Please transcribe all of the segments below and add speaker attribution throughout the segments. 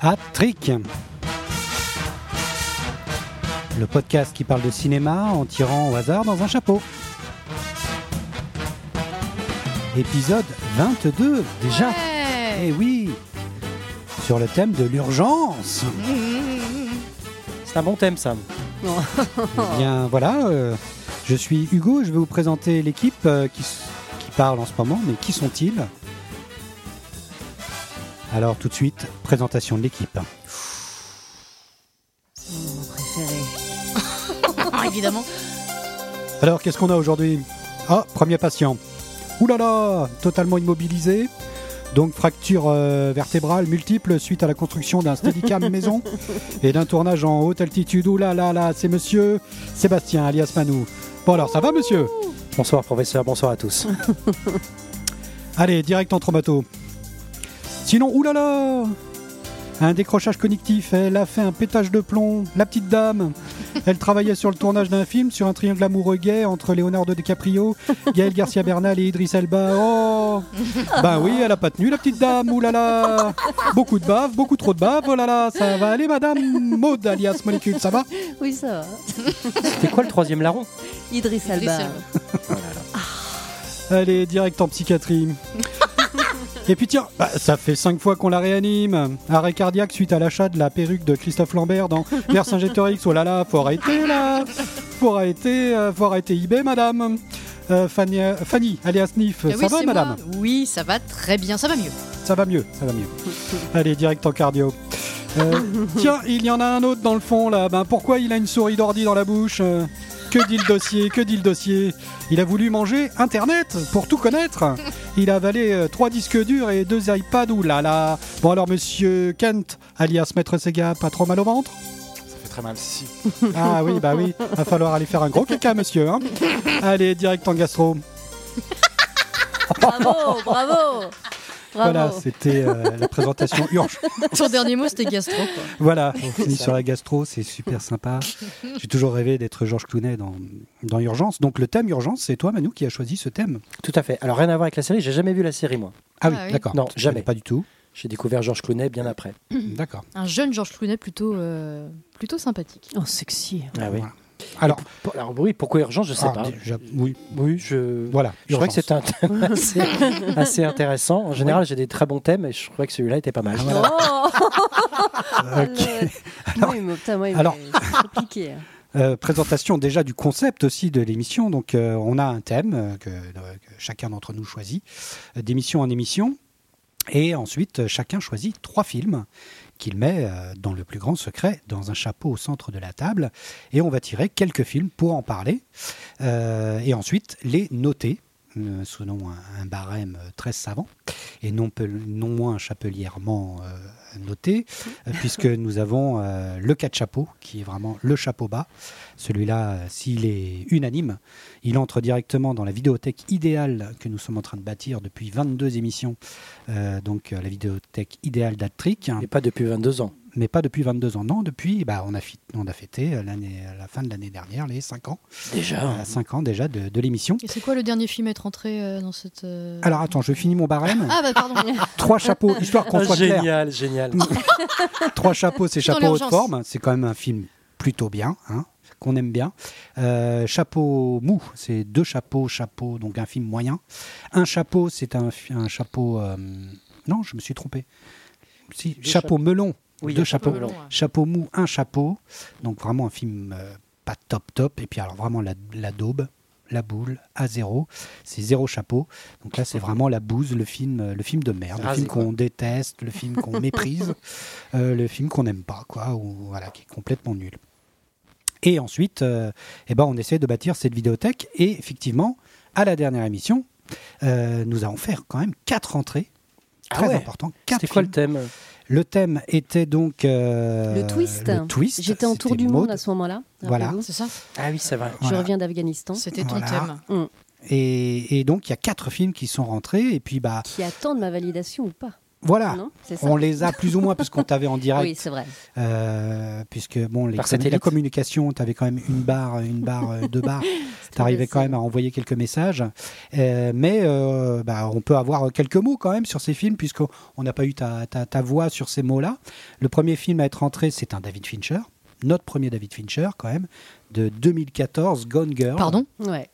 Speaker 1: Hat-Trick Le podcast qui parle de cinéma en tirant au hasard dans un chapeau. Épisode 22 déjà.
Speaker 2: Ouais.
Speaker 1: Eh oui Sur le thème de l'urgence.
Speaker 3: C'est un bon thème, Sam.
Speaker 1: Eh bien voilà, euh, je suis Hugo, je vais vous présenter l'équipe euh, qui, s- qui parle en ce moment, mais qui sont-ils Alors tout de suite, présentation de l'équipe.
Speaker 2: C'est mon moment préféré. Ah, évidemment.
Speaker 1: Alors, qu'est-ce qu'on a aujourd'hui Ah, premier patient. Ouh là là, totalement immobilisé. Donc fracture euh, vertébrale multiple suite à la construction d'un steadicam maison et d'un tournage en haute altitude. Ouh là là là, c'est monsieur Sébastien alias Manou. Bon alors, ça va monsieur
Speaker 3: Bonsoir, professeur. Bonsoir à tous.
Speaker 1: Allez, direct en traumato. Sinon, ouh là là Un décrochage connectif, elle a fait un pétage de plomb, la petite dame Elle travaillait sur le tournage d'un film, sur un triangle amoureux gay entre Leonardo DiCaprio, Gaël Garcia Bernal et Idriss Elba. Oh Ben oui, elle a pas tenu la petite dame, ouh là là Beaucoup de bave, beaucoup trop de bave, oh là là Ça va aller madame Maud alias Molécule, ça va
Speaker 4: Oui, ça va.
Speaker 3: C'était quoi le troisième larron
Speaker 4: Idriss Elba.
Speaker 1: Allez, direct en psychiatrie. Et puis tiens, bah, ça fait cinq fois qu'on la réanime. Arrêt cardiaque suite à l'achat de la perruque de Christophe Lambert dans Vercingétorix. Oh là là, faut arrêter là Faut arrêter, euh, faut arrêter eBay, madame Euh, Fanny, euh, Fanny, alias Nif,
Speaker 2: Eh
Speaker 1: ça
Speaker 2: oui,
Speaker 1: va
Speaker 2: c'est
Speaker 1: madame
Speaker 2: moi. Oui, ça va très bien, ça va mieux.
Speaker 1: Ça va mieux, ça va mieux. Allez, direct en cardio. Euh, tiens, il y en a un autre dans le fond là. Ben, pourquoi il a une souris d'ordi dans la bouche Euh, Que dit le dossier Que dit le dossier Il a voulu manger Internet pour tout connaître. Il a avalé euh, trois disques durs et deux iPads. Ouh là là. Bon alors, monsieur Kent, alias Maître Sega, pas trop mal au ventre
Speaker 5: Ça fait très mal, si.
Speaker 1: Ah oui, bah oui. Va falloir aller faire un gros caca, monsieur. hein. Allez, direct en gastro.
Speaker 4: Bravo, bravo. Bravo.
Speaker 1: Voilà, c'était euh, la présentation urgente.
Speaker 2: Ton dernier mot, c'était gastro. Quoi.
Speaker 1: Voilà, on finit sur la gastro, c'est super sympa. J'ai toujours rêvé d'être Georges Clooney dans, dans Urgence. Donc le thème Urgence, c'est toi Manu qui as choisi ce thème.
Speaker 3: Tout à fait. Alors, rien à voir avec la série. J'ai jamais vu la série, moi.
Speaker 1: Ah oui,
Speaker 2: Ah oui.
Speaker 1: d'accord.
Speaker 3: Non,
Speaker 1: Tu connais
Speaker 3: jamais.
Speaker 1: Pas du tout.
Speaker 3: J'ai découvert Georges Clooney bien après.
Speaker 1: D'accord.
Speaker 2: Un jeune Georges Clooney plutôt, euh, plutôt sympathique.
Speaker 4: Oh, sexy.
Speaker 3: Ah oui.
Speaker 1: Voilà. Alors,
Speaker 3: Alors, oui, pourquoi urgence Je sais
Speaker 1: ah,
Speaker 3: pas.
Speaker 1: déjà, oui,
Speaker 3: Oui, je.
Speaker 1: voilà.
Speaker 3: Je crois que
Speaker 1: Urgence.
Speaker 3: c'était un thème assez, assez intéressant. En général, j'ai des très bons thèmes et je crois que celui-là était pas
Speaker 1: Ah,
Speaker 3: mal.
Speaker 4: Oh
Speaker 1: Ok.
Speaker 4: Moi, il me- putain, moi, il me- hein.
Speaker 1: Alors-
Speaker 4: c'est piqué.
Speaker 1: Euh, présentation déjà du concept aussi de l'émission. Donc euh, on a un thème euh, que, euh, que chacun d'entre nous choisit, euh, d'émission en émission. Et ensuite, euh, chacun choisit trois films qu'il met euh, dans le plus grand secret, dans un chapeau au centre de la table. Et on va tirer quelques films pour en parler. Euh, et ensuite, les noter, euh, selon un, un barème euh, très savant, et non, peu- non moins chapelièrement euh, noté, euh, puisque nous avons euh, le cas de chapeau, qui est vraiment le chapeau bas. Celui-là, euh, s'il est unanime, il entre directement dans la vidéothèque idéale que nous sommes en train de bâtir depuis 22 émissions. Euh, donc euh, la vidéothèque idéale d'Attrick
Speaker 3: Mais pas depuis 22 ans.
Speaker 1: mais pas depuis 22 ans. Non, depuis, bah, on, a fi- on a fêté euh, l'année- la fin de l'année dernière, les 5 ans.
Speaker 3: Déjà.
Speaker 1: Euh, 5 ans déjà de, de l'émission.
Speaker 2: Et c'est quoi le dernier film à être entré euh, dans cette. euh,
Speaker 1: Alors attends, je finis mon barème.
Speaker 2: Ah bah pardon,
Speaker 1: Trois chapeaux, histoire qu'on soit clair.
Speaker 3: génial, génial.
Speaker 1: Trois chapeaux, c'est
Speaker 2: Dans
Speaker 1: chapeau haute
Speaker 2: l'urgence.
Speaker 1: forme. C'est quand même un film plutôt bien, hein, qu'on aime bien. Euh, chapeau mou, c'est deux chapeaux, chapeau, donc un film moyen. Un chapeau, c'est un, fi- un chapeau. euh, non, je me suis trompé. Si,
Speaker 3: Deux
Speaker 1: chapeau melon,
Speaker 3: Oui,
Speaker 1: deux
Speaker 3: un chapeau
Speaker 1: chapeaux.
Speaker 3: melon.
Speaker 1: Chapeau mou, un chapeau. Donc vraiment un film euh, pas top top. Et puis alors vraiment la, la daube, la boule, à zéro. C'est zéro chapeau. Donc là c'est vraiment la bouse, le film, euh, le film de merde, le
Speaker 3: Rasé,
Speaker 1: film
Speaker 3: Ah, quoi.
Speaker 1: qu'on déteste, le film qu'on méprise, euh, le film qu'on n'aime pas, quoi, ou voilà, qui est complètement nul. Et ensuite, euh, eh ben, on essaie de bâtir cette vidéothèque. Et effectivement, à la dernière émission, euh, nous allons faire quand même quatre entrées.
Speaker 3: Ah
Speaker 1: Très
Speaker 3: ouais.
Speaker 1: important. Quatre
Speaker 3: C'était quoi le
Speaker 1: films.
Speaker 3: thème
Speaker 1: Le thème était donc euh,
Speaker 4: Le twist.
Speaker 1: le twist.
Speaker 4: J'étais en tour
Speaker 1: C'était
Speaker 4: du monde
Speaker 1: Maud.
Speaker 4: à ce moment-là.
Speaker 1: Voilà.
Speaker 4: rappelez-vous.
Speaker 2: c'est ça
Speaker 3: Ah oui, ça va.
Speaker 4: Je
Speaker 1: Voilà.
Speaker 4: reviens d'Afghanistan.
Speaker 2: C'était ton
Speaker 1: Voilà.
Speaker 2: thème.
Speaker 1: Et, et donc il y a quatre films qui sont rentrés et puis bah
Speaker 4: Qui attendent ma validation ou pas
Speaker 1: Voilà,
Speaker 4: Non, c'est ça.
Speaker 1: Ah, on les a plus ou moins parce qu'on t'avait en direct.
Speaker 4: Oui, c'est vrai.
Speaker 1: Euh, puisque bon, les,
Speaker 3: Par
Speaker 1: commu-
Speaker 3: satellite.
Speaker 1: les communications, tu avais quand même une barre, une barre, euh, deux barres. Tu arrivais quand même à envoyer quelques messages. Euh, mais euh, bah, on peut avoir quelques mots quand même sur ces films, puisqu'on on n'a pas eu ta, ta- ta voix sur ces mots-là. Le premier film à être rentré, c'est un David Fincher. Notre premier David Fincher, quand même, de 2014, Gone Girl.
Speaker 2: Pardon
Speaker 4: Ouais.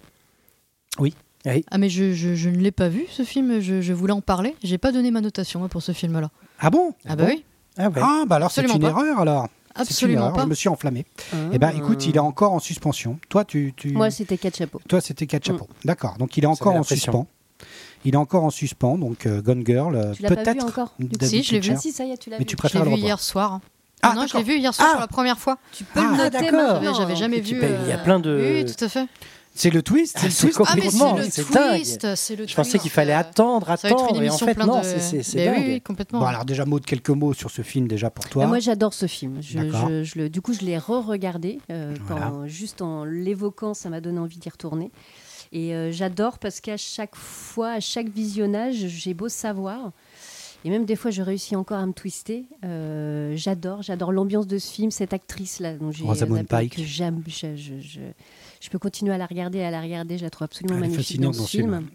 Speaker 2: Ah mais je, je- je ne l'ai pas vu ce film, je, je voulais en parler, j'ai pas donné ma notation moi, pour ce film-là.
Speaker 1: Ah bon
Speaker 2: Ah bah oui,
Speaker 3: Ah ouais.
Speaker 1: Ah, bah alors c'est
Speaker 2: Absolument
Speaker 1: une
Speaker 2: pas.
Speaker 1: erreur alors. C'est une
Speaker 2: absolument
Speaker 1: erreur,
Speaker 2: pas. Hmm.
Speaker 1: Je me suis enflammé. Eh ben écoute, il est encore en suspension. Toi, tu. tu...
Speaker 4: Hein. Moi, c'était quatre chapeaux.
Speaker 1: Toi, c'était quatre
Speaker 2: Hmm.
Speaker 1: chapeaux. D'accord. Donc, il est encore
Speaker 3: met la
Speaker 1: en
Speaker 3: pression.
Speaker 1: suspens. Il est encore en suspens. Donc, euh, Gone Girl, euh,
Speaker 4: Tu l'as pas vu
Speaker 1: peut-être.
Speaker 4: encore du coup
Speaker 1: David
Speaker 2: Si, je l'ai vu.
Speaker 4: Ah
Speaker 1: Fincher.
Speaker 4: si, ça y est, tu l'as
Speaker 1: Mais
Speaker 4: vu.
Speaker 1: tu
Speaker 2: Je l'ai
Speaker 1: préfères le
Speaker 2: vu
Speaker 1: revoir.
Speaker 2: hier soir.
Speaker 1: Ah,
Speaker 2: non, je
Speaker 1: d'accord.
Speaker 2: l'ai vu hier soir
Speaker 1: Ah.
Speaker 2: pour la première fois.
Speaker 4: Tu peux
Speaker 1: Ah,
Speaker 4: le noter
Speaker 1: d'accord.
Speaker 4: maintenant.
Speaker 2: J'avais j'avais jamais vu.
Speaker 3: peux- ben, il y a
Speaker 2: euh,
Speaker 3: plein de-
Speaker 2: Oui, oui, tout à fait.
Speaker 1: C'est le twist. C'est le
Speaker 3: c'est
Speaker 1: twist.
Speaker 3: quoi
Speaker 2: Ah mais
Speaker 3: Complètement,
Speaker 2: c'est
Speaker 3: c'est
Speaker 2: le
Speaker 3: dingue.
Speaker 2: twist, c'est le
Speaker 3: Je pensais
Speaker 2: twist,
Speaker 3: qu'il fallait
Speaker 2: euh,
Speaker 3: attendre,
Speaker 2: Ça va être
Speaker 3: attendre,
Speaker 2: une
Speaker 3: et en
Speaker 2: émission
Speaker 3: fait,
Speaker 2: plein
Speaker 3: non,
Speaker 2: de...
Speaker 3: c'est- c'est c'est
Speaker 2: Mais
Speaker 3: dingue.
Speaker 2: Oui, oui, complètement.
Speaker 1: Bon, alors déjà, mot de quelques mots sur ce film déjà pour toi.
Speaker 4: Ah, moi, j'adore ce film. Je-
Speaker 1: D'accord.
Speaker 4: je- je le- du coup, je l'ai re-regardé. euh,
Speaker 1: Voilà.
Speaker 4: quand- juste en l'évoquant, ça m'a donné envie d'y retourner. Et euh, j'adore parce qu'à chaque fois, à chaque visionnage, j'ai beau savoir. Et même des fois, je réussis encore à me twister. euh, j'adore, j'adore l'ambiance de ce film, cette actrice-là. dont j'ai-
Speaker 1: Rosamund
Speaker 4: euh,
Speaker 1: Pike.
Speaker 4: Que j'aime. Je, je- je- je peux continuer à la regarder, à la regarder. Je la trouve absolument
Speaker 1: Elle est
Speaker 4: magnifique
Speaker 1: fascinante
Speaker 4: dans ce
Speaker 1: dans ce
Speaker 4: film.
Speaker 1: film.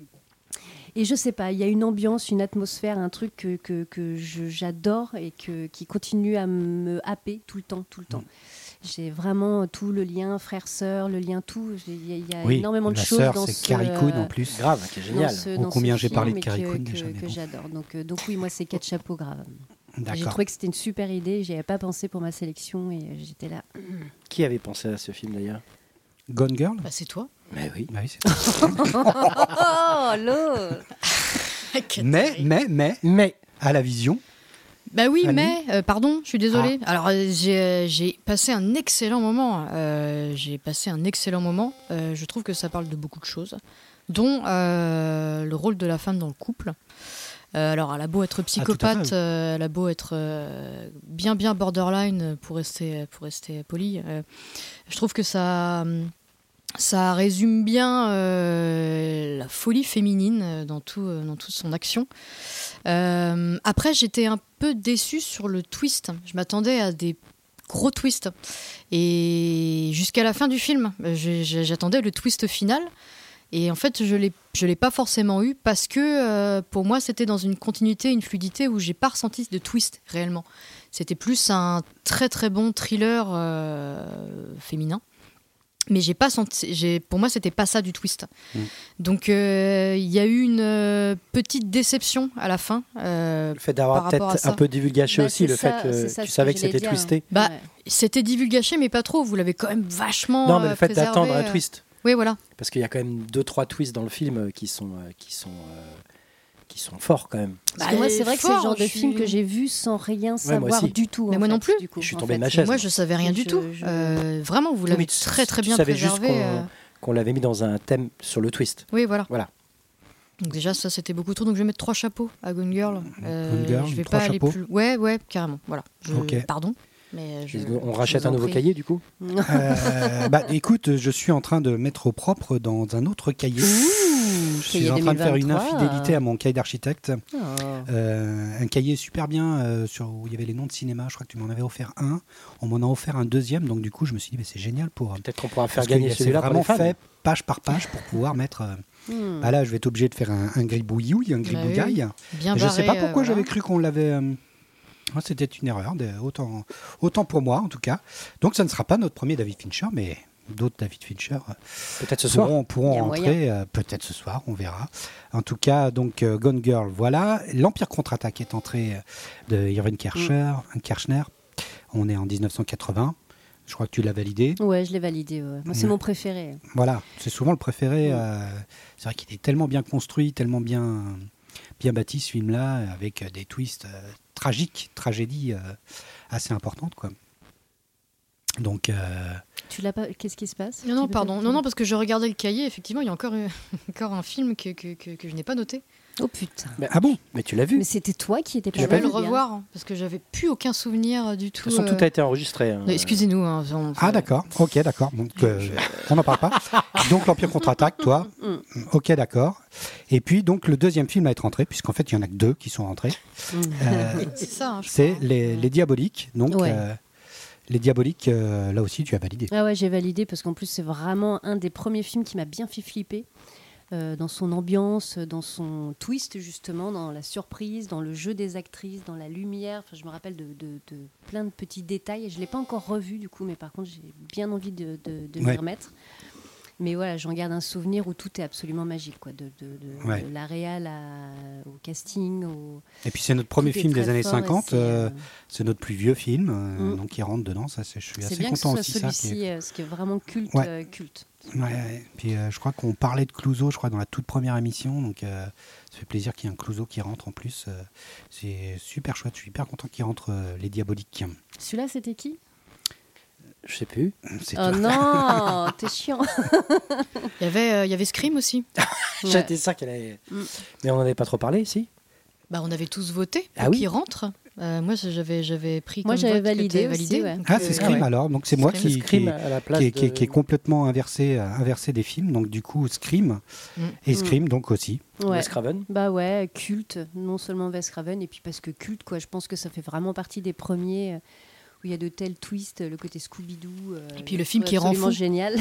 Speaker 4: Et je sais pas, il y a une ambiance, une atmosphère, un truc que, que, que je- j'adore et que, qui continue à me happer tout le temps, tout le temps.
Speaker 1: Mm.
Speaker 4: J'ai vraiment tout le lien frère-sœur, le lien tout. J'ai- Il y a, il y a
Speaker 1: oui,
Speaker 4: énormément de
Speaker 1: la
Speaker 4: choses
Speaker 1: sœur,
Speaker 4: dans
Speaker 1: c'est
Speaker 4: ce,
Speaker 1: Carrie Coon
Speaker 4: euh,
Speaker 1: en plus.
Speaker 3: Grave, qui est
Speaker 4: dans
Speaker 3: génial.
Speaker 4: ce-
Speaker 1: Oh,
Speaker 4: dans ce
Speaker 1: combien j'ai
Speaker 4: film
Speaker 1: parlé de
Speaker 4: et que-
Speaker 1: Carrie Coon,
Speaker 4: que,
Speaker 1: déjà, mais
Speaker 4: que
Speaker 1: bon. Oh.
Speaker 4: j'adore. Donc, euh, donc oui, moi c'est quatre chapeaux graves. J'ai
Speaker 1: D'accord.
Speaker 4: trouvé que c'était une super idée. J'y avais pas pensé pour ma sélection et euh, j'étais là.
Speaker 3: Qui avait pensé à ce film d'ailleurs
Speaker 1: Gone Girl.
Speaker 2: Bah, c'est toi.
Speaker 3: Mais oui.
Speaker 1: Bah oui, c'est ça.
Speaker 4: Oh l'autre
Speaker 1: mais, mais, mais,
Speaker 3: Mais
Speaker 1: à la vision.
Speaker 2: Bah oui,
Speaker 1: Annie
Speaker 2: mais, euh, pardon, je suis désolée. Alors, euh, j'ai, euh, j'ai passé un excellent moment. euh, j'ai passé un excellent moment. Euh, je trouve que ça parle de beaucoup de choses, dont euh, le rôle de la femme dans le couple. Euh, alors, elle a beau être
Speaker 1: Ah, à fait,
Speaker 2: psychopathe,
Speaker 1: oui.
Speaker 2: euh, elle a beau être euh, bien, bien borderline, euh, pour rester, pour rester poli. euh, je trouve que ça, hum, ça résume bien euh, la folie féminine euh, dans, tout, euh, dans toute son action. Euh, après, j'étais un peu déçue sur le twist. Je m'attendais à des gros twists. Et jusqu'à la fin du film, euh, je- je- j'attendais le twist final. Et en fait, je l'ai, je l'ai pas forcément eu parce que euh, pour moi, c'était dans une continuité, une fluidité où j'ai pas ressenti de twist réellement. C'était plus un très très bon thriller euh, féminin. Mais j'ai pas senti, j'ai, pour moi, c'était pas ça du twist.
Speaker 1: Mm.
Speaker 2: Donc euh, il y a eu une euh, petite déception à la fin. euh,
Speaker 3: le fait
Speaker 2: Par
Speaker 3: d'avoir
Speaker 2: rapport à
Speaker 3: peut-être
Speaker 2: ça.
Speaker 3: un peu divulgaché
Speaker 4: Bah,
Speaker 3: aussi
Speaker 4: c'est
Speaker 3: le
Speaker 4: ça-
Speaker 3: fait que
Speaker 4: c'est ça
Speaker 3: tu
Speaker 4: ce
Speaker 3: savais
Speaker 4: que
Speaker 3: que
Speaker 4: j'allais
Speaker 3: c'était
Speaker 4: dire.
Speaker 3: twisté.
Speaker 2: Bah,
Speaker 4: Ouais.
Speaker 2: C'était divulgaché, mais pas trop. Vous l'avez quand même vachement.
Speaker 3: Non, mais
Speaker 2: euh,
Speaker 3: le fait
Speaker 2: préservé,
Speaker 3: d'attendre un
Speaker 2: euh.
Speaker 3: twist.
Speaker 2: Oui, voilà.
Speaker 3: Parce qu'il y a quand même deux trois twists dans le film euh, qui sont euh, qui sont euh, qui sont forts quand même.
Speaker 4: Parce que moi,
Speaker 2: Bah,
Speaker 4: c'est vrai que c'est le genre de film que j'ai vu sans rien savoir
Speaker 3: aussi.
Speaker 4: du tout.
Speaker 2: Mais
Speaker 4: en
Speaker 2: moi
Speaker 4: fait,
Speaker 2: non plus.
Speaker 4: du coup,
Speaker 3: Je suis
Speaker 4: en
Speaker 3: tombé de
Speaker 4: fait.
Speaker 3: ma chaise.
Speaker 2: Moi, je savais rien
Speaker 4: Mais
Speaker 2: du
Speaker 4: je-
Speaker 2: tout.
Speaker 4: je-
Speaker 2: Euh, vraiment, vous
Speaker 3: Oui,
Speaker 2: l'avez
Speaker 3: mais tu-
Speaker 2: très très
Speaker 3: tu
Speaker 2: bien
Speaker 3: savais juste
Speaker 2: préservé.
Speaker 3: qu'on-
Speaker 2: euh.
Speaker 3: Qu'on l'avait mis dans un thème sur le twist.
Speaker 2: Oui, voilà.
Speaker 3: Voilà.
Speaker 2: Donc déjà, ça, c'était beaucoup trop. Donc je vais mettre trois chapeaux à Gone Girl. Euh,
Speaker 1: Gone Girl,
Speaker 2: je vais
Speaker 1: trois
Speaker 2: pas aller
Speaker 1: chapeaux.
Speaker 2: plus. Ouais, ouais, carrément. Voilà. Je-
Speaker 1: Ok.
Speaker 2: Pardon. Mais je-
Speaker 3: Et On
Speaker 2: je
Speaker 3: rachète
Speaker 2: vous en
Speaker 3: un nouveau
Speaker 2: prie.
Speaker 3: cahier du coup.
Speaker 1: Euh, bah, écoute, je suis en train de mettre au propre dans un autre cahier. je suis
Speaker 4: cahier
Speaker 1: en train de faire une
Speaker 4: 2023.
Speaker 1: infidélité à mon cahier d'architecte.
Speaker 4: Oh.
Speaker 1: Euh, un cahier super bien euh, sur, où il y avait les noms de cinéma. Je crois que tu m'en avais offert un. On m'en a offert un deuxième. Donc, du coup, je me suis dit, mais c'est génial pour. euh,
Speaker 3: Peut-être qu'on pourra faire
Speaker 1: parce que
Speaker 3: gagner
Speaker 1: c'est
Speaker 3: celui-là pour
Speaker 1: vraiment
Speaker 3: les fans.
Speaker 1: fait page par page pour pouvoir mettre. euh,
Speaker 4: Hmm.
Speaker 1: bah là, je vais être obligé de faire un, un gribouillouille, un gribouillaille.
Speaker 2: Bien
Speaker 1: je sais
Speaker 2: barré,
Speaker 1: pas
Speaker 2: euh,
Speaker 1: pourquoi
Speaker 2: voilà.
Speaker 1: j'avais cru qu'on l'avait. euh, ah, C'était une erreur, des- autant, autant pour moi en tout cas. Donc, ça ne sera pas notre premier David Fincher, mais d'autres David Fincher euh,
Speaker 3: Peut-être ce soir.
Speaker 1: pourront, pourront
Speaker 4: Il y a
Speaker 1: rentrer euh, peut-être ce soir, on verra. En tout cas, donc euh, Gone Girl, voilà. L'Empire contre-attaque est entré euh, de Irving Kirchner. Kirchner. On est en 1980. Je crois que tu l'as validé.
Speaker 4: Ouais, je l'ai validé. ouais. Moi, c'est mon préféré.
Speaker 1: Voilà, c'est souvent le
Speaker 4: Mm.
Speaker 1: préféré. euh, c'est vrai qu'il est tellement bien construit, tellement bien, bien bâti ce film-là, avec euh, des twists euh, tragiques, tragédies euh, assez importantes. Quoi. Donc, euh,
Speaker 4: Tu l'as pas Qu'est-ce qui se passe
Speaker 2: Non,
Speaker 4: Tu
Speaker 2: non,
Speaker 4: peux
Speaker 2: pardon.
Speaker 4: pas-
Speaker 2: Non, non, parce que je regardais le cahier. Effectivement, il y a encore, euh, encore un film que, que, que, que je n'ai pas noté.
Speaker 4: Oh putain.
Speaker 3: Mais,
Speaker 1: Ah bon
Speaker 3: mais tu l'as vu.
Speaker 4: Mais
Speaker 3: De
Speaker 4: c'était toi qui étais pas
Speaker 2: Je
Speaker 3: pas
Speaker 2: vais
Speaker 4: mal
Speaker 2: le
Speaker 4: bien.
Speaker 2: revoir hein, parce que j'avais plus aucun souvenir euh, du tout.
Speaker 3: toute façon,
Speaker 2: euh,
Speaker 3: tout a été enregistré. hein.
Speaker 2: non, Excusez-nous. hein, on-
Speaker 1: Ah d'accord, ok d'accord. Donc, euh, on n'en parle pas. Donc l'Empire contre-attaque, toi.
Speaker 4: Mm,
Speaker 1: Mm, Ok d'accord. Et puis donc le deuxième film à être entré, puisqu'en fait il y en a que deux qui sont rentrés.
Speaker 4: Hmm.
Speaker 1: Euh,
Speaker 2: C'est ça. hein, je
Speaker 1: c'est
Speaker 2: crois, hein.
Speaker 1: les, les diaboliques. Donc
Speaker 4: Mm. Ouais.
Speaker 1: euh, les diaboliques, euh, là aussi tu as validé.
Speaker 4: Ah ouais, j'ai validé parce qu'en plus c'est vraiment un des premiers films qui m'a bien fait flipper. euh, dans son ambiance, dans son twist justement, dans la surprise, dans le jeu des actrices, dans la lumière. Enfin, je me rappelle de, de- de plein de petits détails. Je ne l'ai pas encore revu du coup, mais par contre j'ai bien envie de, de- de
Speaker 1: Ouais.
Speaker 4: m'y remettre. Mais voilà, j'en garde un souvenir où tout est absolument magique, quoi, de, de- de-
Speaker 1: Ouais.
Speaker 4: de la réal à- au casting. Au...
Speaker 1: Et puis c'est notre premier
Speaker 4: tout est
Speaker 1: film des
Speaker 4: très
Speaker 1: années
Speaker 4: fort et
Speaker 1: 50.
Speaker 4: c'est,
Speaker 1: euh,
Speaker 4: euh,
Speaker 1: C'est notre plus vieux film, euh,
Speaker 4: Mm.
Speaker 1: donc il rentre dedans. Ça, c'est- je suis
Speaker 4: C'est
Speaker 1: assez
Speaker 4: bien que ce
Speaker 1: content
Speaker 4: soit
Speaker 1: aussi. ça,
Speaker 4: celui-ci,
Speaker 1: qui est-
Speaker 4: euh, ce qui est vraiment culte.
Speaker 1: Ouais.
Speaker 4: euh, culte.
Speaker 1: Ouais, ouais. Puis euh, je crois qu'on parlait de Clouseau, je crois, dans la toute première émission. Donc euh, ça fait plaisir qu'il y ait un Clouseau qui rentre en plus. euh, c'est super chouette. Je suis hyper content qu'il rentre euh, Les Diaboliques.
Speaker 4: Celui-là, c'était qui
Speaker 3: Je sais plus.
Speaker 1: C'est
Speaker 4: Oh
Speaker 1: tout.
Speaker 4: non, t'es chiant.
Speaker 2: Il y avait, euh, il y avait Scream aussi.
Speaker 3: C'était ça qu'elle avait.
Speaker 4: Mm.
Speaker 3: Mais on n'en avait pas trop parlé, si
Speaker 2: Bah, on avait tous voté pour
Speaker 3: Ah oui
Speaker 2: qu'il rentre. Euh, moi, j'avais, j'avais pris.
Speaker 4: Moi,
Speaker 2: comme
Speaker 4: j'avais
Speaker 2: vote que
Speaker 4: validé
Speaker 2: t'avais
Speaker 4: aussi,
Speaker 2: validé.
Speaker 4: ouais.
Speaker 2: donc,
Speaker 1: Ah,
Speaker 2: euh,
Speaker 1: c'est Scream
Speaker 3: ouais.
Speaker 1: alors. Donc c'est moi
Speaker 2: Scream.
Speaker 1: qui, qui-
Speaker 3: Scream à la place.
Speaker 1: qui est, qui est-
Speaker 3: de-
Speaker 1: qui est complètement inversé, euh, inversé des films. Donc du coup, Scream
Speaker 2: Mm.
Speaker 1: et
Speaker 4: Mm.
Speaker 1: Scream donc aussi.
Speaker 4: Ouais.
Speaker 3: Wes Craven.
Speaker 4: Bah ouais, culte, non seulement Wes Craven, et puis parce que culte, quoi, je pense que ça fait vraiment partie des premiers euh, où il y a de tels twists, le côté Scooby-Doo. euh,
Speaker 2: Et puis le
Speaker 4: je
Speaker 2: film
Speaker 4: trouve
Speaker 2: qui rend
Speaker 4: absolument
Speaker 2: fou.
Speaker 4: génial.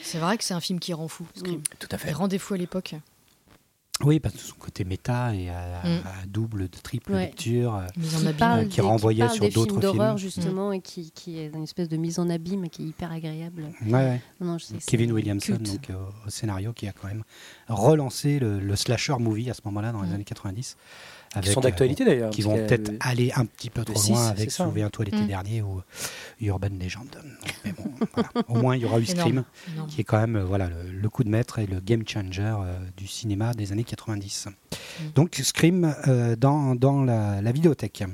Speaker 2: C'est vrai que c'est un film qui rend fou. Scream.
Speaker 4: Mm.
Speaker 3: Tout à
Speaker 2: Et
Speaker 3: fait.
Speaker 2: rendez-vous à l'époque.
Speaker 1: Oui, parce que son côté méta et à,
Speaker 2: Mm.
Speaker 1: à double, triple
Speaker 4: Ouais.
Speaker 1: lecture. euh,
Speaker 2: Mise
Speaker 4: Qui
Speaker 2: en
Speaker 4: parle
Speaker 2: abîme. Mm.
Speaker 1: qui
Speaker 4: des-
Speaker 1: renvoyait
Speaker 4: parle
Speaker 1: sur
Speaker 4: des
Speaker 1: d'autres
Speaker 4: films d'horreur,
Speaker 1: films.
Speaker 4: justement, et qui, qui est une espèce de mise en abîme qui est hyper agréable.
Speaker 1: ouais, ouais.
Speaker 4: Non, je sais, c'est
Speaker 1: Kevin Williamson,
Speaker 4: culte.
Speaker 1: donc, euh, au scénario, qui a quand même relancé le, le slasher movie à ce moment-là, dans les
Speaker 2: Mm.
Speaker 1: années 90.
Speaker 3: Qui
Speaker 1: avec,
Speaker 3: sont d'actualité d'ailleurs.
Speaker 1: euh, qui
Speaker 3: parce
Speaker 1: vont
Speaker 3: que,
Speaker 1: peut-être
Speaker 3: euh,
Speaker 1: aller un petit peu trop
Speaker 3: six,
Speaker 1: loin
Speaker 3: c'est
Speaker 1: avec
Speaker 3: ça. hein.
Speaker 1: Souviens-toi l'été
Speaker 2: Mm.
Speaker 1: dernier ou Urban Legend. Mais bon, voilà. Au moins, il y aura eu Scream,
Speaker 2: Énorme. Énorme.
Speaker 1: qui est quand même euh, voilà, le, le coup de maître et le game changer euh, du cinéma des années 90. Donc, Scream euh, dans, dans la, la vidéothèque.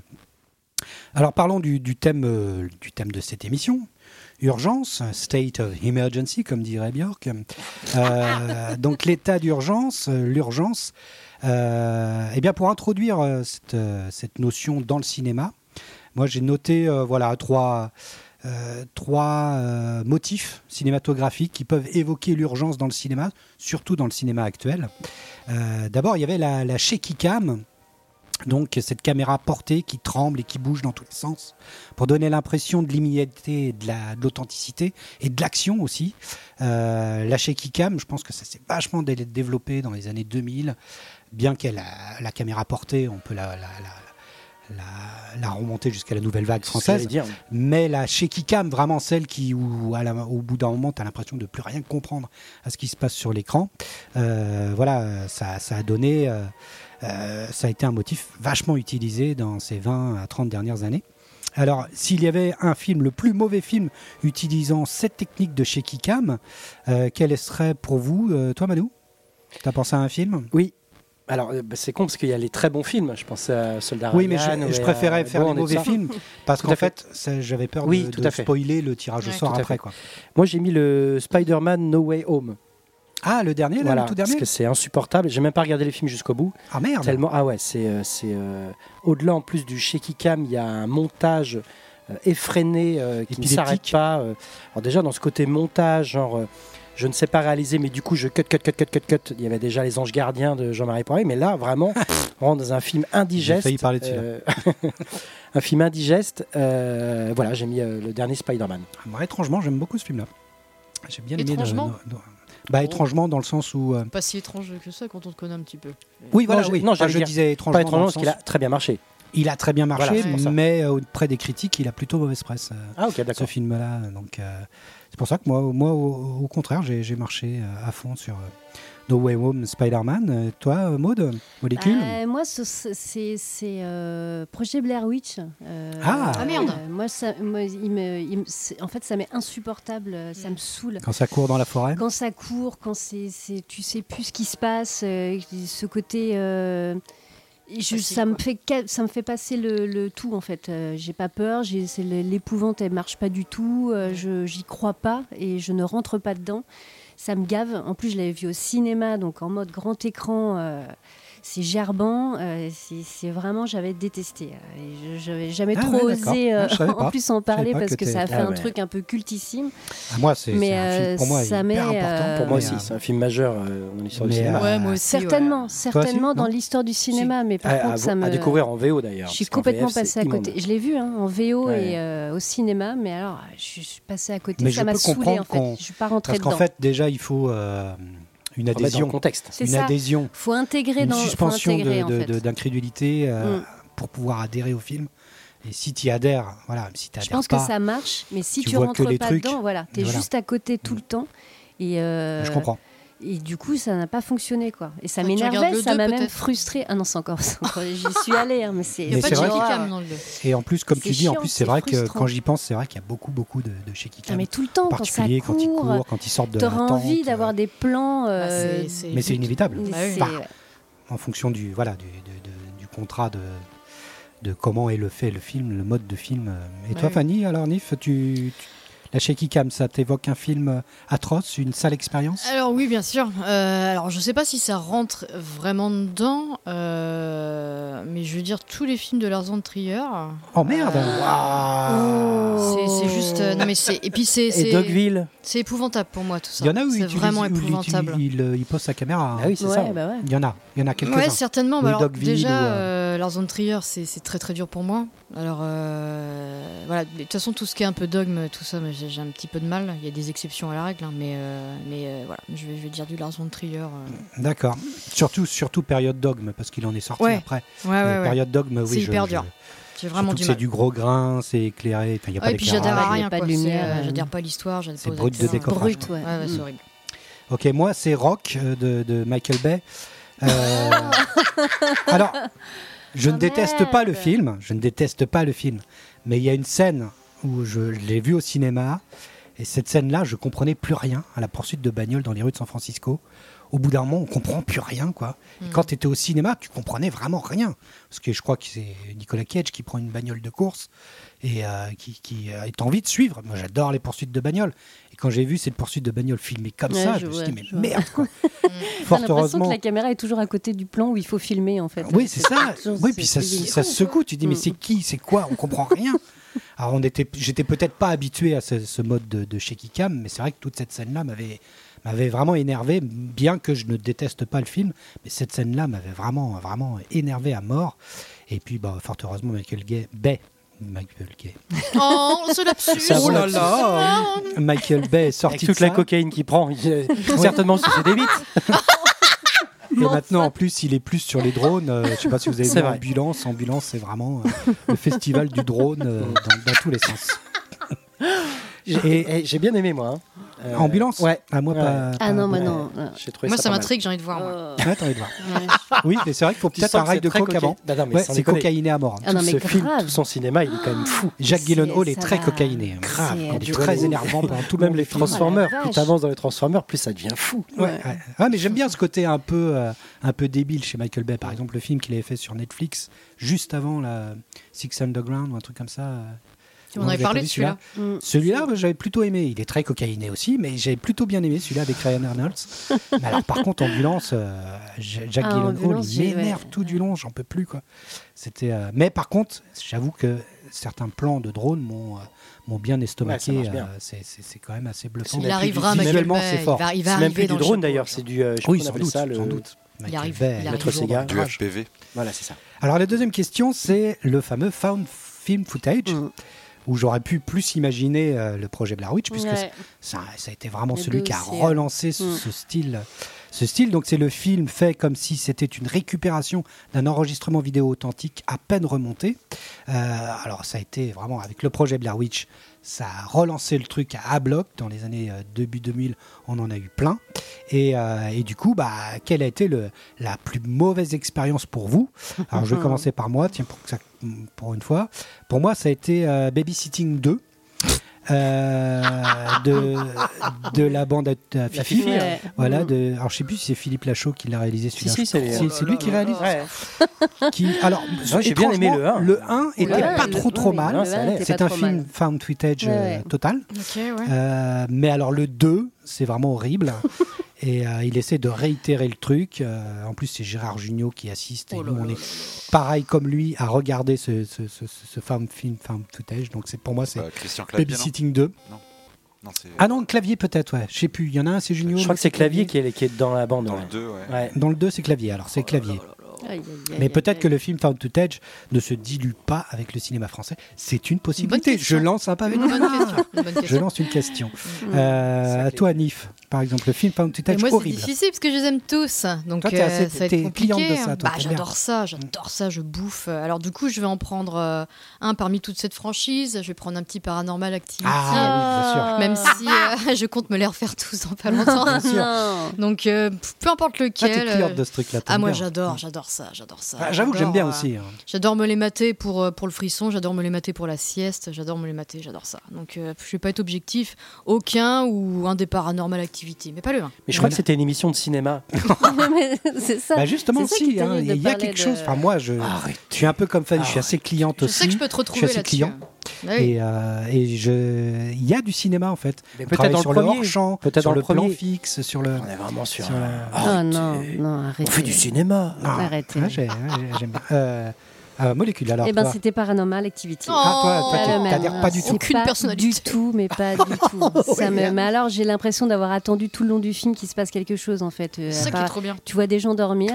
Speaker 1: Alors, parlons du, du thème, euh, du thème de cette émission, urgence, state of emergency, comme dirait Björk. Euh, donc l'état d'urgence, euh, l'urgence. Euh, eh bien, pour introduire euh, cette, euh, cette notion dans le cinéma, moi j'ai noté euh, voilà trois. euh, trois euh, motifs cinématographiques qui peuvent évoquer l'urgence dans le cinéma, surtout dans le cinéma actuel. Euh, D'abord, il y avait la, la shaky cam, donc cette caméra portée qui tremble et qui bouge dans tous les sens pour donner l'impression de l'immédiateté, et de la- de l'authenticité et de l'action aussi. Euh, la shaky cam, je pense que ça s'est vachement dé- développé dans les années 2000, bien qu'elle a la caméra portée, on peut la, la- la- la- la remonter jusqu'à la nouvelle vague
Speaker 3: c'est ce que j'allais
Speaker 1: française.
Speaker 3: dire.
Speaker 1: Mais la shaky cam, vraiment celle qui, où, à la- au bout d'un moment, tu as l'impression de plus rien comprendre à ce qui se passe sur l'écran, euh, voilà, euh, ça, ça a donné, euh, euh, ça a été un motif vachement utilisé dans ces 20 à 30 dernières années. Alors, s'il y avait un film, le plus mauvais film utilisant cette technique de shaky cam, euh, quel serait pour vous, euh, toi Manu T'as pensé à un film
Speaker 3: Oui. Alors, euh, bah, c'est con parce qu'il y a les très bons films. Je pense à Soldat
Speaker 1: Oui, mais
Speaker 3: Ryan,
Speaker 1: je, je
Speaker 3: ou à
Speaker 1: préférais faire
Speaker 3: Bond
Speaker 1: les
Speaker 3: et tout
Speaker 1: mauvais
Speaker 3: ça.
Speaker 1: films parce
Speaker 3: Tout
Speaker 1: qu'en
Speaker 3: à fait.
Speaker 1: fait, ça- j'avais peur
Speaker 3: Oui,
Speaker 1: de,
Speaker 3: tout
Speaker 1: de
Speaker 3: à fait.
Speaker 1: spoiler le tirage au
Speaker 2: Ouais.
Speaker 1: sort
Speaker 3: Tout à
Speaker 1: après.
Speaker 3: fait.
Speaker 1: Quoi.
Speaker 3: Moi, j'ai mis le Spider-Man No Way Home.
Speaker 1: Ah, le dernier, là,
Speaker 3: voilà,
Speaker 1: le tout
Speaker 3: parce
Speaker 1: dernier
Speaker 3: que c'est insupportable. J'ai même pas regardé les films jusqu'au bout.
Speaker 1: Ah merde
Speaker 3: Tellement, ah ouais, c'est euh, c'est, euh, au-delà en plus du shaky cam, il y a un montage euh, effréné euh, qui ne
Speaker 1: Épileptique.
Speaker 3: s'arrête pas. euh. Alors déjà dans ce côté montage, genre euh, je ne sais pas réaliser, mais du coup je cut cut cut cut cut cut. Il y avait déjà les Anges Gardiens de Jean-Marie Poiré, mais là vraiment on rentre dans un film indigeste.
Speaker 1: J'ai failli parler de celui-là.
Speaker 3: euh, un film indigeste. euh, voilà, j'ai mis euh, le dernier Spider-Man.
Speaker 1: Ah, Moi, étrangement, j'aime beaucoup ce film-là. J'ai bien aimé. le-
Speaker 2: Étrangement
Speaker 1: no- no- bah, étrangement, dans le sens où. euh,
Speaker 2: Pas si étrange que ça quand on te connaît un petit peu.
Speaker 1: Oui, voilà,
Speaker 3: j'ai-
Speaker 1: oui.
Speaker 3: non,
Speaker 1: Enfin,
Speaker 3: j'allais
Speaker 1: je
Speaker 3: dire,
Speaker 1: disais étrangement.
Speaker 3: Pas
Speaker 1: dans
Speaker 3: étrange
Speaker 1: le
Speaker 3: parce qu'il a
Speaker 1: sens-
Speaker 3: très bien marché.
Speaker 1: il a très bien marché,
Speaker 2: Voilà, c'est pour
Speaker 3: ça.
Speaker 1: mais euh, auprès des critiques, il a plutôt mauvaise presse, euh,
Speaker 3: Ah ok,
Speaker 1: ce
Speaker 3: d'accord.
Speaker 1: film-là. Donc, euh, c'est pour ça que moi, moi au, au contraire, j'ai j'ai marché euh, à fond sur euh, No Way Home, Spider-Man. Euh, toi, euh, Maud, Molécule
Speaker 4: Bah, moi, ce- ce- c'est c'est, euh, Projet Blair Witch. euh,
Speaker 1: Ah.
Speaker 2: Ah, merde.
Speaker 4: euh, Moi, ça, moi, il me, il me- c'est- en fait, ça m'est insupportable, euh,
Speaker 2: Mm.
Speaker 4: ça me saoule.
Speaker 1: Quand ça court dans la forêt
Speaker 4: Quand ça court, quand c'est, c'est- tu sais plus ce qui se passe, euh, ce côté, euh, je-
Speaker 2: Facile,
Speaker 4: ça me
Speaker 2: quoi.
Speaker 4: fait, ca- ça me fait passer le, le tout en fait. Euh, j'ai pas peur, j'ai, c'est le- l'épouvante, elle marche pas du tout. euh, je, j'y crois pas et je ne rentre pas dedans. Ça me gave. En plus, je l'avais vu au cinéma, donc en mode grand écran. euh, c'est gerbant, euh, c'est c'est vraiment, j'avais détesté. euh, Et je- J'avais jamais
Speaker 1: Ah
Speaker 4: trop
Speaker 1: ouais, d'accord.
Speaker 4: osé euh,
Speaker 1: Ah, je savais pas.
Speaker 4: en plus en
Speaker 1: savais
Speaker 4: parler
Speaker 1: pas
Speaker 4: parce
Speaker 1: que
Speaker 4: que, ça a
Speaker 1: t'es-
Speaker 4: fait
Speaker 3: Ah
Speaker 4: un
Speaker 3: ouais.
Speaker 4: truc un peu cultissime.
Speaker 1: Ah, moi, c'est
Speaker 4: Mais,
Speaker 1: c'est un film
Speaker 4: euh,
Speaker 1: pour moi
Speaker 4: ça
Speaker 1: hyper
Speaker 4: met,
Speaker 1: important.
Speaker 4: euh,
Speaker 3: Pour moi
Speaker 1: Mais,
Speaker 3: aussi,
Speaker 1: euh,
Speaker 3: c'est un film majeur euh, dans l'histoire du
Speaker 1: mais,
Speaker 3: cinéma.
Speaker 1: euh,
Speaker 2: Ouais, moi aussi. ouais.
Speaker 4: certainement, certainement
Speaker 1: aussi,
Speaker 4: dans
Speaker 1: non Ah,
Speaker 4: l'histoire du cinéma, mais par
Speaker 3: à,
Speaker 4: contre,
Speaker 3: à-
Speaker 4: ça
Speaker 3: à
Speaker 4: me.
Speaker 3: découvrir en VO d'ailleurs.
Speaker 4: Je suis
Speaker 3: parce qu'en
Speaker 4: complètement
Speaker 3: VF, c'est
Speaker 4: passée à côté.
Speaker 3: immonde.
Speaker 4: Je l'ai vu hein, en VO
Speaker 3: Ouais.
Speaker 4: et euh, au cinéma, mais alors je suis passée à côté.
Speaker 1: Mais je
Speaker 4: ça m'a
Speaker 1: peux
Speaker 4: saoulée
Speaker 1: comprendre
Speaker 4: en
Speaker 1: qu'on-
Speaker 4: fait. Je suis pas rentrée
Speaker 1: Parce qu'en
Speaker 4: dedans.
Speaker 1: fait, déjà, il faut euh, une
Speaker 3: Remettre dans le
Speaker 1: adhésion.
Speaker 3: contexte.
Speaker 4: C'est
Speaker 1: Une
Speaker 4: ça.
Speaker 1: adhésion.
Speaker 4: faut intégrer
Speaker 1: Une
Speaker 4: dans. faut
Speaker 1: suspension de-
Speaker 4: intégrer, en
Speaker 1: de-
Speaker 4: fait.
Speaker 1: de- d'incrédulité euh,
Speaker 4: Mm.
Speaker 1: pour pouvoir adhérer au film. Et si tu adhères, voilà, si tu
Speaker 4: Je pense
Speaker 1: pas,
Speaker 4: que ça marche, mais si
Speaker 1: tu
Speaker 4: tu,
Speaker 1: vois que
Speaker 4: rentres
Speaker 1: les
Speaker 4: pas
Speaker 1: trucs.
Speaker 4: dedans, voilà, t'es
Speaker 1: Voilà. Mm.
Speaker 4: juste à côté tout le temps. Et, euh,
Speaker 1: je comprends.
Speaker 4: et du coup, ça n'a pas fonctionné, quoi. Et ça
Speaker 2: Ah, tu regardes
Speaker 4: m'énervait,
Speaker 2: le
Speaker 4: ça
Speaker 2: deux,
Speaker 4: m'a même
Speaker 2: peut-être
Speaker 4: frustrée. Ah non, c'est encore, c'est encore- j'y suis allée, hein, mais c'est.
Speaker 2: Il n'y
Speaker 1: Mais
Speaker 2: a pas
Speaker 1: c'est
Speaker 2: de
Speaker 1: vrai
Speaker 2: shaky
Speaker 4: que-
Speaker 2: cam dans le deux.
Speaker 1: Et en plus, comme tu
Speaker 4: C'est
Speaker 1: dis, en
Speaker 4: chiant,
Speaker 1: plus, c'est
Speaker 4: c'est
Speaker 1: vrai que
Speaker 4: frustrant.
Speaker 1: quand j'y pense, c'est vrai qu'il y a beaucoup, beaucoup de, de shaky
Speaker 4: Ah,
Speaker 1: cam.
Speaker 4: mais tout le temps,
Speaker 1: en
Speaker 4: quand ça
Speaker 1: particulier quand ils
Speaker 4: court,
Speaker 1: courent, quand ils sortent de euh,
Speaker 4: t'auras
Speaker 1: la
Speaker 4: envie
Speaker 1: tente,
Speaker 4: d'avoir des plans. euh,
Speaker 2: Bah, c'est-
Speaker 1: Mais c'est inévitable.
Speaker 4: mais
Speaker 2: Bah oui.
Speaker 4: c'est-
Speaker 1: Bah, en fonction du voilà du, du- du- du contrat de de comment est le fait le film, le mode de film. euh. Et toi,
Speaker 2: Ouais.
Speaker 1: Fanny, alors Nif, tu, tu- la shaky cam, ça t'évoque un film atroce, une sale expérience
Speaker 2: Alors oui, bien sûr. Euh, alors je sais pas si ça rentre vraiment dedans, euh, mais je veux dire tous les films de Lars von Trier.
Speaker 1: Oh merde
Speaker 2: Euh,
Speaker 1: Waouh.
Speaker 2: C'est
Speaker 4: oh.
Speaker 2: c'est juste. euh, non mais c'est. Et puis c'est.
Speaker 3: Ah. Et
Speaker 2: c'est-
Speaker 3: Dogville.
Speaker 2: C'est épouvantable pour moi tout ça.
Speaker 1: Il y en a où il
Speaker 2: C'est
Speaker 1: utilise-
Speaker 2: vraiment
Speaker 1: où il utilise-
Speaker 2: épouvantable.
Speaker 1: Il, euh, il pose sa caméra. hein.
Speaker 3: Ah oui, c'est
Speaker 4: ouais,
Speaker 3: ça.
Speaker 4: bah ouais.
Speaker 1: Il y en a, il y en a quelques-uns.
Speaker 2: Ouais, certainement.
Speaker 1: Ou
Speaker 2: Bah alors,
Speaker 1: Dogville,
Speaker 2: déjà,
Speaker 1: ou, euh,
Speaker 2: euh, Lars von Trier, c'est c'est très très dur pour moi. Alors, euh, voilà. Mais De toute façon, tout ce qui est un peu dogme, tout ça, moi, j'ai j'ai un petit peu de mal. Il y a des exceptions à la règle, hein, mais, euh, mais euh, voilà. Je vais, je vais dire du Lars von Trier. euh.
Speaker 1: D'accord. Surtout, surtout période dogme, parce qu'il en est sorti
Speaker 2: Ouais. Ah
Speaker 1: après.
Speaker 2: Ouais,
Speaker 1: Mais
Speaker 2: ouais, ouais.
Speaker 1: Période dogme, oui.
Speaker 2: C'est
Speaker 1: je-
Speaker 2: hyper
Speaker 1: je-
Speaker 2: dur. J'ai vraiment
Speaker 1: surtout
Speaker 2: du
Speaker 1: que
Speaker 2: mal.
Speaker 1: C'est du gros grain, c'est éclairé. Enfin, il n'y a
Speaker 2: Ouais,
Speaker 1: pas
Speaker 2: et puis
Speaker 1: d'éclairage.
Speaker 2: j'adhère à
Speaker 4: il y a
Speaker 2: rien.
Speaker 4: pas de
Speaker 2: quoi. C'est,
Speaker 4: lumière,
Speaker 2: euh,
Speaker 4: euh,
Speaker 2: J'adhère pas à l'histoire. J'adhère
Speaker 1: c'est
Speaker 2: pas aux
Speaker 1: brut de
Speaker 2: acteurs.
Speaker 1: décoffrage.
Speaker 4: Brut, ouais.
Speaker 2: Ouais, ouais, c'est
Speaker 4: Mm.
Speaker 2: horrible.
Speaker 1: Ok, moi c'est Rock euh, de, de Michael Bay. Euh, Alors, je ne
Speaker 4: Ah,
Speaker 1: déteste pas le
Speaker 4: merde.
Speaker 1: film, je ne déteste pas le film, mais il y a une scène où je l'ai vu au cinéma, et cette scène-là, je comprenais plus rien à la poursuite de bagnoles dans les rues de San Francisco. Au bout d'un moment, on comprend plus rien, quoi.
Speaker 4: Mm.
Speaker 1: Et quand tu étais au cinéma, tu comprenais vraiment rien. Parce que je crois que c'est Nicolas Cage qui prend une bagnole de course et euh, qui, qui euh, est envie de suivre. Moi, j'adore les poursuites de bagnole. Et quand j'ai vu cette poursuite de bagnole filmée comme
Speaker 4: Ouais,
Speaker 1: ça,
Speaker 4: je
Speaker 1: je, me
Speaker 4: vois,
Speaker 1: suis dit, mais
Speaker 4: je vois. Mm.
Speaker 1: merde, quoi. Fort
Speaker 4: T'as l'impression que
Speaker 1: heureusement.
Speaker 4: la caméra est toujours à côté du plan où il faut filmer, en fait.
Speaker 1: Oui, c'est ça.
Speaker 4: toujours-
Speaker 1: Oui,
Speaker 4: c'est
Speaker 1: puis ça,
Speaker 4: plus
Speaker 1: ça se secoue. Tu dis, mais
Speaker 4: Mm.
Speaker 1: c'est qui C'est quoi On comprend rien. Alors, on était, j'étais peut-être pas habitué à ce, ce mode de, de shaky cam, mais c'est vrai que toute cette scène-là m'avait, m'avait vraiment énervé, bien que je ne déteste pas le film. Mais cette scène-là m'avait vraiment, vraiment énervé à mort. Et puis, bah, fort heureusement, Michael Gay, Bay, Michael Gay,
Speaker 2: Oh, ce lapsus.
Speaker 3: Oh là
Speaker 1: là.
Speaker 2: Oh,
Speaker 1: Michael Bay est sorti
Speaker 3: Avec toute
Speaker 1: de
Speaker 3: la
Speaker 1: ça.
Speaker 3: cocaïne qu'il prend, il est certainement c'est des bites.
Speaker 1: Et maintenant, en plus, il est plus sur les drones. Euh, je sais pas si vous avez vu
Speaker 3: C'est vrai.
Speaker 1: Ambulance. Ambulance, c'est vraiment euh, le festival du drone euh, dans, dans tous les sens. Et
Speaker 3: Et j'ai bien aimé moi. hein. Euh,
Speaker 1: Ambulance
Speaker 3: Ouais.
Speaker 1: À moi,
Speaker 3: Ouais.
Speaker 1: pas.
Speaker 4: Ah
Speaker 1: pas-
Speaker 4: non,
Speaker 1: ouais.
Speaker 4: mais non.
Speaker 3: J'ai trouvé
Speaker 2: Moi,
Speaker 3: ça
Speaker 2: ça
Speaker 3: pas mal.
Speaker 2: m'intrigue. J'ai envie de voir. moi.
Speaker 4: Euh,
Speaker 1: Ouais, t'as envie de voir.
Speaker 2: Ouais.
Speaker 1: Oui, mais c'est vrai qu'il faut
Speaker 3: Tu
Speaker 1: peut-être
Speaker 3: sens
Speaker 1: un
Speaker 3: que
Speaker 1: rail
Speaker 3: c'est
Speaker 1: de
Speaker 3: très
Speaker 1: coke avant.
Speaker 3: cocaïne. Non, non, mais
Speaker 1: Ouais,
Speaker 3: sans
Speaker 1: c'est
Speaker 3: déconner.
Speaker 1: cocaïné à mort. hein.
Speaker 4: Ah non,
Speaker 3: Tout
Speaker 4: mais
Speaker 3: ce film,
Speaker 4: grave. Ah,
Speaker 3: tout son cinéma, il est quand même fou.
Speaker 1: Jacques
Speaker 4: C'est-
Speaker 1: Gyllenhaal est
Speaker 4: ça
Speaker 1: très
Speaker 4: va.
Speaker 1: cocaïné. hein.
Speaker 4: Grave,
Speaker 1: Il
Speaker 4: quand
Speaker 1: est
Speaker 4: tu
Speaker 1: très
Speaker 4: vois.
Speaker 1: énervant pendant tout le
Speaker 3: Même
Speaker 1: long
Speaker 3: les
Speaker 1: du film.
Speaker 3: Transformers.
Speaker 4: Oh la
Speaker 3: Plus
Speaker 4: vache.
Speaker 3: t'avances dans les Transformers, plus ça devient fou.
Speaker 1: Ouais, ouais. Ah, mais j'aime bien ce côté un peu, euh, un peu débile chez Michael Bay. Par exemple, le film qu'il avait fait sur Netflix juste avant la Six Underground ou un truc comme ça. euh,
Speaker 2: On
Speaker 1: non,
Speaker 2: avait
Speaker 1: j'ai
Speaker 2: parlé
Speaker 1: pas vu
Speaker 2: de celui-là.
Speaker 4: Mm.
Speaker 1: Celui-là, bah, j'avais plutôt aimé. Il est très cocaïné aussi, mais j'avais plutôt bien aimé celui-là avec Ryan Reynolds. mais alors, par contre, Ambulance, euh, Ja- Jack
Speaker 4: Ah,
Speaker 1: Gyllenhaal,
Speaker 4: Ambulance,
Speaker 1: il
Speaker 4: j'ai- ouais.
Speaker 1: m'énerve tout du long, j'en peux plus. Quoi. C'était, euh, Mais par contre, j'avoue que certains plans de drone m'ont, euh, m'ont bien estomaqué.
Speaker 3: marche bien.
Speaker 1: Euh, c'est, c'est- c'est quand même assez bluffant.
Speaker 3: On
Speaker 2: Il
Speaker 3: a
Speaker 2: arrivera,
Speaker 1: plus-
Speaker 2: Michael
Speaker 1: visuellement,
Speaker 2: Bay,
Speaker 1: c'est
Speaker 2: il
Speaker 1: fort.
Speaker 2: va- Il va
Speaker 3: C'est même
Speaker 2: arriver
Speaker 3: plus
Speaker 2: dans
Speaker 3: du
Speaker 2: le
Speaker 3: drone
Speaker 2: chapeau,
Speaker 3: d'ailleurs,
Speaker 2: genre.
Speaker 3: c'est du. euh, je sais
Speaker 1: Oui,
Speaker 3: pas
Speaker 1: sans
Speaker 3: comment on
Speaker 1: doute,
Speaker 3: appelle ça,
Speaker 1: sans
Speaker 3: le-
Speaker 1: doute. Michael
Speaker 2: arrive,
Speaker 1: Bay,
Speaker 2: il
Speaker 1: le
Speaker 2: arrive.
Speaker 3: Maître
Speaker 1: très
Speaker 3: Sega.
Speaker 1: grand
Speaker 5: Du
Speaker 1: âge.
Speaker 5: FPV.
Speaker 3: Voilà, c'est ça.
Speaker 1: Alors la deuxième question, c'est le fameux found film footage,
Speaker 4: Mm.
Speaker 1: où j'aurais pu plus imaginer euh, le projet Blair Witch, puisque
Speaker 4: Ouais.
Speaker 1: ça, ça a été vraiment
Speaker 4: Les
Speaker 1: celui
Speaker 4: deux
Speaker 1: qui a
Speaker 4: aussi,
Speaker 1: relancé ce,
Speaker 4: Mm.
Speaker 1: ce style. Ce style, donc c'est le film fait comme si c'était une récupération d'un enregistrement vidéo authentique à peine remonté. Euh, alors ça a été vraiment avec le projet Blair Witch, ça a relancé le truc à bloc dans les années euh, début 2000, on en a eu plein. Et, euh, et du coup, bah, quelle a été le- la plus mauvaise expérience pour vous Alors je vais commencer par moi, tiens pour, que ça, pour une fois. Pour moi, ça a été euh, Babysitting 2. euh, de, de la bande à, à Fifi.
Speaker 3: Fifi,
Speaker 4: Ouais.
Speaker 1: Voilà, de, alors je sais plus si c'est Philippe Lachaud qui l'a réalisé celui-là.
Speaker 3: Si, si, c'est-
Speaker 1: c'est c'est lui
Speaker 4: Oh
Speaker 1: qui réalise.
Speaker 3: Ouais.
Speaker 1: Qui, alors,
Speaker 3: Ouais, j'ai bien aimé le
Speaker 1: étrangement,
Speaker 3: 1.
Speaker 1: Le 1 était
Speaker 4: Ouais,
Speaker 1: pas
Speaker 4: le-
Speaker 1: trop trop
Speaker 4: oui,
Speaker 1: mal.
Speaker 4: le
Speaker 3: ça
Speaker 4: un
Speaker 3: allait.
Speaker 4: était
Speaker 1: C'est
Speaker 4: pas
Speaker 1: un
Speaker 4: trop
Speaker 1: film
Speaker 4: mal.
Speaker 1: found footage euh,
Speaker 4: Ouais, ouais.
Speaker 1: total.
Speaker 2: Ok, ouais.
Speaker 1: Euh, mais alors le 2, c'est vraiment horrible. Et euh, il essaie de réitérer le truc. Euh, en plus, c'est Gérard Jugnot qui assiste.
Speaker 2: Oh
Speaker 1: et nous, on est pareil comme lui à regarder ce, ce, ce, ce- ce fan film, fan footage. Donc c'est- pour moi, c'est
Speaker 5: Euh, Christian Clavier, non
Speaker 1: Babysitting 2.
Speaker 5: Non, c'est
Speaker 1: Ah non, le clavier peut-être, ouais. Je sais plus. Il y en a un, c'est Jugnot.
Speaker 3: Je crois que c'est Clavier qui est, qui est dans la bande.
Speaker 5: dans
Speaker 3: ouais.
Speaker 5: le 2, ouais.
Speaker 3: Ouais.
Speaker 1: Dans le 2, c'est clavier. Alors
Speaker 2: Oh
Speaker 1: c'est clavier.
Speaker 4: Aïe, aïe, aïe,
Speaker 1: Mais
Speaker 4: aïe,
Speaker 1: peut-être
Speaker 4: aïe.
Speaker 1: que le film Found Footage ne se dilue pas avec le cinéma français. C'est une possibilité. Je
Speaker 2: question.
Speaker 1: lance un pavé Ah.
Speaker 2: Une
Speaker 1: dans
Speaker 2: bonne
Speaker 1: le mur.
Speaker 2: question. une bonne
Speaker 1: Je
Speaker 2: question.
Speaker 1: lance une question.
Speaker 4: Mm.
Speaker 1: Euh, à
Speaker 3: Sacré.
Speaker 1: toi, Nif, par exemple, le film Found
Speaker 2: Et
Speaker 1: Footage
Speaker 2: moi, c'est
Speaker 1: horrible.
Speaker 2: difficile parce que je les aime tous. Donc,
Speaker 1: Toi, t'es
Speaker 2: euh,
Speaker 1: assez-
Speaker 2: ça va être
Speaker 1: t'es
Speaker 2: compliqué,
Speaker 1: cliente de ça,
Speaker 2: hein.
Speaker 1: toi,
Speaker 2: Bah,
Speaker 1: t'aimes bien.
Speaker 2: j'adore ça, j'adore ça, je bouffe. Alors, du coup, je vais en prendre euh, un parmi toute cette franchise. Je vais prendre un petit Paranormal Activity.
Speaker 1: Ah
Speaker 2: Même si euh, je compte me les refaire tous dans pas longtemps.
Speaker 1: oui, bien sûr. Bien sûr. Ah,
Speaker 4: Non.
Speaker 2: Donc, euh, p- peu importe
Speaker 1: t'es
Speaker 2: lequel.
Speaker 1: cliente
Speaker 2: hein. euh,
Speaker 1: de ce truc-là.
Speaker 2: ah,
Speaker 1: t'aimes
Speaker 2: moi,
Speaker 1: bien.
Speaker 2: j'adore, j'adore ça, j'adore ça.
Speaker 1: Ah, J'avoue que j'aime
Speaker 2: J'adore,
Speaker 1: bien
Speaker 2: euh,
Speaker 1: aussi. hein.
Speaker 2: J'adore me les mater pour, euh, pour le frisson, j'adore me les mater pour la sieste, j'adore me les mater, j'adore ça. Donc euh, je vais pas être objectif, aucun ou un des paranormal activités, mais pas le 1.
Speaker 3: Mais je crois
Speaker 1: Voilà.
Speaker 3: que c'était une émission de cinéma.
Speaker 4: Ah, Mais c'est ça.
Speaker 1: Bah justement,
Speaker 4: C'est ça qui
Speaker 1: si, hein,
Speaker 4: permet
Speaker 1: il
Speaker 4: de
Speaker 1: y a
Speaker 4: parler
Speaker 1: quelque
Speaker 4: de-
Speaker 1: chose. Enfin, moi, je, je suis un peu comme Fanny, je suis assez cliente
Speaker 2: Je
Speaker 1: aussi.
Speaker 2: sais que je peux te retrouver
Speaker 1: assez
Speaker 2: là-dessus.
Speaker 1: client.
Speaker 2: Ah oui.
Speaker 1: Et, euh, et je, il y a du cinéma en fait.
Speaker 3: Mais
Speaker 1: On
Speaker 3: peut-être
Speaker 1: travaille
Speaker 3: dans
Speaker 1: sur
Speaker 3: le premier.
Speaker 1: hors-champ,
Speaker 3: Peut-être
Speaker 1: sur
Speaker 3: dans
Speaker 1: le
Speaker 3: le
Speaker 1: plan
Speaker 3: premier.
Speaker 1: fixe, sur le.
Speaker 3: On est vraiment sur.
Speaker 1: Sur
Speaker 3: un-
Speaker 1: un-
Speaker 4: Ah
Speaker 3: Arrêtez.
Speaker 4: non, non,
Speaker 3: On
Speaker 4: arrêtez.
Speaker 3: fait du cinéma.
Speaker 1: Ah,
Speaker 4: Arrêtez.
Speaker 1: ouais, j'ai- ouais, j'ai- J'aime bien. Euh, euh, molécule alors.
Speaker 4: Eh ben,
Speaker 1: toi.
Speaker 4: c'était Paranormal Activity.
Speaker 2: Oh,
Speaker 1: Ah, toi, toi,
Speaker 4: Pas
Speaker 1: t'es-
Speaker 4: le
Speaker 1: t'as
Speaker 4: même.
Speaker 1: l'air pas du
Speaker 4: C'est
Speaker 1: tout. Oh,
Speaker 2: Aucune personnalité.
Speaker 4: Du tout, mais pas du tout. Ça me... Mais alors, j'ai l'impression d'avoir attendu tout le long du film qu'il se passe quelque chose, en fait. euh,
Speaker 2: C'est ça
Speaker 4: à
Speaker 2: qui
Speaker 4: part-
Speaker 2: est trop bien.
Speaker 4: Tu vois des gens dormir,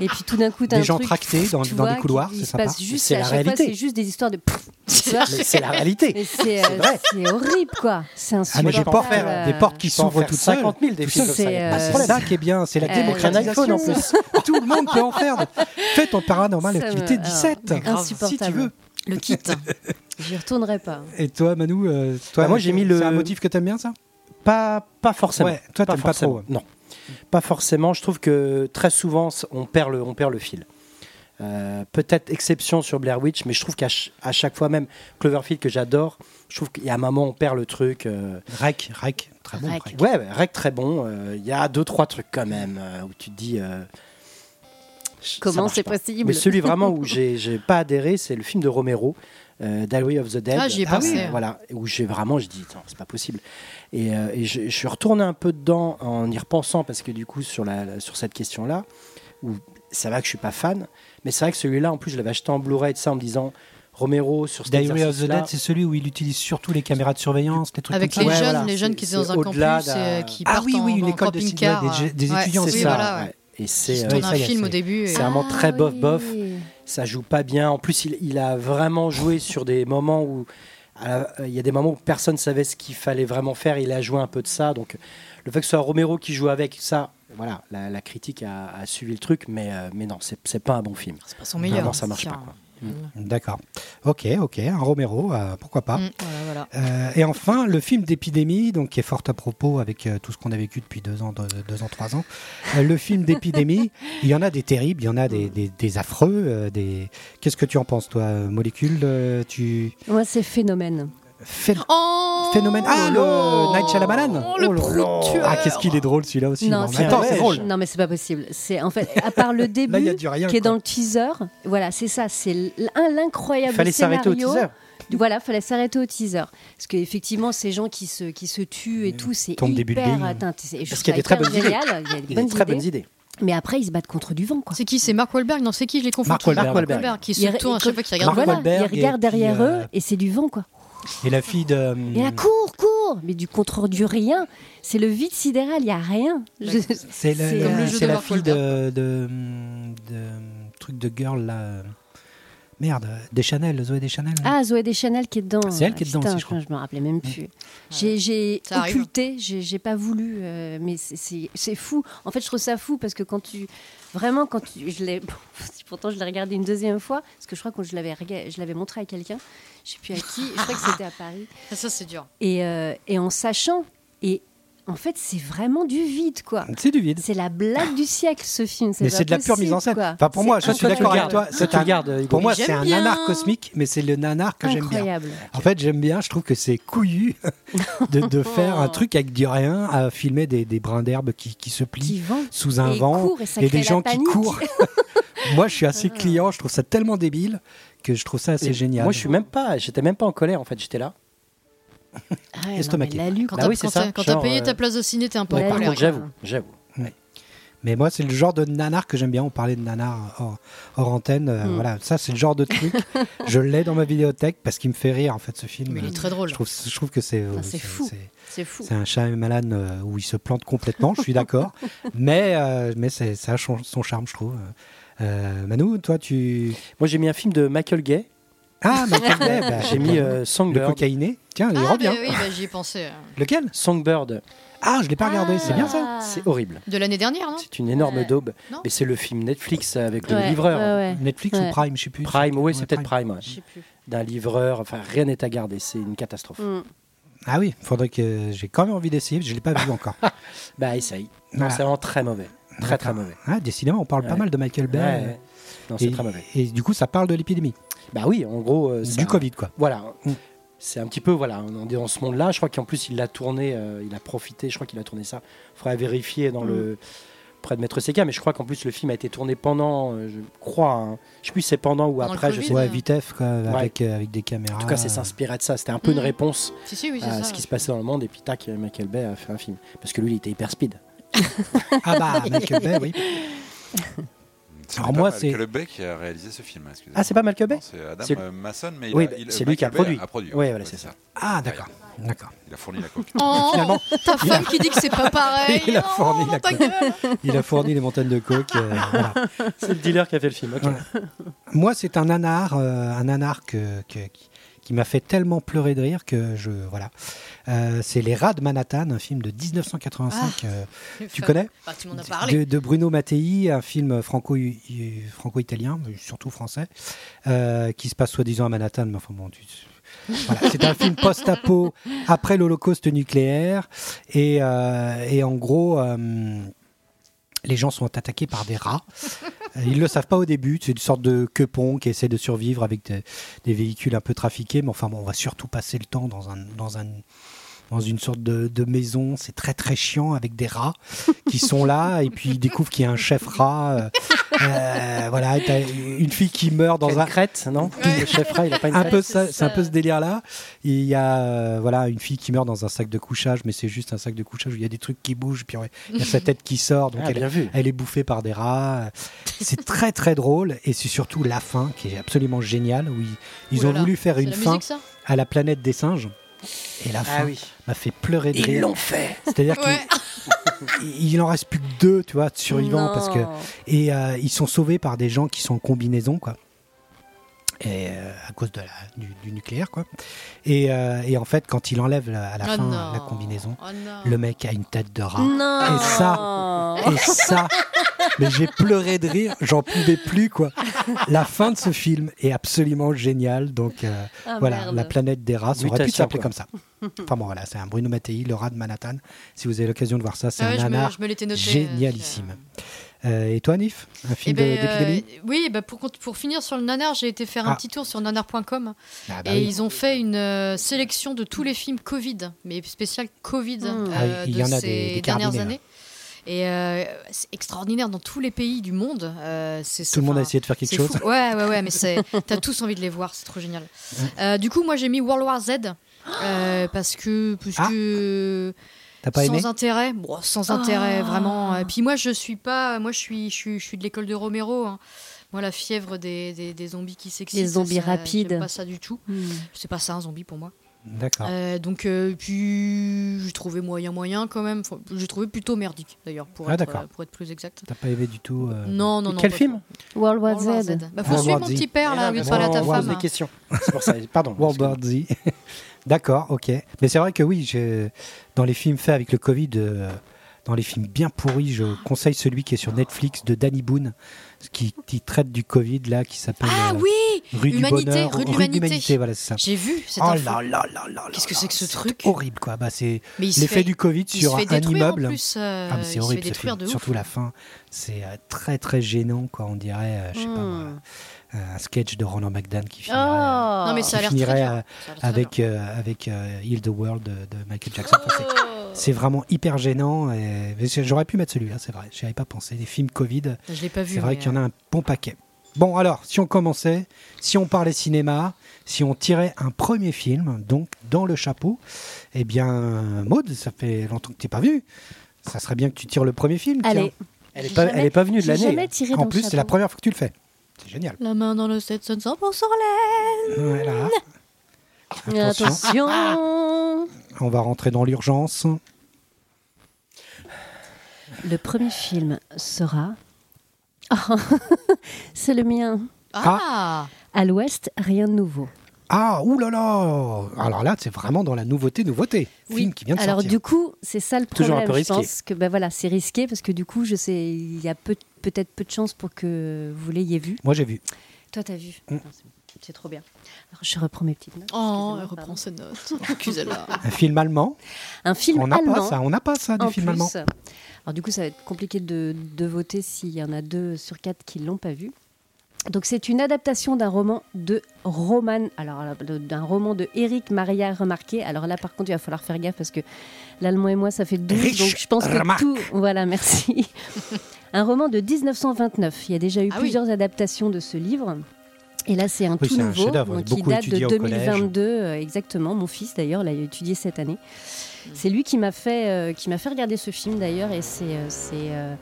Speaker 4: et puis tout d'un coup, t'as
Speaker 1: Des
Speaker 4: un
Speaker 1: gens
Speaker 4: truc,
Speaker 1: tractés dans-
Speaker 4: tu
Speaker 1: dans les
Speaker 4: vois, qui-
Speaker 1: couloirs,
Speaker 4: il
Speaker 1: c'est
Speaker 4: se
Speaker 1: sympa.
Speaker 4: passe juste-
Speaker 3: C'est
Speaker 4: à
Speaker 3: la
Speaker 4: chaque fois,
Speaker 3: réalité.
Speaker 4: C'est juste des histoires de. tu vois,
Speaker 3: Mais C'est la réalité.
Speaker 4: mais c'est euh, c'est horrible, quoi. C'est
Speaker 1: Ah,
Speaker 4: insupportable.
Speaker 1: mais je peux en faire
Speaker 4: euh,
Speaker 1: des portes qui
Speaker 3: Sans
Speaker 1: s'ouvrent
Speaker 3: faire
Speaker 1: toutes seules.
Speaker 3: 50 000 des
Speaker 1: Tout
Speaker 3: films.
Speaker 1: seul.
Speaker 3: ça, y a pas de
Speaker 4: C'est, euh,
Speaker 1: Bah, C'est
Speaker 3: problème.
Speaker 1: ça qui est bien, c'est la
Speaker 4: Euh,
Speaker 1: démocratisation.
Speaker 4: un iPhone,
Speaker 1: Tout le monde peut en faire. Fais ton paranormal
Speaker 4: Ça me-
Speaker 1: activité
Speaker 4: alors,
Speaker 1: 17. Si tu
Speaker 4: insupportable.
Speaker 1: veux.
Speaker 2: Le kit.
Speaker 4: J'y retournerai pas.
Speaker 1: Et toi, Manu, euh, toi,
Speaker 3: Bah, moi, j'ai mis
Speaker 1: C'est
Speaker 3: le-
Speaker 1: un motif que t'aimes bien, ça
Speaker 3: Pas, pas forcément.
Speaker 1: Ouais, toi, t'aimes pas
Speaker 3: forcément.
Speaker 1: trop.
Speaker 3: Non, pas forcément. Je trouve que très souvent, c- on perd le, on perd le fil. Euh, Peut-être exception sur Blair Witch, mais je trouve qu'à ch- à chaque fois, même Cloverfield que j'adore, je trouve qu'il y a un moment on perd le truc. euh,
Speaker 1: Rec, rec, très bon.
Speaker 4: Rec.
Speaker 1: Rec.
Speaker 3: Ouais, ouais, rec très bon. Euh, Il y a deux trois trucs quand même euh, où tu te dis euh, ch- ça
Speaker 4: Comment
Speaker 3: marche
Speaker 4: c'est
Speaker 3: pas.
Speaker 4: possible
Speaker 3: Mais celui vraiment où j'ai j'ai pas adhéré, c'est le film de Romero, euh, Diary of the Dead.
Speaker 2: Ah, j'y ai
Speaker 1: Ah
Speaker 2: pensé.
Speaker 1: oui,
Speaker 2: hein.
Speaker 3: Voilà, où j'ai vraiment, je dis, non, c'est pas possible. Et, euh, et je, je suis retourné un peu dedans en y repensant, parce que du coup, sur, la, la- sur cette question-là, où ça va que je suis pas fan, mais c'est vrai que celui-là, en plus, je l'avais acheté en Blu-ray, de ça, en me disant Romero sur cet
Speaker 1: Diary of the
Speaker 3: exercice-là,
Speaker 1: Dead, c'est celui où il utilise surtout les caméras de surveillance, les trucs
Speaker 2: Avec
Speaker 1: comme
Speaker 2: les
Speaker 1: ça.
Speaker 3: Ouais,
Speaker 2: jeunes,
Speaker 3: voilà,
Speaker 2: les jeunes qui
Speaker 3: c'est-
Speaker 2: étaient dans un
Speaker 3: c'est au-delà
Speaker 2: campus
Speaker 3: d'un-
Speaker 2: et qui
Speaker 1: Ah
Speaker 2: partent
Speaker 1: oui, oui,
Speaker 2: en,
Speaker 1: une
Speaker 2: en
Speaker 1: école de cinéma,
Speaker 2: camping-car.
Speaker 1: des je- des
Speaker 2: Ouais,
Speaker 1: étudiants,
Speaker 2: oui,
Speaker 3: c'est ça.
Speaker 2: Voilà, ouais.
Speaker 3: ouais. Et
Speaker 2: Ils
Speaker 3: c'est. euh,
Speaker 1: ouais,
Speaker 2: tournent
Speaker 1: ça
Speaker 2: un
Speaker 1: y est,
Speaker 2: film
Speaker 1: c'est-
Speaker 2: au début. et-
Speaker 3: c'est vraiment très bof, bof.
Speaker 4: Ah oui.
Speaker 3: ça joue pas bien. En plus, il, il a vraiment joué sur des moments où à la- euh, il y a des moments où personne savait ce qu'il fallait vraiment faire. Il a joué un peu de ça. Donc, le fait que ce soit Romero qui joue avec ça, voilà, la, la critique a, a suivi le truc, mais, euh, mais non, c'est c'est pas un bon film.
Speaker 2: C'est pas son meilleur.
Speaker 3: non, ça marche
Speaker 2: tiens.
Speaker 3: pas, quoi.
Speaker 1: D'accord. Ok, ok, un Romero, euh, pourquoi pas.
Speaker 2: Mm, voilà, voilà.
Speaker 1: Euh, et enfin, le film d'épidémie, donc qui est fort à propos avec euh, tout ce qu'on a vécu depuis deux ans, deux, deux ans, trois ans. Euh, le film d'épidémie, il y en a des terribles, il y en a des, des- des affreux. euh, des... Qu'est-ce que tu en penses, toi, euh, Molécule euh, Tu
Speaker 4: Moi, c'est phénomène.
Speaker 1: fais
Speaker 2: Oh
Speaker 1: phénomène. Ah, le Night Shyamalan.
Speaker 2: Oh, le
Speaker 1: Oh là là.
Speaker 2: proutueur.
Speaker 1: Ah, qu'est-ce qu'il est drôle celui-là aussi.
Speaker 4: Non,
Speaker 1: mais
Speaker 4: c'est
Speaker 1: attends,
Speaker 3: vrai.
Speaker 1: c'est drôle.
Speaker 4: Non, mais c'est pas possible. C'est en fait, à part le début
Speaker 1: Là, il y a du rien.
Speaker 4: qui est
Speaker 1: quoi.
Speaker 4: dans le teaser, voilà, c'est ça, c'est l- un l'incroyable
Speaker 3: Il fallait s'arrêter au
Speaker 4: scénario.
Speaker 3: teaser.
Speaker 4: Voilà, fallait s'arrêter au teaser. Parce qu'effectivement, ces gens qui se, qui se tuent et tout, c'est
Speaker 1: tombent des
Speaker 4: hyper
Speaker 1: buildings.
Speaker 4: atteint. C'est- je
Speaker 3: Parce
Speaker 4: trouve
Speaker 3: qu'il y a des
Speaker 4: ça
Speaker 3: très
Speaker 4: hyper
Speaker 3: bonnes idées.
Speaker 4: génial, Il y a des
Speaker 3: Il a
Speaker 4: bonnes
Speaker 3: des très
Speaker 4: idées.
Speaker 3: bonnes idées.
Speaker 4: Mais après, ils se battent contre du vent, quoi.
Speaker 2: C'est qui C'est Mark Wahlberg Non, c'est qui Je les confonds.
Speaker 1: Mark Wahlberg.
Speaker 3: Mark Wahlberg.
Speaker 2: qui
Speaker 4: Ils-
Speaker 2: se tourne à chaque fois qu'il
Speaker 1: Mark
Speaker 2: regarde.
Speaker 4: voilà,
Speaker 1: Wahlberg
Speaker 4: ils regardent
Speaker 1: et puis,
Speaker 4: derrière
Speaker 1: euh,
Speaker 4: eux et c'est du vent, quoi.
Speaker 1: Et la fille de. hum,
Speaker 4: Et là, cours, cours Mais du contre du rien, c'est le vide sidéral, il n'y a rien. Je-
Speaker 1: C'est la,
Speaker 4: C'est comme
Speaker 1: la-
Speaker 4: le
Speaker 2: jeu
Speaker 1: c'est
Speaker 2: de
Speaker 1: la
Speaker 2: Mark
Speaker 1: fille de, de, hum, de- truc de girl là. euh, Merde, Deschanel, Zoé Deschanel. là.
Speaker 4: Ah, Zoé Deschanel qui est dedans. Ah,
Speaker 1: C'est elle qui est dedans
Speaker 4: Putain,
Speaker 1: aussi, je crois.
Speaker 4: me rappelais même plus. J'ai- J'ai
Speaker 2: Ça arrive.
Speaker 4: occulté, j'ai j'ai pas voulu, euh, mais c'est- c'est c'est fou. En fait, je trouve ça fou parce que quand tu. Vraiment, quand tu. Je l'ai- pourtant, je l'ai regardé une deuxième fois, parce que je crois que je l'avais rega- je l'avais montré à quelqu'un, je sais plus à qui, je crois que c'était à Paris.
Speaker 2: Ah, Ça, c'est dur.
Speaker 4: Et, euh, et en sachant. Et en fait, c'est vraiment du vide, quoi.
Speaker 1: C'est du vide.
Speaker 4: C'est la blague du siècle, ce film.
Speaker 1: Mais c'est de la pure mise en scène. Enfin, pour moi, je suis
Speaker 3: Quand tu
Speaker 1: d'accord avec
Speaker 3: regardes,
Speaker 1: toi.
Speaker 3: quand
Speaker 1: c'est
Speaker 3: tu
Speaker 1: un-
Speaker 3: regardes, Hugo.
Speaker 1: Pour moi,
Speaker 2: J'aime
Speaker 1: c'est un
Speaker 2: bien.
Speaker 1: nanar cosmique, mais c'est le nanar que j'aime bien.
Speaker 4: Incroyable.
Speaker 1: En fait, j'aime bien, je trouve que c'est couillu de, de faire un truc avec du rien, à filmer des, des brins d'herbe qui, qui se plient
Speaker 4: Qui vend.
Speaker 1: sous un
Speaker 4: Et
Speaker 1: vent
Speaker 4: court, et ça
Speaker 1: et
Speaker 4: crée
Speaker 1: des
Speaker 4: la
Speaker 1: gens
Speaker 4: panique.
Speaker 1: qui
Speaker 4: Ah.
Speaker 1: courent. moi, je suis assez client, je trouve ça tellement débile que je trouve ça assez
Speaker 3: Et
Speaker 1: génial.
Speaker 3: Moi, je suis même pas, j'étais même pas en colère en fait. J'étais là.
Speaker 2: Ah,
Speaker 1: Estomaqué.
Speaker 2: non, mais la lue, quand
Speaker 3: Bah
Speaker 2: t'as
Speaker 3: oui, c'est
Speaker 2: quand
Speaker 3: ça,
Speaker 2: t'as- quand
Speaker 3: genre,
Speaker 2: t'as payé
Speaker 3: euh,
Speaker 2: ta place de ciné, t'es un peu
Speaker 4: Ouais,
Speaker 2: en
Speaker 3: par
Speaker 4: l'air,
Speaker 2: colère.
Speaker 4: quoi.
Speaker 3: contre, j'avoue, j'avoue.
Speaker 1: Mais moi, c'est le genre de nanar que j'aime bien. On parlait de nanar hors, hors antenne. euh,
Speaker 4: Mm.
Speaker 1: Voilà, ça, c'est le genre de truc. je l'ai dans ma vidéothèque parce qu'il me fait rire, en fait, ce film.
Speaker 2: Mais il est très drôle.
Speaker 1: Je trouve, je trouve que c'est.
Speaker 2: Ah, c'est fou.
Speaker 1: c'est-
Speaker 2: C'est fou.
Speaker 1: C'est un chat malade euh, où il se plante complètement, je suis d'accord. mais euh, mais c'est- ça a son, son charme, je trouve. Euh, Manu, toi, tu.
Speaker 3: Moi, j'ai mis un film de Michael Gay.
Speaker 1: Ah, mais tu l'as, bah,
Speaker 3: J'ai mis euh,
Speaker 1: Le
Speaker 3: Songbird.
Speaker 1: cocaïné. Tiens, il
Speaker 2: Ah, mais
Speaker 1: revient.
Speaker 2: oui, bah, j'y ai pensé. euh.
Speaker 1: Lequel
Speaker 3: Songbird,
Speaker 1: Ah, je l'ai pas regardé, c'est bien ça.
Speaker 4: Ah.
Speaker 3: c'est horrible.
Speaker 2: De l'année dernière, non
Speaker 3: C'est une énorme
Speaker 2: Ouais.
Speaker 3: daube.
Speaker 2: Non.
Speaker 3: Mais c'est le film Netflix avec le
Speaker 4: Ouais,
Speaker 3: livreur.
Speaker 4: ouais, ouais.
Speaker 1: Netflix ou Prime, je sais plus.
Speaker 3: Prime, oui, c'est peut-être
Speaker 1: Prime.
Speaker 3: Prime. ouais.
Speaker 4: Je sais plus.
Speaker 3: D'un livreur, enfin, rien n'est à garder. C'est une catastrophe.
Speaker 4: Mm.
Speaker 1: Ah oui, faudrait que j'ai quand même envie d'essayer, parce que je l'ai pas vu encore.
Speaker 3: Bah, essaye. Non,
Speaker 1: Voilà.
Speaker 3: c'est vraiment très mauvais. Très, très mauvais.
Speaker 1: Ah, décidément, on parle pas
Speaker 3: Ouais.
Speaker 1: mal de Michael Bay.
Speaker 3: Ouais,
Speaker 1: euh,
Speaker 3: ouais. Non,
Speaker 1: et,
Speaker 3: c'est très mauvais.
Speaker 1: et du coup, ça parle de l'épidémie,
Speaker 3: Bah oui, en gros. euh, ça-
Speaker 1: du Covid, quoi.
Speaker 3: Voilà.
Speaker 1: Mm.
Speaker 3: C'est un petit peu, voilà, on est dans ce monde-là. Je crois qu'en plus, il l'a tourné, euh, il a profité, je crois qu'il a tourné ça. Il faudra vérifier
Speaker 2: Mm.
Speaker 3: dans le. près de Maître Seca, mais je crois qu'en plus, le film a été tourné pendant, euh, je crois, hein. je sais plus si c'est pendant ou
Speaker 2: Pendant le
Speaker 3: après, je
Speaker 2: Covid,
Speaker 3: sais
Speaker 2: ouais.
Speaker 1: Ouais, Vitef, quoi, avec, euh, avec des caméras.
Speaker 3: En tout cas, c'est s'inspirer de ça. C'était un peu
Speaker 2: Mm.
Speaker 3: une réponse
Speaker 2: Si, si, oui, c'est
Speaker 1: Ah,
Speaker 3: à
Speaker 2: ça.
Speaker 3: ce qui se passait dans le monde. Et puis, tac, Michael Bay a fait un film. Parce que lui, il était hyper speed.
Speaker 1: Ah bah, Michael Bay, oui. Alors
Speaker 5: pas
Speaker 1: moi,
Speaker 5: Michael
Speaker 1: c'est-
Speaker 5: Bay qui a réalisé ce film, excusez-moi.
Speaker 3: Ah, c'est pas Michael Bay
Speaker 5: Non, C'est Adam
Speaker 3: C'est-
Speaker 5: euh, Mason, mais il
Speaker 3: Oui,
Speaker 5: a-
Speaker 3: bah,
Speaker 5: il-
Speaker 3: c'est lui qui a
Speaker 5: Michael
Speaker 3: produit.
Speaker 5: Bay A produit
Speaker 3: Ouais, voilà, c'est ça.
Speaker 1: Ah, d'accord. D'accord.
Speaker 5: Il a fourni la coque.
Speaker 2: Oh,
Speaker 1: Finalement,
Speaker 2: ta femme qui dit que c'est pas pareil.
Speaker 1: il a
Speaker 2: Oh,
Speaker 1: fourni la
Speaker 2: ta
Speaker 1: coupe.
Speaker 2: gueule.
Speaker 1: Il a fourni les montagnes de coke. euh, voilà.
Speaker 3: C'est le dealer qui a fait le film. ok.
Speaker 1: Voilà. Moi, c'est un nanar, euh, un nanar que- que- qui, qui m'a fait tellement pleurer de rire que je. Voilà. Euh, c'est Les Rats de Manhattan, un film de 1985. euh, tu connais
Speaker 2: Bah, tu m'en as parlé.
Speaker 1: de, de Bruno Mattei, un film franco- franco-italien, mais surtout français, euh, qui se passe soi-disant à Manhattan. Mais enfin bon, tu- voilà, c'est un film post-apo après l'Holocauste nucléaire. Et, euh, et en gros, euh, les gens sont attaqués par des rats. Euh, Ils le savent pas au début. C'est une sorte de quepon qui essaie de survivre avec des- des véhicules un peu trafiqués. Mais enfin bon, on va surtout passer le temps dans un... Dans un dans une sorte de, de maison, c'est très très chiant avec des rats qui sont là et puis ils découvrent qu'il y a un chef rat. euh, euh, voilà, et t'as une fille qui meurt dans
Speaker 3: Quelle
Speaker 1: un,
Speaker 3: crête, non Le chef Ray, il a pas une
Speaker 1: un
Speaker 3: crête
Speaker 1: peu
Speaker 2: c'est
Speaker 1: ça- c'est un
Speaker 2: ça.
Speaker 1: peu ce délire là il y a euh, voilà une fille qui meurt dans un sac de couchage mais c'est juste un sac de couchage où il y a des trucs qui bougent puis ouais, il y a sa tête qui sort donc
Speaker 3: Ah,
Speaker 1: elle,
Speaker 3: bien vu.
Speaker 1: elle est bouffée par des rats c'est très très drôle et c'est surtout la fin qui est absolument géniale où ils, ils
Speaker 2: Ouh là
Speaker 1: ont
Speaker 2: là,
Speaker 1: voulu faire
Speaker 2: C'est
Speaker 1: une
Speaker 2: la
Speaker 1: fin
Speaker 2: musique, ça
Speaker 1: à la planète des singes et la fin
Speaker 3: Ah oui.
Speaker 1: m'a fait pleurer de
Speaker 3: Ils
Speaker 1: rire
Speaker 3: l'ont fait.
Speaker 1: c'est-à-dire
Speaker 2: Ouais.
Speaker 1: qu'il il en reste plus que deux tu vois de survivants
Speaker 4: Non.
Speaker 1: parce que et euh, ils sont sauvés par des gens qui sont en combinaison, quoi. Et, euh, à cause de la- du, du nucléaire, quoi. Et, euh, et en fait, quand il enlève la- à la
Speaker 2: Ah
Speaker 1: fin
Speaker 2: non.
Speaker 1: la combinaison,
Speaker 2: Ah non.
Speaker 1: le mec a une tête de rat.
Speaker 4: Non.
Speaker 1: Ah. Et ça- Et ça, mais j'ai pleuré de rire, j'en pouvais plus, quoi. La fin de ce film est absolument géniale, donc euh,
Speaker 4: Ah,
Speaker 1: voilà,
Speaker 4: merde.
Speaker 1: la planète des rats, ça aurait pu
Speaker 3: Mutation,
Speaker 1: s'appeler
Speaker 3: quoi.
Speaker 1: comme ça. Enfin bon, voilà, c'est un Bruno Mattei, le rat de Manhattan. Si vous avez l'occasion de voir ça, c'est
Speaker 2: Ah ouais, je
Speaker 1: un
Speaker 2: me-
Speaker 1: nanar.
Speaker 2: je me l'étais noté, euh,
Speaker 1: génialissime. Euh, et toi, Nif, un
Speaker 2: Eh
Speaker 1: film de-
Speaker 2: ben, euh,
Speaker 1: d'épidémie
Speaker 2: oui, bah, pour, cont- pour finir sur le nanar, j'ai été faire un
Speaker 1: Ah.
Speaker 2: petit tour sur nanar.com
Speaker 1: Ah bah
Speaker 2: et
Speaker 1: oui.
Speaker 2: ils ont fait une euh, sélection de tous les films Covid, mais spécial Covid
Speaker 4: Mm.
Speaker 2: euh,
Speaker 1: Ah oui, il
Speaker 2: de
Speaker 1: y en a
Speaker 2: ces
Speaker 1: des- des
Speaker 2: dernières
Speaker 1: cardinaux,
Speaker 2: années. Et euh, c'est extraordinaire dans tous les pays du monde. euh, c'est- c'est-
Speaker 1: Tout le monde a
Speaker 2: enfin,
Speaker 1: essayé de faire quelque
Speaker 2: c'est
Speaker 1: chose.
Speaker 2: fou. Ouais, ouais, ouais, mais c'est- t'as tous envie de les voir, c'est trop génial. Euh, du coup, moi j'ai mis World War Z euh, parce que, parce
Speaker 1: Ah.
Speaker 2: que
Speaker 1: T'as pas
Speaker 2: sans
Speaker 1: aimé
Speaker 2: intérêt, bon, sans
Speaker 4: Ah.
Speaker 2: intérêt vraiment. Et puis moi je suis pas, moi je suis, je suis, je suis de l'école de Romero. hein. Moi la fièvre des, des, des zombies qui s'excitent.
Speaker 4: Les zombies
Speaker 2: ça, ça-
Speaker 4: rapides.
Speaker 2: j'aime Pas ça du tout.
Speaker 4: Hmm.
Speaker 2: C'est pas ça un zombie pour moi.
Speaker 1: D'accord.
Speaker 2: Euh, donc euh, puis j'ai trouvé moyen moyen quand même. Enfin, j'ai trouvé plutôt merdique d'ailleurs pour
Speaker 1: Ah,
Speaker 2: être
Speaker 1: d'accord.
Speaker 2: euh, pour être plus exact.
Speaker 1: T'as pas aimé du tout. euh,
Speaker 2: Non non non.
Speaker 3: Quel
Speaker 2: pas
Speaker 3: film
Speaker 4: World War
Speaker 2: World War
Speaker 4: Z.
Speaker 2: Z. Bah, faut
Speaker 1: World
Speaker 2: suivre
Speaker 1: War
Speaker 2: mon
Speaker 1: Z. Eh ben,
Speaker 2: petit père là, au lieu de parler à ta
Speaker 3: On pose
Speaker 2: femme.
Speaker 3: des questions. C'est pour ça. Pardon.
Speaker 1: World War Z. D'accord, ok. Mais c'est vrai que oui, je- dans les films faits avec le Covid, euh, dans les films bien pourris, je conseille celui qui est sur Netflix de Danny Boone, qui, qui traite du Covid là, qui s'appelle
Speaker 2: Ah
Speaker 1: euh,
Speaker 2: oui,
Speaker 1: Rue
Speaker 2: Humanité,
Speaker 1: du Bonheur,
Speaker 2: Rue de l'Humanité.
Speaker 1: l'Humanité, voilà c'est ça.
Speaker 2: j'ai vu. C'est
Speaker 1: Oh
Speaker 2: un fou.
Speaker 1: là là là là
Speaker 2: Qu'est-ce que
Speaker 1: là
Speaker 2: c'est que ce
Speaker 1: là,
Speaker 2: truc
Speaker 1: Horrible quoi. Bah c'est
Speaker 2: Mais il se
Speaker 1: l'effet
Speaker 2: fait-
Speaker 1: du Covid
Speaker 2: il
Speaker 1: sur
Speaker 2: se
Speaker 1: un,
Speaker 2: fait détruire
Speaker 1: immeuble.
Speaker 2: En plus, euh,
Speaker 1: Ah, mais c'est
Speaker 2: il se fait
Speaker 1: horrible, ce
Speaker 2: détruire
Speaker 1: film.
Speaker 2: de ouf.
Speaker 1: surtout la fin. C'est euh, très très gênant, quoi. On dirait, euh, je sais pas,
Speaker 2: Mmh.
Speaker 1: moi,
Speaker 4: Hmm.
Speaker 1: un sketch de Roland McDan qui
Speaker 4: Oh.
Speaker 1: finirait, euh,
Speaker 2: Non, mais
Speaker 1: qui
Speaker 2: ça a l'air
Speaker 1: finirait,
Speaker 2: très dur.
Speaker 1: euh,
Speaker 2: Ça a l'air très
Speaker 1: avec euh, avec euh, Heal the World de, de Michael Jackson. Enfin, c'est-
Speaker 2: dur.
Speaker 1: c'est vraiment hyper gênant. et- mais c'est- J'aurais pu mettre celui-là, c'est vrai. J'y avais pas pensé. Des films Covid,
Speaker 2: Je l'ai pas vu.
Speaker 1: c'est vrai
Speaker 2: mais, euh,
Speaker 1: qu'il y en a un bon paquet. Bon, alors, si on commençait, si on parlait cinéma, si on tirait un premier film, donc dans le chapeau, eh bien, Maude, ça fait longtemps que t'es pas venu. Ça serait bien que tu tires le premier film. tiens.
Speaker 4: Allez,
Speaker 3: Elle n'est pas,
Speaker 4: Jamais-
Speaker 3: elle est pas venue de
Speaker 4: j'ai jamais
Speaker 3: l'année.
Speaker 4: tiré dans
Speaker 1: En
Speaker 4: le
Speaker 1: plus, c'est la
Speaker 4: chapeau.
Speaker 1: première fois que tu le fais. C'est génial.
Speaker 2: euh, La main dans le 700 pour l'aise.
Speaker 1: Voilà.
Speaker 4: Mmh.
Speaker 1: Attention.
Speaker 4: Attention Mmh.
Speaker 1: On va rentrer dans l'urgence.
Speaker 4: Le premier film sera... Oh, c'est le mien.
Speaker 2: Ah,
Speaker 4: À l'ouest, rien de nouveau.
Speaker 1: Ah, oulala Alors là, c'est vraiment dans la nouveauté, nouveauté. Film qui vient de
Speaker 4: Alors
Speaker 1: sortir.
Speaker 4: du coup, c'est ça le
Speaker 3: Toujours
Speaker 4: problème.
Speaker 3: un peu
Speaker 4: Je
Speaker 3: risqué.
Speaker 4: pense que ben voilà, c'est risqué parce que du coup, je sais, il y a peu- peut-être peu de chances pour que vous l'ayez vu.
Speaker 1: Moi, j'ai vu.
Speaker 4: Toi, t'as vu
Speaker 1: Mm.
Speaker 4: Non, c'est bon. C'est trop bien. Alors, je reprends mes petites notes.
Speaker 2: Oh,
Speaker 4: Excusez-moi,
Speaker 2: elle
Speaker 4: pardon.
Speaker 2: reprend ses notes. Excusez-la.
Speaker 1: Un film allemand.
Speaker 4: Un film
Speaker 1: on n'a pas
Speaker 4: allemand,
Speaker 1: ça, on n'a pas ça, du
Speaker 4: en
Speaker 1: film
Speaker 4: plus.
Speaker 1: allemand.
Speaker 4: Alors du coup, ça va être compliqué de, de voter s'il y en a deux sur quatre qui l'ont pas vu. Donc c'est une adaptation d'un roman de Roman, alors de- d'un roman de Eric Maria Remarqué. Alors là, par contre, il va falloir faire gaffe parce que l'allemand et moi, ça fait 12,
Speaker 1: Rich
Speaker 4: donc je pense que
Speaker 1: Remarque.
Speaker 4: tout. Voilà, merci. Un roman de 1929. Il y a déjà eu
Speaker 2: Ah oui.
Speaker 4: plusieurs adaptations de ce livre. Et là, c'est un
Speaker 1: Oui,
Speaker 4: tout
Speaker 1: c'est un
Speaker 4: nouveau,
Speaker 1: chef-d'œuvre, hein.
Speaker 4: donc, qui
Speaker 1: beaucoup
Speaker 4: date de
Speaker 1: étudié au collège.
Speaker 4: 2022 euh, exactement. Mon fils d'ailleurs l'a étudié cette année. C'est lui qui m'a fait, euh, qui m'a fait regarder ce film d'ailleurs, et c'est, euh, c'est euh,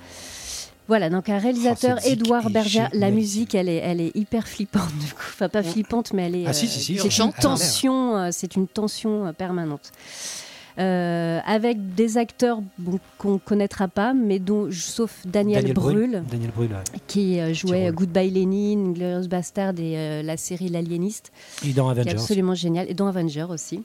Speaker 4: voilà donc un réalisateur
Speaker 1: cette zik
Speaker 4: Édouard
Speaker 1: est
Speaker 4: Berger. La
Speaker 1: génialissime.
Speaker 4: musique, elle est, elle est hyper flippante du coup, enfin pas flippante, mais elle est, euh,
Speaker 1: Ah si, si, si. elle-
Speaker 2: c'est une
Speaker 1: elle a l'air.
Speaker 4: tension, euh, c'est une tension euh, permanente. Euh, avec des acteurs bon, qu'on connaîtra pas, mais dont sauf Daniel, Brühl,
Speaker 1: Daniel Brühl, ouais.
Speaker 4: qui euh, jouait
Speaker 1: rôle.
Speaker 4: Goodbye Lenin, Glorious Bastard et euh, la série L'Aliéniste
Speaker 1: Il est dans
Speaker 4: qui est
Speaker 1: Avengers.
Speaker 4: absolument génial, et dans Avenger aussi.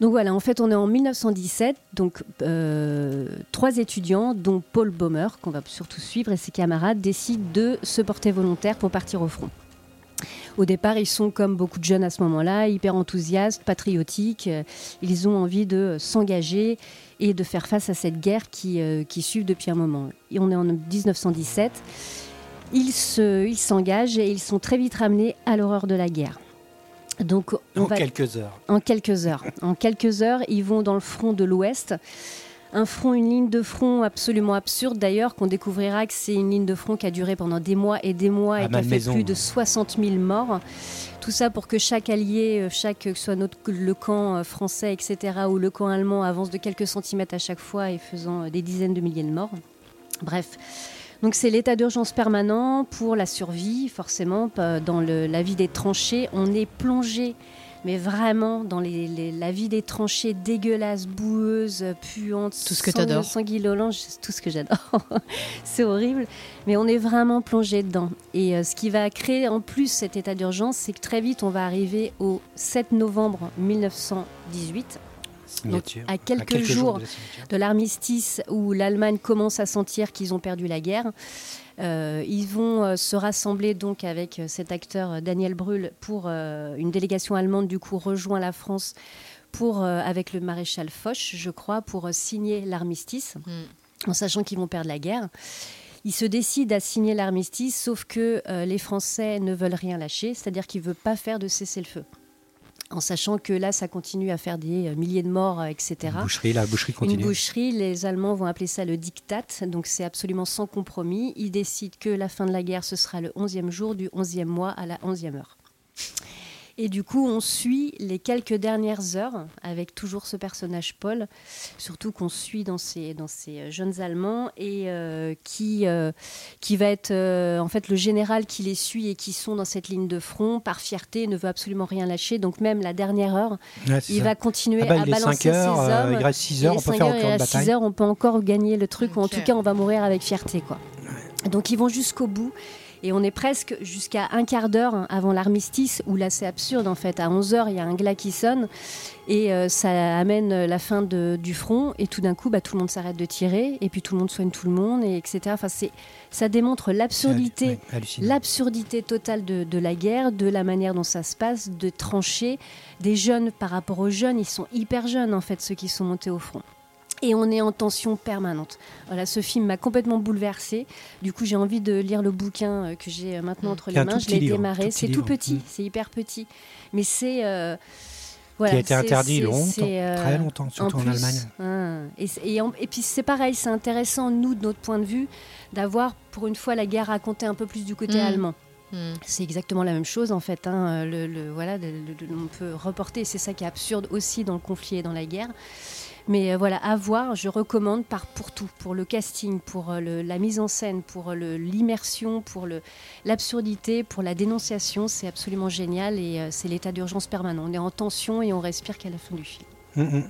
Speaker 4: Donc voilà, en fait, on est en 1917, donc euh, trois étudiants, dont Paul Baumer, qu'on va surtout suivre, et ses camarades décident de se porter volontaire pour partir au front. Au départ, ils sont comme beaucoup de jeunes à ce moment-là, hyper enthousiastes, patriotiques. euh, Ils ont envie de euh, s'engager et de faire face à cette guerre qui, euh, qui suit depuis un moment. Et on est en 1917. Ils se- ils s'engagent et ils sont très vite ramenés à l'horreur de la guerre. Donc, on
Speaker 1: En
Speaker 4: va
Speaker 1: quelques heures.
Speaker 4: en quelques heures. En quelques heures, ils vont dans le front de l'Ouest. Un front, une ligne de front absolument absurde d'ailleurs, qu'on découvrira que c'est une ligne de front qui a duré pendant des mois et des mois
Speaker 1: À
Speaker 4: et qui a fait
Speaker 1: Ah, Malmaison,
Speaker 4: plus de
Speaker 1: ouais.
Speaker 4: 60 000 morts. Tout ça pour que chaque allié, euh, chaque que ce soit notre, le camp euh, français, etc., ou le camp allemand avance de quelques centimètres à chaque fois et faisant euh, des dizaines de milliers de morts. Bref. Donc c'est l'état d'urgence permanent pour la survie, forcément, pas- dans le- la vie des tranchées. On est plongé, mais vraiment, dans les- les- la vie des tranchées dégueulasse, boueuse, puante,
Speaker 2: Tout ce que t'adores.
Speaker 4: sanguinolente, c'est tout ce que j'adore. c'est horrible, mais on est vraiment plongé dedans. Et euh, ce qui va créer en plus cet état d'urgence, c'est que très vite, on va arriver au 7 novembre 1918
Speaker 1: Signature.
Speaker 4: à quelques jours
Speaker 1: de la signature.
Speaker 4: de l'armistice où l'Allemagne commence à sentir qu'ils ont perdu la guerre. Euh, ils vont euh, se rassembler donc avec euh, cet acteur euh, Daniel Brühl pour euh, une délégation allemande du coup rejoint la France pour euh, avec le maréchal Foch, je crois, pour euh, signer l'armistice en sachant qu'ils vont perdre la guerre. Ils se décident à signer l'armistice, sauf que euh, les Français ne veulent rien lâcher, c'est-à-dire qu'ils ne veulent pas faire de cessez-le-feu. En sachant que là, ça continue à faire des euh, milliers de morts, euh, etc.
Speaker 1: Une boucherie, la boucherie
Speaker 4: Une
Speaker 1: continue.
Speaker 4: boucherie, les Allemands vont appeler ça le diktat, donc c'est absolument sans compromis. Ils décident que la fin de la guerre, ce sera le 11e jour du 11e mois à la 11e heure. Et du coup, on suit les quelques dernières heures avec toujours ce personnage Paul, surtout qu'on suit dans ces, dans ces euh, jeunes Allemands et euh, qui, euh, qui va être euh, en fait le général qui les suit et qui sont dans cette ligne de front par fierté, ne veut absolument rien lâcher. Donc même la dernière heure,
Speaker 1: Ouais, c'est
Speaker 4: il
Speaker 1: ça.
Speaker 4: va continuer
Speaker 1: Ah bah,
Speaker 4: à
Speaker 1: il est
Speaker 4: balancer
Speaker 1: 5 heures,
Speaker 4: ses
Speaker 1: euh,
Speaker 4: hommes.
Speaker 1: il reste 6
Speaker 4: Et
Speaker 1: heures,
Speaker 4: les
Speaker 1: on peut
Speaker 4: cinq
Speaker 1: faire
Speaker 4: heures,
Speaker 1: encore
Speaker 4: et
Speaker 1: une
Speaker 4: à
Speaker 1: bataille.
Speaker 4: 6 heures, on peut encore gagner le truc, ou en
Speaker 2: Ok.
Speaker 4: tout cas, on va mourir avec fierté. quoi. Donc, ils vont jusqu'au bout. Et on est presque jusqu'à un quart d'heure hein, avant l'armistice, où là c'est absurde en fait. À 11h, il y a un glas qui sonne et euh, ça amène euh, la fin de- du front. Et tout d'un coup, bah, tout le monde s'arrête de tirer et puis tout le monde soigne tout le monde, et etc. Enfin, c'est- ça démontre l'absurdité
Speaker 1: Ouais, hallucinant.
Speaker 4: l'absurdité totale de, de la guerre, de la manière dont ça se passe, de trancher des jeunes par rapport aux jeunes. Ils sont hyper jeunes, en fait, ceux qui sont montés au front. Et on est en tension permanente. Voilà, ce film m'a complètement bouleversée. Du coup, j'ai envie de lire le bouquin euh, que j'ai euh, maintenant
Speaker 2: Mm.
Speaker 4: entre
Speaker 1: C'est
Speaker 4: les
Speaker 1: Mmh. un tout
Speaker 4: mains. Je
Speaker 1: petit
Speaker 4: l'ai
Speaker 1: livre,
Speaker 4: démarré.
Speaker 1: tout petit
Speaker 4: C'est tout
Speaker 1: livre.
Speaker 4: petit,
Speaker 1: Mm.
Speaker 4: c'est hyper petit. Mais c'est. euh, voilà,
Speaker 1: qui a été
Speaker 4: c'est-
Speaker 1: interdit
Speaker 4: c'est-
Speaker 1: longtemps,
Speaker 4: c'est, euh,
Speaker 1: très longtemps, surtout en,
Speaker 4: plus.
Speaker 1: Allemagne.
Speaker 4: Hein. Et, c'est- et en- et puis c'est pareil, c'est intéressant, nous, de notre point de vue, d'avoir pour une fois la guerre racontée un peu plus du côté
Speaker 2: Mm.
Speaker 4: allemand.
Speaker 2: Hmm.
Speaker 4: C'est exactement la même chose en fait. hein. Le- le- voilà, le- le- le- on peut reporter. C'est ça qui est absurde aussi dans le conflit et dans la guerre. Mais euh, voilà, à voir. Je recommande par pour tout, pour le casting, pour euh, le- la mise en scène, pour euh, le- l'immersion, pour le- l'absurdité, pour la dénonciation. C'est absolument génial et euh, c'est l'état d'urgence permanent. On est en tension et on respire qu'à la fin du film.
Speaker 1: Mm, mm.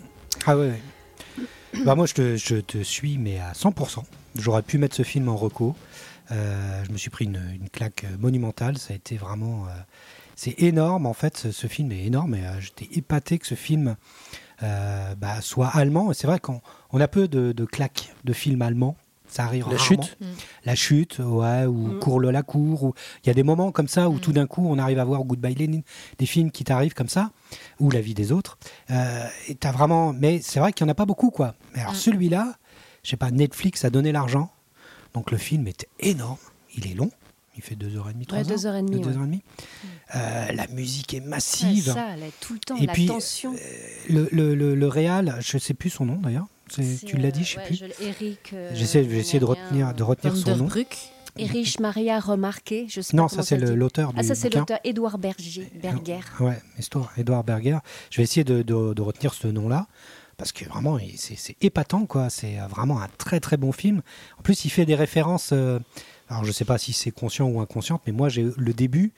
Speaker 1: Ah ouais. ouais. bah moi je te, je te suis mais à 100%. J'aurais pu mettre ce film en reco. Euh, je me suis pris une, une claque euh, monumentale. Ça a été vraiment... euh, c'est énorme en fait. Ce, ce film est énorme et euh, j'étais épaté que ce film euh, bah, soit allemand. Et c'est vrai qu'on on a peu de, de claques de films allemands. Ça arrive
Speaker 3: La
Speaker 1: rarement.
Speaker 3: chute.
Speaker 2: Mm.
Speaker 1: La chute, ouais, ou
Speaker 4: Mm.
Speaker 1: Cours le la cour. ou- Il y a des moments comme ça où
Speaker 2: Mm.
Speaker 1: tout d'un coup on arrive à voir Goodbye Lenin, des films qui t'arrivent comme ça, ou La vie des autres. Euh, et t'as vraiment. Mais c'est vrai qu'il n'y en a pas beaucoup, quoi. Mais alors
Speaker 2: Mm.
Speaker 1: celui-là, je sais pas, Netflix a donné l'argent. Donc le film est énorme. Il est long. Il fait 2h30, 3h.
Speaker 4: Ouais, deux heures et demie, ouais.
Speaker 1: Euh, la musique est
Speaker 4: Ouais,
Speaker 1: massive.
Speaker 4: ça, là, tout le temps,
Speaker 1: Et
Speaker 4: la
Speaker 1: puis, euh,
Speaker 4: tension.
Speaker 1: le, le, le, le réal, je sais plus son nom d'ailleurs. C'est- Tu l'as
Speaker 4: euh,
Speaker 1: dit, je sais plus.
Speaker 4: Eric. euh,
Speaker 1: J'essaie je vais essayer de retenir, de retenir
Speaker 2: Van
Speaker 1: son
Speaker 2: der
Speaker 1: nom.
Speaker 2: Broek.
Speaker 4: Erich Maria Remarqué. Je sais
Speaker 1: Non,
Speaker 4: pas
Speaker 1: ça
Speaker 4: comment
Speaker 1: c'est
Speaker 4: le
Speaker 1: le-
Speaker 4: dit.
Speaker 1: l'auteur du
Speaker 4: Ah, ça, c'est
Speaker 1: bouquin. euh,
Speaker 4: l'auteur Édouard Berger, Berger.
Speaker 1: Ouais, histoire, Edouard Berger. Je vais essayer de, de- de retenir ce nom-là, parce que vraiment, il- c'est c'est épatant, quoi. C'est euh, vraiment un très très bon film. En plus, il fait des références, euh, alors je sais pas si c'est conscient ou inconscient, mais moi, j'ai le début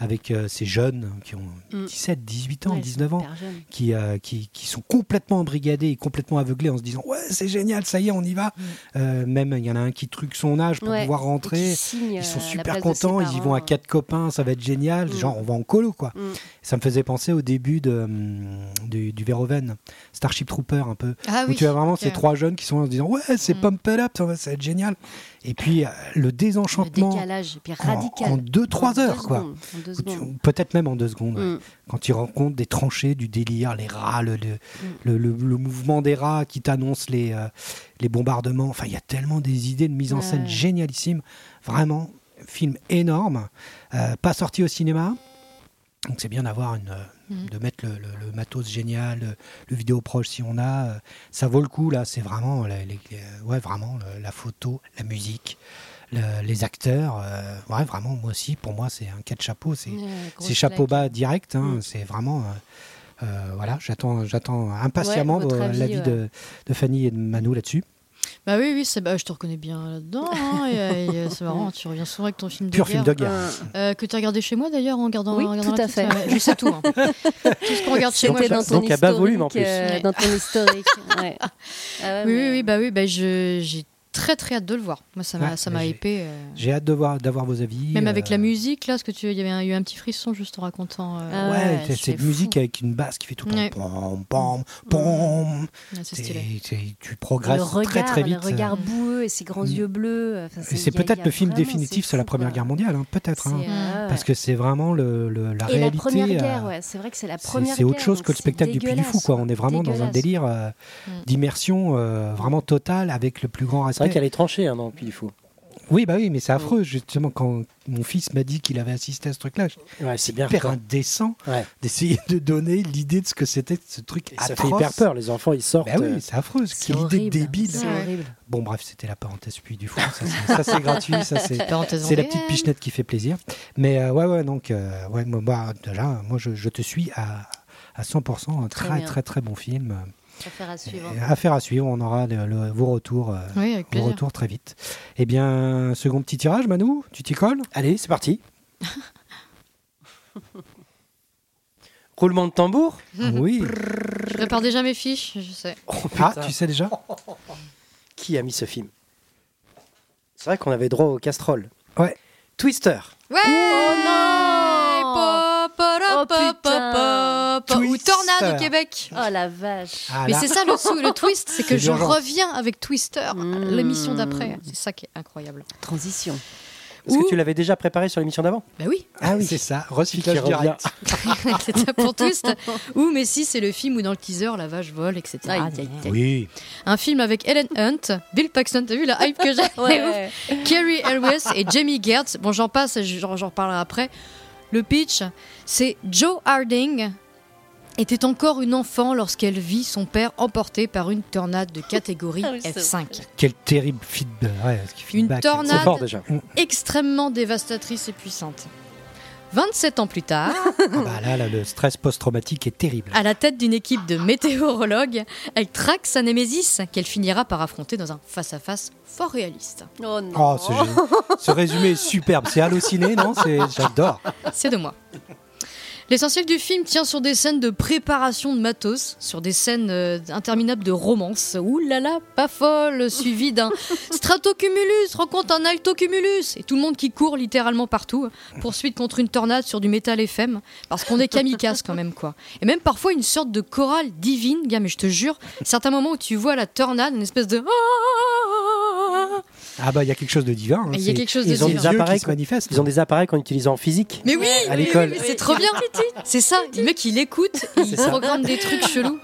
Speaker 1: avec euh, ces jeunes qui ont
Speaker 4: Mm.
Speaker 1: 17, 18 ans,
Speaker 4: Ouais,
Speaker 1: 19 ans,
Speaker 4: super jeune.
Speaker 1: qui, euh, qui, qui sont complètement embrigadés et complètement aveuglés en se disant Ouais, c'est génial, ça y est, on y va. Euh, même, il y en a un qui truque son âge pour
Speaker 4: Mm. Ouais,
Speaker 1: pouvoir
Speaker 4: et
Speaker 1: rentrer.
Speaker 4: qui signe,
Speaker 1: Ils sont
Speaker 4: euh, à la
Speaker 1: super
Speaker 4: place de ses
Speaker 1: contents, ils y
Speaker 4: parents,
Speaker 1: vont à
Speaker 4: euh.
Speaker 1: quatre copains, ça va être génial.
Speaker 4: Mm.
Speaker 1: Genre, on va en colo, quoi.
Speaker 4: Mm.
Speaker 1: Ça me faisait penser au début de, hum, du, du Verhoeven, Starship Trooper, un peu.
Speaker 2: Ah
Speaker 1: où
Speaker 2: oui.
Speaker 1: tu as vraiment
Speaker 2: ok.
Speaker 1: ces trois jeunes qui sont là en se disant Ouais, c'est
Speaker 2: Mm.
Speaker 1: pump it up, ça va ça va être génial. Et puis, euh, le
Speaker 4: Le
Speaker 1: désenchantement
Speaker 4: décalage, et puis
Speaker 1: en-
Speaker 4: radical.
Speaker 1: en deux, trois
Speaker 4: En deux
Speaker 1: heures, quoi.
Speaker 4: secondes, En deux
Speaker 1: Ou tu-
Speaker 4: secondes.
Speaker 1: Peut-être même en deux secondes. ouais.
Speaker 4: Mm.
Speaker 1: Quand ils rencontrent des tranchées, du délire, les rats, le, le, le- le- le mouvement des rats qui t'annonce les, euh, les bombardements. Enfin, il y a tellement des idées de mise en scène
Speaker 4: Ouais.
Speaker 1: génialissimes. Vraiment, film énorme. Euh, pas sorti au cinéma. Donc c'est bien d'avoir une. euh,
Speaker 2: Mhm.
Speaker 1: de mettre le, le- le matos génial, le, le vidéo proche si on a. Euh, Ça vaut le coup, là. C'est vraiment, la, les- les- ouais, vraiment le- la photo, la musique. le- les acteurs, Euh, ouais, vraiment, moi aussi, pour moi, c'est un cas de chapeau. C'est
Speaker 2: Ouais, grosse
Speaker 1: c'est chapeau
Speaker 2: claque.
Speaker 1: bas direct, hein,
Speaker 4: Mm.
Speaker 1: c'est vraiment. euh, euh, voilà, j'attends, j'attends impatiemment
Speaker 4: Ouais, votre
Speaker 1: vos-
Speaker 4: avis, euh,
Speaker 1: l'avis
Speaker 4: ouais.
Speaker 1: de, de Fanny et de Manu là-dessus.
Speaker 2: Bah oui, oui, c'est- bah, je te reconnais bien là-dedans. hein, et, euh, et, euh, c'est marrant, tu reviens souvent avec ton film de
Speaker 1: Pur
Speaker 2: guerre.
Speaker 1: film de guerre.
Speaker 4: Euh,
Speaker 2: Euh, que tu as regardé chez moi d'ailleurs en regardant
Speaker 4: Oui,
Speaker 2: en regardant
Speaker 4: tout
Speaker 2: la
Speaker 4: à
Speaker 2: petite,
Speaker 4: fait.
Speaker 2: ouais, je sais tout. hein. Tout ce qu'on regarde chez moi.
Speaker 4: C'était
Speaker 2: je-
Speaker 4: dans ton
Speaker 3: donc à bas volume, en
Speaker 4: historique, euh,
Speaker 2: plus.
Speaker 4: dans ton historique. ouais. Ah ouais,
Speaker 2: Oui, oui,
Speaker 4: mais- euh,
Speaker 2: oui, bah oui, bah je- j'ai très très hâte de le voir. Moi, ça m'a
Speaker 1: Ouais,
Speaker 2: ça m'a
Speaker 1: j'ai-
Speaker 2: épé. euh,
Speaker 1: J'ai hâte de voir, d'avoir vos avis.
Speaker 2: Même
Speaker 1: euh,
Speaker 2: avec la musique, là, ce que tu, il y avait un- il y a eu un petit frisson juste en racontant. euh,
Speaker 1: Ouais,
Speaker 4: Ah, ouais,
Speaker 1: c'est-
Speaker 4: je
Speaker 1: c'est
Speaker 4: suis
Speaker 1: de musique avec une basse qui fait tout le
Speaker 2: Ouais.
Speaker 1: pom pom pom.
Speaker 2: ouais, c'est
Speaker 1: T'es-
Speaker 2: stylé.
Speaker 1: t'es- tu
Speaker 4: le
Speaker 1: progresses
Speaker 4: regard,
Speaker 1: très très vite.
Speaker 4: Le regard
Speaker 2: Mm.
Speaker 4: boueux et ses grands
Speaker 1: Mm.
Speaker 4: yeux bleus. euh, enfin,
Speaker 1: Et c'est
Speaker 4: il y a- il
Speaker 1: peut-être
Speaker 4: y a
Speaker 1: le film
Speaker 4: vraiment,
Speaker 1: définitif
Speaker 4: c'est
Speaker 1: sur la
Speaker 4: fou,
Speaker 1: Première
Speaker 4: quoi.
Speaker 1: Guerre mondiale, hein, peut-être. hein,
Speaker 4: C'est, euh,
Speaker 1: parce que c'est vraiment le, le- la
Speaker 4: Et
Speaker 1: réalité.
Speaker 4: la première guerre,
Speaker 1: euh,
Speaker 4: ouais, c'est vrai que c'est la
Speaker 1: C'est-
Speaker 4: première
Speaker 1: C'est autre
Speaker 4: guerre,
Speaker 1: chose
Speaker 4: donc
Speaker 1: que le
Speaker 4: c'est
Speaker 1: spectacle du Puy du Fou,
Speaker 4: dégueulasse,
Speaker 1: quoi. On est vraiment dans un
Speaker 4: dégueulasse.
Speaker 1: délire euh,
Speaker 2: Mm.
Speaker 1: d'immersion euh, vraiment totale avec le plus grand
Speaker 3: C'est vrai Mm.
Speaker 1: respect.
Speaker 3: qu'elle est tranchée hein, dans Pile Fou.
Speaker 1: Oui, bah oui, mais c'est affreux, justement, quand mon fils m'a dit qu'il avait assisté à ce truc-là. je-
Speaker 3: Ouais, c'est bien.
Speaker 1: Hyper
Speaker 3: quoi.
Speaker 1: indécent
Speaker 3: Ouais.
Speaker 1: d'essayer de donner l'idée de ce que c'était ce truc
Speaker 3: Et ça
Speaker 1: atroce.
Speaker 3: fait hyper peur. Les enfants, ils sortent. euh.
Speaker 1: Bah oui, c'est affreux,
Speaker 4: C'est
Speaker 1: quelle idée
Speaker 4: horrible,
Speaker 1: débile.
Speaker 4: C'est
Speaker 2: Ouais.
Speaker 4: horrible.
Speaker 1: Bon, bref, c'était la parenthèse puis du fou. Ça, c'est- ça, c'est gratuit, ça, c'est.
Speaker 2: Parenthèse
Speaker 1: C'est la
Speaker 2: anglais.
Speaker 1: petite pichenette qui fait plaisir. Mais euh, ouais, ouais, donc, euh, ouais, moi, moi, déjà, moi, je, je te suis à, à 100%. Un
Speaker 4: Très
Speaker 1: très,
Speaker 4: bien.
Speaker 1: très, très bon film.
Speaker 4: Affaire à suivre.
Speaker 1: Euh, Affaire à suivre, on aura le- le- vos retours. euh,
Speaker 2: Oui, avec
Speaker 1: vos
Speaker 2: Mmh, plaisir.
Speaker 1: retours très vite. Eh bien, second petit tirage, Manu, tu t'y colles
Speaker 3: Allez, c'est parti. Roulement de tambour.
Speaker 2: Mmh,
Speaker 1: Oui.
Speaker 2: Je prépare déjà mes fiches, je sais.
Speaker 3: Oh,
Speaker 1: Ah,
Speaker 3: putain.
Speaker 1: tu sais déjà
Speaker 3: Qui a mis ce film C'est vrai qu'on avait droit aux casseroles.
Speaker 1: Ouais.
Speaker 3: Twister.
Speaker 2: Ouais
Speaker 4: Oh
Speaker 2: oh
Speaker 4: non
Speaker 2: Pa, pa, ra, pa,
Speaker 4: Oh,
Speaker 2: pa,
Speaker 4: putain
Speaker 2: pa, pa. Ou
Speaker 1: Twister.
Speaker 2: Tornade au Québec
Speaker 4: Oh la vache.
Speaker 1: Ah,
Speaker 2: Mais
Speaker 1: là.
Speaker 2: c'est ça le, sou- le twist, c'est que
Speaker 1: C'est
Speaker 2: je
Speaker 1: l'urgence.
Speaker 2: reviens avec Twister,
Speaker 4: Mmh.
Speaker 2: l'émission d'après. C'est ça qui est incroyable.
Speaker 4: Transition.
Speaker 3: Est-ce
Speaker 2: Ouh.
Speaker 3: que tu l'avais déjà préparé sur l'émission d'avant
Speaker 2: Bah oui,
Speaker 1: Ah oui, c'est ça.
Speaker 3: Qui
Speaker 1: Recyclage
Speaker 3: revient.
Speaker 1: direct.
Speaker 2: c'est ça pour twist. Ou mais si c'est le film où dans le teaser la vache vole, etc.
Speaker 4: Aïe,
Speaker 2: Aïe, aïe, aïe.
Speaker 1: Oui.
Speaker 2: Un film avec Ellen Hunt, Bill Paxton, t'as vu la hype que j'ai Kerry Elwes et Jamie Gertz. Bon, j'en passe, j'en j'en reparlerai après. Le pitch, c'est Joe Harding était encore une enfant lorsqu'elle vit son père emporté par une tornade de catégorie
Speaker 4: Ah oui, c'est
Speaker 2: F5.
Speaker 1: Quel terrible feedback. ouais,
Speaker 2: Une
Speaker 1: feedback.
Speaker 2: tornade.
Speaker 3: C'est fort déjà.
Speaker 2: Extrêmement dévastatrice et puissante. 27 ans plus tard,
Speaker 1: Ah bah là, là, le stress post-traumatique est terrible.
Speaker 2: à la tête d'une équipe de météorologues, elle traque sa némésis qu'elle finira par affronter dans un face-à-face fort réaliste.
Speaker 4: Oh non.
Speaker 1: Oh, ce, génie. ce résumé est superbe. C'est halluciné, non C'est- J'adore.
Speaker 2: C'est de moi. L'essentiel du film tient sur des scènes de préparation de matos, sur des scènes euh, interminables de romance. Ouh là là, pas folle, suivi d'un stratocumulus, rencontre un altocumulus, et tout le monde qui court littéralement partout, poursuite contre une tornade sur du métal FM, parce qu'on est kamikaze quand même quoi. Et même parfois une sorte de chorale divine, gars, mais je te jure, certains moments où tu vois la tornade, une espèce
Speaker 1: Oh,
Speaker 2: de
Speaker 1: Ah bah il y a quelque chose de divin. hein.
Speaker 2: Il y a
Speaker 1: C'est-
Speaker 2: quelque chose de
Speaker 1: Ils ont
Speaker 2: divin.
Speaker 1: des appareils qui
Speaker 3: Appareils
Speaker 1: se
Speaker 3: qu'on-
Speaker 1: manifestent.
Speaker 3: Ils ont des appareils qu'on utilise en physique.
Speaker 2: Mais oui,
Speaker 3: À l'école.
Speaker 2: mais c'est trop bien. C'est ça, le mec il écoute, il
Speaker 3: C'est ça.
Speaker 2: programme des trucs chelous.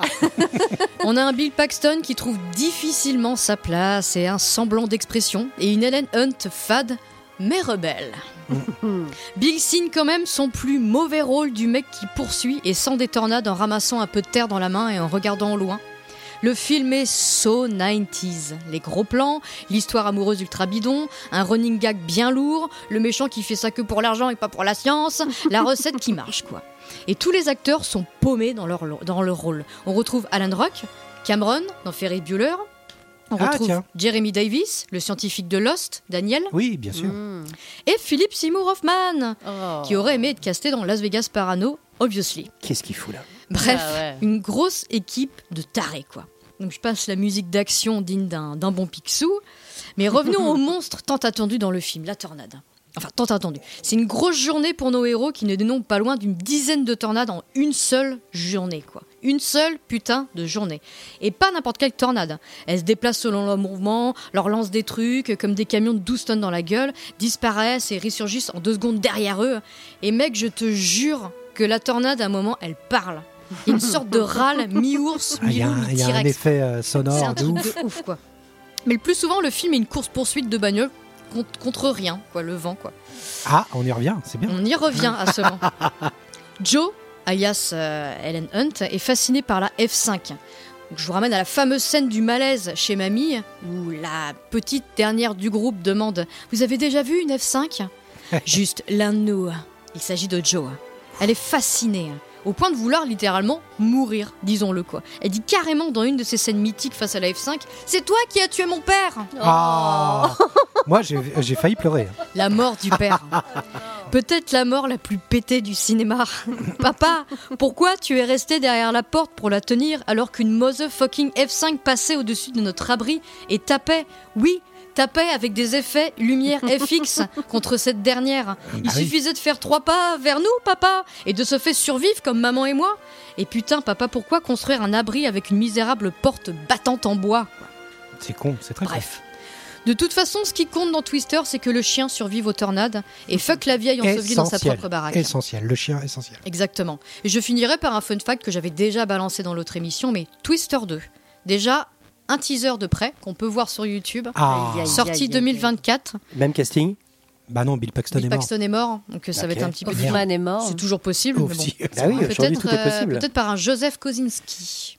Speaker 2: On a un Bill Paxton qui trouve difficilement sa place et un semblant d'expression, et une Helen Hunt fade mais rebelle. Bill signe quand même son plus mauvais rôle du mec qui poursuit et sent des tornades en ramassant un peu de terre dans la main et en regardant au loin. Le film est so 90s. Les gros plans, l'histoire amoureuse ultra bidon, un running gag bien lourd, le méchant qui fait ça que pour l'argent et pas pour la science, la recette qui marche quoi. Et tous les acteurs sont paumés dans leur, dans leur rôle. On retrouve Alan Rock, Cameron dans Ferris Bueller, on
Speaker 1: Ah,
Speaker 2: retrouve
Speaker 1: tiens.
Speaker 2: Jeremy Davis, le scientifique de Lost, Daniel,
Speaker 1: Oui, bien
Speaker 2: Mmh.
Speaker 1: sûr.
Speaker 4: Mm.
Speaker 2: et Philippe Seymour Hoffman,
Speaker 4: Oh.
Speaker 2: qui aurait aimé être casté dans Las Vegas Parano, obviously.
Speaker 3: Qu'est-ce qu'il fout là
Speaker 2: Bref,
Speaker 4: Ah ouais.
Speaker 2: une grosse équipe de tarés, quoi. Donc je passe la musique d'action digne d'un d'un bon Picsou. Mais revenons au monstre tant attendu dans le film, la tornade. Enfin, tant attendu. C'est une grosse journée pour nos héros qui ne dénombrent pas loin d'une dizaine de tornades en une seule journée, quoi. Une seule putain de journée. Et pas n'importe quelle tornade. Elles se déplacent selon leur mouvement, leur lancent des trucs, comme des camions de 12 tonnes dans la gueule, disparaissent et ressurgissent en deux secondes derrière eux. Et mec, je te jure que la tornade, à un moment, elle parle. Il y a une sorte de râle mi-ours,
Speaker 1: Ah, Il y a
Speaker 2: mi-loup,
Speaker 1: un- il y, a un
Speaker 2: mi-T-Rex.
Speaker 1: effet euh,
Speaker 2: C'est
Speaker 1: sonore
Speaker 2: un
Speaker 1: de
Speaker 2: truc
Speaker 1: ouf.
Speaker 2: de ouf, quoi. Mais le plus souvent, le film est une course-poursuite de bagnole contre, contre rien, quoi, le vent, quoi.
Speaker 1: Ah, on y revient, c'est bien.
Speaker 2: On y revient à ce moment. Joe, alias euh, Helen Hunt, est fasciné par la F5. Donc, je vous ramène à la fameuse scène du malaise chez Mamie, où la petite dernière du groupe demande Vous avez déjà vu une F5 Juste l'un de nous. Il s'agit de Joe. Elle est fascinée, au point de vouloir littéralement mourir, disons-le quoi. Elle dit carrément dans une de ses scènes mythiques face à la F5 C'est toi qui as tué mon père
Speaker 1: Ah Moi, j'ai j'ai failli pleurer. hein.
Speaker 2: la mort du père. Peut-être la mort la plus pétée du cinéma. Papa, pourquoi tu es resté derrière la porte pour la tenir alors qu'une motherfucking F5 passait au-dessus de notre abri et tapait Oui, tapait avec des effets lumière FX contre cette dernière. Il
Speaker 1: Bah oui.
Speaker 2: suffisait de faire trois pas vers nous, papa, et de se faire survivre comme maman et moi. Et putain, papa, pourquoi construire un abri avec une misérable porte battante en bois
Speaker 1: C'est con, c'est très con.
Speaker 2: Bref. De toute façon, ce qui compte dans Twister, c'est que le chien survive aux tornades et fuck la vieille ensevelie dans sa
Speaker 1: Essentiel.
Speaker 2: propre baraque.
Speaker 1: Essentiel, le chien essentiel.
Speaker 2: Exactement. Et je finirai par un fun fact que j'avais déjà balancé dans l'autre émission, mais Twister 2. Déjà, un teaser de près qu'on peut voir sur YouTube.
Speaker 1: Ah,
Speaker 4: Aïe, aïe.
Speaker 2: Sorti 2024.
Speaker 3: Même casting
Speaker 1: bah non, Bill Paxton
Speaker 2: Bill
Speaker 1: est mort.
Speaker 2: Paxton est mort, donc euh, ça va être un petit peu
Speaker 1: Oh, Merde.
Speaker 2: difficile.
Speaker 4: Hoffman est mort. hein.
Speaker 2: C'est toujours possible.
Speaker 1: Ouf,
Speaker 2: mais bon.
Speaker 1: si. Ah
Speaker 3: Bah oui, aujourd'hui tout
Speaker 2: Peut-être
Speaker 3: est
Speaker 2: euh,
Speaker 3: possible.
Speaker 2: peut-être par un Joseph Kosinski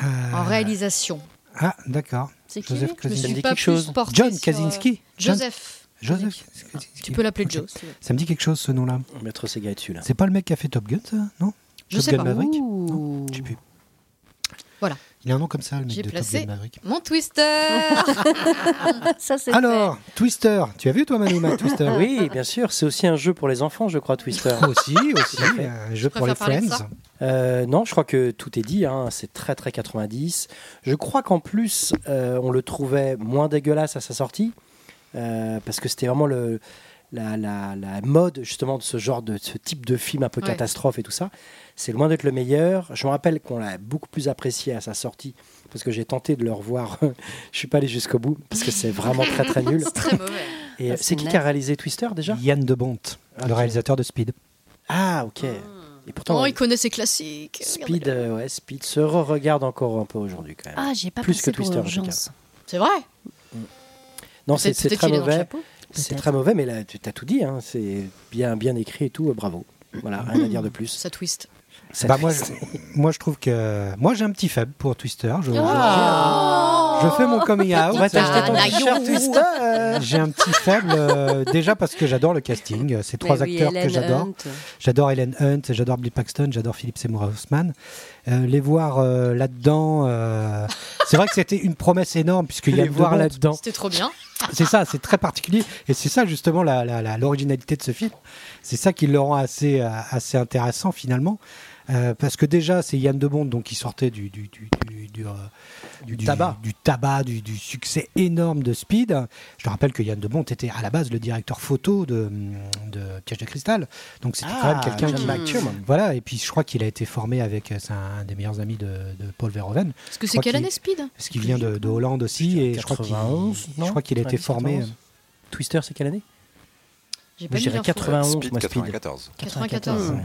Speaker 1: Euh,
Speaker 2: en réalisation.
Speaker 1: Ah, d'accord.
Speaker 4: C'est qui,
Speaker 1: Joseph
Speaker 4: lui
Speaker 2: Je me
Speaker 3: me
Speaker 1: Krasinski.
Speaker 2: suis
Speaker 3: dit
Speaker 2: pas
Speaker 3: quelque
Speaker 2: plus
Speaker 3: chose.
Speaker 2: portée
Speaker 1: John
Speaker 2: sur, euh,
Speaker 1: Kaczynski.
Speaker 2: Joseph.
Speaker 1: John- Joseph Kaczynski.
Speaker 2: Tu peux l'appeler
Speaker 1: Ok.
Speaker 2: Joe. si tu veux.
Speaker 1: Ça me dit quelque chose ce nom-là.
Speaker 3: On va mettre ces gars dessus là.
Speaker 1: C'est pas le mec qui a fait Top Gun, ça Non
Speaker 2: Je
Speaker 1: Top
Speaker 2: sais
Speaker 1: Gun
Speaker 2: pas.
Speaker 1: Maverick
Speaker 4: Ouh.
Speaker 1: Je sais plus.
Speaker 2: Voilà.
Speaker 1: Il a un nom comme ça, le mec
Speaker 2: J'ai
Speaker 1: de
Speaker 2: placé.
Speaker 1: Top Gun Maverick.
Speaker 2: Mon Twister
Speaker 4: Ça, c'est
Speaker 1: Alors, Twister. Tu as vu, toi, Manouma, Twister
Speaker 3: Oui, bien sûr. C'est aussi un jeu pour les enfants, je crois, Twister.
Speaker 1: Aussi, aussi. euh, Un jeu pour les
Speaker 2: préfères parler de
Speaker 1: Friends.
Speaker 2: ça.
Speaker 3: Euh, non, je crois que tout est dit. hein, C'est très très 90. Je crois qu'en plus, euh, on le trouvait moins dégueulasse à sa sortie euh, parce que c'était vraiment le la, la- la mode justement de ce genre de, de ce type de film un peu
Speaker 2: Ouais.
Speaker 3: catastrophe et tout ça. C'est loin d'être le meilleur. Je me rappelle qu'on l'a beaucoup plus apprécié à sa sortie parce que j'ai tenté de le revoir. je suis pas allé jusqu'au bout parce que c'est vraiment très très nul.
Speaker 2: Très mauvais.
Speaker 3: Et euh,
Speaker 4: Ah,
Speaker 3: c'est
Speaker 4: c'est
Speaker 3: qui
Speaker 4: naze.
Speaker 3: qui a réalisé Twister déjà
Speaker 1: Yann de Bonte,
Speaker 3: Ok.
Speaker 1: le réalisateur de Speed.
Speaker 3: Ah ok. Et pourtant,
Speaker 2: oh, il connaît ses classiques. Regardez.
Speaker 3: Speed, euh, ouais, Speed se re-regarde encore un peu aujourd'hui quand même.
Speaker 4: Ah, j'ai pas
Speaker 3: Plus
Speaker 4: pensé
Speaker 3: que
Speaker 4: pour
Speaker 3: Twister, en tout
Speaker 4: Urgence.
Speaker 2: C'est vrai.
Speaker 3: Non, c'est
Speaker 2: Peut-être-
Speaker 3: c'est
Speaker 2: peut-être
Speaker 3: très
Speaker 2: qu'il est dans le
Speaker 3: mauvais.
Speaker 2: chapeau.
Speaker 3: C'est
Speaker 4: peut-être.
Speaker 3: très mauvais, mais là, tu as tout dit. hein. C'est bien, bien écrit et tout. euh, bravo. Voilà, rien à dire de plus.
Speaker 2: Ça twist.
Speaker 3: Ça
Speaker 1: Bah,
Speaker 3: fait-
Speaker 1: moi, je, moi, je trouve que. Moi, j'ai un petit faible pour Twister. Je, je-
Speaker 4: Ah.
Speaker 1: Je fais mon coming out.
Speaker 3: On va t'acheter ton
Speaker 2: Ah,
Speaker 3: t-shirt
Speaker 2: Nayo.
Speaker 3: Twista, euh.
Speaker 1: J'ai un petit faible, euh, déjà parce que j'adore le casting. euh, Ces trois acteurs que j'adore. J'adore Helen Hunt, j'adore Bill Paxton, j'adore Philip Seymour Hoffman. Euh, les voir euh, là-dedans, euh, c'est vrai que c'était une promesse énorme puisqu'il y a
Speaker 3: Les voir
Speaker 1: deux mondes.
Speaker 3: là-dedans.
Speaker 2: C'était trop bien.
Speaker 1: C'est ça, c'est très particulier et c'est ça justement la- la- la- l'originalité de ce film. C'est ça qui le rend assez, euh, assez intéressant finalement. Euh, parce que déjà, c'est Yann de Bond donc, qui sortait du, du, du, du, du, euh,
Speaker 3: Du tabac.
Speaker 1: du tabac, du, du succès énorme de Speed. Je te rappelle que Yann de Bond était à la base le directeur photo de, de Piège de Cristal. Donc c'était quand même quelqu'un
Speaker 3: Ah, John
Speaker 1: qui,
Speaker 3: McTiernan.
Speaker 1: voilà, et puis je crois qu'il a été formé avec, euh, c'est un des meilleurs amis de, de Paul Verhoeven,
Speaker 2: Parce que
Speaker 1: Je
Speaker 2: c'est
Speaker 1: crois
Speaker 2: quelle
Speaker 1: qu'il-
Speaker 2: année Speed
Speaker 1: parce qu'il vient de, de Hollande aussi, et je crois qu'il
Speaker 3: 91,
Speaker 1: je crois qu'il a été
Speaker 3: 94.
Speaker 1: formé. euh,
Speaker 3: Twister, c'est quelle année
Speaker 2: J'ai
Speaker 3: Moi, je dirais
Speaker 2: l'info.
Speaker 3: 91.
Speaker 5: Speed
Speaker 3: Ah, oh, moi, Speed.
Speaker 5: 94.
Speaker 2: 94.
Speaker 3: ouais.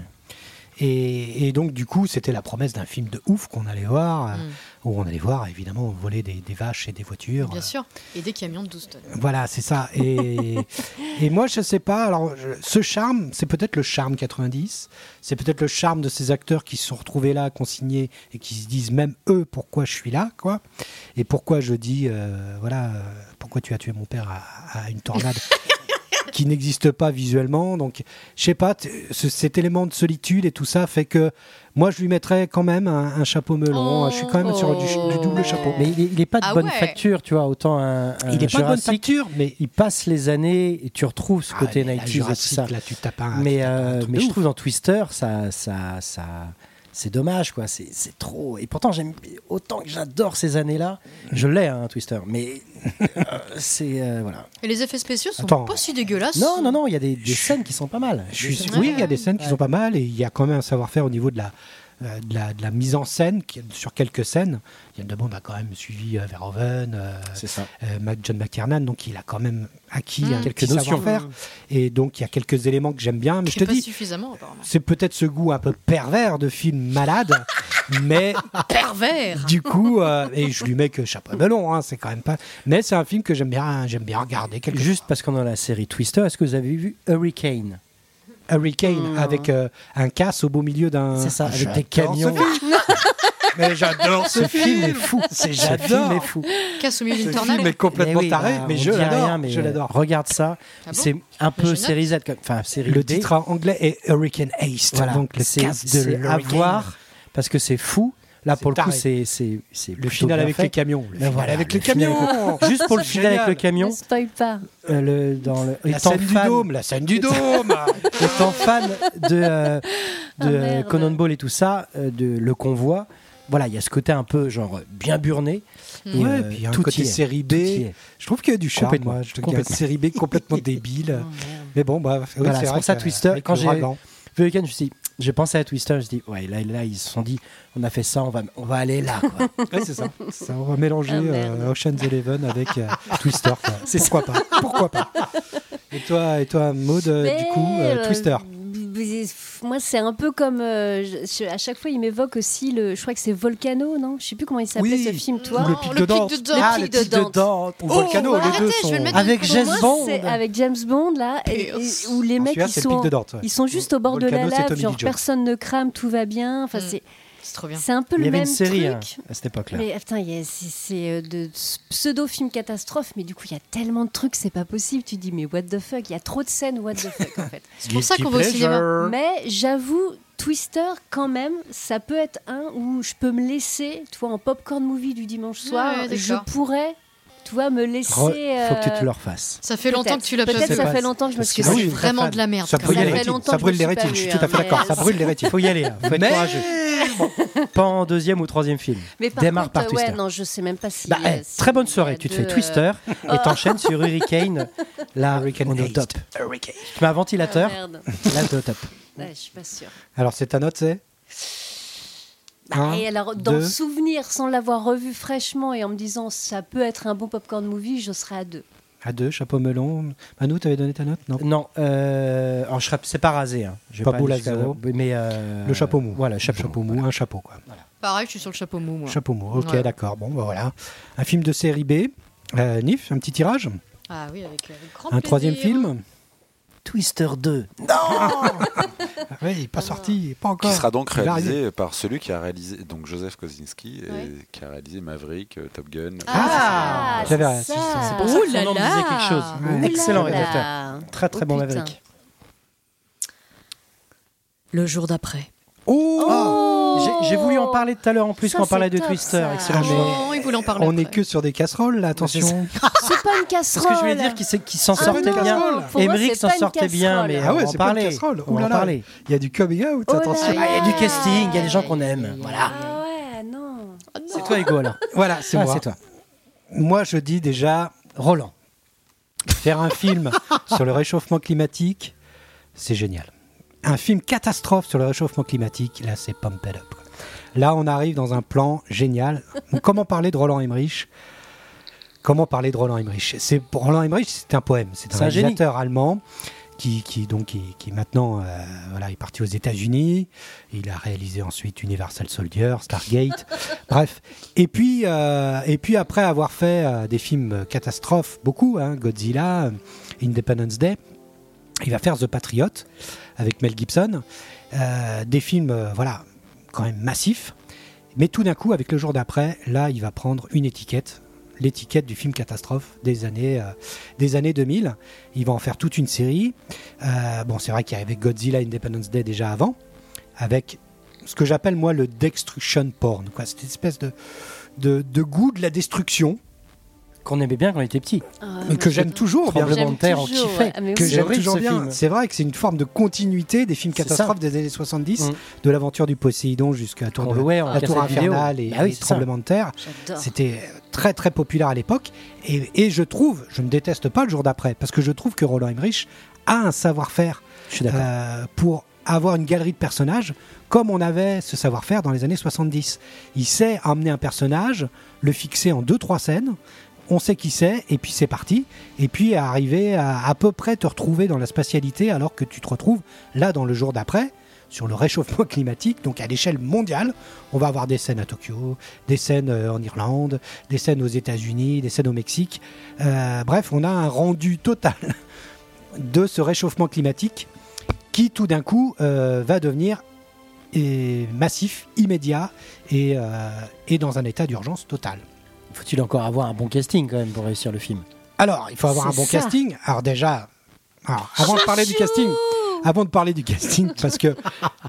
Speaker 1: Et, et donc, du coup, c'était la promesse d'un film de ouf qu'on allait voir, euh,
Speaker 2: Mm.
Speaker 1: où on allait voir évidemment voler des, des vaches et des voitures.
Speaker 2: Bien sûr. Et des camions de 12 tonnes.
Speaker 1: Voilà, c'est ça. Et, et moi, je sais pas. Alors, je- ce charme, c'est peut-être le charme 90. C'est peut-être le charme de ces acteurs qui se sont retrouvés là, consignés, et qui se disent même eux pourquoi je suis là, quoi. Et pourquoi je dis, euh, voilà, euh, pourquoi tu as tué mon père à, à une tornade qui n'existe pas visuellement. Donc, je sais pas, t- ce- cet élément de solitude et tout ça fait que moi, je lui mettrais quand même un, un chapeau melon.
Speaker 2: Oh.
Speaker 1: je suis quand même sur du, du double
Speaker 2: Oh.
Speaker 1: chapeau.
Speaker 3: Mais il est, il est pas de
Speaker 2: Ah
Speaker 3: bonne
Speaker 2: ouais.
Speaker 3: facture, tu vois. Autant un, un
Speaker 1: il n'est pas de bonne
Speaker 3: Jurassic,
Speaker 1: facture, mais
Speaker 3: il passe les années et tu retrouves ce
Speaker 1: Ah,
Speaker 3: côté
Speaker 1: mais la
Speaker 3: 90s et tout
Speaker 1: Jurassic,
Speaker 3: ça.
Speaker 1: Là, tu tapes un. Ah, tu
Speaker 3: mais
Speaker 1: tapes un
Speaker 3: euh,
Speaker 1: truc
Speaker 3: mais
Speaker 1: de
Speaker 3: je
Speaker 1: ouf.
Speaker 3: trouve dans Twister, ça, ça, ça, c'est dommage, quoi. C'est c'est trop. Et pourtant, j'aime autant que j'adore ces années-là. Je l'ai, hein, Twister. Mais euh, c'est euh, voilà.
Speaker 2: Et les effets spéciaux sont
Speaker 1: Attends.
Speaker 2: pas si dégueulasses.
Speaker 3: Non, non, non. Il y a des, des
Speaker 1: Je-
Speaker 3: scènes qui sont pas mal.
Speaker 1: Je suis-
Speaker 2: Ouais.
Speaker 1: oui, il y a des scènes qui sont pas mal et il y a quand même un savoir-faire au niveau de la, euh, de la, de la mise en scène qui- sur quelques scènes. Yann de Bond a bah, quand même suivi euh, Verhoeven, euh,
Speaker 3: C'est ça.
Speaker 1: euh, Mac- John McTiernan, donc il a quand même acquis
Speaker 2: Mm.
Speaker 1: un
Speaker 3: Quelques
Speaker 1: petit
Speaker 3: notions.
Speaker 1: savoir-faire. Et donc il y a quelques éléments que j'aime bien. Mais
Speaker 2: Je
Speaker 1: je te
Speaker 2: pas
Speaker 1: dis,
Speaker 2: suffisamment apparemment.
Speaker 1: c'est peut-être ce goût un peu pervers de film malade, mais
Speaker 2: Ah, Pervers.
Speaker 1: du coup, euh, et je lui mets que chapeau melon, hein, c'est quand même pas. Mais c'est un film que j'aime bien, j'aime bien regarder. quelque
Speaker 3: Juste parce qu'on est dans la série Twister, est-ce que vous avez vu Hurricane
Speaker 1: Hurricane avec euh, un casse au beau milieu d'un.
Speaker 3: C'est ça, avec des
Speaker 1: J'adore ce
Speaker 3: camions.
Speaker 1: film. Mais j'adore ce,
Speaker 3: Ce
Speaker 1: film.
Speaker 3: film
Speaker 1: est fou. C'est
Speaker 3: Ce film est
Speaker 1: j'adore.
Speaker 3: fou.
Speaker 2: Casse au milieu
Speaker 1: Ce
Speaker 2: d'une
Speaker 1: film est
Speaker 2: tornade.
Speaker 1: complètement
Speaker 3: oui,
Speaker 1: taré,
Speaker 3: bah,
Speaker 1: mais
Speaker 3: on
Speaker 1: je
Speaker 3: dit rien,
Speaker 1: l'adore.
Speaker 3: mais
Speaker 1: Je l'adore.
Speaker 3: Regarde ça.
Speaker 2: Ah bon
Speaker 3: c'est un
Speaker 2: je
Speaker 3: peu
Speaker 2: note.
Speaker 3: série Z, comme- enfin série
Speaker 1: Le
Speaker 3: B.
Speaker 1: titre en anglais est Hurricane East,
Speaker 3: Voilà,
Speaker 1: donc le
Speaker 3: c'est
Speaker 1: casse de
Speaker 3: c'est à
Speaker 1: l'Hurricane.
Speaker 3: voir parce que c'est fou. Là,
Speaker 1: C'est
Speaker 3: pour le coup,
Speaker 1: taré.
Speaker 3: c'est c'est c'est
Speaker 1: Le
Speaker 3: plutôt
Speaker 1: final
Speaker 3: bien
Speaker 1: avec
Speaker 3: fait.
Speaker 1: les camions. Le
Speaker 3: Ben
Speaker 1: final
Speaker 3: voilà,
Speaker 1: avec
Speaker 3: le
Speaker 1: les
Speaker 3: final
Speaker 1: camions.
Speaker 3: Juste pour le final
Speaker 1: Génial.
Speaker 3: avec le camion,
Speaker 4: Ne spoil pas.
Speaker 3: euh, le, dans le,
Speaker 1: La
Speaker 3: étant
Speaker 1: scène du
Speaker 3: fan-
Speaker 1: dôme, la scène du dôme.
Speaker 3: étant fan de, euh,
Speaker 4: Ah,
Speaker 3: de euh,
Speaker 4: merde.
Speaker 3: Conan Ball et tout ça, euh, de le convoi, voilà, il y a ce côté un peu genre bien burné.
Speaker 4: Hmm.
Speaker 2: Mm.
Speaker 1: Ouais,
Speaker 3: euh,
Speaker 1: puis il y a un
Speaker 3: tout y
Speaker 1: côté
Speaker 3: est,
Speaker 1: série B.
Speaker 3: tout y est.
Speaker 1: Je trouve qu'il y a du charme.
Speaker 3: Complètement.
Speaker 1: Moi, je trouve qu'il y a une
Speaker 3: Complètement.
Speaker 1: série B complètement débile. Mais bon, bah, oui,
Speaker 3: Voilà,
Speaker 1: c'est
Speaker 3: c'est
Speaker 1: vrai
Speaker 3: pour ça
Speaker 1: que-
Speaker 3: Twister,
Speaker 1: avec
Speaker 3: quand
Speaker 1: le
Speaker 3: j'ai-
Speaker 1: Dragon.
Speaker 3: Le week-end, je me suis dit, j'ai pensé à Twister, je me suis dit, ouais, là, là, ils se sont dit, on a fait ça, on va, on va aller là. quoi.
Speaker 1: Ouais, c'est ça. Ça, on va mélanger
Speaker 4: Ah, merde.
Speaker 1: euh, Ocean's Eleven avec euh, Twister. Quoi. Pourquoi pas Pourquoi pas Et toi, et toi, Maud, euh, du coup, euh,
Speaker 4: Mais, euh,
Speaker 1: Twister.
Speaker 4: b- b- Moi, c'est un peu comme. euh, je- je- à chaque fois, il m'évoque aussi le. Je crois que c'est Volcano, non Je sais plus comment il s'appelait
Speaker 1: Oui.
Speaker 4: ce film, toi.
Speaker 2: Non,
Speaker 1: le pic
Speaker 2: le
Speaker 1: de
Speaker 2: pic
Speaker 1: Dante.
Speaker 2: de Dante.
Speaker 3: Ah,
Speaker 4: Le
Speaker 3: le
Speaker 4: pic
Speaker 3: titre
Speaker 4: de Oh,
Speaker 3: de Dante.
Speaker 1: Ou Volcano, les deux
Speaker 2: Oh, arrêtez, je
Speaker 1: sont.
Speaker 2: vais le mettre
Speaker 1: Ah,
Speaker 2: dans-
Speaker 3: Avec
Speaker 2: Pour
Speaker 3: James
Speaker 2: moi,
Speaker 3: Bond.
Speaker 4: C'est avec James Bond, là, et- et- où les mecs,
Speaker 1: celui-là,
Speaker 4: ils
Speaker 1: c'est le
Speaker 4: sont.
Speaker 1: pic de Dante. ouais.
Speaker 4: Ils sont juste au bord
Speaker 1: Volcano,
Speaker 4: de
Speaker 1: c'est
Speaker 4: la lave,
Speaker 1: Tommy
Speaker 4: genre
Speaker 1: Lee Jones.
Speaker 4: personne ne crame, tout va bien. Enfin,
Speaker 2: Mm.
Speaker 4: c'est
Speaker 2: C'est trop bien.
Speaker 4: c'est un peu
Speaker 3: Il y
Speaker 4: le
Speaker 3: avait
Speaker 4: même
Speaker 3: une série hein,
Speaker 4: truc.
Speaker 3: à cette époque-là.
Speaker 4: Mais putain, il y a- c'est- c'est euh, de pseudo-film catastrophe, mais du coup, il y a tellement de trucs, c'est pas possible. Tu te dis, mais what the fuck Il y a trop de scènes, what the fuck, en fait.
Speaker 2: C'est pour ça qu'on va au cinéma.
Speaker 4: Mais j'avoue, Twister, quand même, ça peut être un où je peux me laisser, tu vois, en popcorn movie du dimanche soir,
Speaker 2: Ouais,
Speaker 4: je
Speaker 2: d'accord.
Speaker 4: pourrais, tu vois, me laisser.
Speaker 3: Re- faut que tu
Speaker 4: euh,
Speaker 3: te le refasses.
Speaker 2: Ça fait longtemps que tu l'as pas
Speaker 4: Peut-être
Speaker 2: fait.
Speaker 4: ça
Speaker 1: pas-
Speaker 4: fait longtemps que je me
Speaker 3: parce
Speaker 4: suis
Speaker 3: que
Speaker 1: Ah
Speaker 4: dit.
Speaker 1: oui,
Speaker 2: c'est
Speaker 1: très
Speaker 2: vraiment
Speaker 1: fan.
Speaker 2: de la merde.
Speaker 1: Ça
Speaker 2: quand
Speaker 1: brûle
Speaker 2: même.
Speaker 1: les
Speaker 4: fait
Speaker 1: rétines.
Speaker 4: longtemps
Speaker 1: Ça
Speaker 4: que
Speaker 1: brûle
Speaker 4: je
Speaker 1: les
Speaker 4: me suis
Speaker 1: rétines. Je
Speaker 4: pas
Speaker 1: suis
Speaker 4: vue,
Speaker 1: tout à fait
Speaker 4: hein,
Speaker 1: d'accord. Ça
Speaker 4: mais-
Speaker 1: brûle les rétines.
Speaker 3: Faut y aller. hein. Faut être
Speaker 1: Mais-
Speaker 3: courageux. Pas en deuxième ou troisième film.
Speaker 4: Mais par
Speaker 3: Démarre
Speaker 4: contre,
Speaker 3: par
Speaker 4: euh,
Speaker 3: Twister.
Speaker 4: ouais, non, je sais même pas si.
Speaker 3: Bah,
Speaker 4: euh,
Speaker 3: eh,
Speaker 4: si
Speaker 3: très bonne
Speaker 4: il y a
Speaker 3: soirée. Tu te
Speaker 4: deux,
Speaker 3: fais
Speaker 4: euh,
Speaker 3: Twister et t'enchaînes sur Hurricane. Là,
Speaker 1: Hurricane
Speaker 3: on est au
Speaker 1: Heist.
Speaker 3: top. Tu mets un
Speaker 4: ah,
Speaker 3: ventilateur.
Speaker 4: merde.
Speaker 3: Là, t'es au top.
Speaker 4: Ouais, je suis pas sûre.
Speaker 1: Alors, c'est ta note, c'est
Speaker 4: Bah,
Speaker 1: Un,
Speaker 4: et alors, dans
Speaker 1: deux.
Speaker 4: le souvenir, sans l'avoir revu fraîchement et en me disant ça peut être un bon popcorn movie, je serai à deux.
Speaker 1: À deux, chapeau melon. Manou, t'avais donné ta note Non.
Speaker 3: Non, euh, alors je serais- c'est pas rasé. Hein. Je vais
Speaker 1: Pas boule à
Speaker 3: aller jusqu'à-
Speaker 1: zéro.
Speaker 3: Mais euh,
Speaker 1: Le chapeau mou.
Speaker 3: Voilà, chapeau,
Speaker 1: Chapeau
Speaker 3: mou.
Speaker 1: mou, un chapeau, quoi.
Speaker 2: Pareil, je suis sur le chapeau mou. Moi.
Speaker 1: Chapeau mou, ok,
Speaker 2: Ouais.
Speaker 1: d'accord. Bon, bah voilà. Un film de série B. Euh, Nif, un petit tirage
Speaker 2: Ah oui, avec, avec grand
Speaker 1: Un troisième
Speaker 2: plaisir.
Speaker 1: film
Speaker 3: Twister 2.
Speaker 1: Oui, Ah il n'est pas
Speaker 2: Alors,
Speaker 1: sorti, il n'est pas encore.
Speaker 5: Qui sera donc
Speaker 1: Il va
Speaker 5: réalisé par celui qui a réalisé, donc Joseph Kosinski, et
Speaker 2: Ouais.
Speaker 5: qui a réalisé Maverick, euh, Top Gun.
Speaker 1: Ah, j'avais rien,
Speaker 4: c'est
Speaker 1: c'est ça.
Speaker 4: ça.
Speaker 3: pour ça que son nom me disait quelque chose.
Speaker 1: Ouais.
Speaker 4: Ouh là
Speaker 3: Excellent
Speaker 4: là.
Speaker 3: réalisateur. Très très
Speaker 4: Oh,
Speaker 3: bon
Speaker 4: putain.
Speaker 3: Maverick.
Speaker 2: Le jour d'après.
Speaker 1: Oh,
Speaker 3: J'ai- J'ai voulu en parler tout à l'heure en plus
Speaker 4: Ça,
Speaker 3: quand on parlait
Speaker 4: c'est
Speaker 3: de
Speaker 4: top,
Speaker 3: Twister.
Speaker 4: ça.
Speaker 3: Excellent.
Speaker 1: Ah, mais-
Speaker 2: Oh, il voulait en parler.
Speaker 1: On n'est
Speaker 2: après.
Speaker 1: que sur des casseroles là, attention.
Speaker 4: C'est pas une
Speaker 3: C'est
Speaker 4: casserole.
Speaker 3: ce que je voulais dire qui, s'est- qui s'en
Speaker 1: Ah,
Speaker 3: sortait
Speaker 1: une
Speaker 3: bien.
Speaker 1: casserole.
Speaker 4: Pour moi,
Speaker 3: Émeric
Speaker 4: c'est
Speaker 3: s'en
Speaker 4: pas une
Speaker 3: sortait bien,
Speaker 4: casserole.
Speaker 3: mais
Speaker 1: Ah ouais,
Speaker 3: on va en
Speaker 1: c'est pas une
Speaker 3: parlait.
Speaker 1: casserole.
Speaker 3: On
Speaker 1: Ouh
Speaker 3: va
Speaker 1: là
Speaker 3: en
Speaker 1: là.
Speaker 3: parler.
Speaker 1: Il y a du coming out,
Speaker 4: Oh là
Speaker 1: attention.
Speaker 4: là.
Speaker 3: Ah, il y a du casting, il y a des gens qu'on aime.
Speaker 2: Ouais.
Speaker 3: Voilà.
Speaker 4: Ah ouais, non.
Speaker 3: C'est toi, Hugo, là.
Speaker 1: Voilà, c'est
Speaker 3: Ah,
Speaker 1: moi.
Speaker 3: c'est toi.
Speaker 1: Moi, je dis déjà, Roland, faire un film sur le réchauffement climatique, c'est génial. Un film catastrophe sur le réchauffement climatique, là, c'est pumped up. quoi. Là, on arrive dans un plan génial. Donc, comment parler de Roland Emmerich Comment parler de Roland Emmerich C'est Roland Emmerich, c'est un poème. C'est un
Speaker 3: C'est un génie.
Speaker 1: réalisateur allemand qui, qui donc qui, qui maintenant euh, voilà est parti aux États-Unis. Il a réalisé ensuite Universal Soldier, Stargate, bref. Et puis euh, et puis après avoir fait euh, des films catastrophes, beaucoup, hein, Godzilla, euh, Independence Day, il va faire The Patriot avec Mel Gibson, Euh, des films euh, voilà quand même massifs. Mais tout d'un coup, avec le jour d'après, là, il va prendre une étiquette, l'étiquette du film catastrophe des années, euh, des années 2000. Il va en faire toute une série. Euh, bon, c'est vrai qu'il y avait Godzilla Independence Day déjà avant, avec ce que j'appelle moi le destruction porn, quoi. Cette espèce de, de, de goût de la destruction
Speaker 3: Qu'on aimait bien quand on était petit.
Speaker 4: Ah,
Speaker 1: que j'aime toujours, bien
Speaker 3: Tremblement de terre, on
Speaker 4: toujours,
Speaker 3: kiffait.
Speaker 4: ouais. Ah, mais
Speaker 1: que
Speaker 4: oui.
Speaker 1: j'aime
Speaker 3: horrible,
Speaker 1: toujours
Speaker 3: ce
Speaker 1: bien.
Speaker 3: film.
Speaker 1: C'est vrai que c'est une forme de continuité des films
Speaker 3: C'est ça.
Speaker 1: catastrophes des années 70,
Speaker 3: Mm.
Speaker 1: de l'aventure du Poséidon jusqu'à Tour
Speaker 3: Qu'on
Speaker 1: de-
Speaker 3: louait en
Speaker 1: la tour
Speaker 3: cassette vidéo.
Speaker 1: infernale et,
Speaker 3: Bah oui,
Speaker 1: et
Speaker 3: c'est ça.
Speaker 1: tremblement de terre.
Speaker 2: J'adore.
Speaker 1: C'était très très populaire à l'époque et, et je trouve, je ne déteste pas le jour d'après parce que je trouve que Roland Emmerich a un savoir-faire
Speaker 3: Je suis d'accord.
Speaker 1: euh, pour avoir une galerie de personnages comme on avait ce savoir-faire dans les années 70. Il sait amener un personnage, le fixer en deux trois scènes, on sait qui c'est et puis c'est parti et puis arriver à à peu près te retrouver dans la spatialité alors que tu te retrouves là dans le jour d'après sur le réchauffement climatique, donc à l'échelle mondiale, on va avoir des scènes à Tokyo, des scènes euh, en Irlande, des scènes aux États-Unis, des scènes au Mexique. Euh, bref, on a un rendu total de ce réchauffement climatique qui tout d'un coup euh, va devenir euh, massif, immédiat et, euh, et dans un état d'urgence totale.
Speaker 3: Faut-il encore avoir un bon casting quand même pour réussir le film
Speaker 1: Alors, il faut avoir un
Speaker 4: C'est
Speaker 1: bon
Speaker 4: ça.
Speaker 1: casting. Alors déjà, alors, avant de parler du casting, avant de parler du casting, parce que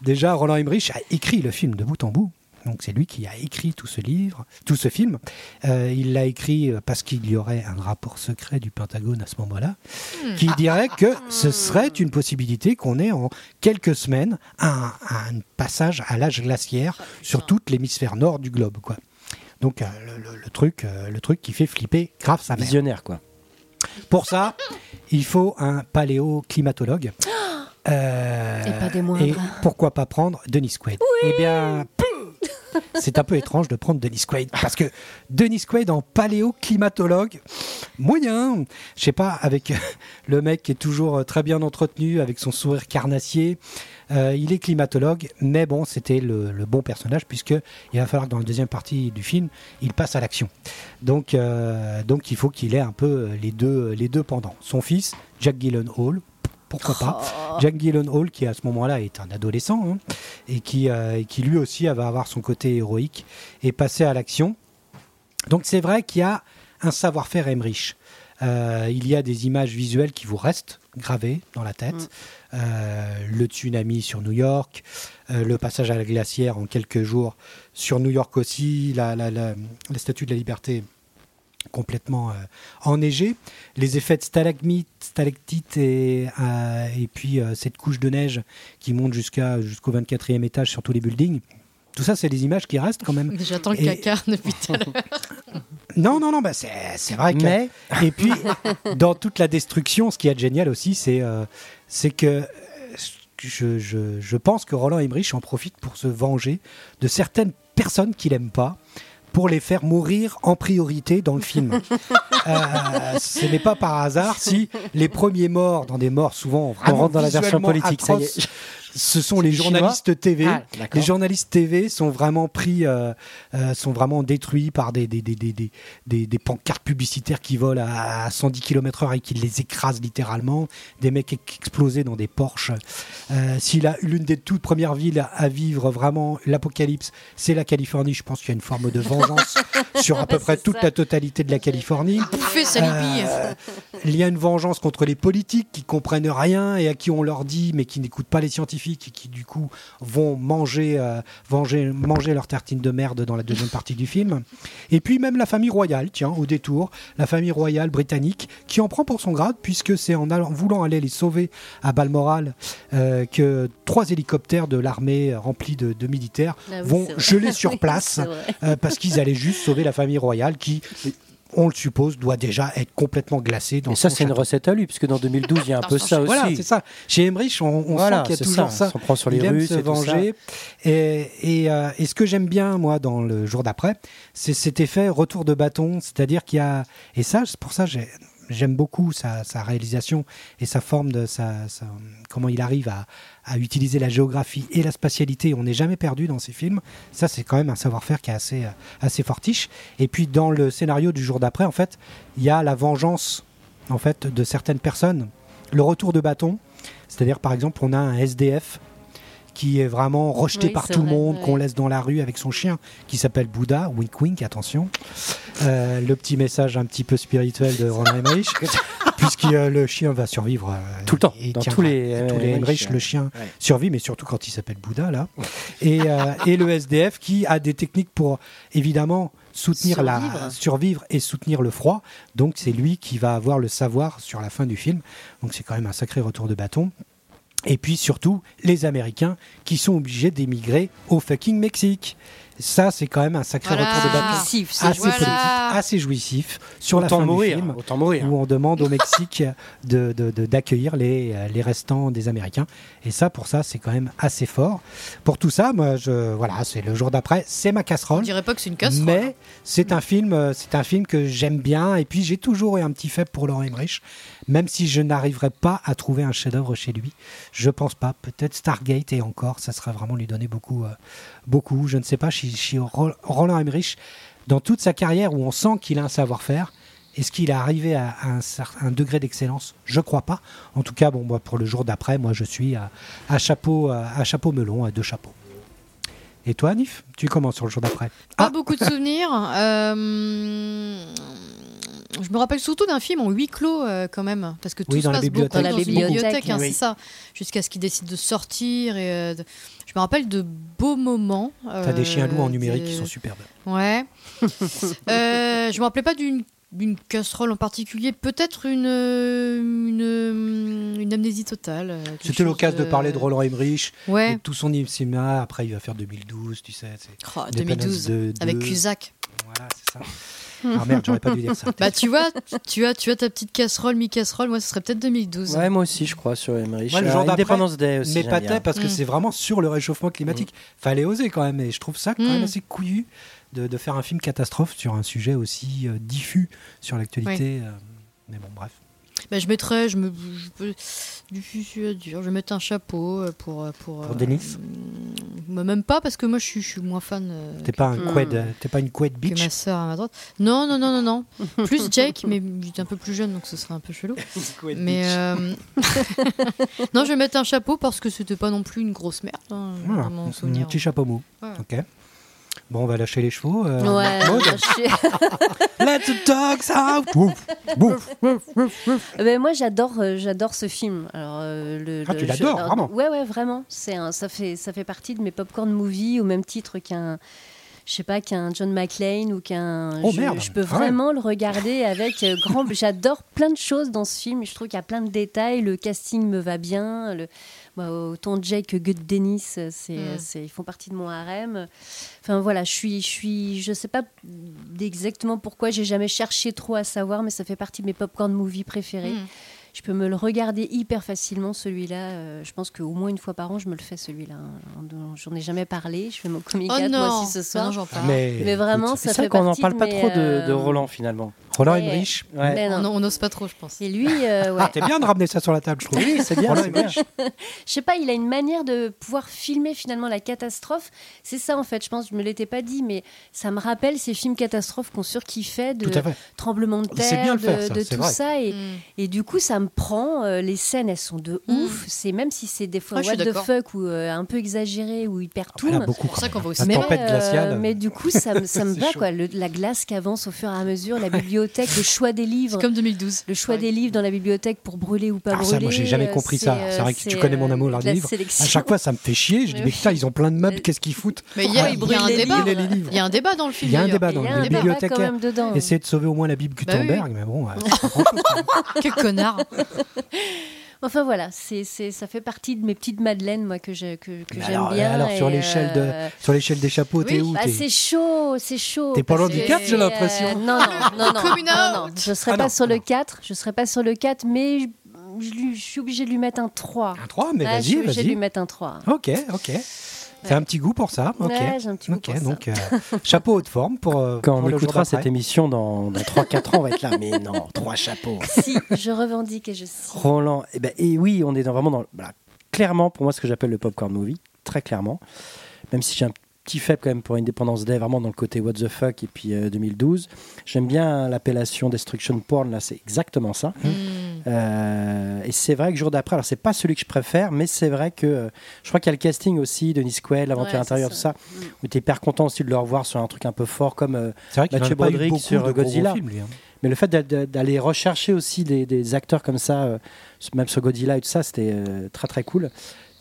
Speaker 1: déjà Roland Emmerich a écrit le film de bout en bout. Donc c'est lui qui a écrit tout ce livre, tout ce film. Euh, il l'a écrit euh, parce qu'il y aurait un rapport secret du Pentagone à ce moment-là,
Speaker 4: Hmm.
Speaker 1: qui dirait que ce serait une possibilité qu'on ait en quelques semaines un, un passage à l'âge glaciaire sur tout l'hémisphère nord du globe, quoi. Donc euh, le, le- le truc, euh, le truc qui fait flipper grave sa mère.
Speaker 3: Visionnaire quoi.
Speaker 1: Pour ça, il faut un paléoclimatologue. Euh,
Speaker 4: Et pas des moindres.
Speaker 1: et pourquoi pas prendre Denis Quaid Eh bien, c'est un peu étrange de prendre Denis Quaid parce que Denis Quaid en paléoclimatologue, moyen. Je sais pas, avec euh, le mec qui est toujours euh, très bien entretenu, avec son sourire carnassier. Euh, il est climatologue, mais bon, c'était le, le bon personnage puisque il va falloir que dans la deuxième partie du film, il passe à l'action. Donc, euh, donc il faut qu'il ait un peu euh, les deux, les deux pendants. Son fils, Jack Gyllenhaal, pourquoi pas. Jack Gyllenhaal qui à ce moment-là est un adolescent hein, et qui, euh, et qui lui aussi va avoir son côté héroïque et passer à l'action. Donc c'est vrai qu'il y a un savoir-faire Emmerich. Euh, il y a des images visuelles qui vous restent gravées dans la tête. Euh, le tsunami sur New York, euh, le passage à la glacière en quelques jours sur New York aussi, la, la, la- la statue de la liberté complètement euh, enneigée, les effets de stalagmites, stalactites et, euh, et puis euh, cette couche de neige qui monte jusqu'à, jusqu'au 24e étage sur tous les buildings. Tout ça, c'est des images qui restent quand même.
Speaker 2: Mais J'attends le
Speaker 1: Et-
Speaker 2: caca depuis tout à l'heure.
Speaker 1: Non, non, non, bah c'est, c'est vrai que...
Speaker 3: Mais
Speaker 1: Et puis, dans toute la destruction, ce qui est génial aussi, c'est euh, c'est que euh, je, je- je pense que Roland Emmerich en profite pour se venger de certaines personnes qu'il aime pas pour les faire mourir en priorité dans le film. Euh, ce n'est pas par hasard si les premiers morts, dans des morts souvent vraiment
Speaker 3: rentre dans la version
Speaker 1: visuellement
Speaker 3: politique, ça y est.
Speaker 1: atroces, ce sont les
Speaker 3: Chinois
Speaker 1: journalistes TV.
Speaker 3: Ah, d'accord.
Speaker 1: les journalistes TV sont vraiment pris, euh, euh, sont vraiment détruits par des, des, des, des, des, des- des pancartes publicitaires qui volent à 110 km/h et qui les écrasent littéralement. Des mecs ex- explosés dans des Porsche. Euh, si la- l'une des toutes premières villes à- à vivre vraiment l'apocalypse, c'est la Californie, je pense qu'il y a une forme de vengeance sur à peu près
Speaker 4: C'est
Speaker 1: toute
Speaker 4: ça.
Speaker 1: la totalité de la Californie.
Speaker 2: Bouffez Salibi
Speaker 1: Euh, il y a une vengeance contre les politiques qui comprennent rien et à qui on leur dit, mais qui n'écoutent pas les scientifiques et qui du coup vont manger, euh, venger- manger leur tartine de merde dans la deuxième partie du film. Et puis même la famille royale, tiens, au détour, la famille royale britannique qui en prend pour son grade puisque c'est en, allant- en voulant aller les sauver à Balmoral euh, que trois hélicoptères de l'armée euh, remplis de, de militaires
Speaker 4: Ah oui,
Speaker 1: vont
Speaker 4: c'est vrai.
Speaker 1: geler sur
Speaker 4: Oui,
Speaker 1: place
Speaker 4: c'est vrai.
Speaker 1: euh, parce qu'ils allaient juste sauver la famille royale qui, on le suppose, doit déjà être complètement glacée dans
Speaker 3: Et ça,
Speaker 1: son
Speaker 3: c'est une
Speaker 1: château.
Speaker 3: recette à lui, puisque dans 2012, il y a un
Speaker 2: Dans
Speaker 3: peu
Speaker 2: son
Speaker 3: ça aussi.
Speaker 1: Voilà, c'est ça. Chez Emmerich, on, on
Speaker 3: Voilà,
Speaker 1: sent qu'il y
Speaker 3: c'est
Speaker 1: a toujours
Speaker 3: ça.
Speaker 1: ça.
Speaker 3: On s'en prend sur les
Speaker 1: Il aime
Speaker 3: Russes
Speaker 1: se
Speaker 3: et tout ça.
Speaker 1: venger. Et, et, euh, et ce que j'aime bien, moi, dans le jour d'après, c'est cet effet retour de bâton. C'est-à-dire qu'il y a. Et ça, c'est pour ça, j'ai- J'aime beaucoup sa, sa réalisation et sa forme de sa, sa- comment il arrive à, à utiliser la géographie et la spatialité. On n'est jamais perdu dans ses films. Ça, c'est quand même un savoir-faire qui est assez, euh, assez fortiche. Et puis, dans le scénario du jour d'après, en fait, il y a la vengeance en fait, de certaines personnes. Le retour de bâton, c'est-à-dire, par exemple, on a un SDF qui est vraiment rejeté
Speaker 4: Oui,
Speaker 1: par
Speaker 4: c'est
Speaker 1: tout le
Speaker 4: vrai,
Speaker 1: monde,
Speaker 4: ouais.
Speaker 1: qu'on laisse dans la rue avec son chien, qui s'appelle Bouddha, wink wink, attention. Euh, le petit message un petit peu spirituel de Roland Emmerich, puisque euh, le chien va survivre. euh,
Speaker 3: Tout le temps,
Speaker 1: et
Speaker 3: dans
Speaker 1: tiendra.
Speaker 3: tous les, euh,
Speaker 1: Tous les Emmerich, le chien
Speaker 3: Ouais.
Speaker 1: survit, mais surtout quand il s'appelle Bouddha, là. Et, euh, et le SDF qui a des techniques pour, évidemment, soutenir la
Speaker 4: Survivre.
Speaker 1: survivre et soutenir le froid. Donc, c'est lui qui va avoir le savoir sur la fin du film. Donc, c'est quand même un sacré retour de bâton. Et puis surtout, les Américains qui sont obligés d'émigrer au fucking Mexique. Ça, c'est quand même un sacré
Speaker 2: Voilà.
Speaker 1: retour de bâton
Speaker 4: Jouissif, Ah, c'est
Speaker 1: assez
Speaker 2: Voilà.
Speaker 4: jouissif.
Speaker 1: politique, assez jouissif sur la
Speaker 3: Autant
Speaker 1: fin
Speaker 3: mourir,
Speaker 1: du film
Speaker 3: autant mourir.
Speaker 1: où on demande au Mexique de- de- de- d'accueillir les, euh, les restants des Américains. Et ça, pour ça, c'est quand même assez fort. Pour tout ça, moi, je, voilà, c'est le jour d'après, c'est ma
Speaker 2: On
Speaker 1: casserole.
Speaker 2: dirait pas que c'est une casserole.
Speaker 1: Mais c'est un film, euh, c'est un film que j'aime bien. Et puis j'ai toujours eu un petit faible pour Laurent Emmerich, même si je n'arriverai pas à trouver un chef-d'œuvre chez lui. Je pense pas. Peut-être Stargate et encore, ça serait vraiment lui donner beaucoup, euh, beaucoup. Je ne sais pas. Chez, chez Ro- Roland Emmerich, dans toute sa carrière où on sent qu'il a un savoir-faire. Est-ce qu'il est arrivé à à un, cer- un degré d'excellence Je crois pas. En tout cas, bon, moi, pour le jour d'après, moi, je suis à, à chapeau, euh, à, à chapeau melon, à deux chapeaux. Et toi, Anif, tu commences sur le jour d'après
Speaker 2: Pas
Speaker 1: Ah.
Speaker 2: beaucoup de souvenirs. Euh, Je me rappelle surtout d'un film en huis clos euh, quand même, parce que tout
Speaker 1: Oui,
Speaker 2: se
Speaker 1: dans la
Speaker 2: passe beaucoup
Speaker 1: bibliothèque.
Speaker 2: dans
Speaker 4: Dans
Speaker 2: une
Speaker 4: la
Speaker 2: bibliothèque,
Speaker 4: bibliothèque,
Speaker 2: hein,
Speaker 3: oui.
Speaker 2: c'est ça, jusqu'à ce qu'ils décident de sortir. Et, euh, de- Je me rappelle de beaux moments. euh,
Speaker 1: T'as des chiens loups en numérique
Speaker 2: qui
Speaker 1: qui sont superbes.
Speaker 2: Ouais. Euh, je me rappelais pas d'une d'une casserole en particulier, peut-être une, euh, une, une amnésie totale. euh, quelque
Speaker 1: C'était
Speaker 2: chose
Speaker 1: l'occasion de parler de Roland Emmerich, et
Speaker 2: euh, Ouais,
Speaker 1: de tout son cinéma. Après, il va faire 2012, tu sais. c'est
Speaker 2: Oh,
Speaker 1: Independence
Speaker 2: 2012,
Speaker 1: de- de-
Speaker 2: avec Cusack.
Speaker 1: Voilà, c'est ça. Ah merde, j'aurais pas dû dire ça.
Speaker 2: Bah tu vois, tu as, tu as ta petite casserole, mi-casserole, moi ce serait peut-être 2012.
Speaker 3: Ouais, moi aussi, je crois, sur Emmerich.
Speaker 1: Ouais, le
Speaker 3: Euh,
Speaker 1: genre d'après,
Speaker 3: Independence Day aussi.
Speaker 1: Mais
Speaker 3: j'aime
Speaker 1: pas
Speaker 3: bien. Mm.
Speaker 1: tel, parce que
Speaker 2: Mm.
Speaker 1: c'est vraiment sur le réchauffement climatique. Fallait oser quand même, et je trouve ça quand
Speaker 2: Mm.
Speaker 1: même assez couillu de, de faire un film catastrophe sur un sujet aussi euh, diffus sur l'actualité. euh, mais bon, bref.
Speaker 2: Bah, je mettrais, je me, je peux- du fusil à dur, je vais mettre un chapeau euh, pour euh, pour.
Speaker 1: Pour Denis
Speaker 2: euh, Même pas parce que moi je suis, je suis moins fan. euh,
Speaker 1: T'es pas un
Speaker 4: Mm.
Speaker 1: quad, euh, t'es pas une quad
Speaker 2: que
Speaker 1: bitch.
Speaker 2: ma sœur à ma droite. Non, non, non, non, non. Plus Jake, mais j'étais un peu plus jeune, donc ce serait un peu chelou. Mais euh, non, je vais mettre un chapeau parce que c'était pas non plus une grosse merde. hein,
Speaker 1: Voilà,
Speaker 2: dans mon
Speaker 1: Ah, un
Speaker 2: souvenir.
Speaker 1: petit chapeau mou.
Speaker 2: Voilà.
Speaker 1: Ok. Bon, on va lâcher les chevaux.
Speaker 3: Ah.
Speaker 1: euh,
Speaker 4: Ouais,
Speaker 1: Maud.
Speaker 4: je-
Speaker 1: Let the dogs out. Ouf, ouf.
Speaker 4: Ben, moi j'adore, euh, j'adore ce film. Alors, euh, le,
Speaker 1: Ah,
Speaker 4: le-
Speaker 1: tu
Speaker 4: je-
Speaker 1: l'adores,
Speaker 4: alors,
Speaker 1: vraiment
Speaker 4: Ouais, ouais, vraiment. C'est un- ça fait, ça fait partie de mes popcorn movies au même titre qu'un, je sais pas, qu'un John McClane ou qu'un.
Speaker 1: Oh,
Speaker 4: je,
Speaker 1: merde.
Speaker 4: je peux
Speaker 1: Ah ouais.
Speaker 4: vraiment le regarder avec euh, grand. J'adore plein de choses dans ce film. Je trouve qu'il y a plein de détails. Le casting me va bien. Le, moi, autant Jake que Good Dennis, euh, c'est,
Speaker 2: Mm.
Speaker 4: euh, c'est- ils font partie de mon harem. Enfin voilà, je suis, je suis, je sais pas exactement pourquoi j'ai jamais cherché trop à savoir, mais ça fait partie de mes popcorn movies préférés.
Speaker 2: Mm.
Speaker 4: Je peux me le regarder hyper facilement celui-là. Euh, je pense qu'au moins une fois par an, je me le fais celui-là. hein. J'en- J'en ai jamais parlé. Je fais mon coming
Speaker 2: Oh
Speaker 4: out,
Speaker 2: non,
Speaker 4: moi aussi ce
Speaker 2: Bah non,
Speaker 4: soir.
Speaker 2: j'en parle.
Speaker 1: Mais,
Speaker 4: Mais vraiment,
Speaker 1: écoute,
Speaker 4: ça
Speaker 3: C'est vrai
Speaker 4: fait
Speaker 3: qu'on n'en
Speaker 4: partie
Speaker 3: parle
Speaker 4: de
Speaker 3: pas
Speaker 4: mes,
Speaker 3: trop de, de
Speaker 4: euh,
Speaker 3: Roland finalement.
Speaker 1: Roland
Speaker 4: Ouais.
Speaker 1: Emmerich.
Speaker 3: Ouais.
Speaker 4: Mais non.
Speaker 2: On on n'ose pas trop, je pense.
Speaker 4: Et lui, euh, ouais.
Speaker 1: Ah, t'es bien de ramener ça sur la table, je trouve.
Speaker 3: Oui, c'est bien,
Speaker 1: Roland
Speaker 3: c'est bien.
Speaker 1: Emmerich.
Speaker 4: Je sais pas, il a une manière de pouvoir filmer finalement la catastrophe. C'est ça en fait, je pense, je me l'étais pas dit, mais ça me rappelle ces films catastrophes qu'on surkiffait de
Speaker 1: Tout à fait.
Speaker 4: tremblement de
Speaker 1: C'est
Speaker 4: terre,
Speaker 1: bien
Speaker 4: de,
Speaker 1: de faire ça,
Speaker 4: de
Speaker 1: c'est
Speaker 4: tout
Speaker 1: vrai.
Speaker 4: ça. Et,
Speaker 2: Mm.
Speaker 4: et du coup, ça me prend. euh, les scènes, elles sont de
Speaker 2: Mm.
Speaker 4: ouf. C'est même si c'est des fois
Speaker 2: Ouais, je
Speaker 4: what
Speaker 2: suis
Speaker 4: the
Speaker 2: d'accord.
Speaker 4: fuck ou euh, un peu exagéré ou hyper
Speaker 1: Ah, elle a
Speaker 4: tourne.
Speaker 1: beaucoup.
Speaker 2: pour ça
Speaker 1: quand
Speaker 2: qu'on va au
Speaker 1: même. La
Speaker 2: cinéma.
Speaker 1: tempête
Speaker 4: euh,
Speaker 1: glaciale.
Speaker 4: mais du coup, ça me, ça me
Speaker 1: C'est
Speaker 4: va
Speaker 1: chaud.
Speaker 4: quoi. Le- la glace qui avance au fur et à mesure, la bibliothèque, le choix des livres.
Speaker 2: C'est comme 2012.
Speaker 4: Le choix des livres dans la bibliothèque pour brûler ou pas
Speaker 1: Ah, ça,
Speaker 4: brûler.
Speaker 1: moi, j'ai jamais
Speaker 4: euh,
Speaker 1: compris ça.
Speaker 4: euh,
Speaker 1: C'est vrai que tu
Speaker 4: c'est,
Speaker 1: connais mon
Speaker 4: euh,
Speaker 1: amour, l'art
Speaker 4: de
Speaker 1: des
Speaker 4: la
Speaker 1: livres.
Speaker 4: sélection.
Speaker 1: À chaque fois, ça me fait chier. Je dis,
Speaker 2: Mais
Speaker 1: mais
Speaker 2: oui.
Speaker 1: putain, ils ont plein de meubles, qu'est-ce qu'ils foutent
Speaker 2: Mais il y a,
Speaker 1: Ouais,
Speaker 2: il y a un
Speaker 4: brûlent les
Speaker 2: débat.
Speaker 1: livres. Brûler les livres.
Speaker 2: Il y a un débat dans le film.
Speaker 1: Il y a un
Speaker 2: d'ailleurs.
Speaker 1: débat
Speaker 4: Il
Speaker 1: dans
Speaker 4: y a
Speaker 1: le
Speaker 4: un
Speaker 1: les
Speaker 4: débat quand
Speaker 1: bibliothécaires.
Speaker 4: même dedans.
Speaker 1: Essayer de sauver au moins la Bible Gutenberg,
Speaker 2: oui.
Speaker 1: mais bon, euh, ouais,
Speaker 2: Quel connard.
Speaker 4: Enfin voilà, c'est, c'est, ça fait partie de mes petites madeleines moi que, je, que, que
Speaker 1: Mais
Speaker 4: j'aime
Speaker 1: alors,
Speaker 4: bien.
Speaker 1: alors, sur
Speaker 4: et,
Speaker 1: l'échelle de-
Speaker 4: euh,
Speaker 1: sur l'échelle des chapeaux,
Speaker 2: Oui,
Speaker 1: t'es où
Speaker 4: bah,
Speaker 1: t'es-
Speaker 4: c'est chaud, c'est chaud.
Speaker 1: T'es pas
Speaker 4: parce
Speaker 1: loin du
Speaker 4: que-
Speaker 1: quatre, j'ai
Speaker 4: euh,
Speaker 1: l'impression.
Speaker 4: non, non, non, non,
Speaker 2: Coming
Speaker 4: non,
Speaker 2: out.
Speaker 4: non, Je serais
Speaker 1: Ah,
Speaker 4: pas
Speaker 1: non,
Speaker 4: sur le
Speaker 1: non.
Speaker 4: 4, je serais pas sur le 4, mais je, je lui- je suis obligée de lui mettre un 3.
Speaker 1: Un 3, mais
Speaker 4: Ah, je
Speaker 1: vas-y,
Speaker 4: suis obligée de lui
Speaker 1: vas-y.
Speaker 4: mettre un 3.
Speaker 1: Ok, ok. T'as un petit goût pour ça Ok.
Speaker 4: Ouais, j'ai un petit goût
Speaker 1: Ok,
Speaker 4: pour ça.
Speaker 1: donc euh, chapeau haute forme pour. euh,
Speaker 3: Quand on
Speaker 1: pour le jour
Speaker 3: écoutera
Speaker 1: d'après.
Speaker 3: cette émission dans, dans 3-4 ans, on va être là. Mais non, trois chapeaux.
Speaker 4: Si, je revendique et je suis.
Speaker 3: Roland, eh ben, et oui, on est dans, vraiment dans. voilà, clairement, pour moi, ce que j'appelle le popcorn movie, très clairement. Même si j'ai un petit faible quand même pour Independence Day, vraiment dans le côté what the fuck et puis euh, 2012. J'aime bien l'appellation Destruction Porn, là, c'est exactement ça.
Speaker 1: Mmh.
Speaker 2: Mm.
Speaker 3: Euh, et c'est vrai que jour d'après, alors c'est pas celui que je préfère, mais c'est vrai que euh, je crois qu'il y a le casting aussi, Denis Quaid, l'aventure
Speaker 4: Ouais,
Speaker 3: intérieure, tout
Speaker 4: c'est ça. Mm.
Speaker 3: ça. Où t'es hyper content aussi de le revoir sur un truc un peu fort comme. euh,
Speaker 1: C'est vrai qu'il
Speaker 3: Mathieu
Speaker 1: en a pas eu
Speaker 3: Broderick
Speaker 1: beaucoup
Speaker 3: sur
Speaker 1: de gros
Speaker 3: Godzilla.
Speaker 1: films, lui, hein.
Speaker 3: mais le fait d'a- d'a- d'aller rechercher aussi des, des acteurs comme ça, euh, même sur Godzilla et tout ça, c'était euh, très très cool.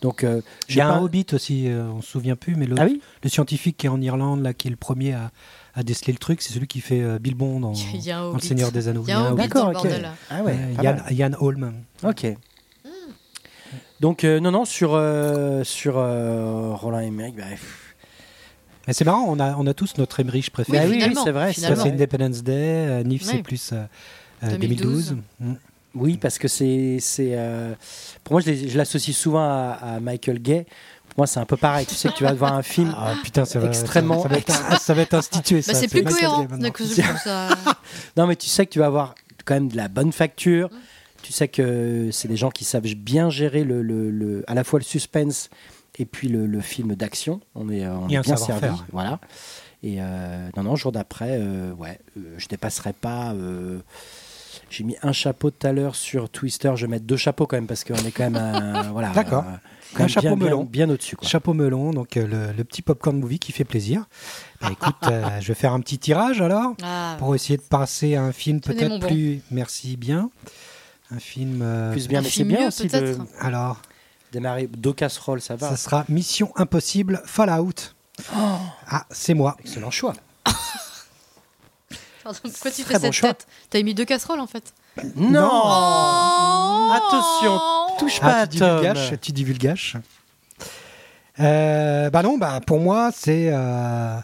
Speaker 3: Donc, euh,
Speaker 1: Il
Speaker 3: j'ai
Speaker 1: y a
Speaker 3: pas-
Speaker 1: un Hobbit aussi, euh, on se souvient plus, mais le,
Speaker 3: Ah oui
Speaker 1: le scientifique qui est en Irlande, là, qui est le premier à, à déceler le truc, c'est celui qui fait euh, Bilbon dans,
Speaker 2: Il y a un
Speaker 1: dans Le
Speaker 2: Hobbit.
Speaker 1: Seigneur des Anneaux.
Speaker 2: Il y a un Hobbit
Speaker 3: D'accord,
Speaker 2: dans le
Speaker 3: ok.
Speaker 2: bordel.
Speaker 3: Ah ouais,
Speaker 1: Euh,
Speaker 3: pas
Speaker 1: Yann,
Speaker 3: mal.
Speaker 1: Yann Holm.
Speaker 3: Ok.
Speaker 1: Hmm.
Speaker 3: Donc, euh, non, non, sur, euh, sur euh, Roland Emmerich, bah, pff,
Speaker 1: Mais c'est marrant, on a, on a tous notre Emmerich
Speaker 2: Oui,
Speaker 1: préféré.
Speaker 3: bah oui,
Speaker 2: finalement,
Speaker 3: c'est vrai. c'est
Speaker 1: Ça,
Speaker 2: finalement.
Speaker 1: c'est
Speaker 3: vrai.
Speaker 1: Independence Day, euh, Nif,
Speaker 2: Ouais.
Speaker 1: c'est plus euh, euh,
Speaker 2: 2012.
Speaker 1: 2012. Mm.
Speaker 3: Oui, parce que c'est. c'est, euh, Pour moi, je les- je l'associe souvent à, à Michael Gay. Pour moi, c'est un peu pareil. Tu sais que tu vas voir un film.
Speaker 1: Ah putain, ça va,
Speaker 3: Extrêmement-
Speaker 1: ça, va être, ah, ça va être institué.
Speaker 2: Bah,
Speaker 1: ça,
Speaker 2: c'est plus
Speaker 1: Michael
Speaker 2: cohérent
Speaker 1: Bay maintenant.
Speaker 2: de que je trouve ça.
Speaker 3: Non, mais tu sais que tu vas avoir quand même de la bonne facture. Tu sais que c'est des gens qui savent bien gérer le, le- le- à la fois le suspense et puis le, le film d'action. On est, euh, on
Speaker 1: Il y a
Speaker 3: est
Speaker 1: un
Speaker 3: bien servi.
Speaker 1: savoir-faire, ouais.
Speaker 3: Voilà. Et euh, non, non, jour d'après, euh, ouais, euh, je dépasserai pas. euh, j'ai mis un chapeau tout à l'heure sur Twister. Je vais mettre deux chapeaux quand même parce qu'on est quand même. euh, voilà,
Speaker 1: D'accord.
Speaker 3: euh,
Speaker 1: Un chapeau
Speaker 3: bien, bien-
Speaker 1: melon.
Speaker 3: Bien, au-dessus. quoi.
Speaker 1: Chapeau melon, donc euh, le, le petit popcorn movie qui fait plaisir. Bah, écoute, euh, je vais faire un petit tirage alors
Speaker 2: Ah,
Speaker 1: pour essayer de passer à un film
Speaker 2: Tenez mon
Speaker 1: peut-être
Speaker 2: bon.
Speaker 1: plus. Merci bien. Un film. euh,
Speaker 3: Plus bien,
Speaker 2: un
Speaker 3: mais c'est
Speaker 2: film
Speaker 3: bien
Speaker 2: mieux,
Speaker 3: aussi de
Speaker 2: peut-être.
Speaker 1: Alors,
Speaker 3: démarrer deux casseroles, ça va.
Speaker 1: ça sera Mission Impossible Fallout.
Speaker 2: Oh.
Speaker 1: Ah, c'est moi.
Speaker 3: Excellent choix.
Speaker 2: Pardon, pourquoi tu
Speaker 3: Très
Speaker 2: fais
Speaker 3: bon
Speaker 2: cette
Speaker 3: choix.
Speaker 2: tête T'as mis deux casseroles en fait.
Speaker 3: non Attention,
Speaker 2: Oh
Speaker 3: touche pas
Speaker 1: Ah,
Speaker 3: à
Speaker 1: tu
Speaker 3: Tom.
Speaker 1: divulgaches, tu divulgaches. Euh, bah non, bah pour moi c'est euh,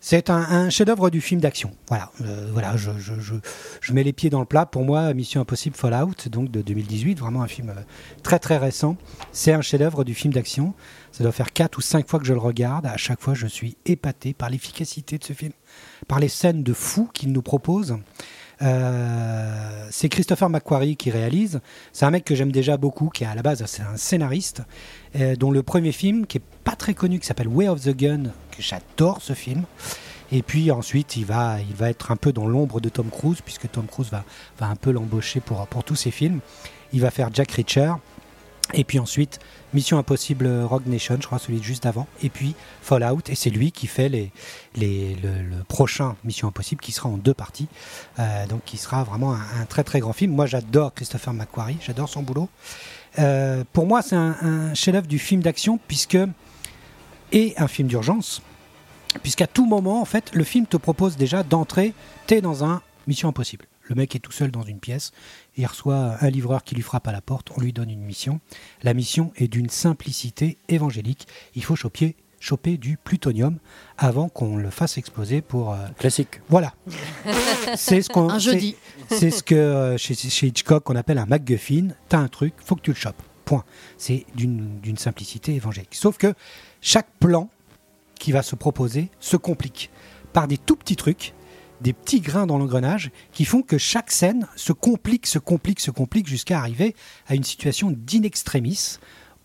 Speaker 1: c'est un, un chef-d'œuvre du film d'action. Voilà, euh, voilà, je, je, je, je mets les pieds dans le plat. Pour moi, Mission Impossible Fallout, donc de 2018, vraiment un film euh, très très récent. C'est un chef-d'œuvre du film d'action. Ça doit faire quatre ou cinq fois que je le regarde. À chaque fois, je suis épaté par l'efficacité de ce film, par les scènes de fou qu'il nous propose. Euh, c'est Christopher McQuarrie qui réalise. C'est un mec que j'aime déjà beaucoup, qui est à la base c'est un scénariste, euh, dont le premier film, qui est pas très connu, qui s'appelle Way of the Gun, que j'adore ce film. Et puis ensuite, il va, il va être un peu dans l'ombre de Tom Cruise, puisque Tom Cruise va, va un peu l'embaucher pour, pour tous ses films. Il va faire Jack Reacher. Et puis ensuite, Mission Impossible euh, Rogue Nation, je crois celui de juste avant. Et puis Fallout. Et c'est lui qui fait les, les, le, le prochain Mission Impossible, qui sera en deux parties. Euh, donc qui sera vraiment un, un très très grand film. Moi j'adore Christopher McQuarrie, j'adore son boulot. Euh, pour moi c'est un, un chef-d'œuvre du film d'action puisque et un film d'urgence puisqu'à tout moment en fait le film te propose déjà d'entrer t'es dans un Mission Impossible. Le mec est tout seul dans une pièce, il reçoit un livreur qui lui frappe à la porte, on lui donne une mission. La mission est d'une simplicité évangélique. Il faut choper, choper du plutonium avant qu'on le fasse exploser pour euh,
Speaker 3: Classique.
Speaker 1: voilà. c'est ce qu'on.
Speaker 2: Un
Speaker 1: c'est-
Speaker 2: jeudi.
Speaker 1: C'est ce que euh, chez, chez Hitchcock on appelle un MacGuffin. T'as un truc, faut que tu le chopes. Point. C'est d'une d'une simplicité évangélique. Sauf que chaque plan qui va se proposer se complique par des tout petits trucs, des petits grains dans l'engrenage qui font que chaque scène se complique, se complique, se complique jusqu'à arriver à une situation d'in extremis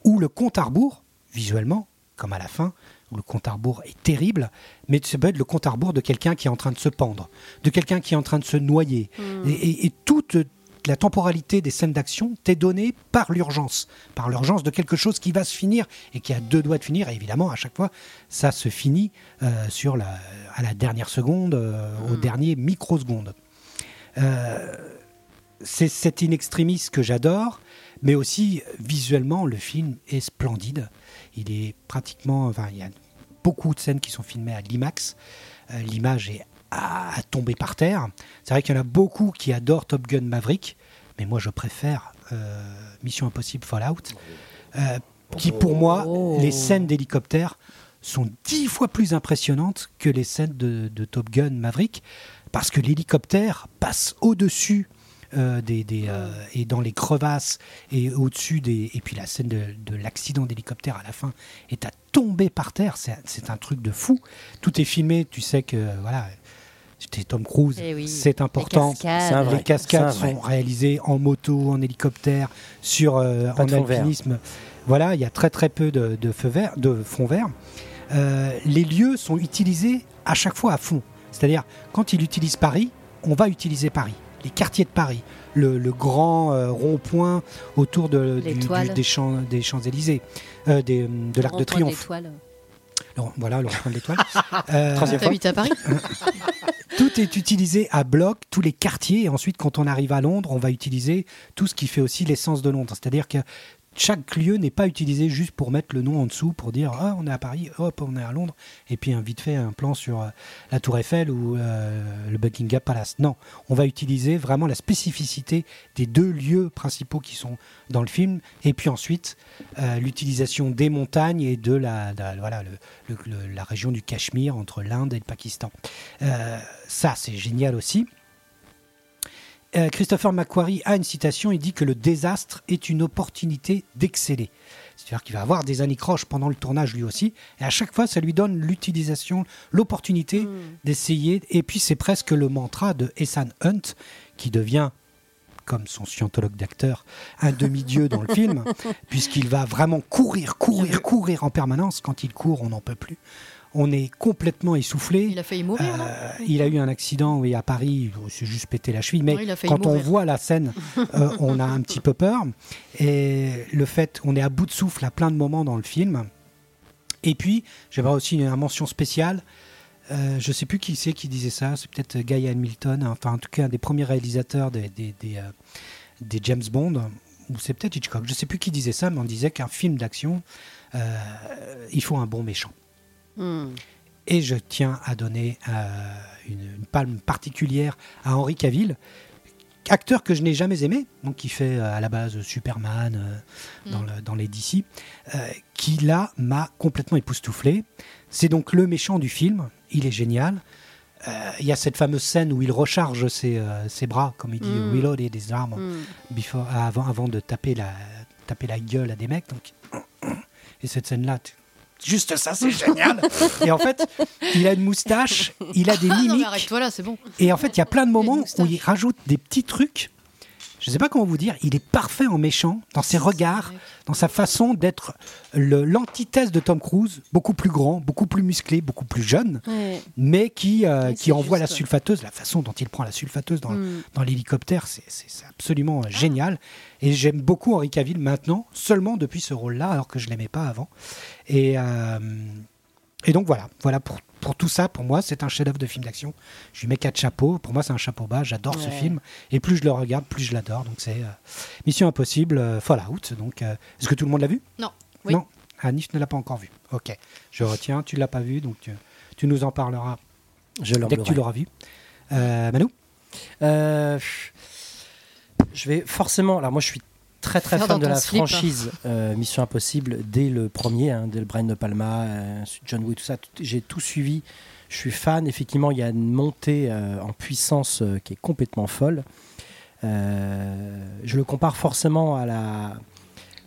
Speaker 1: où le compte à rebours, visuellement, comme à la fin, où le compte à rebours est terrible, mais ça peut être le compte à rebours de quelqu'un qui est en train de se pendre, de quelqu'un qui est en train de se noyer. Et, et- et toute la temporalité des scènes d'action t'est donnée par l'urgence, par l'urgence de quelque chose qui va se finir et qui a deux doigts de finir. Et évidemment, à chaque fois, ça se finit euh, sur la, à la dernière seconde, euh, au dernier microseconde. Euh, c'est cet in extremis que j'adore, mais aussi visuellement, le film est splendide. Il est pratiquement. Enfin, il y a beaucoup de scènes qui sont filmées à l'IMAX. Euh, L'image est à, à tomber par terre. C'est vrai qu'il y en a beaucoup qui adorent Top Gun Maverick, mais moi je préfère euh, Mission Impossible Fallout, euh, qui pour moi,
Speaker 2: Oh.
Speaker 1: les scènes d'hélicoptère sont dix fois plus impressionnantes que les scènes de, de Top Gun Maverick, parce que l'hélicoptère passe au-dessus euh, des, des, euh, et dans les crevasses et au-dessus des et puis la scène de, de l'accident d'hélicoptère à la fin est à tomber par terre c'est un- c'est un truc de fou tout est filmé tu sais que voilà c'était Tom Cruise
Speaker 4: Eh oui.
Speaker 1: c'est important
Speaker 4: cascades.
Speaker 3: C'est un vrai.
Speaker 1: les cascades
Speaker 3: C'est un vrai.
Speaker 1: sont réalisées en moto en hélicoptère sur euh,
Speaker 3: Pas
Speaker 1: en
Speaker 3: de fond vert.
Speaker 1: alpinisme voilà il y a très très peu de, de feu vert de fond vert euh, les lieux sont utilisés à chaque fois à fond. C'est-à-dire, quand il utilise Paris, on va utiliser Paris, les quartiers de Paris, le, le grand euh, rond-point autour de, du-
Speaker 4: L'étoile.
Speaker 1: du- des, champs, des Champs-Élysées, euh, des, hum, de l'Arc de
Speaker 4: Rond-point
Speaker 1: Triomphe.
Speaker 4: d'étoile.
Speaker 1: Le rond- voilà, le rond-point de l'étoile. Euh,
Speaker 3: Troisième fois.
Speaker 2: T'habites à Paris
Speaker 1: tout est utilisé à bloc, tous les quartiers. Et ensuite, quand on arrive à Londres, on va utiliser tout ce qui fait aussi l'essence de Londres. C'est-à-dire que chaque lieu n'est pas utilisé juste pour mettre le nom en dessous, pour dire ah, on est à Paris, hop, on est à Londres, et puis un vite fait un plan sur euh, la Tour Eiffel ou euh, le Buckingham Palace. Non, on va utiliser vraiment la spécificité des deux lieux principaux qui sont dans le film, et puis ensuite euh, l'utilisation des montagnes et de la, de- voilà, le- le- le- la région du Cachemire entre l'Inde et le Pakistan. Euh, ça, c'est génial aussi. Euh, Christopher McQuarrie a une citation, il dit que le désastre est une opportunité d'exceller. C'est-à-dire qu'il va avoir des anicroches pendant le tournage lui aussi, et à chaque fois, ça lui donne l'utilisation, l'opportunité d'essayer, et puis c'est presque le mantra de Ethan Hunt, qui devient, comme son scientologue d'acteur, un demi-dieu dans le film, puisqu'il va vraiment courir, courir, courir en permanence. Quand il court, on n'en peut plus. On est complètement essoufflé.
Speaker 2: Il a failli mourir, non
Speaker 1: Euh, il a eu un accident oui, à Paris, il s'est juste pété la cheville, mais
Speaker 2: Oui, il a failli
Speaker 1: quand on
Speaker 2: mourir.
Speaker 1: voit la scène, euh, on a un petit peu peur. Et le fait, on est à bout de souffle à plein de moments dans le film. Et puis, j'aimerais aussi une, une mention spéciale. Euh, je sais plus qui c'est qui disait ça, c'est peut-être Guy Hamilton, hein, enfin en tout cas un des premiers réalisateurs des, des, des, euh, des James Bond, ou c'est peut-être Hitchcock, je sais plus qui disait ça, mais on disait qu'un film d'action, euh, il faut un bon méchant.
Speaker 4: Hmm.
Speaker 1: Et je tiens à donner euh, une, une palme particulière à Henri Cavill, acteur que je n'ai jamais aimé, donc qui fait euh, à la base Superman
Speaker 2: Mm.
Speaker 1: euh, dans, le- dans les DC, euh, qui là m'a complètement époustouflé. C'est donc le méchant du film, il est génial. Euh, Il y a cette fameuse scène où il recharge ses, euh, ses bras, comme il dit,
Speaker 4: Mm.
Speaker 1: reload et des armes
Speaker 4: Hmm.
Speaker 1: before- avant, avant de taper la, taper la gueule à des mecs. Donc. Et cette scène-là, tu- juste ça, c'est génial. Et en fait, il a une moustache, il a des
Speaker 2: Ah non, mais
Speaker 1: mimiques.
Speaker 2: arrête-toi là, c'est bon.
Speaker 1: Et en fait, il y a plein de moments où
Speaker 2: moustache.
Speaker 1: il rajoute des petits trucs. Je ne sais pas comment vous dire, il est parfait en méchant, dans ses regards, dans sa façon d'être le- l'antithèse de Tom Cruise, beaucoup plus grand, beaucoup plus musclé, beaucoup plus jeune,
Speaker 4: Ouais.
Speaker 1: mais qui, euh,
Speaker 4: Ouais,
Speaker 1: qui
Speaker 4: c'est
Speaker 1: envoie la
Speaker 4: juste.
Speaker 1: sulfateuse, la façon dont il prend la sulfateuse dans,
Speaker 4: Hmm. Ah.
Speaker 1: dans l'hélicoptère, c'est- c'est c'est absolument euh, génial. Et j'aime beaucoup Henri Cavill maintenant, seulement depuis ce rôle-là, alors que je ne l'aimais pas avant. Et, euh, et donc voilà, voilà pour, pour tout ça, pour moi, c'est un chef-d'œuvre de film d'action. Je lui mets quatre chapeaux. Pour moi, c'est un chapeau bas. J'adore ce
Speaker 4: Ouais.
Speaker 1: film. Et plus je le regarde, plus je l'adore. Donc c'est euh, Mission Impossible, euh, Fallout. Donc euh, est-ce que tout le monde l'a vu
Speaker 2: Non. Oui.
Speaker 1: Non. Anif ne l'a pas encore vu. Ok, je retiens. Tu l'as pas vu, donc tu, tu nous en parleras dès que
Speaker 3: Je
Speaker 1: tu
Speaker 3: l'embellerai.
Speaker 1: l'auras vu. Euh, Manu
Speaker 3: Euh, je vais forcément. Alors moi, je suis très très
Speaker 2: Faire
Speaker 3: fan
Speaker 2: dans
Speaker 3: de
Speaker 2: ton
Speaker 3: la
Speaker 2: slip. hein.
Speaker 3: franchise euh, Mission Impossible dès le premier, hein, dès le Brian De Palma, euh, John Woo, tout ça. tout- J'ai tout suivi. Je suis fan. Effectivement, il y a une montée euh, en puissance euh, qui est complètement folle. Euh, je le compare forcément à la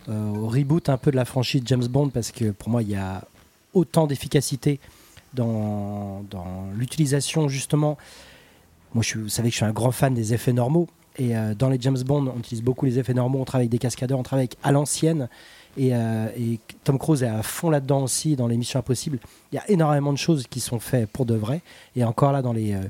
Speaker 3: euh, au reboot un peu de la franchise James Bond parce que pour moi, il y a autant d'efficacité dans, dans l'utilisation justement Moi, je suis- vous savez que je suis un grand fan des effets normaux. Et euh, dans les James Bond, on utilise beaucoup les effets normaux. On travaille avec des cascadeurs, on travaille avec à l'ancienne. Et, euh, et Tom Cruise est à fond là-dedans aussi, dans les Missions Impossibles. Il y a énormément de choses qui sont faites pour de vrai. Et encore là, dans les, euh,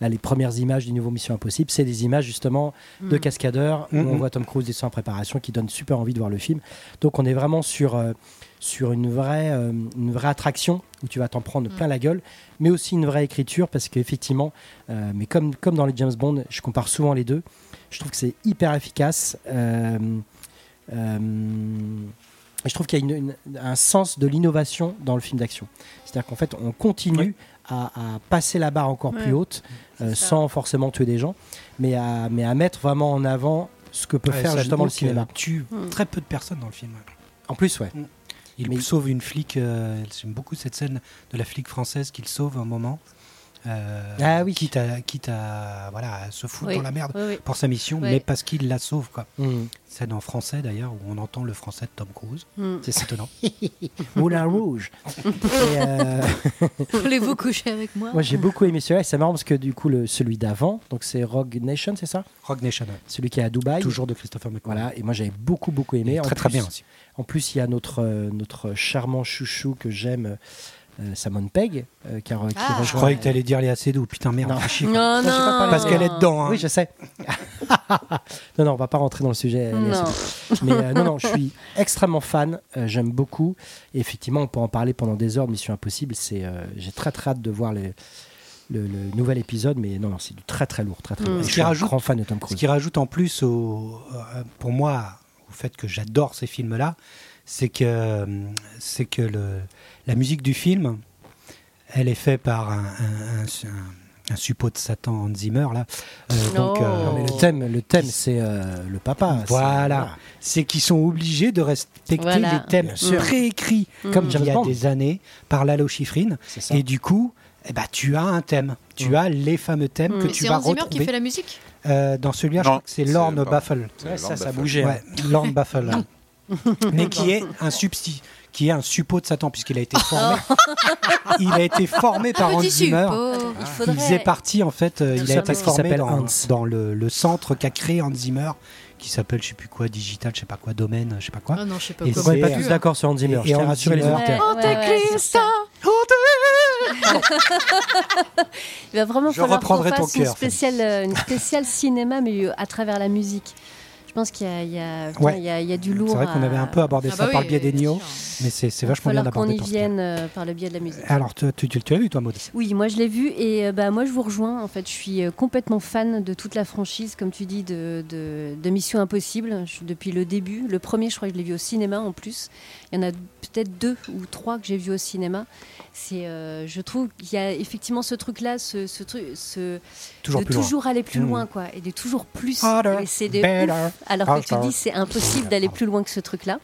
Speaker 3: là, les premières images du nouveau Mission Impossible, c'est des images justement de
Speaker 2: Mm.
Speaker 3: cascadeurs où
Speaker 1: Mhm.
Speaker 3: on voit Tom Cruise descendre en préparation qui donne super envie de voir le film. Donc on est vraiment sur, euh, sur une, vraie, euh, une vraie attraction où tu vas t'en prendre
Speaker 2: Mm.
Speaker 3: plein la gueule, mais aussi une vraie écriture parce qu'effectivement, euh, mais comme, comme dans les James Bond, je compare souvent les deux. Je trouve que c'est hyper efficace. euh, euh, je trouve qu'il y a une- une- un sens de l'innovation dans le film d'action. C'est-à-dire qu'en fait, on continue
Speaker 1: Oui.
Speaker 3: à, à passer la barre encore
Speaker 2: Ouais.
Speaker 3: plus haute, euh,
Speaker 2: C'est ça.
Speaker 3: sans forcément tuer des gens, mais à, mais à mettre vraiment en avant ce que peut
Speaker 1: Ouais,
Speaker 3: faire
Speaker 1: Sam
Speaker 3: justement le
Speaker 1: Hawke,
Speaker 3: cinéma.
Speaker 1: euh, tue
Speaker 4: Mm.
Speaker 1: très peu de personnes dans le film.
Speaker 3: En plus, ouais.
Speaker 1: Il
Speaker 3: Mais-
Speaker 1: sauve une flic. euh, J'aime beaucoup cette scène de la flic française qu'il sauve un moment. euh,
Speaker 3: Ah oui.
Speaker 1: Quitte à, quitte à, voilà, à se foutre
Speaker 4: Oui.
Speaker 1: dans la merde
Speaker 4: Oui, oui.
Speaker 1: pour sa mission,
Speaker 4: Ouais.
Speaker 1: mais parce qu'il la sauve. Quoi.
Speaker 3: Mm.
Speaker 1: Scène en français d'ailleurs, où on entend le français de Tom Cruise.
Speaker 4: Mm.
Speaker 1: C'est étonnant.
Speaker 3: Moulin Rouge. Et, euh,
Speaker 2: Voulez-vous coucher avec moi
Speaker 3: moi, j'ai beaucoup aimé celui-là. et C'est marrant parce que du coup, le, celui d'avant, donc c'est Rogue Nation, c'est ça
Speaker 1: Rock Nation, ouais.
Speaker 3: Celui qui est à Dubaï.
Speaker 1: toujours de Christopher McQuarrie.
Speaker 3: Voilà, et moi j'avais beaucoup beaucoup
Speaker 1: Il est
Speaker 3: aimé. En
Speaker 1: très très
Speaker 3: plus-
Speaker 1: bien aussi.
Speaker 3: En plus, il y a notre, euh, notre charmant chouchou que j'aime, euh, Samon Pegg, euh, qui, a re- qui
Speaker 2: Ah.
Speaker 1: Je
Speaker 3: rejoint-
Speaker 1: croyais que t'allais dire les assez doux. Putain, merde,
Speaker 3: Non.
Speaker 1: fais chier, quoi.
Speaker 4: Non, Oh,
Speaker 3: j'ai pas
Speaker 4: non.
Speaker 3: parlé.
Speaker 1: Parce qu'elle est dedans. hein.
Speaker 3: Oui, je sais. non, non, on va pas rentrer dans le sujet. euh,
Speaker 4: Non.
Speaker 3: Mais euh, non, non, je suis extrêmement fan. euh, J'aime beaucoup. Et effectivement, on peut en parler pendant des heures. de Mission Impossible, c'est. euh, J'ai très très hâte de voir les- le, le nouvel épisode. Mais non, non, c'est du très très lourd, très très
Speaker 4: Mm.
Speaker 3: lourd. Et
Speaker 1: Ce
Speaker 3: Je
Speaker 1: qui
Speaker 3: suis un
Speaker 1: rajoute-
Speaker 3: grand fan de Tom
Speaker 1: Ce
Speaker 3: Cruise.
Speaker 1: qui rajoute en plus, au, euh, pour moi, au fait que j'adore ces films-là, c'est que, euh, c'est que le, la musique du film, elle est faite par un, un- un- un- un suppôt de Satan, Hans Zimmer, là. Euh, donc,
Speaker 4: Oh.
Speaker 1: euh,
Speaker 3: Non, mais le thème, le thème, c'est euh, le papa. c'est-
Speaker 1: Voilà. C'est qu'ils sont obligés de respecter
Speaker 4: Voilà.
Speaker 1: les thèmes
Speaker 3: Bien sûr.
Speaker 1: préécrits,
Speaker 2: Mm.
Speaker 3: Comme
Speaker 1: comme il
Speaker 3: James
Speaker 1: y a
Speaker 3: Bond.
Speaker 1: des années, par Lalo Schifrin.
Speaker 3: C'est ça.
Speaker 1: Et du coup, eh ben, tu as un thème. Tu as les fameux thèmes
Speaker 4: Mm.
Speaker 1: que
Speaker 2: Mais
Speaker 1: tu
Speaker 2: c'est
Speaker 1: vas
Speaker 2: Hans Zimmer qui
Speaker 1: retrouver.
Speaker 2: fait la musique
Speaker 1: Euh, dans celui-là, je
Speaker 5: Non,
Speaker 1: crois que c'est
Speaker 5: c'est
Speaker 1: Lorne
Speaker 5: pas-
Speaker 1: Buffalo.
Speaker 5: C'est Ouais, ça, Lorne ça Buffalo.
Speaker 3: bougeait.
Speaker 1: Ouais, Lorne Buffalo. Mais qui est un substi, qui est un suppôt de Satan, puisqu'il a été formé. il a été formé par
Speaker 2: Un
Speaker 1: Hans
Speaker 2: petit
Speaker 1: Zimmer.
Speaker 2: suppôt.
Speaker 4: Il
Speaker 1: Il faisait
Speaker 4: faudrait.
Speaker 1: partie, en fait, euh,
Speaker 4: Tout
Speaker 1: il a
Speaker 4: ça
Speaker 1: été
Speaker 4: parce qu'il
Speaker 1: formé
Speaker 3: s'appelle
Speaker 1: dans,
Speaker 3: Hans.
Speaker 1: dans le, le centre qu'a créé Hans Zimmer, qui s'appelle, je sais plus quoi, digital, je sais pas quoi, domaine, je sais pas quoi.
Speaker 2: Ah non, je sais pas
Speaker 1: Et
Speaker 3: Donc,
Speaker 2: quoi.
Speaker 3: on n'est pas
Speaker 1: C'est,
Speaker 3: tous
Speaker 1: euh,
Speaker 3: d'accord sur Hans Zimmer.
Speaker 1: et
Speaker 3: Je tiens à
Speaker 1: Hans
Speaker 3: rassurer les
Speaker 1: Zimmer-
Speaker 3: auditeurs.
Speaker 2: Antéchrist,
Speaker 4: Il va vraiment
Speaker 1: Je
Speaker 4: falloir qu'on
Speaker 1: reprendrai ton
Speaker 4: fasse une
Speaker 1: cœur,
Speaker 4: spéciale, euh, une spéciale cinéma, mais euh, à travers la musique. Je pense qu'il y, a- il y a- putain,
Speaker 1: Ouais.
Speaker 4: il y a- il y a du
Speaker 1: C'est
Speaker 4: lourd. euh,
Speaker 1: vrai qu'on
Speaker 4: à-
Speaker 1: avait un peu abordé
Speaker 2: Ah
Speaker 1: ça
Speaker 2: bah
Speaker 1: par
Speaker 2: oui,
Speaker 1: le biais des
Speaker 2: bien
Speaker 1: Nio,
Speaker 2: sûr.
Speaker 1: mais c'est, c'est
Speaker 4: Il va
Speaker 1: vachement bien
Speaker 4: falloir qu'on
Speaker 1: d'abordé.
Speaker 4: y
Speaker 1: par ce
Speaker 4: vienne euh, par le biais de la musique.
Speaker 1: biais. Alors, tu, tu- tu- tu l'as vu, toi, Maud
Speaker 4: Oui, moi je l'ai vu et euh, bah, moi je vous rejoins. En fait, je suis euh, complètement fan de toute la franchise, comme tu dis, de, de, de Mission Impossible. Je suis depuis le début, le premier, je crois que je l'ai vu au cinéma en plus. Il y en a peut-être deux ou trois que j'ai vu au cinéma. C'est, euh, je trouve qu'il y a effectivement ce truc-là, ce, ce truc, ce
Speaker 1: Toujours
Speaker 4: de
Speaker 1: plus loin.
Speaker 4: toujours aller plus
Speaker 1: Mmh.
Speaker 4: loin, quoi, et de toujours plus.
Speaker 1: Harder,
Speaker 4: Et c'est des
Speaker 1: better,
Speaker 4: ouf.
Speaker 3: Ah,
Speaker 4: Alors que tu
Speaker 1: faster.
Speaker 4: dis, c'est impossible d'aller plus loin que ce truc-là.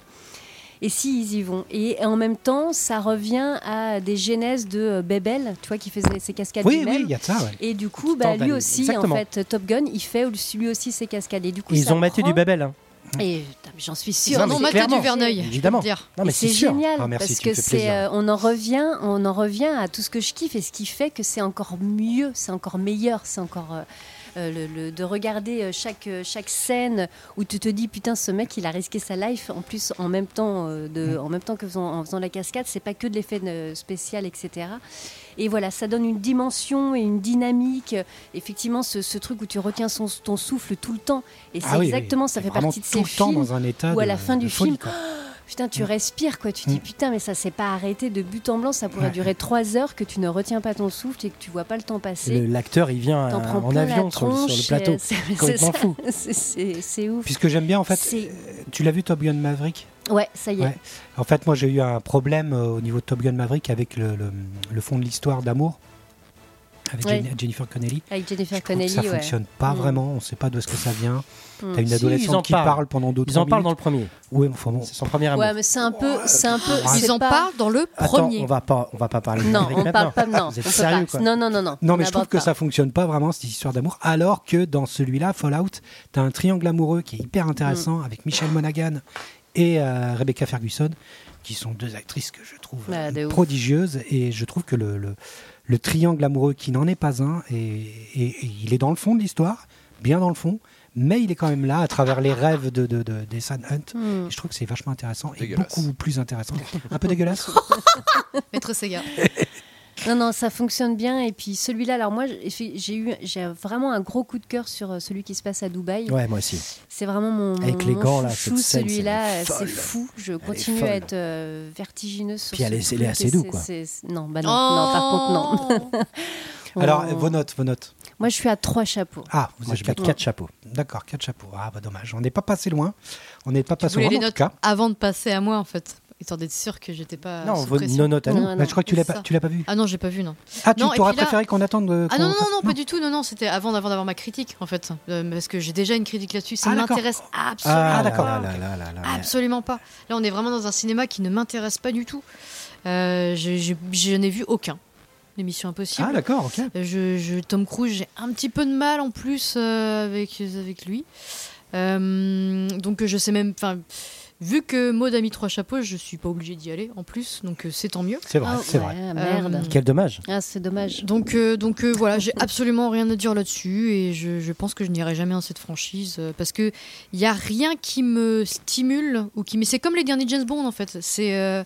Speaker 4: Et si, ils y vont. Et en même temps, ça revient à des genèses de euh, Bebel, tu vois, qui faisait ses cascades
Speaker 1: Oui,
Speaker 4: lui-même.
Speaker 1: oui, il y a de ça, ouais.
Speaker 4: Et du coup, bah,
Speaker 3: Jordan,
Speaker 4: lui aussi,
Speaker 3: exactement.
Speaker 4: en fait, Top Gun, il fait lui aussi ses cascades. Et du coup,
Speaker 3: Ils
Speaker 4: ça
Speaker 3: ont maté
Speaker 4: prend-
Speaker 3: du Babel. hein.
Speaker 4: Et putain, mais j'en suis
Speaker 2: Ils
Speaker 4: sûre.
Speaker 2: en
Speaker 3: mais
Speaker 2: ont
Speaker 3: c'est
Speaker 2: maté du
Speaker 3: clairement.
Speaker 2: Verneuil. je peux
Speaker 3: Évidemment.
Speaker 2: te dire.
Speaker 3: Non,
Speaker 4: Et
Speaker 3: mais
Speaker 4: c'est
Speaker 3: c'est sûr.
Speaker 4: génial
Speaker 1: Ah, merci,
Speaker 4: parce
Speaker 1: tu me
Speaker 4: que
Speaker 1: fais
Speaker 4: c'est,
Speaker 1: plaisir.
Speaker 4: euh, on en revient, on en revient à tout ce que je kiffe et ce qui fait que c'est encore mieux, c'est encore meilleur, c'est encore euh, euh, le- le- de regarder euh, chaque euh, chaque scène où tu te dis putain ce mec il a risqué sa life en plus en même temps euh,
Speaker 1: Mm.
Speaker 4: de en même temps que faisant- en faisant la cascade c'est pas que de l'effet euh, spécial etc et voilà ça donne une dimension et une dynamique Euh, effectivement ce, ce truc où tu retiens son- ton souffle tout le temps et c'est
Speaker 1: Ah oui, oui.
Speaker 4: exactement ça fait
Speaker 1: Vraiment
Speaker 4: partie de
Speaker 1: tout
Speaker 4: ces
Speaker 1: le temps
Speaker 4: films
Speaker 1: dans un état
Speaker 4: où à
Speaker 1: de-
Speaker 4: la fin
Speaker 1: de
Speaker 4: du
Speaker 1: folie,
Speaker 4: film,
Speaker 1: quoi.
Speaker 4: Putain, tu respires quoi. Tu te dis
Speaker 1: Mm.
Speaker 4: putain, mais ça s'est pas arrêté de but en blanc. Ça pourrait
Speaker 1: Ouais.
Speaker 4: durer trois heures que tu ne retiens pas ton souffle et que tu vois pas le temps passer.
Speaker 3: Le- L'acteur, il vient
Speaker 4: T'en
Speaker 3: euh,
Speaker 4: prends
Speaker 3: en
Speaker 4: plein
Speaker 3: avion
Speaker 4: la
Speaker 3: sur le- sur
Speaker 4: tronche,
Speaker 3: le plateau.
Speaker 4: et c'est- C'est
Speaker 3: Complètement
Speaker 4: ça.
Speaker 3: fou.
Speaker 4: C'est- c'est- c'est ouf.
Speaker 1: Puisque j'aime bien, en fait,
Speaker 4: C'est-
Speaker 1: tu l'as vu Top Gun Maverick
Speaker 4: ouais, ça y est.
Speaker 1: Ouais. En fait, moi, j'ai eu un problème euh, au niveau de Top Gun Maverick avec le, le- le fond de l'histoire d'amour avec
Speaker 4: Ouais.
Speaker 1: Jen- Jennifer Connelly.
Speaker 4: Avec
Speaker 1: Je
Speaker 4: Jennifer
Speaker 1: trouve que
Speaker 4: Connelly,
Speaker 1: ça
Speaker 4: ouais.
Speaker 1: fonctionne pas
Speaker 4: Mm.
Speaker 1: vraiment. On sait pas d'où est-ce que ça vient.
Speaker 4: Mm.
Speaker 1: T'as une
Speaker 3: Si, ils en
Speaker 1: adolescente qui
Speaker 3: parlent.
Speaker 1: parle pendant d'autres.
Speaker 3: Ils en parlent dans le premier.
Speaker 1: Oui, enfin bon.
Speaker 3: C'est son premier amour.
Speaker 4: Ouais, mais c'est un peu,
Speaker 1: Oh,
Speaker 4: c'est un peu.
Speaker 1: Ils
Speaker 4: Ah, c'est
Speaker 2: Ils en
Speaker 4: pas-
Speaker 2: parlent dans le
Speaker 3: Attends,
Speaker 2: premier.
Speaker 3: on va pas, on va pas parler. de
Speaker 4: Non,
Speaker 3: Maverick
Speaker 4: on
Speaker 3: maintenant.
Speaker 4: parle pas. Non,
Speaker 3: Vous êtes
Speaker 4: on peut
Speaker 3: sérieux,
Speaker 4: pas.
Speaker 3: quoi.
Speaker 4: Non, non, non, non.
Speaker 1: Non, mais je
Speaker 4: on
Speaker 1: trouve
Speaker 4: aborde
Speaker 1: que
Speaker 4: pas.
Speaker 1: ça fonctionne pas vraiment cette histoire d'amour. Alors que dans celui-là, Fallout, t'as un triangle amoureux qui est hyper intéressant
Speaker 4: Mm.
Speaker 1: avec Michel Monaghan et euh, Rebecca Ferguson, qui sont deux actrices que je trouve
Speaker 4: Ouais, Bah, de
Speaker 1: euh,
Speaker 4: ouf.
Speaker 1: prodigieuses. Et je trouve que le, le, le triangle amoureux qui n'en est pas un, et, et- et il est dans le fond de l'histoire, bien dans le fond, mais il est quand même là à travers les rêves de, de, de, des San Hunt.
Speaker 4: Hmm.
Speaker 1: Et je trouve que c'est vachement intéressant et
Speaker 5: Dégueulasse.
Speaker 1: beaucoup plus intéressant. Un peu dégueulasse
Speaker 2: Maître Sega.
Speaker 4: Non, non, ça fonctionne bien. Et puis celui-là, alors moi, j'ai- j'ai eu, j'ai vraiment un gros coup de cœur sur euh, celui qui se passe à Dubaï.
Speaker 3: Ouais, moi aussi.
Speaker 4: C'est vraiment mon,
Speaker 3: Avec
Speaker 4: mon-
Speaker 3: les
Speaker 4: mon
Speaker 3: gants, là,
Speaker 4: chouchou,
Speaker 3: cette scène,
Speaker 4: celui-là,
Speaker 3: c'est
Speaker 4: euh, c'est
Speaker 3: folle.
Speaker 4: fou. Je continue
Speaker 3: folle.
Speaker 4: à être euh, vertigineuse sur
Speaker 3: Puis elle
Speaker 4: ce
Speaker 3: est- elle est
Speaker 4: truc
Speaker 3: assez
Speaker 4: et
Speaker 3: doux,
Speaker 4: c'est-
Speaker 3: quoi.
Speaker 4: c'est- Non, bah non, non, par contre, non.
Speaker 2: non.
Speaker 1: Alors,
Speaker 4: On-
Speaker 1: vos notes, vos notes.
Speaker 4: Moi, je suis à trois chapeaux.
Speaker 1: Ah, vous
Speaker 3: Moi,
Speaker 1: êtes
Speaker 3: j'ai pas
Speaker 1: quatre.
Speaker 3: quatre chapeaux.
Speaker 1: D'accord, quatre chapeaux. Ah, bah dommage. On n'est pas passé loin. On n'est pas
Speaker 2: Tu
Speaker 1: passé
Speaker 2: voulais
Speaker 1: loin,
Speaker 2: les
Speaker 1: en tout
Speaker 2: notes
Speaker 1: cas.
Speaker 2: avant de passer à moi, en fait, histoire d'être sûr que j'étais pas.
Speaker 3: Ah, Non,
Speaker 2: sous
Speaker 3: vos
Speaker 2: pression.
Speaker 3: nos notes à nous.
Speaker 4: Non, non.
Speaker 1: Bah, je crois que tu l'as
Speaker 2: C'est
Speaker 1: pas,
Speaker 2: ça.
Speaker 1: tu l'as pas vu.
Speaker 2: Ah non, j'ai pas vu, non.
Speaker 1: Ah, tu
Speaker 2: Non, et
Speaker 1: t'aurais
Speaker 2: puis là-
Speaker 1: préféré qu'on attende. euh,
Speaker 2: Ah non,
Speaker 1: qu'on
Speaker 2: non, non,
Speaker 1: fasse-
Speaker 2: non, pas du tout. Non, non, c'était avant d'avant d'avoir ma critique, en fait. Euh, parce que j'ai déjà une critique là-dessus. Ça
Speaker 1: Ah,
Speaker 2: ne
Speaker 1: d'accord.
Speaker 2: m'intéresse absolument
Speaker 3: Ah,
Speaker 1: Ah, d'accord.
Speaker 3: d'accord.
Speaker 2: pas. Absolument pas. Là, on est vraiment dans un cinéma qui ne m'intéresse pas du tout. Euh, je je- je n'ai vu aucun. L'émission impossible. Euh,
Speaker 1: Ah, d'accord, ok.
Speaker 2: Je, je- Tom Cruise, j'ai un petit peu de mal en plus euh, avec, avec lui. Euh, donc euh, je sais même. enfin, Vu que Maud a mis trois chapeaux, je suis pas obligée d'y aller en plus, donc euh, c'est tant mieux.
Speaker 1: C'est vrai,
Speaker 4: Ah,
Speaker 1: c'est
Speaker 4: ouais,
Speaker 1: vrai.
Speaker 4: ah, merde.
Speaker 2: Euh,
Speaker 3: Quel dommage.
Speaker 4: Ah, c'est dommage.
Speaker 2: Donc, euh, donc euh, voilà, j'ai absolument rien à dire là-dessus et je, je pense que je n'irai jamais dans cette franchise euh, parce que il y a rien qui me stimule ou qui. Mais c'est comme les derniers James Bond en fait. C'est euh,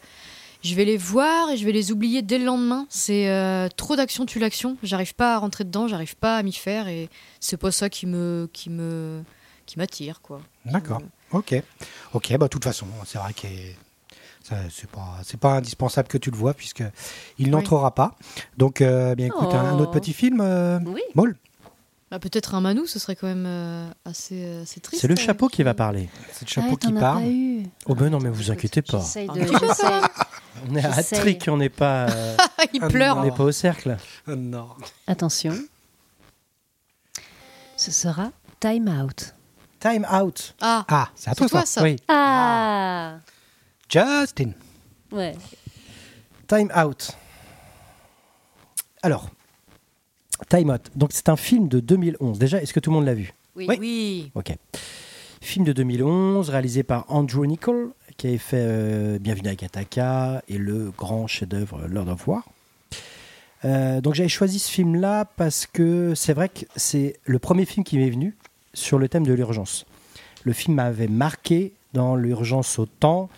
Speaker 2: je vais les voir et je vais les oublier dès le lendemain. C'est euh, trop d'action tue l'action. J'arrive pas à rentrer dedans, j'arrive pas à m'y faire et c'est pas ça qui me qui me qui m'attire quoi. Euh,
Speaker 1: D'accord. Ok. Ok, bah, de toute façon, c'est vrai que ça, c'est pas, c'est pas indispensable que tu le vois, puisque il n'entrera pas. Donc, euh, bien écoute, un, un autre
Speaker 4: Oh.
Speaker 1: petit film, euh,
Speaker 4: Oui.
Speaker 1: Maul
Speaker 2: Bah, peut-être un Manou, ce serait quand même euh, assez assez triste.
Speaker 3: C'est le
Speaker 2: euh,
Speaker 3: chapeau qui va parler.
Speaker 1: C'est le
Speaker 4: Ah,
Speaker 1: chapeau
Speaker 4: t'en
Speaker 1: qui
Speaker 4: as
Speaker 1: parle.
Speaker 4: pas eu.
Speaker 3: Oh ben non, mais vous inquiétez pas.
Speaker 4: J'essaye de-
Speaker 2: Un petit peu,
Speaker 4: j'essaye.
Speaker 2: quand même.
Speaker 3: On est à
Speaker 4: J'essaye.
Speaker 3: Trick, on n'est pas, euh,
Speaker 2: il
Speaker 1: Ah,
Speaker 2: pleure.
Speaker 3: on n'est pas au cercle.
Speaker 1: Euh, non.
Speaker 4: Attention. Ce sera Time Out.
Speaker 3: Time out.
Speaker 2: Ah,
Speaker 1: Ah, c'est à
Speaker 2: c'est
Speaker 1: toi,
Speaker 2: toi
Speaker 1: ça.
Speaker 2: ça.
Speaker 3: Oui.
Speaker 4: Ah
Speaker 1: Justin.
Speaker 4: Ouais.
Speaker 3: Time Out. Alors, Time Out. Donc, c'est un film de 2011. Déjà, est-ce que tout le monde l'a vu
Speaker 4: Oui.
Speaker 3: Oui.
Speaker 2: Oui.
Speaker 3: Ok. Film de 2011, réalisé par Andrew Niccol, qui avait fait euh, Bienvenue à Kataka et le grand chef-d'œuvre Lord of War. Euh, donc j'avais choisi ce film-là parce que c'est vrai que c'est le premier film qui m'est venu sur le thème de l'urgence. Le film m'avait marqué dans l'urgence au temps,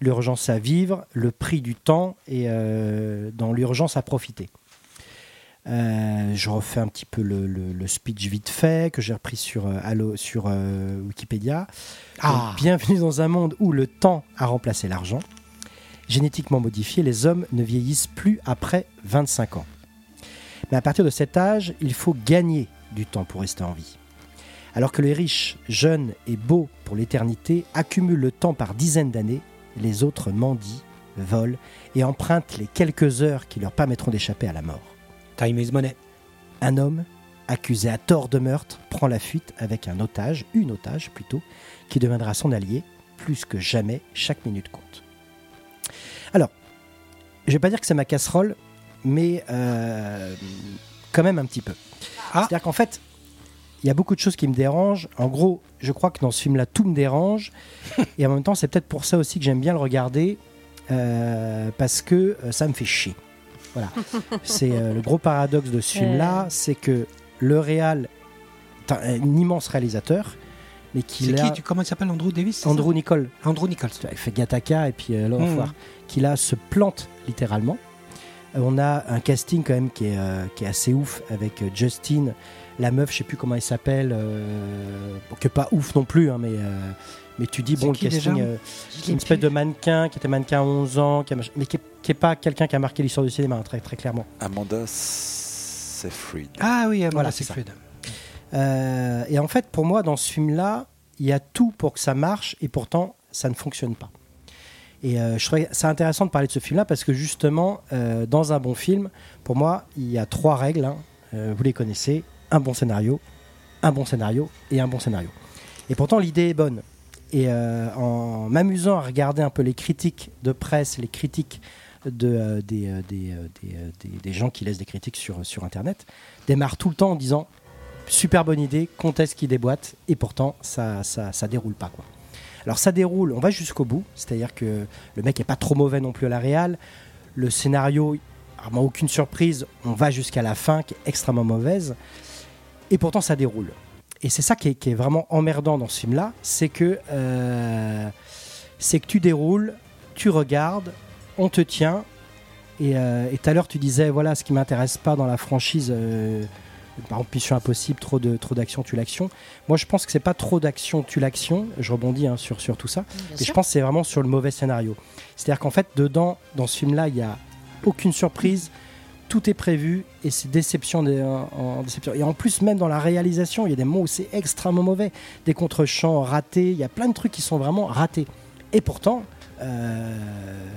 Speaker 3: l'urgence à vivre, le prix du temps et euh, dans l'urgence à profiter. Euh, je refais un petit peu le, le- le speech vite fait que j'ai repris sur, euh, Allo- sur euh, Wikipédia.
Speaker 1: Ah.
Speaker 3: Donc, bienvenue dans un monde où le temps a remplacé l'argent. Génétiquement modifié, les hommes ne vieillissent plus après 25 ans. Mais à partir de cet âge, il faut gagner du temps pour rester en vie. Alors que les riches, jeunes et beaux pour l'éternité accumulent le temps par dizaines d'années, les autres mendient, volent et empruntent les quelques heures qui leur permettront d'échapper à la mort.
Speaker 1: Time is money.
Speaker 3: Un homme, accusé à tort de meurtre, prend la fuite avec un otage, une otage plutôt, qui deviendra son allié. Plus que jamais, chaque minute compte. Alors, je vais pas dire que c'est ma casserole, mais euh, quand même un petit peu.
Speaker 1: Ah.
Speaker 3: C'est-à-dire qu'en fait, il y a beaucoup de choses qui me dérangent. En gros, je crois que dans ce film-là, tout me dérange. Et en même temps, c'est peut-être pour ça aussi que j'aime bien le regarder, euh, parce que euh, ça me fait chier. Voilà. c'est euh, le gros paradoxe de
Speaker 1: Euh.
Speaker 3: ce film-là, c'est que le réal est un, un immense réalisateur, mais
Speaker 1: C'est
Speaker 3: qu'il
Speaker 1: qui
Speaker 3: a
Speaker 1: tu- Comment il s'appelle Andrew Davis c'est
Speaker 3: Andrew Nicole,
Speaker 1: ça Andrew Nichols.
Speaker 3: il fait Gattaca et puis euh, Lord of
Speaker 1: Mhm.
Speaker 3: War, qui là se plante littéralement. Euh, On a un casting quand même qui est, euh, qui est assez ouf avec euh, Justin, la meuf, je sais plus comment elle s'appelle, euh, bon, que pas ouf non plus, hein, mais, euh, mais tu dis,
Speaker 1: C'est
Speaker 3: bon, le
Speaker 1: qui
Speaker 3: casting,
Speaker 1: déjà
Speaker 3: euh, une espèce de mannequin qui était mannequin à 11 ans, qui a mach- mais qui n'est pas quelqu'un qui a marqué l'histoire du cinéma, hein, très, très clairement.
Speaker 5: Amanda Seyfried.
Speaker 1: Ah oui, voilà,
Speaker 3: Voilà,
Speaker 1: c'est
Speaker 3: c'est ça.
Speaker 1: Fred.
Speaker 3: Euh, et en fait, pour moi, dans ce film-là, il y a tout pour que ça marche et pourtant, ça ne fonctionne pas. Et euh, je trouvais ça intéressant de parler de ce film-là parce que justement, euh, dans un bon film, pour moi, il y a trois règles. hein. Euh, vous les connaissez un bon scénario, un bon scénario et un bon scénario. Et pourtant, l'idée est bonne. Et euh, en m'amusant à regarder un peu les critiques de presse, les critiques de, euh, des, euh, des, euh, des, euh, des- des gens qui laissent des critiques sur, sur Internet, démarre tout le temps en disant super bonne idée, conteste qui déboîte, et pourtant ça, ça, ça déroule pas quoi. Alors ça déroule, on va jusqu'au bout, c'est-à-dire que le mec est pas trop mauvais non plus à la réal, le scénario rarement aucune surprise, on va jusqu'à la fin qui est extrêmement mauvaise, et pourtant ça déroule. Et c'est ça qui est, qui est vraiment emmerdant dans ce film-là, c'est que, euh, c'est que tu déroules, tu regardes, on te tient, et euh, et tout à l'heure tu disais, voilà, ce qui m'intéresse pas dans la franchise, euh, par exemple Mission Impossible, trop de trop d'action, tu l'action. Moi je pense que c'est pas trop d'action, tu l'action, je rebondis hein, sur, sur tout ça,
Speaker 2: Bien
Speaker 3: et je
Speaker 2: sûr.
Speaker 3: pense que c'est vraiment sur le mauvais scénario. C'est-à-dire qu'en fait, dedans, dans ce film-là, il n'y a aucune surprise, tout est prévu et c'est déception, des- en, en déception. Et en plus, même dans la réalisation, il y a des moments où c'est extrêmement mauvais, des contre-champs ratés, il y a plein de trucs qui sont vraiment ratés. Et pourtant, euh,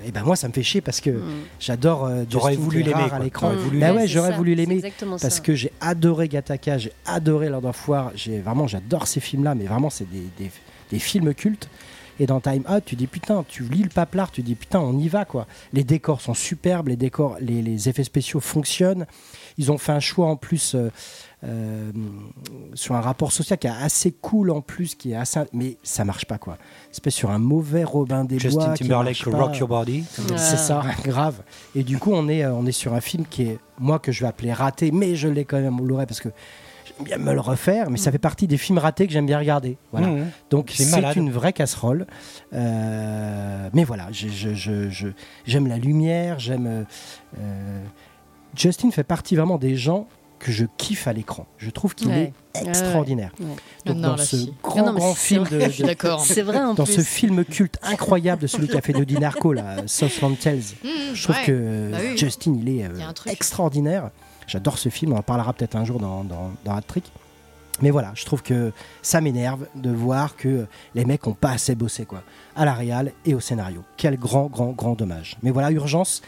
Speaker 3: eh ben moi, ça me fait chier parce que
Speaker 2: Mm.
Speaker 3: j'adore euh,
Speaker 1: J'aurais
Speaker 3: Justin
Speaker 1: voulu
Speaker 3: Bieber
Speaker 1: l'aimer,
Speaker 3: à
Speaker 1: quoi.
Speaker 3: l'écran.
Speaker 1: J'aurais voulu
Speaker 3: Bah ouais,
Speaker 4: Hmm. c'est
Speaker 3: j'aurais
Speaker 4: ça,
Speaker 3: voulu
Speaker 4: c'est
Speaker 3: l'aimer
Speaker 4: exactement
Speaker 3: parce
Speaker 4: ça.
Speaker 3: que j'ai adoré Gattaca, j'ai adoré Lord of War, j'ai vraiment j'adore ces films là, mais vraiment c'est des, des- des films cultes. Et dans Time Out, tu dis putain, tu lis le paplard, tu dis putain, on y va quoi. Les décors sont superbes, les décors, les, les effets spéciaux fonctionnent. Ils ont fait un choix en plus euh, euh, sur un rapport social qui est assez cool en plus, qui est assez, mais ça marche pas quoi. C'est sur un mauvais Robin des Bois.
Speaker 1: Justin
Speaker 3: qui
Speaker 1: Timberlake,
Speaker 3: marche pas.
Speaker 1: Rock Your Body.
Speaker 4: Ouais.
Speaker 3: C'est ça, grave. Et du coup, on est, euh, on est sur un film qui est, moi, que je vais appeler raté, mais je l'ai quand même au Blu-ray parce que j'aime bien me le refaire,
Speaker 4: Mm.
Speaker 3: mais ça fait partie des films ratés que j'aime bien regarder. Voilà.
Speaker 1: Mmh.
Speaker 3: Donc,
Speaker 1: C'est
Speaker 3: c'est
Speaker 1: malade.
Speaker 3: une vraie casserole. Euh, mais voilà, je- je- je- je- j'aime la lumière, j'aime. euh, euh, Justin fait partie vraiment des gens que je kiffe à l'écran. Je trouve qu'il
Speaker 4: Ouais.
Speaker 3: est extraordinaire.
Speaker 4: Ouais, ouais.
Speaker 3: Donc,
Speaker 2: Non,
Speaker 3: dans
Speaker 2: là,
Speaker 3: ce
Speaker 2: si.
Speaker 3: grand,
Speaker 4: Non, non, mais
Speaker 3: grand
Speaker 4: c'est
Speaker 3: film de,
Speaker 4: vrai.
Speaker 2: Je suis
Speaker 3: de-
Speaker 2: d'accord.
Speaker 4: C'est vrai en
Speaker 3: dans
Speaker 4: plus.
Speaker 3: ce film culte incroyable de celui qui a fait Dodi Narco, là, euh, Southland Tales.
Speaker 2: Mm,
Speaker 3: Je trouve
Speaker 2: ouais.
Speaker 3: que euh,
Speaker 2: Bah oui.
Speaker 3: Justin, il est euh,
Speaker 2: Il y a un truc.
Speaker 3: extraordinaire. J'adore ce film, on en parlera peut-être un jour dans, dans, dans Hat Trick. Mais voilà, je trouve que ça m'énerve de voir que les mecs ont pas assez bossé, quoi. À la réal et au scénario. Quel grand, grand, grand dommage. Mais voilà, Urgence,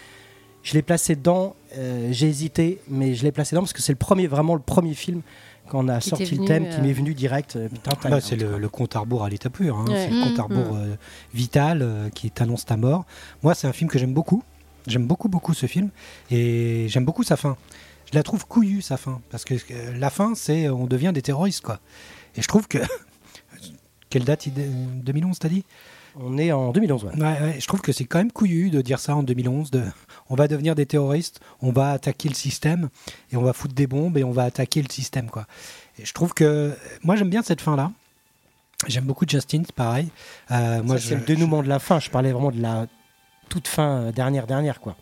Speaker 3: je l'ai placé dedans. euh, J'ai hésité, mais je l'ai placé dedans parce que c'est le premier, vraiment le premier film quand on a
Speaker 4: Qui t'est
Speaker 3: sorti le
Speaker 4: venu,
Speaker 3: thème
Speaker 4: euh,
Speaker 3: qui m'est venu direct. euh, putain, Time
Speaker 1: Là,
Speaker 3: Out.
Speaker 1: Bah, c'est le, le compte à rebours à l'état pur. hein.
Speaker 4: Ouais.
Speaker 1: C'est le compte à
Speaker 4: Mmh,
Speaker 1: rebours euh, vital euh, qui t'annonce ta mort. Moi, c'est un film que j'aime beaucoup. J'aime beaucoup, beaucoup ce film. Et j'aime beaucoup sa fin. Je la trouve couillue, sa fin. Parce que euh, la fin, c'est euh, on devient des terroristes, quoi. Et je trouve que. Quelle date il- euh, 2011, t'as dit
Speaker 3: On est en 2011, ouais.
Speaker 1: Ouais, ouais, je trouve que c'est quand même couillu de dire ça en 2011. De, on va devenir des terroristes, on va attaquer le système et on va foutre des bombes et on va attaquer le système, quoi. Et je trouve que euh, moi j'aime bien cette fin là. J'aime beaucoup Justin, c'est pareil. Euh, moi,
Speaker 3: Ça, c'est
Speaker 1: je-
Speaker 3: le dénouement de la fin. Je parlais vraiment de la toute fin euh, dernière dernière quoi.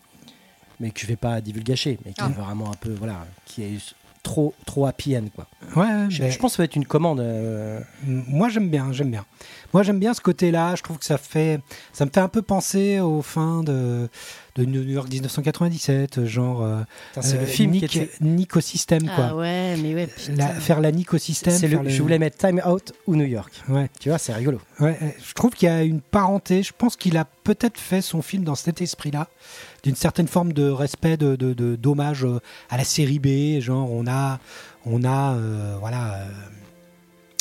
Speaker 3: Mais que je vais pas divulgacher, mais qui
Speaker 2: Ah.
Speaker 3: est vraiment un peu voilà, qui est trop trop happy end quoi.
Speaker 1: je- ouais, ouais,
Speaker 3: Je,
Speaker 1: mais-
Speaker 3: je pense que ça va être une commande. euh,
Speaker 1: M- Moi, j'aime bien, j'aime bien. Moi, j'aime bien ce côté-là. Je trouve que ça fait, ça me fait un peu penser aux fins de, de New York 1997, genre. euh,
Speaker 3: putain, c'est
Speaker 1: euh,
Speaker 3: le film
Speaker 1: nique,
Speaker 3: qui était.
Speaker 1: nique au système,
Speaker 4: Ah
Speaker 1: quoi.
Speaker 4: ouais, mais ouais.
Speaker 1: La-
Speaker 4: putain.
Speaker 1: faire la nique au système.
Speaker 3: c'est le-
Speaker 1: faire le-
Speaker 3: Je voulais mettre Time Out ou New York.
Speaker 1: Ouais.
Speaker 3: Tu vois, c'est rigolo.
Speaker 1: Ouais, euh, je trouve qu'il y a une parenté. Je pense qu'il a peut-être fait son film dans cet esprit-là, d'une certaine forme de respect, de, de- de- d'hommage euh, à la série B. Genre, on a, on a, euh, voilà, euh,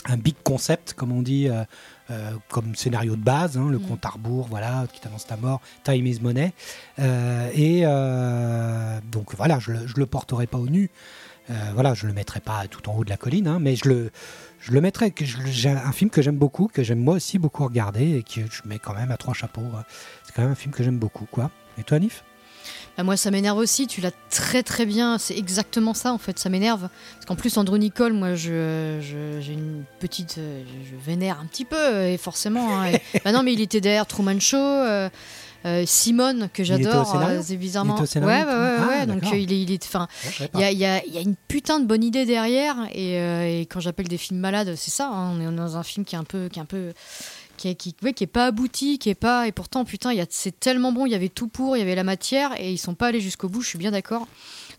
Speaker 1: un big concept, comme on dit, euh, euh, comme scénario de base, hein, le compte à rebours, voilà, qui t'annonce ta mort, time is money. Euh, et euh, donc voilà, je le, je le porterai pas au nu. Euh, voilà, je le mettrai pas tout en haut de la colline, hein, mais je le, je le mettrai. Que je- j'ai un film que j'aime beaucoup, que j'aime moi aussi beaucoup regarder et que je mets quand même à trois chapeaux. hein. C'est quand même un film que j'aime beaucoup, quoi. Et toi, Nif
Speaker 2: Bah, moi, ça m'énerve aussi. Tu l'as très très bien. C'est exactement ça en fait. Ça m'énerve parce qu'en plus Andrew Nicole, moi, je je- j'ai une petite, euh, je, je vénère un petit peu et forcément. hein, et- bah non, mais il était derrière Truman Show. euh, euh, Simone que
Speaker 1: était au
Speaker 2: j'adore,
Speaker 1: scénario
Speaker 2: euh, c'est bizarrement.
Speaker 1: Il était au scénario,
Speaker 2: ouais, ouais, ouais,
Speaker 1: Truman
Speaker 2: ouais,
Speaker 1: Ah,
Speaker 2: donc
Speaker 1: d'accord.
Speaker 2: euh, il est, il est, enfin, Il y, a- il y a- il y a une putain de bonne idée derrière et, euh, et quand j'appelle des films malades, c'est ça. hein, on est dans un film qui est un peu, qui est un peu, qui est, qui, ouais, qui est pas abouti, qui est pas. Et pourtant, putain, il y a- c'est tellement bon. Il y avait tout pour, il y avait la matière et ils sont pas allés jusqu'au bout. Je suis bien d'accord.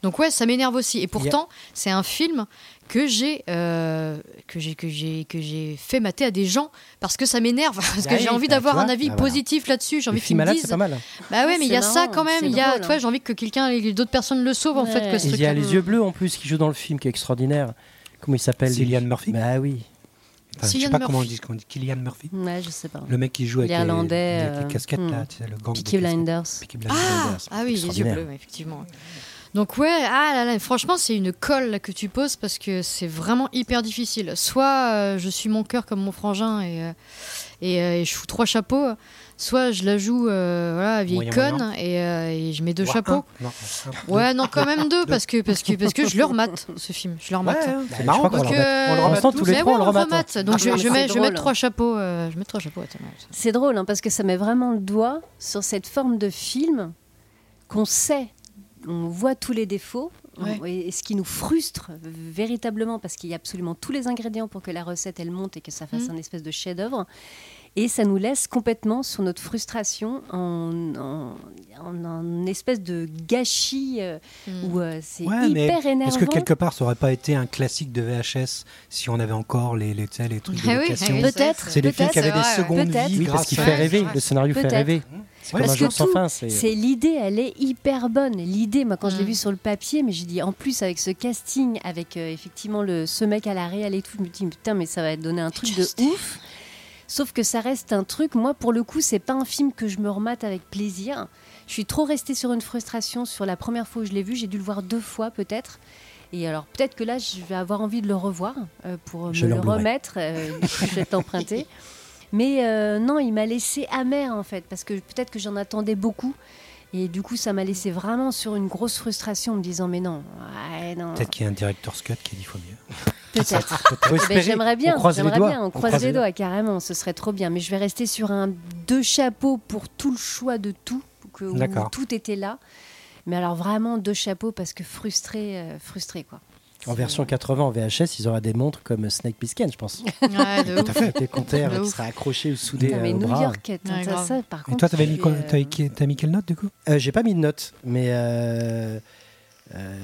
Speaker 2: Donc ouais, ça m'énerve aussi. Et pourtant, c'est un film que j'ai, euh, que j'ai, que j'ai, que j'ai fait mater à des gens parce que ça m'énerve, parce
Speaker 3: Bah
Speaker 2: que j'ai
Speaker 3: oui,
Speaker 2: envie
Speaker 3: bah,
Speaker 2: d'avoir
Speaker 3: tu vois,
Speaker 2: un avis
Speaker 3: bah voilà.
Speaker 2: positif là-dessus. J'ai
Speaker 3: Le
Speaker 2: envie qu'ils
Speaker 3: film
Speaker 2: me
Speaker 3: malade,
Speaker 2: disent.
Speaker 3: c'est pas mal. hein.
Speaker 2: Bah ouais,
Speaker 4: Ouais,
Speaker 2: mais il y a
Speaker 4: c'est
Speaker 2: ça
Speaker 4: marrant,
Speaker 2: quand même.
Speaker 4: c'est
Speaker 2: Il y a,
Speaker 4: drôle,
Speaker 2: tu vois,
Speaker 4: hein.
Speaker 2: j'ai envie que quelqu'un, les d'autres personnes le sauvent en
Speaker 4: Ouais.
Speaker 2: fait. Que ce
Speaker 3: Il y a
Speaker 2: truc-là.
Speaker 3: les yeux bleus en plus qui joue dans le film, qui est extraordinaire. Comment il s'appelle lui
Speaker 1: Cillian Murphy
Speaker 3: Bah
Speaker 1: Enfin,
Speaker 3: oui.
Speaker 1: Je sais
Speaker 2: Cillian
Speaker 1: pas comment on
Speaker 2: Murphy.
Speaker 1: dit, qu'on dit Killian Murphy.
Speaker 4: Ouais, je sais pas.
Speaker 1: Le mec qui joue avec les,
Speaker 4: L'Irlandais,
Speaker 1: avec les
Speaker 4: euh,
Speaker 1: casquettes, là,
Speaker 4: hmm.
Speaker 1: tu sais, le gang
Speaker 4: Peaky
Speaker 1: des casquettes.
Speaker 4: Blinders.
Speaker 1: Peaky Blinders.
Speaker 2: Ah, ah oui, les yeux
Speaker 3: Extraordinaire.
Speaker 2: bleus, ouais, effectivement. Donc ouais, ah là là, franchement, c'est une colle là, que tu poses parce que c'est vraiment hyper difficile. Soit euh, je suis mon cœur comme mon frangin et, euh, et, euh, et je fous trois chapeaux, soit je la joue euh, voilà, vieille
Speaker 6: Moyen,
Speaker 2: conne Et, euh, et je mets deux
Speaker 6: Voire
Speaker 2: chapeaux.
Speaker 6: un. hein, Non, un.
Speaker 2: Ouais, non, quand même deux, parce que, parce que, parce que je le remate, ce film. Je le remate.
Speaker 6: Ouais, hein.
Speaker 1: C'est
Speaker 6: Je
Speaker 1: marrant
Speaker 6: crois
Speaker 1: qu'on
Speaker 2: Donc,
Speaker 6: qu'on le
Speaker 2: euh,
Speaker 6: remate. On le remate
Speaker 3: tous les
Speaker 2: mais
Speaker 3: trois,
Speaker 2: ouais,
Speaker 3: on le remate.
Speaker 2: Donc, je,
Speaker 4: Ah,
Speaker 2: je
Speaker 4: mais
Speaker 2: mets,
Speaker 4: c'est
Speaker 2: je mets
Speaker 4: drôle.
Speaker 2: trois chapeaux. euh, je mets trois chapeaux. attends, ouais.
Speaker 4: C'est drôle hein, parce que ça met vraiment le doigt sur cette forme de film qu'on sait, on voit tous les défauts
Speaker 2: Ouais.
Speaker 4: on- et ce qui nous frustre véritablement parce qu'il y a absolument tous les ingrédients pour que la recette elle monte et que ça fasse
Speaker 2: Mhm.
Speaker 4: un espèce de chef-d'œuvre. Et ça nous laisse complètement sur notre frustration en, en, en un espèce de gâchis euh,
Speaker 2: Hmm.
Speaker 4: où euh, c'est
Speaker 6: Ouais, mais
Speaker 4: hyper énervant.
Speaker 6: Est-ce que quelque part, ça aurait pas été un classique de VHS si on avait encore les, les, tu sais, les trucs de
Speaker 2: Ah oui,
Speaker 6: location
Speaker 2: ah oui.
Speaker 4: Peut-être.
Speaker 6: C'est des films
Speaker 4: peut-être,
Speaker 6: qui avaient des
Speaker 2: c'est vrai,
Speaker 6: secondes
Speaker 4: peut-être.
Speaker 6: vies
Speaker 4: Oui,
Speaker 3: Oui,
Speaker 6: grâce
Speaker 3: parce
Speaker 6: à-
Speaker 3: qu'il
Speaker 2: Ouais,
Speaker 3: fait
Speaker 2: c'est
Speaker 3: rêver.
Speaker 2: vrai.
Speaker 3: Le scénario fait
Speaker 4: Peut-être.
Speaker 3: rêver. C'est comme
Speaker 4: Parce
Speaker 3: un
Speaker 4: que
Speaker 3: jour sans
Speaker 4: tout,
Speaker 3: fin. c'est-
Speaker 4: C'est l'idée, elle est hyper bonne. L'idée, moi, quand je l'ai
Speaker 2: Mm.
Speaker 4: vue sur le papier, mais j'ai dit en plus avec ce casting, avec euh, effectivement le ce mec à la réal et tout, je me dis putain, mais ça va donner un truc de ouf. Sauf que ça reste un truc. Moi, pour le coup, c'est pas un film que je me remate avec plaisir. Je suis trop restée sur une frustration sur la première fois où je l'ai vu. J'ai dû le voir deux fois peut-être. Et alors peut-être que là, je vais avoir envie de le revoir euh, pour
Speaker 6: Je
Speaker 4: me le
Speaker 6: l'emblouerai.
Speaker 4: remettre. euh, je vais t'emprunter. Mais euh, non, il m'a laissé amer en fait, parce que peut-être que j'en attendais beaucoup. Et du coup, ça m'a laissé vraiment sur une grosse frustration en me disant Mais non, ouais, non.
Speaker 6: Peut-être qu'il y a un director's cut qui est dix fois mieux.
Speaker 4: Peut-être.
Speaker 6: Faut
Speaker 4: Eh ben,
Speaker 6: espérer.
Speaker 4: j'aimerais bien,
Speaker 6: On croise les
Speaker 4: j'aimerais
Speaker 6: doigts.
Speaker 4: bien, on croise les doigts carrément, ce serait trop bien. Mais je vais rester sur un deux chapeaux pour tout le choix de tout, que, où
Speaker 6: D'accord.
Speaker 4: tout était là. Mais alors vraiment deux chapeaux parce que frustré, euh, frustré quoi.
Speaker 3: En version 80 en VHS, ils auraient des montres comme Snake Plissken, je pense.
Speaker 2: Ouais, de
Speaker 3: Tout à
Speaker 2: ouf.
Speaker 3: fait. Des compteurs
Speaker 2: De
Speaker 3: qui
Speaker 2: ouf.
Speaker 3: seraient accrochés ou soudés
Speaker 4: Putain,
Speaker 3: euh,
Speaker 4: mais
Speaker 3: au
Speaker 4: New
Speaker 3: bras.
Speaker 4: York, t'as-
Speaker 2: Ouais,
Speaker 4: t'as
Speaker 2: grave.
Speaker 4: ça par
Speaker 6: Et
Speaker 4: contre.
Speaker 6: toi, t'avais mis,
Speaker 4: tu
Speaker 6: quoi-
Speaker 4: es, euh,
Speaker 6: t'avais qui- t'as mis quelle note du coup
Speaker 3: Euh, J'ai pas mis de note, mais euh, euh,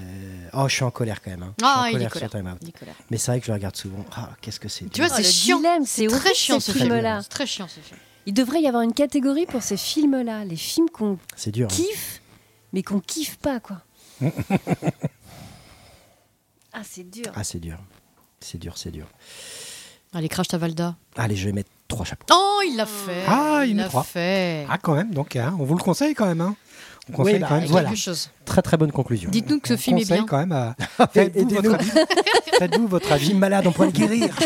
Speaker 3: oh, je suis en colère quand même. hein. Je suis
Speaker 2: Ah,
Speaker 3: en
Speaker 2: il est
Speaker 3: colère sur
Speaker 2: colère.
Speaker 3: Time Out.
Speaker 2: Nicolas.
Speaker 3: Mais c'est vrai que je le regarde souvent. Ah, qu'est-ce que c'est
Speaker 2: Tu
Speaker 3: dur.
Speaker 2: vois, c'est
Speaker 4: le
Speaker 2: chiant.
Speaker 4: dilemme,
Speaker 2: C'est
Speaker 4: c'est
Speaker 2: très
Speaker 4: horrible,
Speaker 2: chiant
Speaker 4: ces
Speaker 2: ce film.
Speaker 4: films-là.
Speaker 2: C'est très chiant ce film.
Speaker 4: Il devrait y avoir une catégorie pour ces films-là, les films qu'on
Speaker 3: c'est dur. hein.
Speaker 4: kiffe, mais qu'on kiffe pas, quoi. ah, c'est dur.
Speaker 3: Ah, c'est dur. C'est dur, c'est dur.
Speaker 2: Allez, crash Tavalda.
Speaker 3: Allez, je vais mettre trois chapeaux.
Speaker 2: Oh, il l'a fait.
Speaker 1: Ah, il met
Speaker 2: l'a
Speaker 1: trois.
Speaker 2: fait.
Speaker 1: Ah, quand même, donc hein, on vous le conseille quand même. hein. On
Speaker 3: Oui,
Speaker 1: conseille
Speaker 3: bah,
Speaker 1: quand même.
Speaker 2: Il y a
Speaker 1: Voilà.
Speaker 2: quelque chose.
Speaker 3: Très très bonne conclusion.
Speaker 2: Dites-nous que ce
Speaker 1: On
Speaker 2: film est
Speaker 1: conseille
Speaker 2: bien.
Speaker 1: quand même à. Faites-vous
Speaker 3: aidez-nous.
Speaker 1: votre avis. Faites-vous votre avis.
Speaker 3: Film malade, on pourrait le guérir.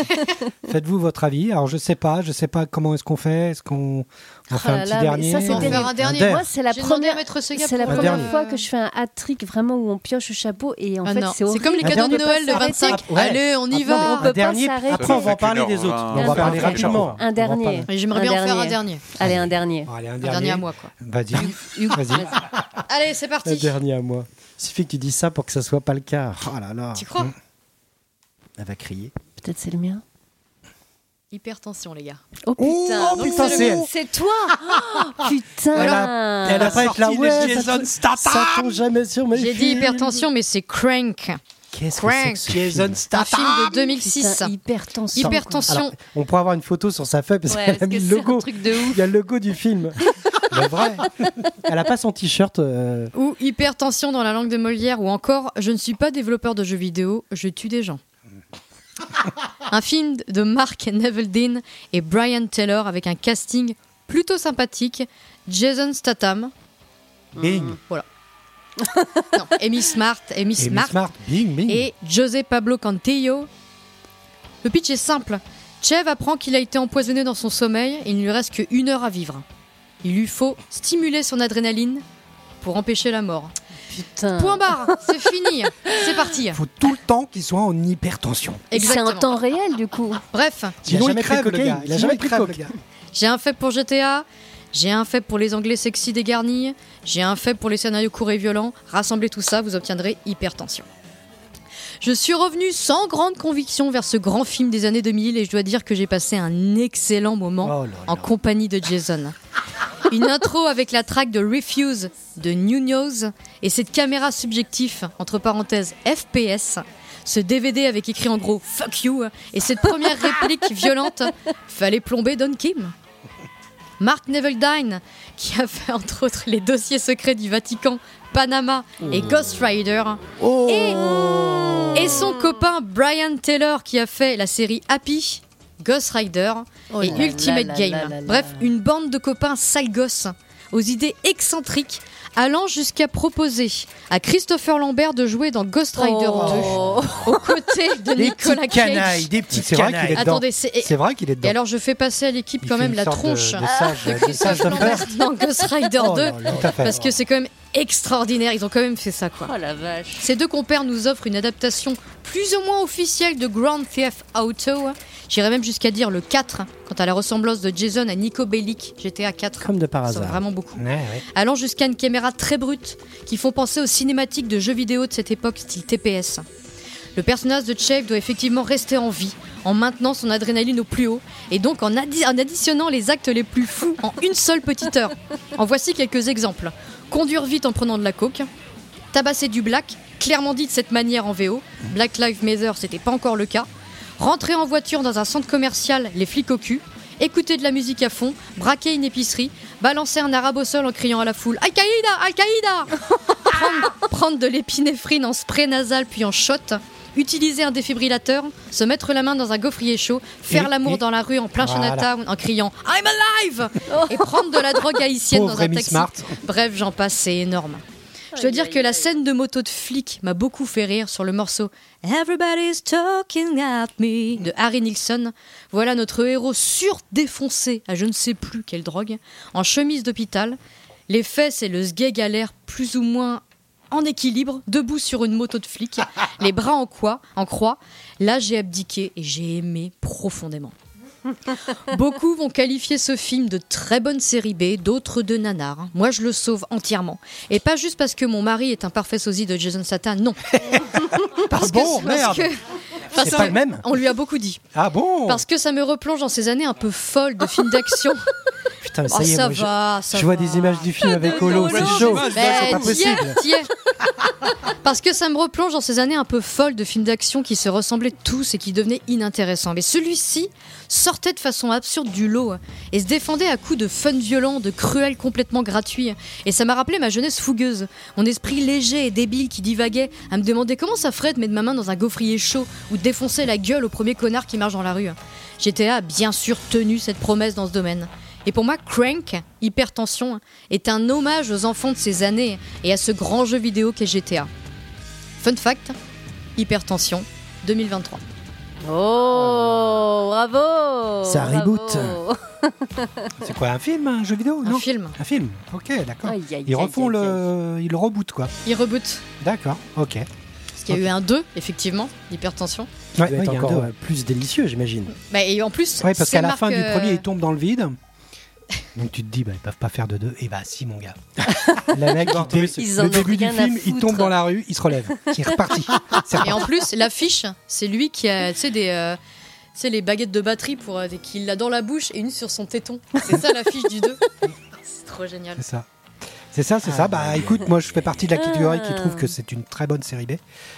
Speaker 1: Faites-vous votre avis. Alors je sais pas, je sais pas comment est-ce qu'on fait. Est-ce qu'on on
Speaker 4: Ah
Speaker 1: fait un
Speaker 4: là
Speaker 1: petit
Speaker 4: là, mais
Speaker 1: dernier
Speaker 4: ça,
Speaker 2: On va en
Speaker 4: c'était-
Speaker 2: faire un dernier.
Speaker 6: dernier.
Speaker 4: Moi, c'est la
Speaker 2: J'ai demandé à
Speaker 4: première,
Speaker 2: Maître Sega
Speaker 4: c'est la
Speaker 2: pour,
Speaker 4: première
Speaker 2: euh,
Speaker 4: fois que je fais un hat-trick vraiment où on pioche au chapeau et en
Speaker 2: Ah
Speaker 4: fait,
Speaker 2: non,
Speaker 4: c'est
Speaker 2: c'est comme les
Speaker 4: horrible.
Speaker 2: cadeaux de
Speaker 4: On peut pas
Speaker 2: Noël le
Speaker 4: s'arrêter.
Speaker 2: 25.
Speaker 3: Ah, ouais.
Speaker 2: Allez, on y
Speaker 3: Maintenant,
Speaker 4: on
Speaker 2: va.
Speaker 4: peut
Speaker 3: Un dernier.
Speaker 4: pas s'arrêter.
Speaker 3: Après, on va en parler des autres.
Speaker 5: Ça
Speaker 3: On va
Speaker 4: fait
Speaker 3: parler
Speaker 4: une heure
Speaker 3: rapidement.
Speaker 4: Un dernier.
Speaker 2: Et J'aimerais bien en faire un dernier.
Speaker 4: Allez, un dernier.
Speaker 1: Bon, allez, un
Speaker 2: Un
Speaker 1: dernier. Ah.
Speaker 2: dernier à moi, quoi.
Speaker 1: Vas-y.
Speaker 2: Hugues,
Speaker 1: Vas-y.
Speaker 2: Allez, c'est
Speaker 3: Le
Speaker 2: parti.
Speaker 3: dernier à moi. Suffit que tu dises ça pour que ça soit pas le cas. Oh là là.
Speaker 2: Tu crois
Speaker 1: Hum.
Speaker 3: Elle va crier.
Speaker 4: Peut-être c'est le mien.
Speaker 2: Hypertension, les gars.
Speaker 4: Oh putain,
Speaker 2: oh,
Speaker 4: donc
Speaker 2: putain,
Speaker 3: c'est
Speaker 4: le
Speaker 3: elle.
Speaker 4: mien. c'est toi. Oh, putain.
Speaker 2: Elle
Speaker 4: Ah,
Speaker 3: Elle va pas être là.
Speaker 1: sorti
Speaker 3: Ouais,
Speaker 1: les
Speaker 3: ça,
Speaker 1: Jason
Speaker 3: tombe-
Speaker 1: Statham.
Speaker 3: ça tombe jamais sur mes
Speaker 2: J'ai dit
Speaker 3: films.
Speaker 2: hypertension, mais c'est Crank.
Speaker 3: Qu'est-ce que c'est
Speaker 2: Crank.
Speaker 3: que ce film
Speaker 2: Un film de
Speaker 4: Putain,
Speaker 2: 2006.
Speaker 4: hyper tension.
Speaker 2: Hypertension.
Speaker 3: Alors, on pourra avoir une photo sur sa feuille parce
Speaker 4: Ouais,
Speaker 3: qu'elle a
Speaker 4: parce
Speaker 3: mis
Speaker 4: que
Speaker 3: le
Speaker 4: c'est un
Speaker 3: logo.
Speaker 4: truc de
Speaker 3: Il y a le logo du film. Le vrai. Elle a pas son t-shirt. euh,
Speaker 2: Ou hypertension dans la langue de Molière, ou encore Je ne suis pas développeur de jeux vidéo, je tue des gens. un film de Mark Neveldine et Brian Taylor avec un casting plutôt sympathique. Jason Statham,
Speaker 1: Bing.
Speaker 2: non, Amy Smart, Amy
Speaker 1: Et
Speaker 2: Smart,
Speaker 1: Smart. Bing, bing.
Speaker 2: et José Pablo Cantillo. Le pitch est simple. Chev apprend qu'il a été empoisonné dans son sommeil et il ne lui reste qu'une heure à vivre. Il lui faut stimuler son adrénaline pour empêcher la mort.
Speaker 4: Putain.
Speaker 2: Point barre, c'est fini, c'est parti.
Speaker 1: Il faut tout le temps qu'il soit en hypertension.
Speaker 4: C'est en
Speaker 2: Exactement.
Speaker 4: temps réel du coup.
Speaker 2: Bref,
Speaker 3: Il a
Speaker 1: Sinon, il
Speaker 3: jamais pris
Speaker 1: crève,
Speaker 3: de
Speaker 1: le gars.
Speaker 3: cocaïne. Il a
Speaker 1: Sinon,
Speaker 3: jamais
Speaker 1: il
Speaker 3: pris de
Speaker 1: crève,
Speaker 3: coke.
Speaker 1: le gars.
Speaker 2: j'ai un fait pour GTA, j'ai un fait pour les anglais sexy dégarnis, j'ai un fait pour les scénarios courts et violents. Rassemblez tout ça, vous obtiendrez hypertension. Je suis revenu sans grande conviction vers ce grand film des années 2000 et je dois dire que j'ai passé un excellent moment
Speaker 3: Oh là là.
Speaker 2: en compagnie de Jason. Une intro avec la track de Refuse de New News et cette caméra subjectif, entre parenthèses FPS, ce DVD avec écrit en gros Fuck you et cette première réplique violente Fallait plomber Don Kim. Mark Neveldine, qui a fait entre autres les dossiers secrets du Vatican, Panama
Speaker 6: Oh.
Speaker 2: et Ghost Rider. Et, et son copain Brian Taylor, qui a fait la série Happy, Ghost Rider
Speaker 4: Oh
Speaker 2: et
Speaker 4: là là
Speaker 2: Ultimate
Speaker 4: là
Speaker 2: Game.
Speaker 4: là là là.
Speaker 2: Bref, une bande de copains sales gosses aux idées excentriques, allant jusqu'à proposer à Christopher Lambert de jouer dans Ghost Rider
Speaker 4: Oh.
Speaker 2: 2 aux côtés de
Speaker 7: Des
Speaker 2: Nicolas
Speaker 7: petits
Speaker 3: Ah,
Speaker 7: canailles,
Speaker 2: Cage.
Speaker 7: des petits
Speaker 1: C'est vrai qu'il
Speaker 7: canailles.
Speaker 1: est dedans.
Speaker 2: Attendez, c'est- et-
Speaker 1: C'est vrai qu'il est
Speaker 2: et
Speaker 1: dedans.
Speaker 2: alors je fais passer à l'équipe
Speaker 6: Il
Speaker 2: quand
Speaker 6: fait
Speaker 2: même
Speaker 6: une
Speaker 2: la
Speaker 6: sorte de-
Speaker 2: tronche
Speaker 6: de sage- de sage
Speaker 2: Christophe Lambert dans Ghost Rider
Speaker 3: Oh,
Speaker 2: 2
Speaker 1: Tout à fait.
Speaker 2: parce que c'est quand même extraordinaire, ils ont quand même fait ça quoi.
Speaker 7: Oh la vache.
Speaker 2: Ces deux compères nous offrent une adaptation plus ou moins officielle de Grand Theft Auto. hein. J'irais même jusqu'à dire le 4 hein, quant à la ressemblance de Jason à Nico Bellic, GTA 4.
Speaker 3: Comme de par
Speaker 2: Ça,
Speaker 3: hasard.
Speaker 2: vraiment beaucoup.
Speaker 6: Ouais, ouais.
Speaker 2: Allant jusqu'à une caméra très brute qui font penser aux cinématiques de jeux vidéo de cette époque style TPS. Le personnage de Chave doit effectivement rester en vie, en maintenant son adrénaline au plus haut, et donc en, addi- en additionnant les actes les plus fous en une seule petite heure. En voici quelques exemples. Conduire vite en prenant de la coke, tabasser du black, clairement dit de cette manière en VO, Black Lives Matter c'était pas encore le cas, rentrer en voiture dans un centre commercial, les flics au cul, écouter de la musique à fond, braquer une épicerie, balancer un arabe au sol en criant à la foule Al-Qaïda Al-Qaïda prendre, prendre de l'épinéphrine en spray nasal puis en shot, utiliser un défibrillateur, se mettre la main dans un gaufrier chaud, faire
Speaker 6: Et-
Speaker 2: l'amour
Speaker 6: et-
Speaker 2: dans la rue en plein
Speaker 6: Voilà.
Speaker 2: Chinatown en criant I'm alive et prendre de la drogue haïtienne dans
Speaker 6: Pauvre
Speaker 2: un
Speaker 6: Amy
Speaker 2: taxi.
Speaker 6: Smart.
Speaker 2: Bref, j'en passe, c'est énorme. Je dois dire que la scène de moto de flic m'a beaucoup fait rire sur le morceau Everybody's talking at me de Harry Nilsson. Voilà notre héros surdéfoncé à je ne sais plus quelle drogue, en chemise d'hôpital, les fesses et le sgeg à l'air plus ou moins en équilibre, debout sur une moto de flic, les bras en, quoi, en croix. Là, j'ai abdiqué et j'ai aimé profondément. Beaucoup vont qualifier ce film de très bonne série B, d'autres de nanar. Moi, je le sauve entièrement. Et pas juste parce que mon mari est un parfait sosie de Jason Satan, non. parce
Speaker 1: bon,
Speaker 2: que, parce
Speaker 1: merde.
Speaker 2: que- parce
Speaker 3: Ah C'est pas
Speaker 2: que
Speaker 3: le même
Speaker 2: on lui a beaucoup dit.
Speaker 1: Ah bon
Speaker 2: Parce que ça me replonge dans ces années un peu folles de films d'action.
Speaker 3: Putain, mais
Speaker 2: Oh,
Speaker 3: ça y est,
Speaker 2: ça
Speaker 3: moi, je-
Speaker 2: va, ça
Speaker 3: je vois
Speaker 2: va.
Speaker 3: des images du film avec Holo,
Speaker 2: Holo,
Speaker 3: c'est
Speaker 2: des
Speaker 3: chaud.
Speaker 1: images,
Speaker 2: Ben,
Speaker 3: c'est pas
Speaker 2: t'y es,
Speaker 3: possible.
Speaker 2: t'y es. Parce que ça me replonge dans ces années un peu folles de films d'action qui se ressemblaient tous et qui devenaient inintéressants. Mais celui-ci sortait de façon absurde du lot hein, et se défendait à coups de fun violent, de cruel complètement gratuit. hein. Et ça m'a rappelé ma jeunesse fougueuse, mon esprit léger et débile qui divaguait à me demander comment ça ferait de mettre ma main dans un gaufrier chaud ou de défoncer la gueule au premier connard qui marche dans la rue. GTA a bien sûr tenu cette promesse dans ce domaine. Et pour moi, Crank, Hypertension, est un hommage aux enfants de ces années et à ce grand jeu vidéo qu'est GTA. Fun fact, Hypertension 2023.
Speaker 7: Oh, bravo.
Speaker 3: Ça reboot.
Speaker 4: Oh.
Speaker 7: bravo.
Speaker 6: C'est quoi, un film, un jeu vidéo
Speaker 2: Un
Speaker 6: Non,
Speaker 2: film. Ah,
Speaker 1: Un film. Ok, d'accord.
Speaker 7: Aïe, aïe, aïe,
Speaker 1: Ils refont
Speaker 7: aïe, aïe.
Speaker 2: euh,
Speaker 1: le, ils le rebootent quoi.
Speaker 2: Il reboot.
Speaker 1: D'accord. Ok. Eh
Speaker 2: Parce qu'il y a eu un 2, effectivement, Hypertension.
Speaker 1: ben,
Speaker 3: Ça
Speaker 6: Ouais,
Speaker 3: doit
Speaker 6: ouais,
Speaker 3: être
Speaker 6: il y a un
Speaker 3: encore
Speaker 6: deux.
Speaker 3: euh, plus délicieux, j'imagine.
Speaker 2: Bah, et en plus,
Speaker 6: Ouais, parce
Speaker 2: c'est
Speaker 6: qu'à la
Speaker 2: marque,
Speaker 6: fin du
Speaker 2: euh,
Speaker 6: premier, ils tombent dans le vide. Donc tu te dis, bah, ils peuvent pas faire de deux.
Speaker 1: Eh
Speaker 6: Et
Speaker 1: ben,
Speaker 6: bah si, mon gars.
Speaker 1: La mec, il dé-
Speaker 7: Ils en
Speaker 1: le
Speaker 7: ont
Speaker 1: début du
Speaker 7: rien à
Speaker 1: film, il
Speaker 7: foutre.
Speaker 1: tombe dans la rue, il se relève. C'est reparti. C'est
Speaker 2: Et
Speaker 1: reparti.
Speaker 2: en plus, l'affiche, c'est lui qui a, tu sais, des. euh, tu sais, les baguettes de batterie pour euh, des- qu'il a dans la bouche et une sur son téton. C'est ça l'affiche du 2. C'est trop génial.
Speaker 1: C'est ça. C'est ça, c'est
Speaker 6: Ah,
Speaker 1: ça. Bah écoute, moi je fais partie de la catégorie qui
Speaker 7: Ah.
Speaker 1: trouve que c'est une très bonne série B.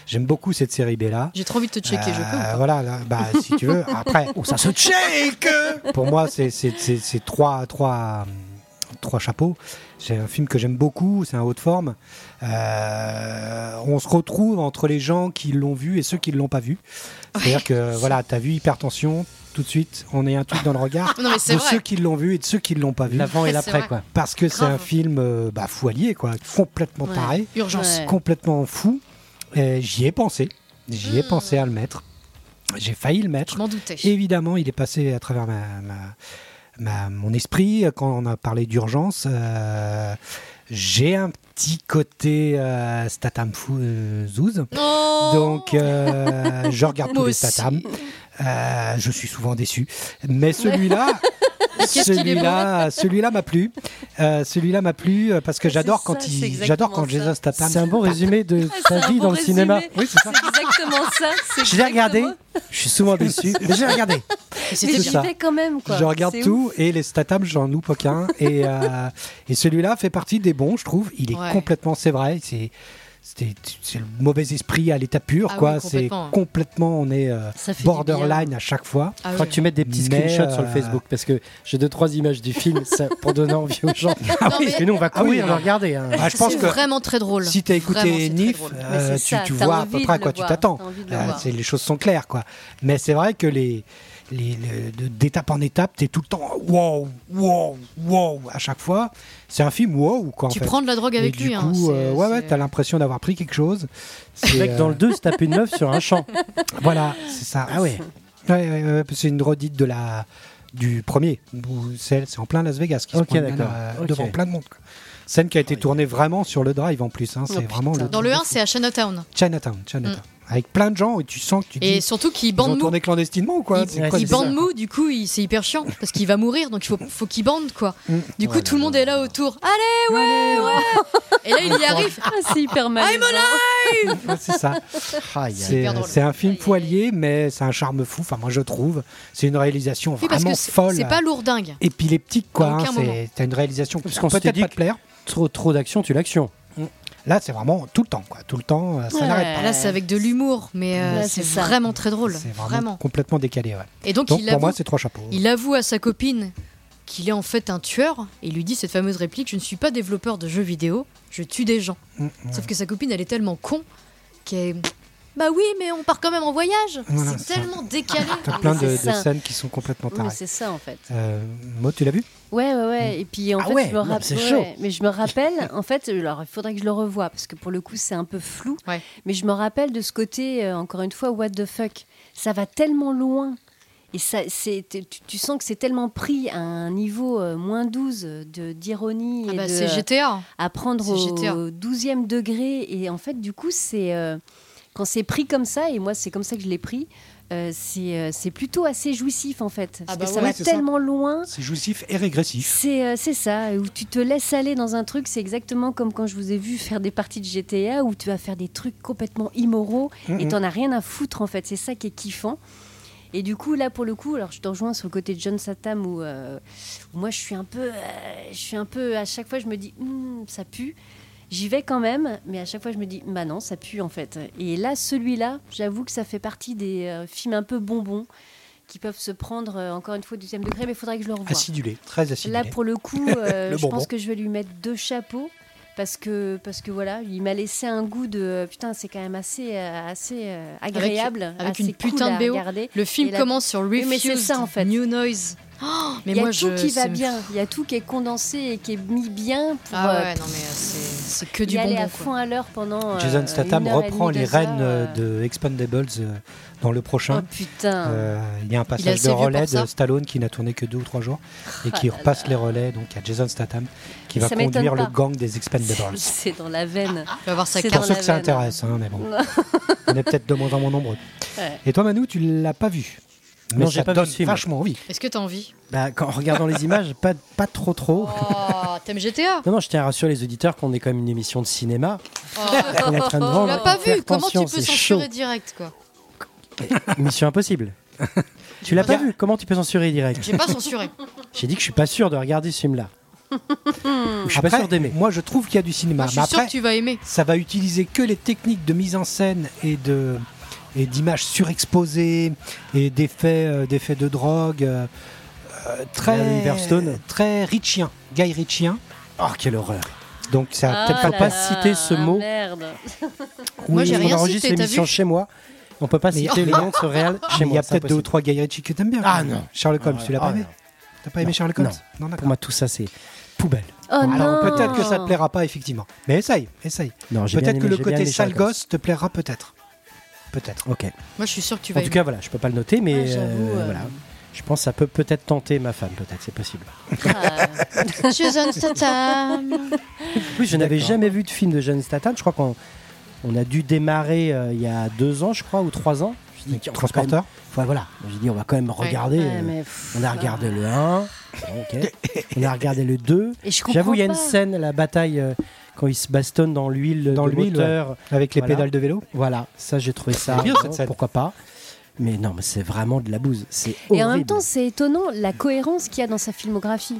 Speaker 1: J'aime beaucoup cette série B là.
Speaker 2: J'ai trop envie de te checker, je
Speaker 6: Ah.
Speaker 2: peux. ou
Speaker 1: Euh,
Speaker 2: pas
Speaker 1: voilà, là, bah, si tu veux. Après,
Speaker 3: Oh, ça se
Speaker 1: check Pour moi, c'est c'est- c'est- c'est trois, trois, hum, trois chapeaux. C'est un film que j'aime beaucoup, c'est un haut de forme. Euh, on se retrouve entre les gens qui l'ont vu et ceux qui ne l'ont pas vu. C'est-à-dire que, voilà, tu as vu Hypertension, tout de suite, on est un truc dans le regard
Speaker 2: Non, mais
Speaker 1: de
Speaker 2: c'est vrai.
Speaker 1: ceux qui l'ont vu et de ceux qui ne l'ont pas vu.
Speaker 3: L'avant et
Speaker 2: C'est
Speaker 3: l'après,
Speaker 2: vrai.
Speaker 3: quoi.
Speaker 1: Parce que c'est
Speaker 2: Grave.
Speaker 1: un film euh, bah, fou allié, quoi, complètement
Speaker 7: Ouais.
Speaker 1: taré
Speaker 2: Urgence.
Speaker 7: Ouais.
Speaker 1: complètement fou. Euh, J'y ai pensé. J'y ai
Speaker 2: Mm.
Speaker 1: pensé à le mettre. J'ai failli le
Speaker 2: Je
Speaker 1: mettre.
Speaker 2: m'en doutais.
Speaker 1: Évidemment, il est passé à travers ma, ma- ma- mon esprit euh, quand on a parlé d'urgence. euh, J'ai un petit côté euh, Statam fou euh, Zouz.
Speaker 7: Oh.
Speaker 2: Non
Speaker 1: Donc, euh, je regarde
Speaker 2: Moi
Speaker 1: tous les
Speaker 2: aussi.
Speaker 1: Statam. Euh, je suis souvent déçu. Mais celui-là.
Speaker 2: qu'est-ce qu'il est
Speaker 1: Celui-là, celui-là m'a plu. Euh, celui-là m'a plu euh, parce que
Speaker 7: Ah, C'est
Speaker 1: j'adore
Speaker 7: ça,
Speaker 1: quand
Speaker 7: c'est
Speaker 1: il,
Speaker 7: exactement
Speaker 1: j'adore quand
Speaker 7: ça.
Speaker 1: Jason Statham.
Speaker 3: C'est un bon résumé de
Speaker 7: Ah,
Speaker 3: ta
Speaker 7: c'est un
Speaker 3: vie
Speaker 7: bon
Speaker 3: dans le cinéma.
Speaker 7: résumé.
Speaker 1: Oui, c'est ça.
Speaker 7: C'est exactement ça. c'est
Speaker 3: Je l'ai regardé,
Speaker 7: exactement-
Speaker 3: je suis souvent déçu, mais j'ai regardé.
Speaker 7: Mais
Speaker 1: C'était
Speaker 7: j'y
Speaker 1: ça.
Speaker 7: vais quand même, quoi.
Speaker 1: Je regarde
Speaker 7: C'est
Speaker 1: tout et les Statham, j'en loupe aucun. et euh, et celui-là fait partie des bons, je trouve. Il est
Speaker 2: Ouais.
Speaker 1: complètement, c'est vrai, c'est c'était- c'est le mauvais esprit à l'état pur,
Speaker 2: Ah
Speaker 1: quoi.
Speaker 2: oui,
Speaker 1: c'est
Speaker 2: complètement.
Speaker 1: complètement, on est euh,
Speaker 7: Ça fait du bien.
Speaker 1: borderline à chaque fois.
Speaker 2: Ah
Speaker 3: Je
Speaker 2: oui.
Speaker 3: crois que tu mets des petits
Speaker 1: Mais,
Speaker 3: screenshots sur le
Speaker 1: euh,
Speaker 3: Facebook parce que j'ai deux trois images du film ça, pour donner envie aux gens.
Speaker 2: Non, mais-
Speaker 3: Parce que nous on va
Speaker 1: Ah oui,
Speaker 3: courir, on va
Speaker 1: non.
Speaker 3: regarder. hein.
Speaker 1: Ah, je pense
Speaker 2: c'est
Speaker 1: que
Speaker 2: vraiment très drôle.
Speaker 1: si t'as
Speaker 2: Vraiment, c'est
Speaker 1: écouté
Speaker 2: très
Speaker 1: NIF,
Speaker 2: drôle.
Speaker 1: euh,
Speaker 7: Mais c'est
Speaker 1: tu,
Speaker 7: ça,
Speaker 1: tu
Speaker 7: t'as
Speaker 1: vois à
Speaker 7: envie
Speaker 1: peu près à
Speaker 7: de
Speaker 1: quoi
Speaker 7: le voir,
Speaker 1: tu t'attends.
Speaker 7: t'as envie de le
Speaker 1: Euh,
Speaker 7: voir.
Speaker 1: c'est- les choses sont claires, quoi. Mais c'est vrai que les les- le- de- d'étape en étape, tu es tout le temps wow, wow, wow à chaque fois. C'est un film wow, quoi. en
Speaker 2: Tu
Speaker 1: fait.
Speaker 2: prends de la drogue avec
Speaker 1: Et
Speaker 2: lui.
Speaker 1: Du
Speaker 2: hein,
Speaker 1: coup,
Speaker 2: c'est-
Speaker 1: euh, ouais, ouais,
Speaker 2: c'est-
Speaker 1: t'as l'impression d'avoir pris quelque chose.
Speaker 3: Le
Speaker 1: C'est,
Speaker 3: mec dans
Speaker 1: euh,
Speaker 3: le 2 se tape une meuf sur un champ.
Speaker 1: Voilà, c'est ça.
Speaker 3: Ah ouais.
Speaker 1: Ouais, ouais, ouais, parce que c'est une redite de la du premier. où C'est c'est en plein Las Vegas qui
Speaker 3: Ok,
Speaker 1: se promène
Speaker 3: d'accord.
Speaker 1: euh,
Speaker 3: Ok. Oh,
Speaker 1: devant plein de monde. quoi. Scène qui a été tournée vraiment sur le drive en plus. hein, c'est
Speaker 4: putain.
Speaker 1: vraiment le
Speaker 2: Oh, Dans le 1, c'est à Chinatown.
Speaker 1: Chinatown, Chinatown. Avec plein de gens et tu sens que tu
Speaker 2: Et
Speaker 1: dis
Speaker 2: surtout qu'il
Speaker 1: ils ont
Speaker 2: bande mou.
Speaker 1: tourné clandestinement ou quoi
Speaker 2: Il-
Speaker 1: C'est
Speaker 3: il
Speaker 1: quoi
Speaker 2: il
Speaker 1: c'est ça
Speaker 2: bande mou, du coup, il- c'est hyper chiant parce qu'il va mourir, donc il faut, faut qu'il bande quoi.
Speaker 1: Mm.
Speaker 2: Du coup, tout le monde est là autour. Allez, ouais, ouais. Et là, il y arrive.
Speaker 7: Ah, c'est hyper malaisant.
Speaker 1: Ouais, C'est ça.
Speaker 3: Aïe, aïe.
Speaker 1: C'est
Speaker 2: hyper drôle.
Speaker 1: c'est un film
Speaker 2: Aïe, aïe.
Speaker 1: poilier, mais c'est un charme fou. Enfin, moi, je trouve. C'est une réalisation
Speaker 2: Oui, parce
Speaker 1: vraiment
Speaker 2: que c'est
Speaker 1: folle.
Speaker 2: c'est pas lourdingue.
Speaker 1: épileptique quoi.
Speaker 2: À aucun
Speaker 1: hein,
Speaker 2: moment.
Speaker 1: c'est t'as une réalisation qui
Speaker 3: Parce
Speaker 1: peut
Speaker 3: qu'on s'était
Speaker 1: peut-être
Speaker 3: dit
Speaker 1: pas te
Speaker 3: que-
Speaker 1: plaire.
Speaker 3: Trop, trop d'action, tu l'action.
Speaker 1: Là, c'est vraiment tout le temps quoi, tout le temps, euh, ça
Speaker 7: Ouais.
Speaker 1: n'arrête
Speaker 2: Là, c'est avec de l'humour, mais euh,
Speaker 7: Là, c'est
Speaker 2: c'est
Speaker 7: ça.
Speaker 2: vraiment très
Speaker 1: pas.
Speaker 2: drôle.
Speaker 1: C'est vraiment,
Speaker 2: Vraiment.
Speaker 1: complètement décalé. ouais.
Speaker 2: Et donc,
Speaker 1: Donc
Speaker 2: il
Speaker 1: pour moi,
Speaker 2: avoue,
Speaker 1: c'est trois chapeaux.
Speaker 2: il avoue à sa copine qu'il est en fait un tueur et il lui dit cette fameuse réplique Je ne suis pas développeur de jeux vidéo, je tue des gens.
Speaker 1: Mm,
Speaker 4: Ah,
Speaker 2: Sauf que sa copine, elle est tellement con qu'elle. Bah oui, mais on part quand même en voyage
Speaker 1: Voilà, ça.
Speaker 2: C'est tellement décalé Ah
Speaker 1: T'as plein de,
Speaker 7: c'est ça.
Speaker 1: de scènes qui sont complètement
Speaker 4: Oui, mais
Speaker 1: tarées.
Speaker 4: c'est ça en fait.
Speaker 1: Euh, Maud, tu l'as vu
Speaker 4: Ouais, ouais, ouais. Et puis en
Speaker 1: Ah
Speaker 4: fait,
Speaker 1: ouais,
Speaker 4: je me
Speaker 1: non,
Speaker 4: rappelle.
Speaker 3: c'est chaud.
Speaker 4: mais je me rappelle, en fait, alors il faudrait que je le revoie parce que pour le coup, c'est un peu flou.
Speaker 2: Ouais.
Speaker 4: Mais je me rappelle de ce côté, euh, encore une fois, what the fuck. Ça va tellement loin. Et ça, c'est, tu, tu sens que c'est tellement pris à un niveau euh, moins 12 de, d'ironie
Speaker 2: Ah
Speaker 4: et
Speaker 2: bah,
Speaker 4: de,
Speaker 2: C'est GTA
Speaker 4: à prendre
Speaker 2: C'est GTA.
Speaker 4: au 12e degré. Et en fait, du coup, c'est euh, quand c'est pris comme ça, et moi, c'est comme ça que je l'ai pris, euh, c'est, euh, c'est plutôt assez jouissif en fait. Parce
Speaker 2: bah
Speaker 4: que
Speaker 2: ouais,
Speaker 4: ça va
Speaker 1: c'est ça.
Speaker 4: tellement loin.
Speaker 1: C'est jouissif et régressif.
Speaker 4: C'est euh, c'est ça, où tu te laisses aller dans un truc, c'est exactement comme quand je vous ai vu faire des parties de GTA, où tu vas faire des trucs complètement immoraux
Speaker 6: Mm,
Speaker 4: et t'en as rien à foutre en fait, c'est ça qui est kiffant. Et du coup, là pour le coup, alors je te rejoins sur le côté de John Satam où, euh, où moi je suis un peu, euh, je suis un peu, à chaque fois je me dis, Hum, ça pue. J'y vais quand même, mais à chaque fois je me dis, bah non, ça pue en fait. Et là, celui-là, j'avoue que ça fait partie des euh, films un peu bonbons qui peuvent se prendre euh, encore une fois au deuxième degré, mais il faudrait que je le revoie.
Speaker 1: Acidulé, très acidulé.
Speaker 4: Là, pour le coup, euh,
Speaker 1: Le
Speaker 4: je
Speaker 1: bonbon.
Speaker 4: pense que je vais lui mettre deux chapeaux parce que, parce que voilà, il m'a laissé un goût de euh, putain, c'est quand même assez, euh, assez euh, agréable,
Speaker 2: avec
Speaker 4: assez
Speaker 2: une putain
Speaker 4: cool
Speaker 2: de
Speaker 4: à
Speaker 2: BO.
Speaker 4: regarder.
Speaker 2: Le film
Speaker 4: Et la-
Speaker 2: commence sur
Speaker 4: Oui,
Speaker 2: Refused,
Speaker 4: mais c'est ça, en fait.
Speaker 2: New Noise. Oh, mais
Speaker 4: il y a
Speaker 2: moi,
Speaker 4: tout
Speaker 2: je,
Speaker 4: qui va
Speaker 2: c'est-
Speaker 4: bien, il y a tout qui est condensé et qui est mis bien pour
Speaker 2: Ah
Speaker 4: euh,
Speaker 2: ouais, non mais euh, c'est c'est que
Speaker 4: y
Speaker 2: du
Speaker 4: aller
Speaker 2: bonbon.
Speaker 4: à
Speaker 2: quoi.
Speaker 4: fond à l'heure pendant. euh,
Speaker 6: Jason Statham
Speaker 4: une heure et
Speaker 6: reprend
Speaker 4: demie,
Speaker 6: les
Speaker 4: deux heures,
Speaker 6: rênes
Speaker 4: euh.
Speaker 6: euh, de Expendables euh, dans le
Speaker 4: Oh
Speaker 6: prochain.
Speaker 4: putain.
Speaker 6: Euh, il y a un
Speaker 2: Il est
Speaker 6: passage
Speaker 2: assez
Speaker 6: de
Speaker 2: vieux pour
Speaker 6: relais
Speaker 2: ça.
Speaker 6: de Stallone qui n'a tourné que deux ou trois jours et qui repasse les relais donc à Jason Statham qui
Speaker 4: Mais
Speaker 6: va
Speaker 4: Oh ça m'étonne
Speaker 6: conduire le
Speaker 4: pas.
Speaker 6: gang des Expendables.
Speaker 4: C'est dans la veine.
Speaker 2: Tu vas voir sa
Speaker 4: C'est
Speaker 6: Pour
Speaker 2: carte.
Speaker 4: dans
Speaker 6: ceux
Speaker 4: la
Speaker 6: que ça
Speaker 4: veine.
Speaker 6: intéresse, hein, mais bon,
Speaker 4: Non.
Speaker 6: on est peut-être de moins en moins nombreux.
Speaker 4: Ouais.
Speaker 6: Et toi Manu, tu l'as pas vu
Speaker 3: Non,
Speaker 6: Mais
Speaker 3: j'ai
Speaker 6: ça
Speaker 3: pas vu
Speaker 6: donne
Speaker 3: ce film.
Speaker 6: Vachement envie.
Speaker 2: Est-ce que t'as envie
Speaker 3: Bah, quand, en regardant les images, pas, pas trop trop.
Speaker 2: Oh, t'aimes GTA
Speaker 3: Non, non, je tiens à rassurer les auditeurs qu'on est quand même une émission de cinéma.
Speaker 2: oh,
Speaker 3: On est en train de
Speaker 2: Tu
Speaker 3: vendre.
Speaker 2: l'as pas vu
Speaker 3: Faire
Speaker 2: Comment tu
Speaker 3: attention,
Speaker 2: peux
Speaker 3: c'est
Speaker 2: censurer direct quoi
Speaker 3: chaud. Mission impossible. tu l'as pas vu Comment tu peux censurer direct
Speaker 2: J'ai pas censuré.
Speaker 3: J'ai dit que je suis pas sûr de regarder ce film-là. Ou je suis pas
Speaker 1: Après,
Speaker 3: sûr d'aimer.
Speaker 1: Moi, je trouve qu'il y a du cinéma.
Speaker 2: Moi, je
Speaker 1: mais
Speaker 2: suis sûr
Speaker 1: après,
Speaker 2: que tu vas aimer.
Speaker 1: ça va utiliser que les techniques de mise en scène et de et d'images surexposées et d'effets euh, d'effets de drogue euh, euh,
Speaker 3: Vers
Speaker 1: très
Speaker 3: l'univers Stone.
Speaker 1: très richien, Guy Richien.
Speaker 3: Oh, quelle horreur.
Speaker 1: Donc ça
Speaker 4: Ah
Speaker 1: peut-être
Speaker 4: là
Speaker 1: pas
Speaker 3: pas
Speaker 4: là,
Speaker 3: citer ce
Speaker 4: ah
Speaker 3: mot.
Speaker 4: Merde.
Speaker 2: Moi, j'ai
Speaker 3: on
Speaker 2: rien
Speaker 3: enregistre
Speaker 2: cité, t'as
Speaker 3: l'émission
Speaker 2: vu
Speaker 3: chez moi. On peut pas
Speaker 1: Mais-
Speaker 3: citer le nom de ce réel chez
Speaker 1: Mais il y
Speaker 3: moi.
Speaker 1: a
Speaker 3: c'est
Speaker 1: peut-être deux ou
Speaker 3: impossible.
Speaker 1: trois Guy Ritchie que t'aimes bien.
Speaker 3: Ah, non.
Speaker 1: Sherlock Holmes,
Speaker 3: Ah,
Speaker 1: tu l'as pas
Speaker 3: ah,
Speaker 1: aimé
Speaker 3: non.
Speaker 1: T'as pas aimé
Speaker 3: Non.
Speaker 1: Sherlock Holmes
Speaker 3: Non.
Speaker 1: Non, d'accord.
Speaker 3: Pour moi, tout ça, c'est poubelle.
Speaker 4: Oh
Speaker 1: Alors
Speaker 4: non.
Speaker 1: peut-être que ça te plaira pas effectivement. Mais essaye, essaye.
Speaker 3: Non, j'ai bien
Speaker 1: Peut-être
Speaker 3: aimé-
Speaker 1: que le
Speaker 3: j'ai bien
Speaker 1: côté
Speaker 3: aimé
Speaker 1: sale
Speaker 3: Sherlock Holmes.
Speaker 1: gosse te plaira peut-être. Peut-être.
Speaker 3: Ok.
Speaker 2: Moi, je suis sûr que tu vas
Speaker 3: En tout
Speaker 2: aimer.
Speaker 3: cas, voilà, je peux pas le noter, mais
Speaker 4: Ouais, j'avoue,
Speaker 3: euh,
Speaker 4: euh.
Speaker 3: voilà. Je pense que ça peut peut-être tenter ma femme, peut-être, c'est possible.
Speaker 4: Ah,
Speaker 2: Jason Statham.
Speaker 3: En plus, je n'avais jamais vu de film de John Statham. Je crois qu'on on a dû démarrer euh, il y a deux ans, je crois, ou trois ans. Je me suis dit, on va quand même-
Speaker 1: Transporteur.
Speaker 3: Ouais, voilà. J'ai dit, on va quand même regarder.
Speaker 4: ouais,
Speaker 3: euh,
Speaker 4: mais pff,
Speaker 3: On a regardé le 1, ok. on a regardé le 2.
Speaker 4: Et je
Speaker 3: J'avoue, il y a une
Speaker 4: comprends pas.
Speaker 3: scène, la bataille, euh, quand ils se bastonnent dans l'huile
Speaker 1: Dans
Speaker 3: de
Speaker 1: l'huile,
Speaker 3: moteur.
Speaker 1: Avec les
Speaker 3: Voilà.
Speaker 1: pédales de vélo.
Speaker 3: Voilà, ça j'ai trouvé ça.
Speaker 1: C'est bien,
Speaker 3: bon,
Speaker 1: cette scène.
Speaker 3: Pourquoi pas Mais non, mais c'est vraiment de la bouse. C'est horrible.
Speaker 4: Et en même temps, c'est étonnant la cohérence qu'il y a dans sa filmographie.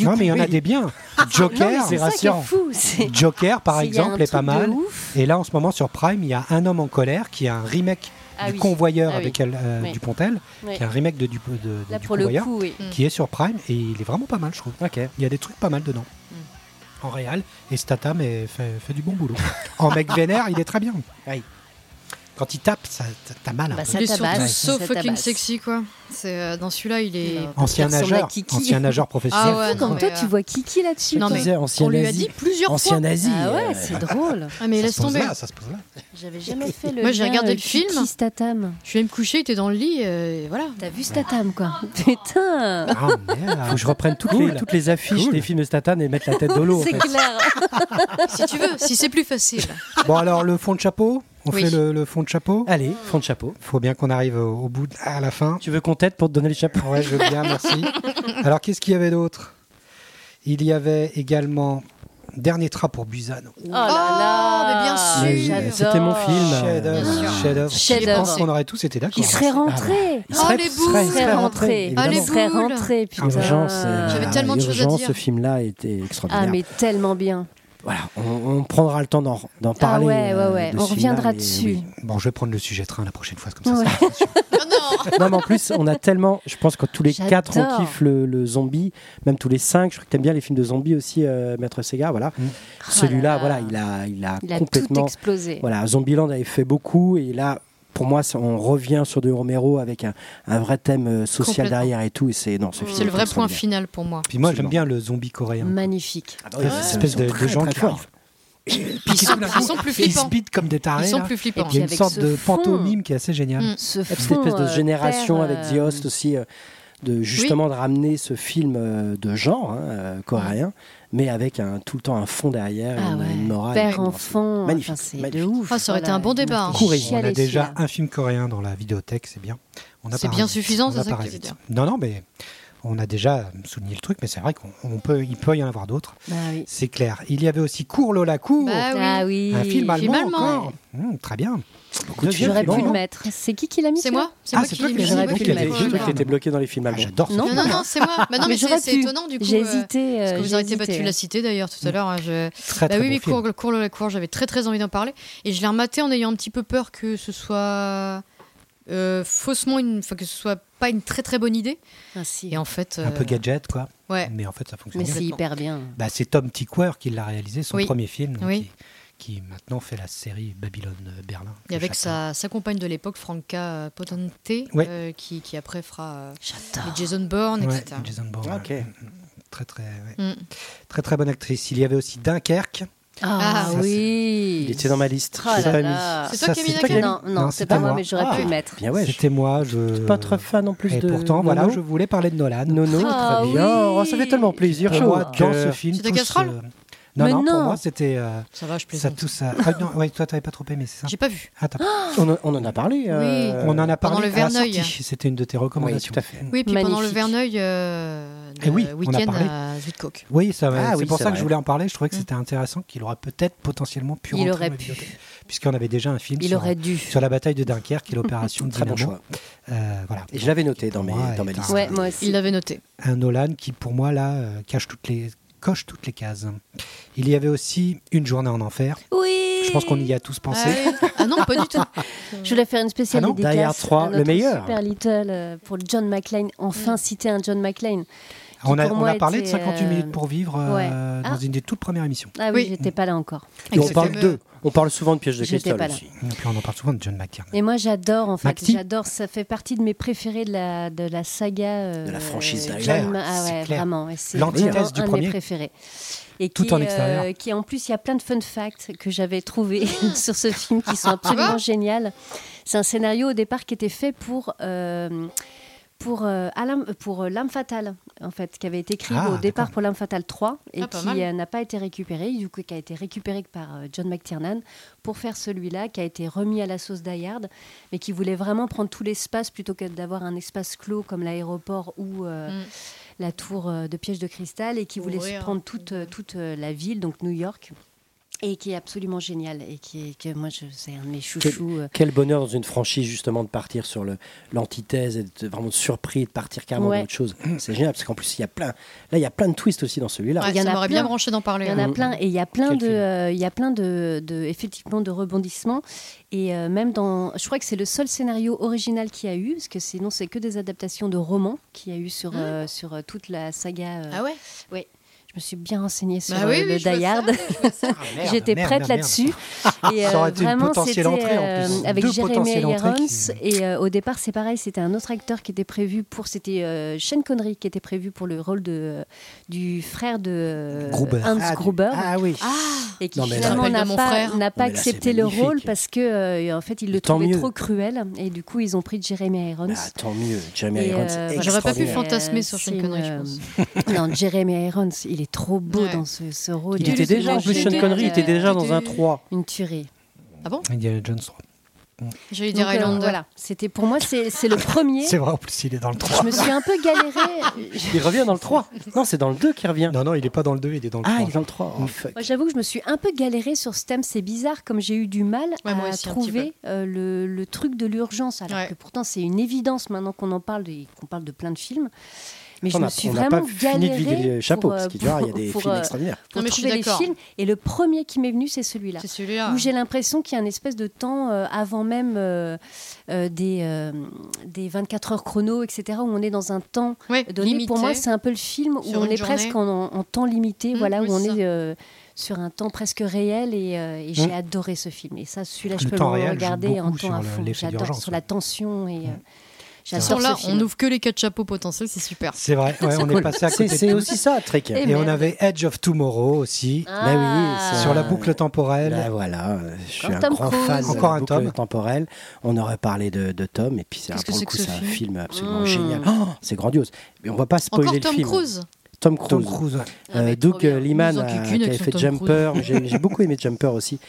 Speaker 1: non, mais il y en a
Speaker 3: oui.
Speaker 1: des biens.
Speaker 4: Ah, Non, mais
Speaker 1: Joker,
Speaker 4: c'est ça qui est fou. c'est-
Speaker 1: Joker, par
Speaker 4: c'est- il y a
Speaker 1: exemple,
Speaker 4: un
Speaker 1: est pas
Speaker 4: truc de
Speaker 1: mal.
Speaker 4: ouf.
Speaker 1: Et là, en ce moment, sur Prime, il y a Un homme en colère qui est un remake
Speaker 4: Ah
Speaker 1: du
Speaker 4: oui.
Speaker 1: Convoyeur
Speaker 4: Ah oui.
Speaker 1: avec elle, euh,
Speaker 4: Oui.
Speaker 1: Dupontel,
Speaker 4: Oui.
Speaker 1: qui est un remake de, Dup- de- de-
Speaker 4: Là,
Speaker 1: du
Speaker 4: pour le
Speaker 1: Convoyeur,
Speaker 4: coup,
Speaker 2: Ah,
Speaker 4: hmm. oui.
Speaker 1: qui est sur Prime, et il est vraiment pas mal, je trouve.
Speaker 3: Ok.
Speaker 1: Il y a des trucs pas mal dedans.
Speaker 4: Hmm.
Speaker 1: En réal, et Statham est- fait, fait du bon boulot. en mec vénère, il est très bien. Quand il tape, ça, ça- t'as mal. un
Speaker 4: Bah,
Speaker 1: peu.
Speaker 4: ça
Speaker 2: Il est surtout
Speaker 4: tabasse,
Speaker 2: so
Speaker 4: ça
Speaker 2: fucking
Speaker 4: tabasse.
Speaker 2: sexy, quoi. C'est, euh, dans celui-là, il est.
Speaker 4: Non.
Speaker 1: Ancien
Speaker 4: il ressemble à
Speaker 1: nageur,
Speaker 4: Kiki.
Speaker 1: ancien nageur professionnel.
Speaker 2: Ah ouais, non,
Speaker 4: Quand
Speaker 2: mais,
Speaker 4: toi,
Speaker 2: euh,
Speaker 4: tu vois Kiki là-dessus.
Speaker 2: Non,
Speaker 4: toi.
Speaker 2: mais
Speaker 3: disais, ancien
Speaker 2: on lui a
Speaker 3: nazi.
Speaker 2: dit plusieurs
Speaker 3: Ancien
Speaker 2: fois.
Speaker 3: nazi.
Speaker 4: Ah
Speaker 3: euh,
Speaker 4: ouais, c'est drôle.
Speaker 2: Ah, mais
Speaker 1: Ça
Speaker 2: laisse
Speaker 1: se pose
Speaker 2: tomber.
Speaker 1: là, ça se pose là.
Speaker 4: J'avais jamais fait le.
Speaker 2: Moi, j'ai
Speaker 4: lien,
Speaker 2: regardé
Speaker 4: euh,
Speaker 2: le film.
Speaker 4: Kiki Statham.
Speaker 2: Je vais me coucher, il était dans le lit, euh, et voilà.
Speaker 4: T'as vu Statham,
Speaker 2: Ah.
Speaker 4: quoi Putain
Speaker 1: Ah
Speaker 3: Faut
Speaker 1: merde.
Speaker 3: que je reprenne toutes, les, toutes les affiches
Speaker 1: Cool.
Speaker 3: des films de Statham et mettre la tête de l'eau. en
Speaker 4: C'est
Speaker 3: fait.
Speaker 4: clair.
Speaker 2: Si tu veux, si c'est plus facile.
Speaker 1: Bon alors le fond de chapeau. On
Speaker 2: Oui.
Speaker 1: fait le, le fond de chapeau.
Speaker 3: Allez, fond de chapeau.
Speaker 1: Faut bien qu'on arrive au, au bout de- à la fin.
Speaker 3: Tu veux qu'on t'aide pour te donner le chapeau
Speaker 1: Ouais, je veux bien, merci. Alors qu'est-ce qu'il y avait d'autre Il y avait également dernier train pour Busan.
Speaker 7: Oh là là,
Speaker 2: Oh, mais bien sûr.
Speaker 7: J'adore.
Speaker 3: C'était mon film.
Speaker 1: Chef-d'œuvre.
Speaker 2: Bien sûr.
Speaker 1: Chef-d'œuvre. Je
Speaker 4: Chef-d'œuvre.
Speaker 1: pense qu'on aurait tous été d'accord.
Speaker 4: Il serait rentré.
Speaker 3: Ah, bah, Il serait,
Speaker 2: les
Speaker 3: il serait- il
Speaker 4: Il
Speaker 2: boules.
Speaker 3: serait
Speaker 4: Oh, serait
Speaker 3: rentré.
Speaker 4: rentré. Oh,
Speaker 3: évidemment.
Speaker 2: Ah, les
Speaker 4: Il serait
Speaker 2: boules.
Speaker 4: rentré, putain.
Speaker 3: Urgence, euh,
Speaker 2: J'avais tellement de choses à
Speaker 3: Urgence,
Speaker 2: dire.
Speaker 3: ce film-là était extraordinaire.
Speaker 4: Ah, mais tellement bien.
Speaker 3: Voilà, on, on prendra le temps d'en d'en
Speaker 4: Ah
Speaker 3: parler.
Speaker 4: ouais, ouais,
Speaker 3: euh,
Speaker 4: ouais.
Speaker 3: de
Speaker 4: On
Speaker 3: ce film-là,
Speaker 4: reviendra
Speaker 3: mais
Speaker 4: dessus.
Speaker 3: oui.
Speaker 1: Bon, je vais prendre le sujet train la prochaine fois, comme ça.
Speaker 4: Ouais.
Speaker 1: ça sera sûr.
Speaker 3: non, mais en plus, on a tellement. Je pense que tous les
Speaker 4: J'adore.
Speaker 3: quatre, on kiffe le, le zombie. Même tous les cinq. Je crois que t'aimes bien les films de zombies aussi, euh, Maître Sega. Voilà. Celui-là,
Speaker 7: là là.
Speaker 3: voilà, il a, il a
Speaker 4: Il a tout
Speaker 3: complètement.
Speaker 4: explosé.
Speaker 3: Voilà, Zombieland avait fait beaucoup et là, pour moi, c'est- on revient sur de Romero avec un, un vrai thème euh, social
Speaker 2: Complètement.
Speaker 3: derrière et tout. Et c'est non, ce film
Speaker 2: C'est le
Speaker 3: est
Speaker 2: vrai point
Speaker 3: extraordinaire.
Speaker 2: final pour moi.
Speaker 1: Puis moi, j'aime
Speaker 3: Absolument.
Speaker 1: bien le zombie coréen.
Speaker 4: Magnifique.
Speaker 3: Ah bah oui,
Speaker 1: Cette
Speaker 3: c'est-
Speaker 1: espèce
Speaker 3: c'est
Speaker 1: de,
Speaker 3: très,
Speaker 1: de gens
Speaker 3: très
Speaker 1: qui
Speaker 3: fort.
Speaker 1: arrivent.
Speaker 2: Ils sont, ils sont plus
Speaker 1: Ils
Speaker 2: flippants.
Speaker 1: speed comme des tarés.
Speaker 2: Ils sont
Speaker 1: là.
Speaker 2: plus flippants.
Speaker 4: Et
Speaker 1: Il y a une
Speaker 4: Avec
Speaker 1: sorte
Speaker 4: ce
Speaker 1: de
Speaker 4: fond.
Speaker 1: pantomime qui est assez géniale.
Speaker 2: Mm.
Speaker 4: Ce
Speaker 3: Cette
Speaker 4: fond,
Speaker 3: espèce de
Speaker 4: euh,
Speaker 3: génération
Speaker 4: père,
Speaker 3: avec The
Speaker 4: euh,
Speaker 3: Host aussi, euh, de justement de ramener ce film euh, de genre hein, euh, coréen, mais avec un, tout le temps un fond derrière,
Speaker 4: Ah
Speaker 3: une,
Speaker 4: ouais.
Speaker 3: une morale.
Speaker 4: Père
Speaker 3: Comment
Speaker 4: enfant,
Speaker 3: Magnifique,
Speaker 4: enfin, c'est de
Speaker 3: magnifique.
Speaker 4: ouf.
Speaker 2: Ah, ça aurait été un bon débat, hein.
Speaker 3: Courez.
Speaker 1: On a
Speaker 4: Oh, Chialer,
Speaker 1: déjà
Speaker 4: celui-là.
Speaker 1: un film coréen dans la vidéothèque, c'est bien. On a
Speaker 2: C'est
Speaker 1: pas
Speaker 2: bien
Speaker 1: un-
Speaker 2: suffisant,
Speaker 1: on
Speaker 2: c'est
Speaker 1: a
Speaker 2: ça
Speaker 1: pas
Speaker 2: que tu
Speaker 1: un-
Speaker 2: veux dire.
Speaker 1: Non, non, mais on a déjà souligné le truc, mais c'est vrai qu'il peut, il peut y en avoir d'autres.
Speaker 4: Bah oui.
Speaker 1: C'est clair. Il y avait aussi Cours Lola Cours,
Speaker 2: Bah oui.
Speaker 4: Ah oui.
Speaker 1: un film allemand,
Speaker 2: film allemand,
Speaker 1: encore. Hum, très bien. Deuxième
Speaker 4: J'aurais
Speaker 1: film
Speaker 4: pu le
Speaker 1: allemand.
Speaker 4: mettre. C'est qui qui l'a mis
Speaker 2: C'est
Speaker 4: celui-là
Speaker 2: moi C'est
Speaker 1: Ah,
Speaker 2: moi
Speaker 1: c'est
Speaker 2: qui
Speaker 1: toi
Speaker 2: l'ai
Speaker 1: qui
Speaker 2: mis.
Speaker 1: l'as
Speaker 2: c'est
Speaker 1: dit,
Speaker 2: moi
Speaker 1: donc
Speaker 2: qui
Speaker 1: il y
Speaker 2: l'ai
Speaker 1: avait-
Speaker 2: mis.
Speaker 1: je
Speaker 3: Je
Speaker 1: crois
Speaker 3: crois
Speaker 1: que
Speaker 2: Ouais.
Speaker 3: que
Speaker 1: t'étais
Speaker 3: t'étais bloqué dans les films
Speaker 1: Ah,
Speaker 3: allemands.
Speaker 1: J'adore. ce
Speaker 4: Non,
Speaker 2: Non,
Speaker 1: film.
Speaker 2: non, non, c'est moi. Bah non,
Speaker 4: Mais
Speaker 2: mais c'est
Speaker 4: j'aurais
Speaker 2: c'est
Speaker 4: pu.
Speaker 2: étonnant du coup.
Speaker 4: J'ai
Speaker 2: euh,
Speaker 4: hésité.
Speaker 2: parce que
Speaker 4: euh,
Speaker 2: vous
Speaker 4: j'ai
Speaker 2: auriez été battu
Speaker 4: hésité.
Speaker 2: la cité d'ailleurs
Speaker 1: Mm.
Speaker 2: tout à l'heure. hein, je-
Speaker 1: Très,
Speaker 2: Bah
Speaker 1: très
Speaker 2: oui,
Speaker 1: bon
Speaker 2: oui,
Speaker 1: film.
Speaker 2: cours, cours, la cour, j'avais très très envie d'en parler. Et je l'ai rematé en ayant un petit peu peur que ce soit euh, faussement une. Enfin, que ce soit pas une très très bonne idée.
Speaker 4: Ah, si.
Speaker 2: Et en fait.
Speaker 1: Un peu
Speaker 2: euh,
Speaker 1: gadget, quoi.
Speaker 2: Ouais.
Speaker 1: Mais en fait, ça fonctionne
Speaker 4: Mais
Speaker 1: bien.
Speaker 4: c'est hyper bien.
Speaker 1: Bah, c'est Tom Tickwer qui l'a réalisé, son
Speaker 2: Oui.
Speaker 1: premier film, donc,
Speaker 2: Oui.
Speaker 1: qui, qui maintenant fait la série euh, Babylone-Berlin.
Speaker 2: Et avec sa, sa compagne de l'époque, Franca euh, Potente,
Speaker 1: Ouais.
Speaker 2: euh, qui, qui après fera euh, les
Speaker 4: J'adore.
Speaker 2: Jason Bourne,
Speaker 1: Ouais,
Speaker 2: etc.
Speaker 1: Jason Bourne.
Speaker 3: Ok.
Speaker 1: Très, très, ouais.
Speaker 2: Mm.
Speaker 1: très, très bonne actrice. Il y avait aussi Dunkerque.
Speaker 4: Ah
Speaker 2: Ah,
Speaker 1: ça,
Speaker 3: Il
Speaker 4: oui.
Speaker 3: était dans ma liste.
Speaker 4: Oh
Speaker 3: je l'ai
Speaker 4: là
Speaker 3: pas
Speaker 4: là.
Speaker 2: C'est
Speaker 1: Ça,
Speaker 2: toi qui as mis
Speaker 1: c'est
Speaker 2: la
Speaker 1: toi qui as
Speaker 2: clé
Speaker 4: Non, non,
Speaker 1: Non,
Speaker 4: c'est
Speaker 1: c'était
Speaker 4: pas moi,
Speaker 1: moi.
Speaker 4: mais j'aurais pu
Speaker 3: Ah.
Speaker 4: le mettre.
Speaker 3: mis. Bien ouais.
Speaker 1: C'était moi. Je...
Speaker 3: je- Pas trop fan en plus
Speaker 1: Et
Speaker 3: de.
Speaker 1: pourtant,
Speaker 3: Nono.
Speaker 1: voilà, je voulais parler de Nolan.
Speaker 3: Nono,
Speaker 4: Ah
Speaker 3: très bien.
Speaker 4: oui.
Speaker 3: Oh, ça fait tellement plaisir.
Speaker 1: Pour
Speaker 3: chaud.
Speaker 1: moi, dans
Speaker 3: Que-
Speaker 1: ce film,
Speaker 2: C'est ta
Speaker 1: tous,
Speaker 2: casserole
Speaker 1: euh, Non,
Speaker 4: Mais
Speaker 1: non, pour
Speaker 4: non.
Speaker 1: moi, c'était. euh,
Speaker 2: Ça va, je
Speaker 1: Ça,
Speaker 2: plaisante.
Speaker 1: tout ça. Ah, non, ouais, toi, t'avais pas trop aimé, c'est ça
Speaker 2: J'ai pas vu.
Speaker 1: Ah, t'as-
Speaker 3: on, en- on en a parlé. euh,
Speaker 1: On en a
Speaker 2: Pendant
Speaker 1: parlé
Speaker 2: le
Speaker 1: à la
Speaker 2: Verneuil.
Speaker 1: sortie. C'était une de tes
Speaker 3: Oui,
Speaker 1: recommandations.
Speaker 3: tout à fait.
Speaker 2: Oui, puis pendant le
Speaker 4: Magnifique.
Speaker 2: Verneuil, euh,
Speaker 1: Eh oui,
Speaker 2: le
Speaker 1: on a
Speaker 2: week-end
Speaker 1: parlé.
Speaker 2: à Zuidkoek.
Speaker 1: Oui, ça va.
Speaker 3: Ah
Speaker 1: c'est
Speaker 3: oui,
Speaker 1: pour
Speaker 3: c'est
Speaker 1: ça que
Speaker 3: vrai.
Speaker 1: je voulais en parler. Je trouvais que
Speaker 2: Mm.
Speaker 1: c'était intéressant qu'il aurait peut-être potentiellement pu
Speaker 4: Il
Speaker 1: rentrer
Speaker 4: aurait
Speaker 1: dans la
Speaker 4: pu.
Speaker 1: bibliothèque, puisqu'on avait déjà un film
Speaker 4: Il
Speaker 1: sur,
Speaker 4: aurait dû.
Speaker 1: sur la bataille de Dunkerque et l'opération
Speaker 3: Très bon
Speaker 1: Dynamo.
Speaker 3: choix.
Speaker 1: Euh, voilà.
Speaker 3: Et je l'avais noté dans
Speaker 1: Pour
Speaker 3: mes,
Speaker 1: moi,
Speaker 3: dans mes
Speaker 1: est un-
Speaker 3: listes.
Speaker 4: Ouais, moi
Speaker 2: Il
Speaker 4: aussi.
Speaker 2: l'avait noté.
Speaker 1: un Nolan qui, pour moi, là, euh, cache toutes les coche toutes les cases. Il y avait aussi Une journée en enfer.
Speaker 4: Oui.
Speaker 1: Je pense qu'on y a tous pensé.
Speaker 2: Ah, oui. Ah non, pas du tout.
Speaker 4: Je voulais faire une spéciale
Speaker 1: Ah non,
Speaker 4: dédicace
Speaker 3: Die Hard 3,
Speaker 4: à
Speaker 3: le
Speaker 4: notre
Speaker 3: meilleur.
Speaker 4: Super Little euh, pour John McClane. Enfin citer un John McClane.
Speaker 1: on a,
Speaker 4: pour
Speaker 1: on
Speaker 4: moi
Speaker 1: a parlé de
Speaker 4: était,
Speaker 1: 58
Speaker 4: euh,
Speaker 1: minutes pour vivre euh,
Speaker 4: ouais.
Speaker 1: dans
Speaker 4: Ah.
Speaker 1: une des toutes premières émissions.
Speaker 4: Ah oui,
Speaker 2: Oui.
Speaker 4: j'étais pas là encore.
Speaker 3: Et on
Speaker 2: Exactement.
Speaker 3: parle d'eux. On parle souvent de pièges de
Speaker 4: J'étais
Speaker 3: cristal
Speaker 4: pas là.
Speaker 3: aussi.
Speaker 1: Et puis on en parle souvent de John McTiernan.
Speaker 4: Et moi j'adore en fait.
Speaker 1: Macti.
Speaker 4: J'adore. Ça fait partie de mes préférés de la de la saga. euh,
Speaker 3: De la franchise
Speaker 4: John
Speaker 1: d'Hydler.
Speaker 4: Ma- Ah
Speaker 1: C'est
Speaker 4: ouais,
Speaker 1: clair.
Speaker 4: vraiment. Et C'est
Speaker 1: L'antithèse
Speaker 4: vraiment
Speaker 1: du
Speaker 4: un de
Speaker 1: premier.
Speaker 4: mes préférés. Et
Speaker 1: Tout
Speaker 4: qui,
Speaker 1: en extérieur.
Speaker 4: euh, qui en plus, il y a plein de fun facts que j'avais trouvés sur ce film qui sont absolument géniales. C'est un scénario au départ qui était fait pour euh, pour euh, Alain- pour euh, L'âme fatale en fait, qui avait été écrit
Speaker 1: Ah,
Speaker 4: au départ
Speaker 1: d'accord.
Speaker 4: pour L'âme fatale 3 et
Speaker 2: Ah, pas mal.
Speaker 4: qui euh, n'a pas été récupéré, du coup qui a été récupéré par euh, John McTiernan pour faire celui-là qui a été remis à la sauce d'Ayard, mais qui voulait vraiment prendre tout l'espace plutôt que d'avoir un espace clos comme l'aéroport ou euh,
Speaker 2: Mm.
Speaker 4: la tour euh, de piège de cristal et qui voulait
Speaker 2: Ouvrir.
Speaker 4: se prendre toute euh, toute euh, la ville donc New York. Et qui est absolument génial et qui est, que moi je c'est un de mes chouchous. euh.
Speaker 3: Quel bonheur dans une franchise justement de partir sur le l'antithèse et de vraiment surpris de partir carrément
Speaker 4: Ouais.
Speaker 3: dans autre chose. C'est génial parce qu'en plus il y a plein là il y a plein de twists aussi dans celui-là.
Speaker 2: Ouais,
Speaker 4: Il y en
Speaker 2: ça
Speaker 4: a
Speaker 2: m'aurait bien
Speaker 4: plein.
Speaker 2: branché d'en parler. hein.
Speaker 4: Il y en a
Speaker 3: Mm.
Speaker 4: plein et il y a plein
Speaker 3: Quel
Speaker 4: de,
Speaker 3: film.
Speaker 4: euh, il y a plein de, de- effectivement de rebondissements et euh, même dans, je crois que c'est le seul scénario original qu'il y a eu parce que sinon c'est que des adaptations de romans qu'il y a eu sur euh, sur euh, toute la saga. euh,
Speaker 2: Ah ouais
Speaker 4: Je me suis bien renseignée sur
Speaker 2: Ah Bah
Speaker 4: euh,
Speaker 2: oui,
Speaker 4: le
Speaker 2: oui, je vois
Speaker 4: Die
Speaker 2: ça,
Speaker 4: Hard.
Speaker 2: je vois ça.
Speaker 1: Ah, Merde,
Speaker 4: J'étais
Speaker 1: merde,
Speaker 4: prête
Speaker 1: merde.
Speaker 4: là-dessus. Et euh,
Speaker 1: Ça aurait été une
Speaker 4: vraiment,
Speaker 1: potentielle
Speaker 4: c'était euh,
Speaker 1: entrée, en plus.
Speaker 4: avec
Speaker 1: Deux
Speaker 4: Jeremy
Speaker 1: potentielles entrées
Speaker 4: Irons.
Speaker 1: qui-
Speaker 4: Et euh, au départ, c'est pareil, c'était un autre acteur qui était prévu pour. C'était euh, Sean Connery qui était prévu pour le rôle de, euh, du frère de euh,
Speaker 1: Gruber.
Speaker 4: Hans
Speaker 3: Ah, du-
Speaker 4: Gruber.
Speaker 3: Ah oui.
Speaker 4: Et qui
Speaker 3: Non, mais là-
Speaker 4: finalement
Speaker 2: Rappelle
Speaker 4: n'a
Speaker 2: de mon
Speaker 4: pas,
Speaker 2: frère.
Speaker 4: n'a pas
Speaker 3: mais là, c'est
Speaker 4: accepté le
Speaker 3: magnifique.
Speaker 4: rôle parce que euh, en fait il
Speaker 3: Mais
Speaker 4: le
Speaker 3: tant
Speaker 4: trouvait
Speaker 3: mieux.
Speaker 4: trop cruel et du coup ils ont pris Jeremy Irons.
Speaker 3: Bah, tant mieux. Jeremy
Speaker 4: Et,
Speaker 3: Irons.
Speaker 4: euh,
Speaker 3: c'est
Speaker 2: J'aurais pas pu
Speaker 3: extraordinaire.
Speaker 2: fantasmer sur Sean
Speaker 4: C'est
Speaker 2: Connery, je
Speaker 4: une, euh,
Speaker 2: pense.
Speaker 4: non, Jeremy Irons, il est trop beau
Speaker 2: Ouais.
Speaker 4: dans ce, ce rôle.
Speaker 3: Il était déjà, en plus,
Speaker 2: Il
Speaker 3: Sean
Speaker 2: était-
Speaker 3: Connery il était déjà dans un
Speaker 2: il était-
Speaker 3: 3.
Speaker 4: euh, une tuerie.
Speaker 1: Indiana Jones 3.
Speaker 2: J'allais
Speaker 4: Donc,
Speaker 2: dire
Speaker 4: euh,
Speaker 2: Highlander.
Speaker 4: voilà, c'était pour moi c'est c'est le premier.
Speaker 1: C'est vrai, en plus, il est dans le 3.
Speaker 4: Je me suis un peu galérée. Je-
Speaker 3: Il revient dans le 3. Non, c'est dans le 2 qu'il revient.
Speaker 1: Non, non, il est pas dans le 2, il est dans le
Speaker 3: Ah,
Speaker 1: 3.
Speaker 3: il est dans le 3. Oh, fuck.
Speaker 4: Moi, j'avoue que je me suis un peu galérée sur ce thème. C'est bizarre, comme j'ai eu du mal
Speaker 2: Ouais, moi
Speaker 4: à
Speaker 2: aussi, un petit
Speaker 4: trouver euh, le, le truc de l'urgence, alors
Speaker 2: Ouais.
Speaker 4: que pourtant c'est une évidence maintenant qu'on en parle et qu'on parle de plein de films. Mais
Speaker 3: On
Speaker 4: je
Speaker 3: a-
Speaker 4: me suis
Speaker 3: on n'a
Speaker 4: vraiment
Speaker 3: pas fini de vider
Speaker 4: galérée
Speaker 3: les chapeaux,
Speaker 4: pour, euh,
Speaker 3: parce qu'il y a des
Speaker 4: pour,
Speaker 3: films
Speaker 4: euh,
Speaker 3: extraordinaires.
Speaker 4: pour
Speaker 2: Non, mais je suis
Speaker 4: trouver les
Speaker 2: d'accord.
Speaker 4: films. Et le premier qui m'est venu, c'est celui-là.
Speaker 2: C'est celui-là.
Speaker 4: Où j'ai l'impression qu'il y a un espèce de temps euh, avant même euh, euh, des, euh, des 24 heures chrono, etc., où on est dans un temps
Speaker 2: Ouais,
Speaker 4: donné.
Speaker 2: limité.
Speaker 4: Pour moi, c'est un peu le film où
Speaker 2: Sur
Speaker 4: on
Speaker 2: une
Speaker 4: est
Speaker 2: journée.
Speaker 4: presque en, en temps limité,
Speaker 2: Mm,
Speaker 4: voilà,
Speaker 2: oui,
Speaker 4: où on
Speaker 2: c'est
Speaker 4: est euh, sur un temps presque réel. Et, euh, et j'ai adoré ce film. Et ça, celui-là, je
Speaker 1: Le
Speaker 4: peux
Speaker 1: temps
Speaker 4: le
Speaker 1: réel joue
Speaker 4: regarder en
Speaker 1: beaucoup
Speaker 4: temps à
Speaker 1: sur le-
Speaker 4: fond.
Speaker 1: l'effet
Speaker 4: J'adore
Speaker 1: d'urgence,
Speaker 4: sur
Speaker 1: ouais.
Speaker 4: la tension et euh,
Speaker 2: Ils
Speaker 4: j'adore
Speaker 2: sont là,
Speaker 4: ce
Speaker 2: on
Speaker 4: film.
Speaker 2: n'ouvre que les quatre chapeaux potentiels, c'est super.
Speaker 1: C'est vrai, ouais, on est passé à
Speaker 3: C'est
Speaker 1: côté.
Speaker 3: c'est
Speaker 1: de
Speaker 3: aussi ça, Trek.
Speaker 4: Et
Speaker 1: Et
Speaker 4: merde.
Speaker 1: on avait Edge of Tomorrow aussi,
Speaker 4: Ah.
Speaker 3: Bah oui, c'est-
Speaker 1: sur la boucle temporelle.
Speaker 3: Là, Ben voilà, je suis
Speaker 4: Encore
Speaker 3: un
Speaker 4: Tom
Speaker 3: grand
Speaker 4: Cruise.
Speaker 3: fan de la
Speaker 1: Encore un
Speaker 3: boucle
Speaker 1: Tom.
Speaker 3: temporelle. On aurait parlé de, de Tom, et puis c'est
Speaker 2: Qu'est-ce que
Speaker 3: pour le
Speaker 2: c'est
Speaker 3: coup,
Speaker 2: que ce
Speaker 3: c'est un
Speaker 2: film
Speaker 3: film absolument
Speaker 4: Mm.
Speaker 3: génial. Oh, c'est grandiose. Mais on va pas spoiler
Speaker 2: Encore
Speaker 3: le
Speaker 2: Tom
Speaker 3: film.
Speaker 2: Cruise.
Speaker 3: Tom Cruise.
Speaker 1: Tom Cruise, ouais.
Speaker 2: Ah, mais
Speaker 3: Euh,
Speaker 2: trop
Speaker 3: Doug
Speaker 2: bien.
Speaker 3: Liman
Speaker 2: Nous en
Speaker 3: a-
Speaker 2: cucune
Speaker 3: qui
Speaker 2: avec
Speaker 3: avait
Speaker 2: son
Speaker 3: fait
Speaker 2: Tom
Speaker 3: Jumper, j'ai j'ai beaucoup aimé Jumper aussi,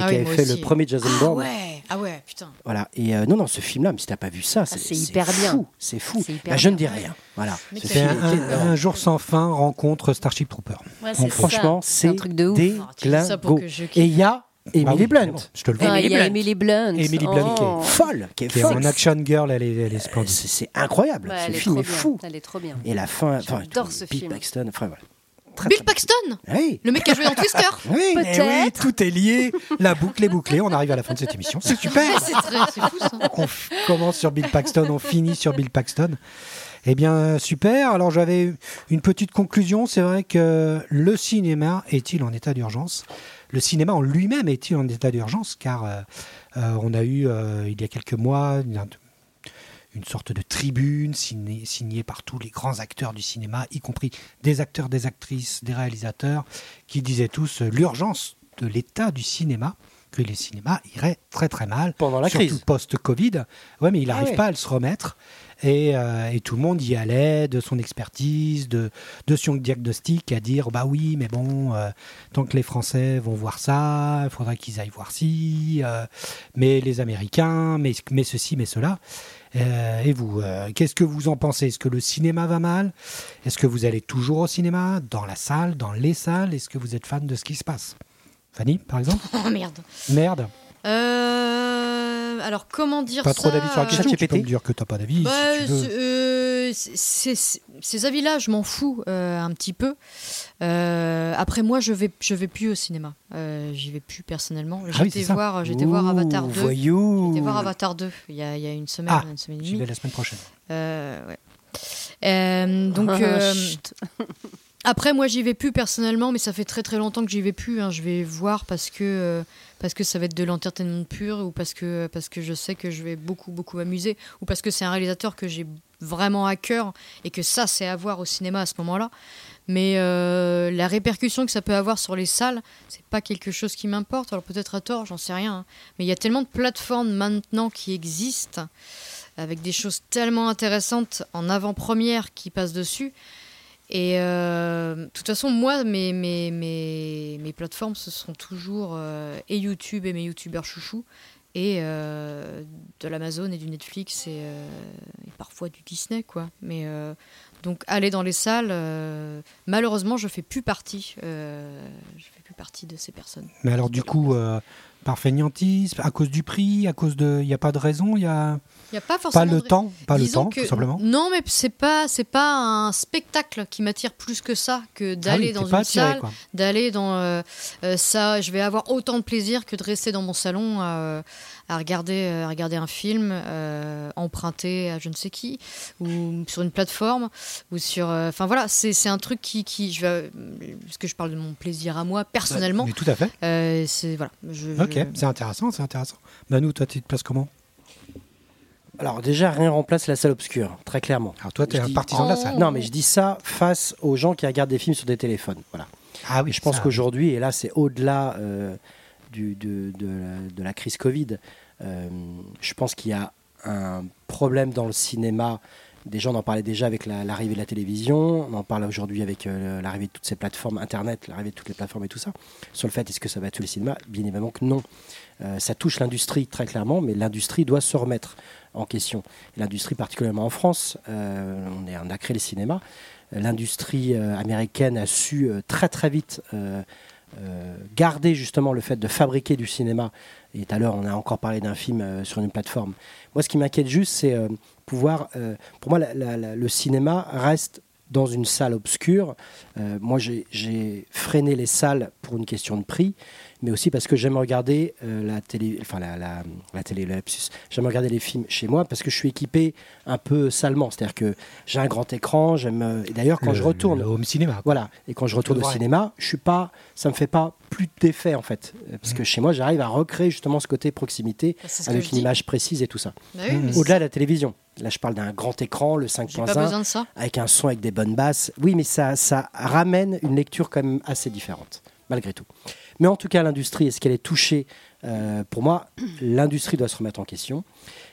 Speaker 2: Ah oui,
Speaker 3: qui avait
Speaker 2: moi
Speaker 3: fait
Speaker 2: aussi.
Speaker 3: le premier Jason
Speaker 2: Ah
Speaker 3: Bourne.
Speaker 2: ouais, ah ouais, putain.
Speaker 3: Voilà. Et euh, non, non, ce film-là, mais si t'as pas vu
Speaker 2: Ah,
Speaker 3: ça, c'est
Speaker 4: c'est
Speaker 3: c'est
Speaker 4: hyper bien.
Speaker 3: fou, C'est fou.
Speaker 4: C'est hyper
Speaker 3: Bah, je ne dis
Speaker 4: bien.
Speaker 3: rien. Voilà.
Speaker 2: Mais t'as
Speaker 3: Ce
Speaker 1: C'est
Speaker 3: film
Speaker 1: un,
Speaker 3: est
Speaker 1: un-
Speaker 3: énorme.
Speaker 1: un jour sans fin rencontre Starship Trooper.
Speaker 4: c'est
Speaker 3: Franchement,
Speaker 4: ça. C'est
Speaker 3: c'est
Speaker 4: un truc de ouf.
Speaker 3: des
Speaker 2: Ah, tu dis ça pour que Ah je kiffe.
Speaker 3: Et il y a
Speaker 1: Bah
Speaker 3: Emily
Speaker 1: oui,
Speaker 3: Blunt.
Speaker 1: Je te le vois.
Speaker 4: Ah, il y a
Speaker 3: Emily
Speaker 4: Emily Blunt.
Speaker 1: Emily Blunt qui est-
Speaker 4: Oh.
Speaker 3: Folle, qui est
Speaker 1: Qui est
Speaker 3: folle.
Speaker 1: en action girl, elle est, elle est
Speaker 3: Euh,
Speaker 1: splendide.
Speaker 3: C'est c'est incroyable.
Speaker 4: Ouais,
Speaker 3: ce
Speaker 4: Bah, elle est
Speaker 3: film
Speaker 4: trop
Speaker 3: est,
Speaker 4: bien.
Speaker 3: fou.
Speaker 4: Elle est trop bien.
Speaker 3: Et la fin. enfin,
Speaker 4: J'adore
Speaker 3: tout-
Speaker 4: ce
Speaker 3: Pete
Speaker 4: film.
Speaker 3: Paxton. Enfin, voilà. Très,
Speaker 2: Bill
Speaker 3: très
Speaker 2: Paxton,
Speaker 3: bien. Hey,
Speaker 2: le mec qui a joué dans Twister.
Speaker 1: Oui, mais
Speaker 4: Peut-être.
Speaker 1: oui, tout est lié. La boucle est bouclée. On arrive à la fin de cette émission. C'est super.
Speaker 2: C'est très- c'est fou ça.
Speaker 1: On f- commence sur Bill Paxton, on finit sur Bill Paxton. Eh bien, euh, super. Alors, j'avais une petite conclusion. C'est vrai que le cinéma est-il en état d'urgence Le cinéma en lui-même est-il en état d'urgence Car euh, euh, on a eu, euh, il y a quelques mois, une, une sorte de tribune signée, signée par tous les grands acteurs du cinéma, y compris des acteurs, des actrices, des réalisateurs, qui disaient tous euh, l'urgence de l'état du cinéma, que les cinémas iraient très très mal
Speaker 3: Pendant la
Speaker 1: surtout
Speaker 3: crise.
Speaker 1: post-Covid. Ouais, mais il
Speaker 3: Ah
Speaker 1: n'arrive
Speaker 3: ouais.
Speaker 1: pas à se remettre. Et, euh, et tout le monde y allait de son expertise, de, de son diagnostic, à dire bah oui, mais bon, euh, tant que les Français vont voir ça, il faudrait qu'ils aillent voir ci, euh, mais les Américains, mais, mais ceci, mais cela. Euh, et vous, euh, qu'est-ce que vous en pensez Est-ce que le cinéma va mal Est-ce que vous allez toujours au cinéma Dans la salle Dans les salles Est-ce que vous êtes fan de ce qui se passe Fanny, par exemple
Speaker 2: Oh merde.
Speaker 1: Merde
Speaker 2: Euh, alors comment dire
Speaker 1: Pas
Speaker 2: ça
Speaker 1: trop d'avis sur la
Speaker 2: euh,
Speaker 1: question. Tu peux
Speaker 3: ChatGPT.
Speaker 1: me dire que t'as pas d'avis.
Speaker 2: Bah,
Speaker 1: si tu veux.
Speaker 2: c'est- euh, c'est- c'est- ces avis-là, je m'en fous euh, un petit peu. Euh, après, moi, je vais, je vais plus au cinéma. Euh, J'y vais plus personnellement.
Speaker 1: Ah oui,
Speaker 2: J'étais
Speaker 1: c'est ça.
Speaker 2: voir, j'étais voir
Speaker 3: Ouh,
Speaker 2: Avatar 2.
Speaker 3: Voyou.
Speaker 2: J'étais voir Avatar 2 il y a, il y a une semaine,
Speaker 1: Ah,
Speaker 2: une semaine et
Speaker 1: J'y
Speaker 2: demie.
Speaker 1: vais la semaine prochaine.
Speaker 2: Euh, ouais. Euh, donc euh,
Speaker 4: Ah, Chut.
Speaker 2: après moi j'y vais plus personnellement mais ça fait très très longtemps que j'y vais plus hein. je vais voir parce que euh, parce que ça va être de l'entertainment pur ou parce que euh, parce que je sais que je vais beaucoup beaucoup m'amuser ou parce que c'est un réalisateur que j'ai vraiment à cœur et que ça c'est à voir au cinéma à ce moment-là mais euh, la répercussion que ça peut avoir sur les salles c'est pas quelque chose qui m'importe alors peut-être à tort j'en sais rien hein. mais il y a tellement de plateformes maintenant qui existent avec des choses tellement intéressantes en avant-première qui passent dessus. Et euh, de toute façon, moi, mes, mes, mes, mes plateformes, ce seront toujours euh, et YouTube et mes youtubeurs chouchous, et euh, de l'Amazon et du Netflix et, euh, et parfois du Disney, quoi. Mais euh, donc aller dans les salles, euh, malheureusement, je fais plus partie. euh, je fais plus partie de ces personnes.
Speaker 1: Mais alors, du coup, euh,
Speaker 6: par fainéantisme, à cause du prix, à cause de. Il n'y a pas de raison, il n'y a
Speaker 2: Il n'y a pas
Speaker 6: pas
Speaker 2: forcément.
Speaker 6: le
Speaker 2: de-
Speaker 6: temps, pas le
Speaker 2: Disons
Speaker 6: temps,
Speaker 2: que-
Speaker 6: tout simplement.
Speaker 2: Non, mais c'est pas c'est pas un spectacle qui m'attire plus que ça que
Speaker 6: Ah oui,
Speaker 2: d'aller
Speaker 6: t'es
Speaker 2: dans une
Speaker 6: pas attiré,
Speaker 2: salle,
Speaker 6: quoi.
Speaker 2: d'aller dans euh, euh, ça. Je vais avoir autant de plaisir que de rester dans mon salon à, euh, à regarder euh, à regarder un film euh, emprunté à je ne sais qui ou sur une plateforme ou sur. euh, Enfin voilà, c'est c'est un truc qui qui je vais euh, parce que je parle de mon plaisir à moi personnellement.
Speaker 6: Mais tout à fait.
Speaker 2: euh, c'est voilà. je- je-
Speaker 6: Ok, c'est intéressant, c'est intéressant. Manu, toi, tu te places comment
Speaker 3: Alors déjà, rien remplace la salle obscure, très clairement.
Speaker 6: Alors, toi, tu es
Speaker 3: Je
Speaker 6: un
Speaker 3: dis-
Speaker 6: partisan de la
Speaker 2: Oh.
Speaker 6: salle.
Speaker 3: Non, mais je dis ça face aux gens qui regardent des films sur des téléphones. Voilà.
Speaker 6: Ah
Speaker 3: Et je pense
Speaker 6: ça,
Speaker 3: qu'aujourd'hui, et là c'est au-delà euh, du- de, de la- de la crise Covid, euh, je pense qu'il y a un problème dans le cinéma. Des gens en parlaient déjà avec la- l'arrivée de la télévision, on en parle aujourd'hui avec euh, l'arrivée de toutes ces plateformes Internet, l'arrivée de toutes les plateformes et tout ça. Sur le fait, est-ce que ça va tuer le cinéma Bien évidemment que non. Euh, ça touche l'industrie très clairement, mais l'industrie doit se remettre en question. L'industrie, particulièrement en France, euh, on, est, on a créé le cinéma. L'industrie euh, américaine a su euh, très très vite euh, euh, garder justement le fait de fabriquer du cinéma. Et tout à l'heure, on a encore parlé d'un film euh, sur une plateforme. Moi, ce qui m'inquiète juste, c'est euh, pouvoir. euh, pour moi, la- la- la- le cinéma reste dans une salle obscure. Euh, moi, j'ai- j'ai freiné les salles pour une question de prix, mais aussi parce que j'aime regarder euh, la télé, enfin la, la- la télé, le lapsus. J'aime regarder les films chez moi parce que je suis équipé un peu salement. C'est-à-dire que j'ai un grand écran. J'aime. euh, Et d'ailleurs, quand
Speaker 6: le-
Speaker 3: je retourne,
Speaker 6: le home cinéma. quoi.
Speaker 3: voilà. Et quand je retourne
Speaker 6: Le
Speaker 3: au
Speaker 6: vrai.
Speaker 3: cinéma, je suis pas, ça me fait pas plus d'effet en fait, Euh, parce que chez moi, j'arrive à recréer justement ce côté proximité
Speaker 2: Mm. C'est ce que je
Speaker 3: avec une
Speaker 2: dis.
Speaker 3: image précise et tout ça.
Speaker 2: Bah oui, mais
Speaker 3: Au-delà de la télévision. Là, je parle d'un grand écran, le
Speaker 2: j'ai pas
Speaker 3: 5.1,
Speaker 2: besoin de ça.
Speaker 3: avec un son avec des bonnes basses. Oui, mais ça, ça ramène une lecture quand même assez différente, malgré tout. Mais en tout cas, l'industrie, est-ce qu'elle est touchée Euh, Pour moi, l'industrie doit se remettre en question.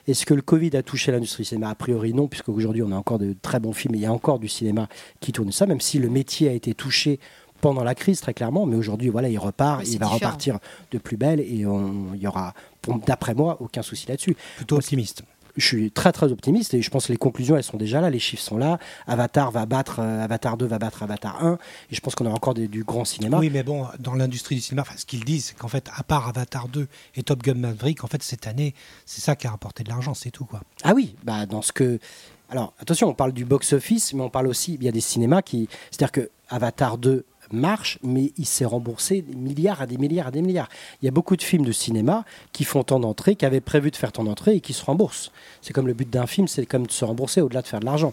Speaker 3: Est-ce que le Covid a touché l'industrie cinéma A priori non, puisque aujourd'hui on a encore de très bons films, et il y a encore du cinéma qui tourne ça, même si le métier a été touché pendant la crise très clairement, mais aujourd'hui voilà, il repart,
Speaker 2: Oui,
Speaker 3: il
Speaker 2: c'est
Speaker 3: va
Speaker 2: différent.
Speaker 3: repartir de plus belle et on- il y aura, pour- d'après moi, aucun souci là-dessus.
Speaker 6: Plutôt optimiste.
Speaker 3: Je suis très très optimiste et je pense que les conclusions elles sont déjà là, les chiffres sont là. Avatar va battre, euh, Avatar 2 va battre Avatar 1 et je pense qu'on aura encore des- du grand cinéma.
Speaker 6: Oui, mais bon, dans l'industrie du cinéma, enfin, ce qu'ils disent, c'est qu'en fait, à part Avatar 2 et Top Gun Maverick, en fait, cette année, c'est ça qui a rapporté de l'argent, c'est tout, quoi.
Speaker 3: Ah oui, bah dans ce que. Alors attention, on parle du box-office, mais on parle aussi, il y a des cinémas qui. C'est-à-dire que Avatar 2 marche, mais il s'est remboursé des milliards à des milliards à des milliards. Il y a beaucoup de films de cinéma qui font tant d'entrées, qui avaient prévu de faire tant d'entrées et qui se remboursent. C'est comme le but d'un film, c'est comme de se rembourser au-delà de faire de l'argent,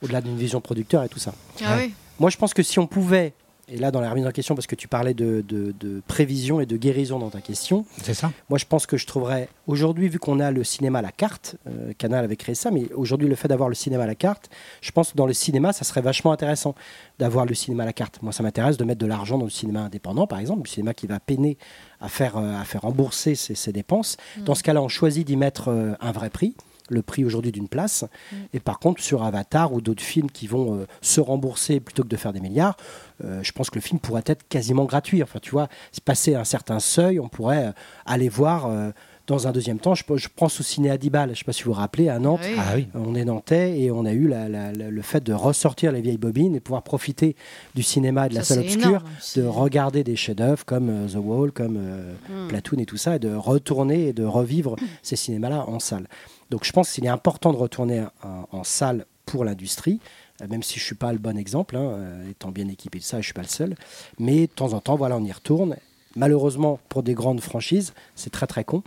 Speaker 3: au-delà d'une vision producteur et tout ça.
Speaker 2: Ah oui.
Speaker 3: Moi, je pense que si on pouvait, et là dans la remise en question, parce que tu parlais de- de- de prévision et de guérison dans ta question,
Speaker 6: C'est ça
Speaker 3: moi, je pense que je trouverais, aujourd'hui, vu qu'on a le cinéma à la carte, euh, Canal avait créé ça, mais aujourd'hui, le fait d'avoir le cinéma à la carte, je pense que dans le cinéma, ça serait vachement intéressant d'avoir le cinéma à la carte. Moi, ça m'intéresse de mettre de l'argent dans le cinéma indépendant, par exemple, le cinéma qui va peiner à faire, euh, à faire rembourser ses, ses dépenses.
Speaker 2: Mm.
Speaker 3: Dans ce cas-là, on choisit d'y mettre euh, un vrai prix le prix aujourd'hui d'une place.
Speaker 2: Mm.
Speaker 3: Et par contre, sur Avatar ou d'autres films qui vont euh, se rembourser plutôt que de faire des milliards, euh, je pense que le film pourrait être quasiment gratuit. Enfin, tu vois, se passer un certain seuil, on pourrait euh, aller voir euh, dans un deuxième temps. Je, pe- je pense au ciné à 10 balles. Je ne sais pas si vous vous rappelez, à Nantes,
Speaker 2: Ah oui.
Speaker 6: Ah oui.
Speaker 3: on est nantais et on a eu la- la- la- le fait de ressortir les vieilles bobines et pouvoir profiter du cinéma et de la
Speaker 2: Ça,
Speaker 3: salle
Speaker 2: c'est
Speaker 3: obscure,
Speaker 2: énorme. C'est-
Speaker 3: de regarder des chefs-d'œuvre comme euh, The Wall, comme euh, Platoon et tout ça, et de retourner et de revivre ces cinémas-là en salle. Donc je pense qu'il est important de retourner en, en salle pour l'industrie. euh, Même si je ne suis pas le bon exemple, hein, euh, étant bien équipé de ça, je ne suis pas le seul. Mais de temps en temps, voilà, on y retourne. Malheureusement, pour des grandes franchises, c'est très très con.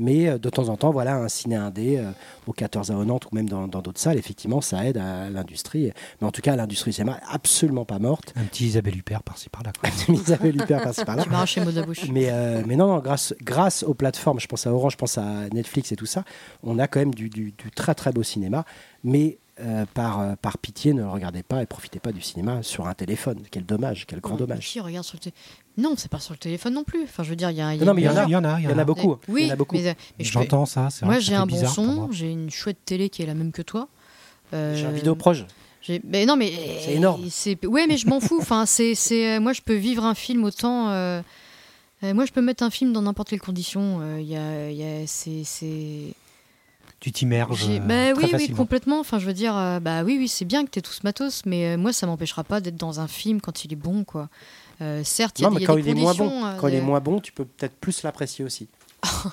Speaker 3: Mais euh, de temps en temps, voilà, un ciné indé euh, au 14 à Nantes ou même dans dans d'autres salles, effectivement, ça aide à l'industrie. Mais en tout cas, l'industrie du cinéma est absolument pas morte.
Speaker 6: Un petit Isabelle Huppert par-ci par-là. quoi.
Speaker 3: Ah, Isabelle Huppert passe par là.
Speaker 2: Tu m'arraches les mots de la bouche.
Speaker 3: Mais, euh, mais non, non, grâce, grâce aux plateformes, je pense à Orange, je pense à Netflix et tout ça, on a quand même du, du- du très très beau cinéma. Mais euh, par, euh, par pitié, ne le regardez pas et profitez pas du cinéma sur un téléphone. Quel dommage, quel grand
Speaker 2: Non,
Speaker 3: dommage.
Speaker 2: si, regarde sur le té- Non, c'est pas sur le téléphone non plus. Enfin, je veux dire, il y a.
Speaker 3: Non, mais il y en a.
Speaker 6: il y en a,
Speaker 3: Il y en a beaucoup.
Speaker 2: Oui,
Speaker 3: il y en a beaucoup.
Speaker 2: mais, euh, mais je peux-
Speaker 6: J'entends ça, c'est vrai
Speaker 2: Moi,
Speaker 6: que ça
Speaker 2: j'ai
Speaker 6: fait
Speaker 2: un bon
Speaker 6: bizarre pour moi.
Speaker 2: son, j'ai une chouette télé qui est la même que toi. Euh,
Speaker 3: J'ai un vidéo proche.
Speaker 2: j'ai- Mais non, mais
Speaker 3: C'est énorme.
Speaker 2: C'est... Ouais, mais je m'en fous. Enfin, c'est, c'est, euh, moi, je peux vivre un film autant. euh, euh, moi, je peux mettre un film dans n'importe quelle condition. Euh, Il y a, il y a- c'est, c'est...
Speaker 6: Tu t'immerges. euh,
Speaker 2: j'ai- Bah
Speaker 6: très
Speaker 2: oui, oui,
Speaker 6: facilement.
Speaker 2: complètement. Enfin, je veux dire, euh, bah oui, oui, c'est bien que t'aies tout ce matos, mais euh, moi, ça m'empêchera pas d'être dans un film quand il est bon, quoi. Euh, certes, il y a,
Speaker 3: Non,
Speaker 2: des-
Speaker 3: mais
Speaker 2: il y a
Speaker 3: quand
Speaker 2: des
Speaker 3: il est moins
Speaker 2: conditions.
Speaker 3: bon,
Speaker 2: euh,
Speaker 3: quand il est
Speaker 2: de- Oh,
Speaker 3: moins bon, tu peux peut-être plus l'apprécier aussi.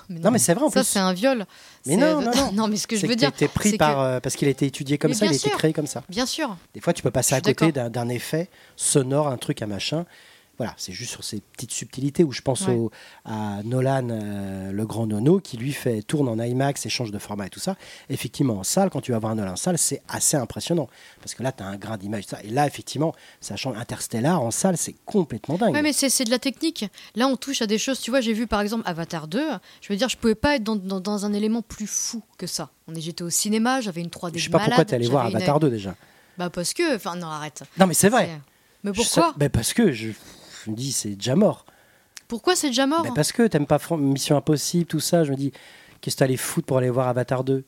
Speaker 2: mais
Speaker 3: Non, mais c'est vrai en
Speaker 2: ça,
Speaker 3: plus.
Speaker 2: c'est un viol.
Speaker 3: Mais
Speaker 2: C'est-
Speaker 3: non, non, non.
Speaker 2: mais ce que
Speaker 3: C'est
Speaker 2: je veux
Speaker 3: t'as
Speaker 2: dire,
Speaker 3: été pris
Speaker 2: c'est que-
Speaker 3: par euh, parce qu'il a été étudié comme
Speaker 2: Mais
Speaker 3: ça, il a
Speaker 2: bien
Speaker 3: été
Speaker 2: sûr.
Speaker 3: créé comme ça.
Speaker 2: bien sûr,
Speaker 3: Des fois, tu peux
Speaker 2: Je
Speaker 3: passer à
Speaker 2: suis
Speaker 3: côté
Speaker 2: d'accord.
Speaker 3: d'un d'un effet sonore, un truc, un machin. Voilà, c'est juste sur ces petites subtilités où je pense
Speaker 2: Ouais.
Speaker 3: au- à Nolan, euh, le grand nono, qui lui fait tourne en IMAX et change de format et tout ça. Effectivement, en salle, quand tu vas voir un Nolan en salle, c'est assez impressionnant. Parce que là, tu as un grain d'image. tout ça. Et là, effectivement, ça change. Interstellar en salle, c'est complètement dingue.
Speaker 2: Ouais, mais c'est c'est de la technique. Là, on touche à des choses. Tu vois, j'ai vu par exemple Avatar 2. Je veux dire, je pouvais pas être dans, dans- dans un élément plus fou que ça. On est- J'étais au cinéma, j'avais une 3D.
Speaker 3: je sais pas
Speaker 2: malade,
Speaker 3: pourquoi tu es allé voir
Speaker 2: j'avais une-
Speaker 3: Avatar 2 déjà.
Speaker 2: Bah parce que, enfin non, arrête.
Speaker 3: Non, mais c'est vrai.
Speaker 2: C'est- Mais
Speaker 3: Je sais-
Speaker 2: pourquoi
Speaker 3: ben Parce que je, je me dis, c'est déjà mort.
Speaker 2: Pourquoi c'est déjà mort hein
Speaker 3: Ben parce que t'aimes pas Fran- Mission Impossible, tout ça. Je me dis, qu'est-ce que t'allais foutre pour aller voir Avatar 2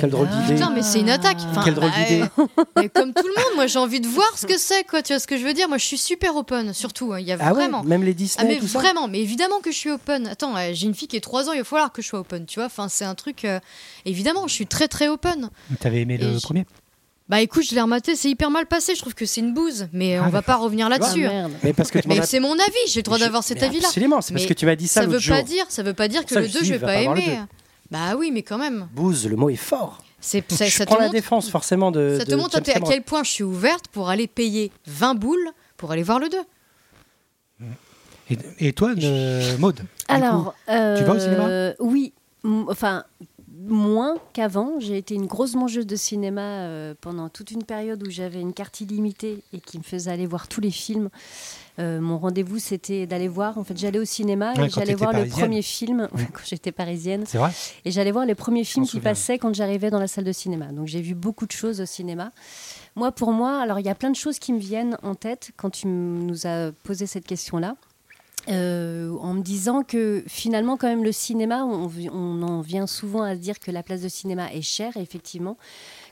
Speaker 3: Quelle drôle d'idée.
Speaker 2: Putain, mais c'est une attaque.
Speaker 4: Ah.
Speaker 2: Enfin,
Speaker 3: Quelle drôle
Speaker 2: bah,
Speaker 3: d'idée.
Speaker 2: euh, mais comme tout le monde, moi j'ai envie de voir ce que c'est, quoi. Tu vois ce que je veux dire Moi, je suis super open, surtout. hein. Il y a
Speaker 3: Ah ouais,
Speaker 2: vraiment.
Speaker 3: même les
Speaker 2: Ah
Speaker 3: Disney,
Speaker 2: mais
Speaker 3: tout ça.
Speaker 2: vraiment, mais évidemment que je suis open. Attends, euh, j'ai une fille qui est 3 ans, il va falloir que je sois open, tu vois. Enfin, c'est un truc... euh, Évidemment, je suis très très open.
Speaker 6: T'avais aimé
Speaker 2: Et
Speaker 6: le
Speaker 2: je-
Speaker 6: premier
Speaker 2: Bah écoute, je l'ai rematé, c'est hyper mal passé, je trouve que c'est une bouse. Mais
Speaker 6: Ah,
Speaker 2: on va pas revenir là-dessus.
Speaker 4: Ah,
Speaker 2: hein.
Speaker 3: Mais parce que tu m'en
Speaker 2: Mais
Speaker 3: as-
Speaker 2: c'est mon avis, j'ai le droit
Speaker 3: Mais je-
Speaker 2: d'avoir cet
Speaker 3: mais
Speaker 2: avis-là.
Speaker 3: Absolument, c'est parce
Speaker 2: Mais
Speaker 3: que tu m'as dit
Speaker 2: Ça
Speaker 3: ça, l'autre
Speaker 2: veut
Speaker 3: jour.
Speaker 2: pas dire, ça veut pas dire
Speaker 3: Pour
Speaker 2: que
Speaker 3: ça,
Speaker 2: le
Speaker 3: je
Speaker 2: 2
Speaker 3: dis,
Speaker 2: je
Speaker 3: il
Speaker 2: vais
Speaker 3: va
Speaker 2: pas
Speaker 3: pas voir le
Speaker 2: aimer.
Speaker 3: deux.
Speaker 2: Bah oui, mais quand même.
Speaker 3: Bouse, le mot est fort.
Speaker 2: C'est ça,
Speaker 3: Je
Speaker 2: ça te
Speaker 3: prends la
Speaker 2: montre-
Speaker 3: défense forcément de.
Speaker 2: Ça te
Speaker 3: de
Speaker 2: montre à,
Speaker 3: James
Speaker 2: à
Speaker 3: Cameron.
Speaker 2: quel point je suis ouverte pour aller payer 20 boules pour aller voir le 2.
Speaker 6: Et, et toi, euh, Maud du coup
Speaker 4: Alors,
Speaker 6: tu vas au cinéma
Speaker 4: euh, Oui, M- enfin moins qu'avant. J'ai été une grosse mangeuse de cinéma euh, pendant toute une période où j'avais une carte illimitée et qui me faisait aller voir tous les films. Euh, mon rendez-vous, c'était d'aller voir. En fait, j'allais au cinéma
Speaker 6: Ouais,
Speaker 4: et
Speaker 6: quand
Speaker 4: j'allais
Speaker 6: t'étais
Speaker 4: voir
Speaker 6: parisienne.
Speaker 4: le premier film quand j'étais parisienne.
Speaker 6: C'est vrai
Speaker 4: Et j'allais voir les premiers films
Speaker 6: m'en
Speaker 4: qui
Speaker 6: souviens.
Speaker 4: passaient quand j'arrivais dans la salle de cinéma. Donc j'ai vu beaucoup de choses au cinéma. Moi, pour moi, alors il y a plein de choses qui me viennent en tête quand tu m- nous as posé cette question-là. euh, en me disant que finalement, quand même, le cinéma, on, vi- on en vient souvent à se dire que la place de cinéma est chère, et effectivement.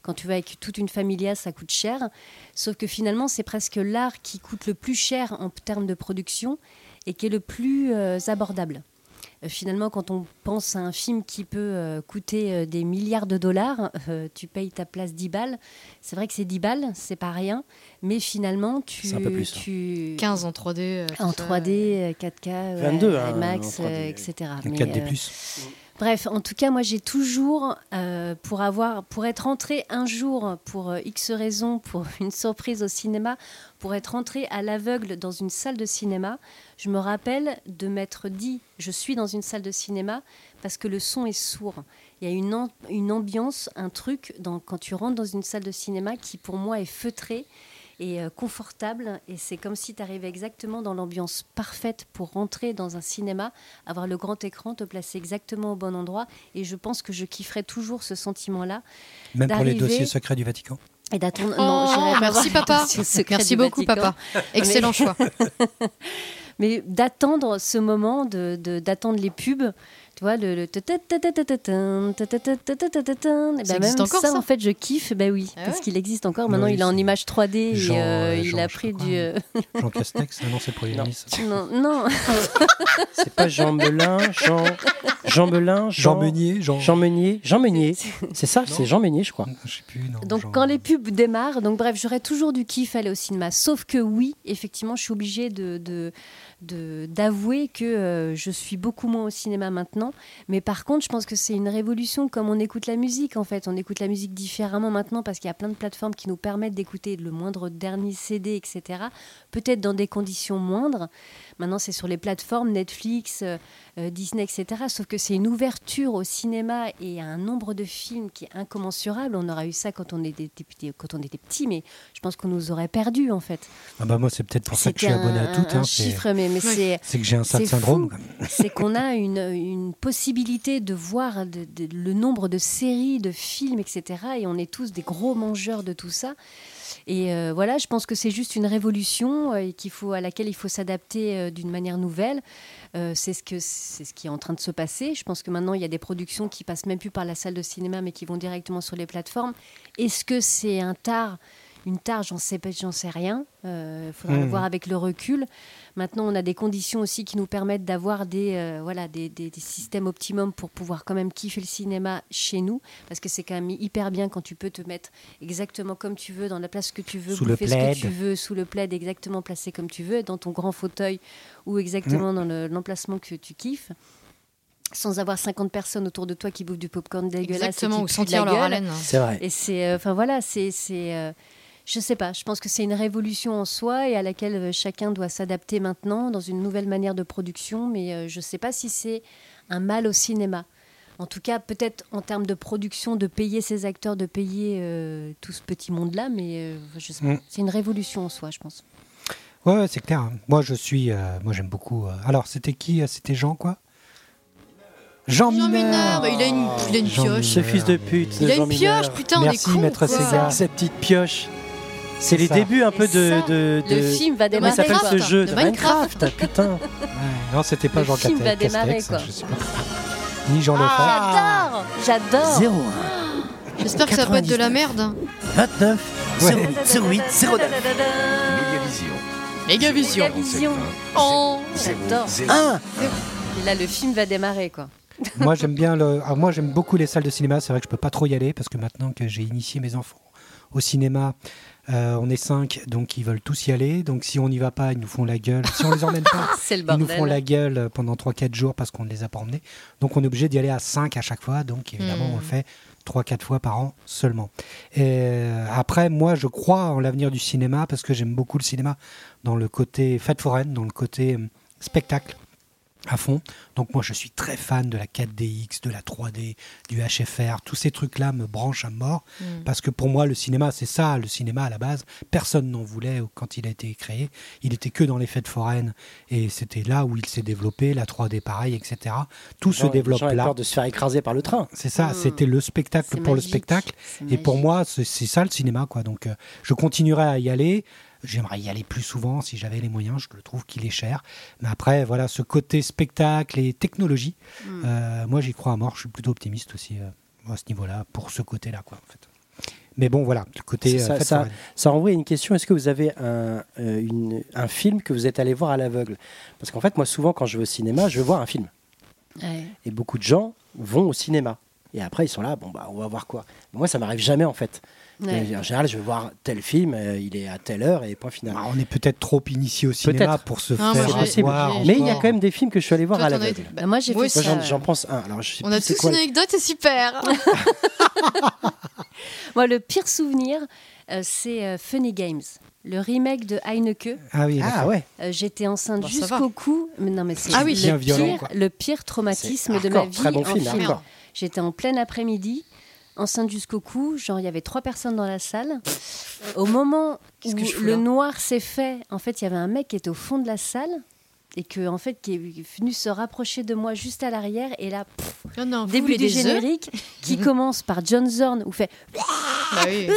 Speaker 4: Quand tu vas avec toute une familia, ça coûte cher. Sauf que finalement, c'est presque l'art qui coûte le plus cher en termes de production et qui est le plus euh, abordable. Euh, finalement, quand on pense à un film qui peut euh, coûter euh, des milliards de dollars, euh, tu payes ta place 10 balles. C'est vrai que c'est 10 balles, c'est pas rien, mais finalement, tu.
Speaker 3: C'est un peu plus, hein.
Speaker 4: tu-
Speaker 2: 15 en 3D. euh, tout
Speaker 4: En
Speaker 2: ça.
Speaker 4: 3D, euh, 4K, ouais,
Speaker 3: 22, hein,
Speaker 4: IMAX,
Speaker 3: en 3D.
Speaker 4: euh, etc. Mais,
Speaker 6: 4D+.
Speaker 4: euh,
Speaker 6: plus.
Speaker 4: Bref, en tout cas, moi, j'ai toujours, euh, pour avoir, pour être entrée un jour, pour euh, X raison, pour une surprise au cinéma, pour être entrée à l'aveugle dans une salle de cinéma, je me rappelle de m'être dit, je suis dans une salle de cinéma parce que le son est sourd. Il y a une, am- une ambiance, un truc dans, quand tu rentres dans une salle de cinéma qui, pour moi, est feutré et euh, confortable. Et c'est comme si tu arrivais exactement dans l'ambiance parfaite pour rentrer dans un cinéma avoir le grand écran, te placer exactement au bon endroit. Et je pense que je kifferai toujours ce sentiment-là.
Speaker 6: Même pour les
Speaker 4: d'arriver-
Speaker 6: dossiers secrets du Vatican.
Speaker 4: Et d'attendre.
Speaker 2: Oh,
Speaker 4: non, j'irai pas
Speaker 2: merci
Speaker 4: voir
Speaker 2: papa.
Speaker 4: ce secret
Speaker 2: Merci
Speaker 4: du
Speaker 2: beaucoup
Speaker 4: Vatican.
Speaker 2: papa. Excellent choix.
Speaker 4: Mais d'attendre ce moment, de- de- d'attendre les pubs. Tu vois, le. le ta-ta-ta-ta-ta-tin, ta-ta-ta-ta-ta-ta-tin. Et
Speaker 2: Ça
Speaker 4: ben
Speaker 2: existe
Speaker 4: même
Speaker 2: encore, ça
Speaker 4: en fait, je kiffe. Ben oui,
Speaker 2: Ah
Speaker 4: parce
Speaker 2: ouais.
Speaker 4: qu'il existe encore. Maintenant,
Speaker 6: Bah Oui,
Speaker 4: il est en
Speaker 6: c'est-
Speaker 4: image 3D.
Speaker 6: Jean,
Speaker 4: et, euh,
Speaker 6: euh, Jean,
Speaker 4: il a
Speaker 6: je sais
Speaker 4: pris
Speaker 6: pas
Speaker 4: du. euh,
Speaker 6: Jean Castex, ah non, c'est pour les
Speaker 3: Non.
Speaker 6: ministres.
Speaker 4: non, non.
Speaker 3: C'est pas Jean Melin, Jean. Jean Melin,
Speaker 6: Jean
Speaker 3: Jean.
Speaker 6: Meunier, Jean.
Speaker 3: Jean Meunier, Jean Meunier. C'est ça, c'est Jean Meunier, je crois.
Speaker 6: Je sais plus, non.
Speaker 4: Donc
Speaker 6: Jean-
Speaker 4: quand les pubs démarrent, donc bref, j'aurais toujours du kiff à aller au cinéma. Sauf que oui, effectivement, je suis obligée de, de- de- d'avouer que euh, je suis beaucoup moins au cinéma maintenant. Mais par contre, je pense que c'est une révolution comme on écoute la musique en fait. On écoute la musique différemment maintenant parce qu'il y a plein de plateformes qui nous permettent d'écouter le moindre dernier CD, etc. Peut-être dans des conditions moindres. Maintenant, c'est sur les plateformes Netflix, euh, euh, Disney, etc. Sauf que c'est une ouverture au cinéma et à un nombre de films qui est incommensurable. On aura eu ça quand on était, petit- quand on était petit, mais je pense qu'on nous aurait perdus en fait.
Speaker 6: Ah bah moi, c'est peut-être pour ça que je
Speaker 4: C'était
Speaker 6: suis
Speaker 4: un,
Speaker 6: abonné à toutes.
Speaker 4: un
Speaker 6: hein, c'est-
Speaker 4: chiffre, mais, mais
Speaker 2: Ouais.
Speaker 4: c'est
Speaker 6: C'est que j'ai un sale
Speaker 4: C'est
Speaker 6: syndrome.
Speaker 4: fou.
Speaker 6: quand même.
Speaker 4: c'est qu'on a une, une possibilité de voir de- de- le nombre de séries, de films, etc. Et on est tous des gros mangeurs de tout ça. Et euh, voilà, je pense que c'est juste une révolution euh, et qu'il faut, à laquelle il faut s'adapter euh, d'une manière nouvelle. Euh, c'est ce que c'est ce qui est en train de se passer. Je pense que maintenant il y a des productions qui passent même plus par la salle de cinéma, mais qui vont directement sur les plateformes. Est-ce que c'est un tard une tare, j'en sais, pas- j'en sais rien. Il faudra le
Speaker 1: Mhm.
Speaker 4: voir avec le recul. Maintenant, on a des conditions aussi qui nous permettent d'avoir des, euh, voilà, des, des- des systèmes optimum pour pouvoir quand même kiffer le cinéma chez nous, parce que c'est quand même hyper bien quand tu peux te mettre exactement comme tu veux, dans la place que tu veux,
Speaker 1: Sous le
Speaker 4: bouffer ce
Speaker 1: plaid.
Speaker 4: que tu veux, sous le plaid, exactement placé comme tu veux, dans ton grand fauteuil ou
Speaker 1: Mm.
Speaker 4: exactement dans le- l'emplacement que tu kiffes. Sans avoir 50 personnes autour de toi qui bouffent du popcorn dégueulasse. et
Speaker 2: Exactement,
Speaker 4: qui
Speaker 2: ou
Speaker 4: puent de
Speaker 2: sentir
Speaker 4: la
Speaker 2: leur
Speaker 4: gueule.
Speaker 2: haleine.
Speaker 3: C'est vrai.
Speaker 4: Et c'est, euh, enfin voilà, c'est, c'est, euh, je sais pas. Je pense que c'est une révolution en soi et à laquelle euh, chacun doit s'adapter maintenant dans une nouvelle manière de production. Mais euh, je sais pas si c'est un mal au cinéma. En tout cas, peut-être en termes de production, de payer ces acteurs, de payer euh, tout ce petit monde-là, mais euh, je sais pas.
Speaker 1: Mm.
Speaker 4: c'est une révolution en soi, je pense.
Speaker 1: Ouais, ouais, c'est clair. Moi, je suis. euh, moi, j'aime beaucoup. euh, Alors, c'était qui euh, C'était Jean, quoi Jean,
Speaker 2: Jean
Speaker 1: Mineur.
Speaker 2: Mineur, bah, il a une, il a une
Speaker 1: Jean
Speaker 2: pioche.
Speaker 3: Ce fils de pute.
Speaker 2: Il a
Speaker 3: Jean
Speaker 2: une
Speaker 3: Mineur.
Speaker 2: pioche, putain,
Speaker 1: Merci,
Speaker 2: on est con.
Speaker 1: maître Sega.
Speaker 3: Cette petite pioche.
Speaker 1: C'est
Speaker 3: C'est les
Speaker 1: ça.
Speaker 3: débuts un peu
Speaker 4: Et ça,
Speaker 3: de. de, de...
Speaker 4: Le film va
Speaker 3: Comment
Speaker 2: démarrer. Minecraft.
Speaker 3: s'appelle
Speaker 4: démarrer.
Speaker 3: ce jeu
Speaker 2: De
Speaker 3: Minecraft, putain.
Speaker 1: Ouais, non, c'était pas
Speaker 4: Le
Speaker 1: Jean
Speaker 4: film va
Speaker 1: Catel-
Speaker 4: démarrer,
Speaker 1: Castex.
Speaker 4: quoi. Ah,
Speaker 1: Je sais pas. Ni Jean
Speaker 4: J'adore, j'adore.
Speaker 3: 01
Speaker 2: J'espère que ça peut être de la merde.
Speaker 3: 29
Speaker 1: Ouais.
Speaker 3: 08 08 09
Speaker 2: Mégavision.
Speaker 5: Mégavision.
Speaker 4: Mégavision.
Speaker 2: Oh.
Speaker 4: J'adore.
Speaker 3: 1
Speaker 4: Et là, le film va démarrer, quoi.
Speaker 1: Le Moi, j'aime bien le. alors, moi, j'aime beaucoup les salles de cinéma. C'est vrai que je peux pas trop y aller parce que maintenant que j'ai initié mes enfants au cinéma. euh, on est cinq, donc ils veulent tous y aller. Donc si on n'y va pas, ils nous font la gueule. Si on les emmène pas,
Speaker 4: C'est le
Speaker 1: Ils nous
Speaker 4: bordel.
Speaker 1: font la gueule euh, pendant 3-4 jours parce qu'on ne les a pas emmenés. Donc on est obligé d'y aller à 5 à chaque fois. Donc évidemment,
Speaker 2: Hmm.
Speaker 1: on le fait 3-4 fois par an seulement. Et euh, après, moi, je crois en l'avenir du cinéma parce que j'aime beaucoup le cinéma dans le côté fête foraine, dans le côté hum, spectacle à fond. Donc moi, je suis très fan de la 4DX, de la 3D, du HFR. Tous ces trucs-là me branchent à mort
Speaker 4: Mm.
Speaker 1: parce que pour moi, le cinéma, c'est ça. Le cinéma, à la base, personne n'en voulait quand il a été créé. Il était que dans les fêtes foraines. Et c'était là où il s'est développé, la 3D pareil, etc.
Speaker 3: Ah
Speaker 1: Tout se développe
Speaker 3: Jean a
Speaker 1: là.
Speaker 3: peur de se faire écraser par le train.
Speaker 1: C'est ça,
Speaker 4: Mm.
Speaker 1: c'était le spectacle
Speaker 4: C'est
Speaker 1: pour le
Speaker 4: magique.
Speaker 1: spectacle.
Speaker 4: C'est
Speaker 1: Et pour
Speaker 4: magique.
Speaker 1: moi, c'est c'est ça le cinéma. quoi. Donc, euh, je continuerai à y aller. J'aimerais y aller plus souvent si j'avais les moyens. Je le trouve qu'il est cher. Mais après, voilà, ce côté spectacle et technologie,
Speaker 4: Mm.
Speaker 1: euh, moi, j'y crois à mort. Je suis plutôt optimiste aussi euh, moi, à ce niveau-là, pour ce côté-là. quoi. En fait. Mais bon, voilà, le côté.
Speaker 3: Ça-
Speaker 1: euh, fête
Speaker 3: ça-
Speaker 1: foraine.
Speaker 3: Ça renvoie à une question est-ce que vous avez un, euh, une- un film que vous êtes allé voir à l'aveugle Parce qu'en fait, moi, souvent, quand je vais au cinéma, je vais voir un film.
Speaker 4: Ouais.
Speaker 3: Et beaucoup de gens vont au cinéma. Et après, ils sont là, bon, bah, on va voir quoi. Moi, ça m'arrive jamais, en fait.
Speaker 4: Ouais.
Speaker 3: Et En général, je vais voir tel film, euh, il est à telle heure, et point final.
Speaker 1: Bah, on est peut-être trop initié au cinéma
Speaker 3: Peut-être.
Speaker 1: pour se
Speaker 2: Non, moi,
Speaker 1: faire
Speaker 3: C'est possible.
Speaker 1: voir.
Speaker 2: j'ai-
Speaker 3: Mais il y a
Speaker 2: encore.
Speaker 3: quand même des films que je suis allé voir
Speaker 2: Toi,
Speaker 3: à
Speaker 2: t'en as
Speaker 3: l'aveugle.
Speaker 2: été-
Speaker 4: Bah, moi, j'ai
Speaker 2: Moi
Speaker 4: fait
Speaker 2: aussi.
Speaker 3: Moi,
Speaker 4: ça.
Speaker 3: j'en- j'en pense un. Alors, je sais
Speaker 2: On
Speaker 3: plus
Speaker 2: a
Speaker 3: c'est
Speaker 2: tous
Speaker 3: quoi
Speaker 2: une
Speaker 3: le-
Speaker 2: anecdote, c'est super.
Speaker 1: Ah,
Speaker 2: Ah,
Speaker 4: Moi, le pire souvenir, euh, c'est euh, Funny Games, le remake de Heineke.
Speaker 1: Ah oui,
Speaker 3: Ah
Speaker 1: d'accord.
Speaker 3: ouais,
Speaker 4: Euh, J'étais enceinte
Speaker 2: Bon, ça
Speaker 4: jusqu'au
Speaker 2: va.
Speaker 4: cou. Mais non, mais c'est
Speaker 2: Ah oui.
Speaker 1: Bien
Speaker 4: le,
Speaker 1: violent,
Speaker 4: pire,
Speaker 1: quoi.
Speaker 4: le pire traumatisme
Speaker 3: C'est
Speaker 4: de ma
Speaker 3: hardcore,
Speaker 4: vie.
Speaker 3: très bon
Speaker 4: en
Speaker 2: hein.
Speaker 3: film, hardcore.
Speaker 4: J'étais en plein après-midi, enceinte jusqu'au cou. Genre, il y avait trois personnes dans la salle. Au moment
Speaker 2: Qu'est-ce
Speaker 4: où
Speaker 2: que je fous
Speaker 4: le
Speaker 2: là
Speaker 4: noir s'est fait, en fait, il y avait un mec qui était au fond de la salle et que, en fait, qui est venu se rapprocher de moi juste à l'arrière. Et là,
Speaker 2: Non, non, vous
Speaker 4: début
Speaker 2: voulez
Speaker 4: du
Speaker 2: des œufs
Speaker 4: générique qui commence par John Zorn où fait
Speaker 2: Bah oui.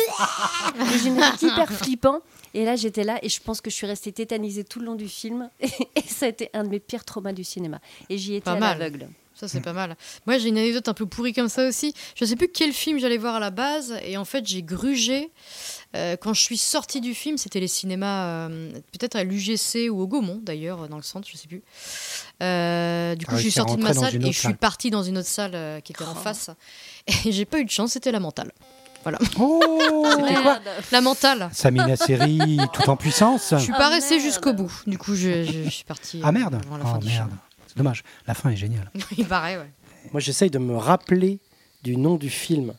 Speaker 4: le générique hyper flippant et là j'étais là et je pense que je suis restée tétanisée tout le long du film et, ça a été un de mes pires traumas du cinéma et j'y étais
Speaker 2: Pas
Speaker 4: à
Speaker 2: mal.
Speaker 4: l'aveugle
Speaker 2: Ça, c'est pas mal. Moi, j'ai une anecdote un peu pourrie comme ça aussi. Je sais plus quel film j'allais voir à la base, et en fait, j'ai grugé. Euh, quand je suis sortie du film, c'était les cinémas, euh, peut-être à l'UGC ou au Gaumont, d'ailleurs, dans le centre, je sais plus. Euh, du coup,
Speaker 1: Ah oui,
Speaker 2: je suis
Speaker 1: t'es
Speaker 2: sortie de ma
Speaker 1: rentrée dans
Speaker 2: salle
Speaker 1: une
Speaker 2: et
Speaker 1: autre
Speaker 2: je suis
Speaker 1: salle.
Speaker 2: partie dans une autre salle euh, qui était en
Speaker 4: Oh.
Speaker 2: face. Et j'ai pas eu de chance, c'était la mentale.
Speaker 1: Oh
Speaker 2: C'était quoi La mentale.
Speaker 1: Samina Seri, tout en puissance.
Speaker 2: Je suis
Speaker 4: Oh,
Speaker 2: pas restée
Speaker 4: merde.
Speaker 2: jusqu'au bout. Du coup, je, je- je suis partie.
Speaker 1: Ah
Speaker 2: euh,
Speaker 1: merde
Speaker 2: avant la fin
Speaker 1: Oh
Speaker 2: du
Speaker 1: merde. C'est dommage. La fin est géniale.
Speaker 2: film. Il paraît, ouais.
Speaker 3: Moi, j'essaye de me rappeler du nom du film.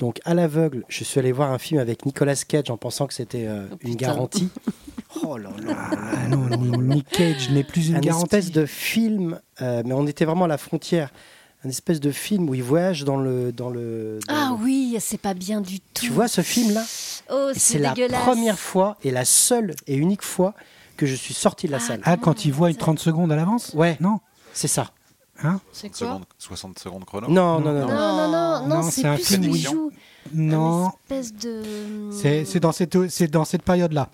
Speaker 3: Donc, à l'aveugle, je suis allé voir un film avec Nicolas Cage en pensant que c'était euh,
Speaker 4: Oh,
Speaker 3: une
Speaker 4: putain.
Speaker 3: garantie. oh là là
Speaker 1: Ah non, ni- Nick Cage n'est plus une
Speaker 3: Un
Speaker 1: garantie.
Speaker 3: espèce de film, euh, mais on était vraiment à la frontière. Un espèce de film où il voyage dans le. Dans le dans
Speaker 4: ah
Speaker 3: le-
Speaker 4: oui c'est pas bien du tout
Speaker 3: Tu vois ce film-là
Speaker 4: oh
Speaker 3: Et
Speaker 4: c'est
Speaker 3: C'est la
Speaker 4: dégueulasse
Speaker 3: première fois et la seule et unique fois que je suis sorti de la salle.
Speaker 1: Ah, quand il voit une 30 secondes à l'avance
Speaker 3: Ouais,
Speaker 1: Non
Speaker 3: c'est ça.
Speaker 1: Ah.
Speaker 2: C'est quoi
Speaker 5: Secondes, 60 secondes chrono.
Speaker 3: Non, non, non. non.
Speaker 4: non non non non,
Speaker 1: Non,
Speaker 4: c'est
Speaker 1: c'est un
Speaker 4: plus
Speaker 1: film
Speaker 4: où il
Speaker 5: d'émission.
Speaker 4: joue
Speaker 1: Non. Ah,
Speaker 4: une espèce de hum,
Speaker 1: C'est c'est dans cette, c'est dans cette période-là.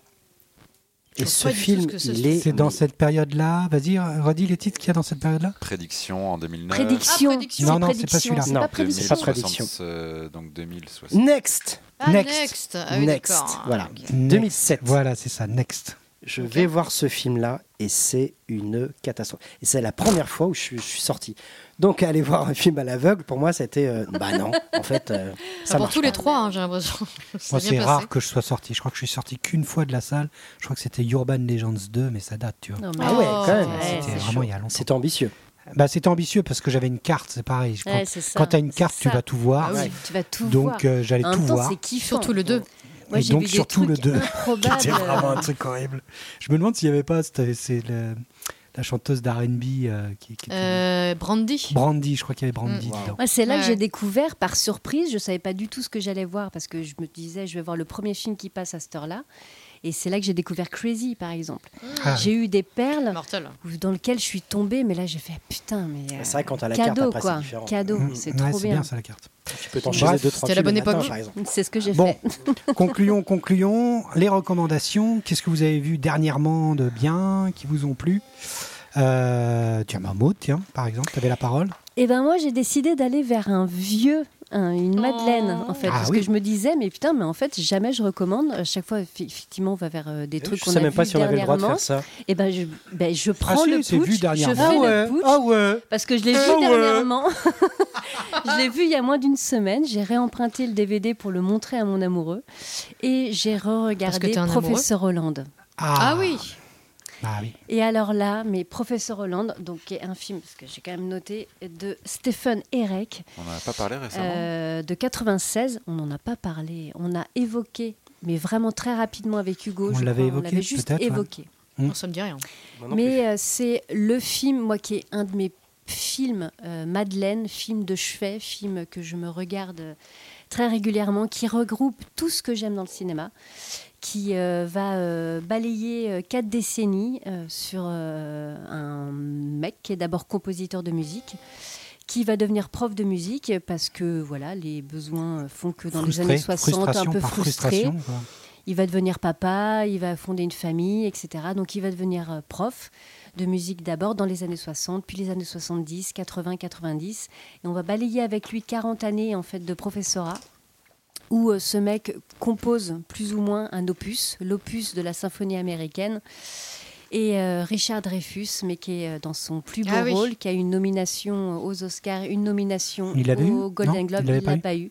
Speaker 3: Et
Speaker 2: pense
Speaker 3: ce
Speaker 2: pas du tout
Speaker 3: film,
Speaker 2: ce que ce
Speaker 3: il
Speaker 2: soit.
Speaker 3: est,
Speaker 1: C'est dans cette période-là. Vas-y, redis les titres qu'il y a dans cette période-là.
Speaker 5: Prédiction en 2009.
Speaker 4: Prédiction.
Speaker 2: Ah, prédiction.
Speaker 1: Non, non,
Speaker 4: C'est
Speaker 1: c'est pas celui-là.
Speaker 4: prédiction, C'est
Speaker 3: Non,
Speaker 4: pas
Speaker 5: 2000,
Speaker 4: prédiction.
Speaker 3: c'est pas prédiction.
Speaker 5: euh, donc
Speaker 3: Mm.
Speaker 5: 2060.
Speaker 3: Next,
Speaker 2: Ah,
Speaker 1: Next.
Speaker 2: next. Ah oui,
Speaker 3: Next,
Speaker 2: d'accord.
Speaker 3: voilà.
Speaker 2: Ah, ok.
Speaker 3: 2007.
Speaker 1: Voilà, c'est ça, Next.
Speaker 3: Je vais voir ce film-là et c'est une catastrophe. Et c'est la première fois où je, suis- je suis sorti. Donc aller voir un film à l'aveugle, pour moi, c'était euh, bah non, en fait, euh, ça
Speaker 2: Enfin, pour
Speaker 3: marche.
Speaker 2: tous les trois, hein, j'ai l'impression.
Speaker 1: Moi,
Speaker 2: C'est
Speaker 1: Oh, c'est
Speaker 2: bien
Speaker 1: rare
Speaker 2: placé.
Speaker 1: que je sois sorti. Je crois que je suis sorti qu'une fois de la salle. Je crois que c'était Urban Legends 2, mais ça date, tu vois.
Speaker 4: Non, mais-
Speaker 3: Ah ouais,
Speaker 2: Oh,
Speaker 3: quand même.
Speaker 4: ouais,
Speaker 1: C'était
Speaker 4: c'est
Speaker 1: vraiment il y a longtemps.
Speaker 3: C'est ambitieux.
Speaker 1: Bah, c'était ambitieux parce que j'avais une carte, c'est pareil. Je- Quand,
Speaker 4: Ouais, c'est ça.
Speaker 1: quand t'as une
Speaker 4: C'est
Speaker 1: carte, tu
Speaker 4: ça.
Speaker 1: vas tout voir.
Speaker 4: Ah oui, Tu vas tout voir.
Speaker 1: Donc euh, j'allais
Speaker 4: En
Speaker 1: tout
Speaker 4: même temps,
Speaker 1: voir.
Speaker 4: c'est kiffant.
Speaker 2: Surtout le 2.
Speaker 4: Moi,
Speaker 1: Et
Speaker 4: j'ai
Speaker 1: donc,
Speaker 4: vu des
Speaker 1: surtout le
Speaker 4: trucs
Speaker 1: deux.
Speaker 4: improbables.
Speaker 1: C'était vraiment un truc horrible. Je me demande s'il n'y avait pas, c'était- c'est le- la chanteuse d'R&B euh, qui, qui était-
Speaker 2: Euh, Brandy.
Speaker 1: Brandy, je crois qu'il y avait Brandy
Speaker 3: Mm. Wow.
Speaker 1: dedans.
Speaker 4: Moi, c'est là
Speaker 2: Ouais.
Speaker 4: que j'ai découvert par surprise. Je savais pas du tout ce que j'allais voir parce que je me disais, je vais voir le premier film qui passe à cette heure-là. Et c'est là que j'ai découvert Crazy, par exemple.
Speaker 1: Ah,
Speaker 4: J'ai eu des perles
Speaker 2: Mortel.
Speaker 4: où- dans lesquelles je suis tombée, mais là, j'ai fait ah, putain, mais. euh,
Speaker 3: C'est vrai quand t'as la carte,
Speaker 4: cadeau,
Speaker 3: après, c'est
Speaker 4: quoi.
Speaker 3: différent.
Speaker 4: Cadeau,
Speaker 1: Mm.
Speaker 4: c'est
Speaker 1: Ouais,
Speaker 4: trop
Speaker 1: c'est bien.
Speaker 4: bien.
Speaker 1: ça la carte.
Speaker 3: Tu peux t'en
Speaker 1: Bref,
Speaker 3: choisir deux, trois
Speaker 2: c'était la
Speaker 3: films le
Speaker 2: bonne
Speaker 3: matin,
Speaker 2: époque.
Speaker 3: par exemple.
Speaker 4: C'est ce que j'ai
Speaker 1: Bon,
Speaker 4: fait.
Speaker 1: concluons, concluons. Les recommandations, qu'est-ce que vous avez vu dernièrement de bien, qui vous ont plu euh, Tiens, bah, Maud, tiens, par exemple, tu avais la parole.
Speaker 4: Et ben moi, j'ai décidé d'aller vers un vieux. un- une madeleine en fait
Speaker 1: Ah
Speaker 4: parce
Speaker 1: oui.
Speaker 4: que je me disais mais putain mais en fait jamais je recommande à chaque fois effi- effectivement on va vers euh, des trucs
Speaker 3: Eh je
Speaker 4: qu'on
Speaker 3: sais
Speaker 4: a
Speaker 3: même pas
Speaker 4: vus
Speaker 3: si on avait le droit de
Speaker 4: dernièrement.
Speaker 3: faire ça.
Speaker 4: et ben je, ben, je
Speaker 1: Ah
Speaker 4: prends
Speaker 1: si,
Speaker 4: le
Speaker 1: c'est vu
Speaker 4: putsch je
Speaker 1: dernièrement.
Speaker 4: fais
Speaker 1: Ah
Speaker 4: le putsch
Speaker 1: ouais
Speaker 4: Parce que je l'ai vu
Speaker 1: Ah ouais.
Speaker 4: dernièrement. je l'ai vu il y a moins d'une semaine. J'ai réemprunté le DVD pour le montrer à mon amoureux. Et j'ai
Speaker 2: Parce que
Speaker 4: re-regardé
Speaker 2: t'es un
Speaker 4: Professeur Hollande.
Speaker 1: ah,
Speaker 2: Ah, oui.
Speaker 1: Ah oui.
Speaker 4: Et alors là, mais Professeur Hollande, donc qui est un film, parce que j'ai quand même noté, de Stephen Erek
Speaker 5: On n'en a pas parlé récemment.
Speaker 4: euh, de 96. On n'en a pas parlé. On a évoqué, mais vraiment très rapidement avec Hugo.
Speaker 1: On
Speaker 4: je
Speaker 1: l'avait
Speaker 4: crois,
Speaker 1: évoqué,
Speaker 4: On l'avait juste
Speaker 1: peut-être, ouais.
Speaker 4: évoqué.
Speaker 1: Mm.
Speaker 2: Ça me dit rien.
Speaker 4: Mais euh, c'est le film, moi, qui est un de mes films, euh, Madeleine, film de chevet, film que je me regarde euh, très régulièrement, qui regroupe tout ce que j'aime dans le cinéma, qui euh, va euh, balayer euh, quatre décennies euh, sur euh, un mec qui est d'abord compositeur de musique qui va devenir prof de musique parce que voilà les besoins euh, font que dans
Speaker 1: Frustré,
Speaker 4: les années 60 un
Speaker 1: frustration
Speaker 4: peu
Speaker 1: par
Speaker 4: frustré
Speaker 1: frustration. quoi.
Speaker 4: il va devenir papa, il va fonder une famille, etc. Donc il va devenir euh, prof de musique d'abord dans les années 60, puis les années 70, 80, 90. Et on va balayer avec lui 40 années en fait de professorat où euh, ce mec compose plus ou moins un opus, l'opus de la symphonie américaine. Et euh, Richard Dreyfus, mais qui est euh, dans son plus beau
Speaker 2: Ah oui.
Speaker 4: rôle, qui a une nomination euh, aux Oscars, une nomination
Speaker 1: Il l'avait
Speaker 4: au
Speaker 1: eu Non,
Speaker 4: Golden Globe,
Speaker 1: il
Speaker 4: il
Speaker 1: l'avait
Speaker 4: l'a
Speaker 1: pas
Speaker 4: pas,
Speaker 1: eu
Speaker 4: eu.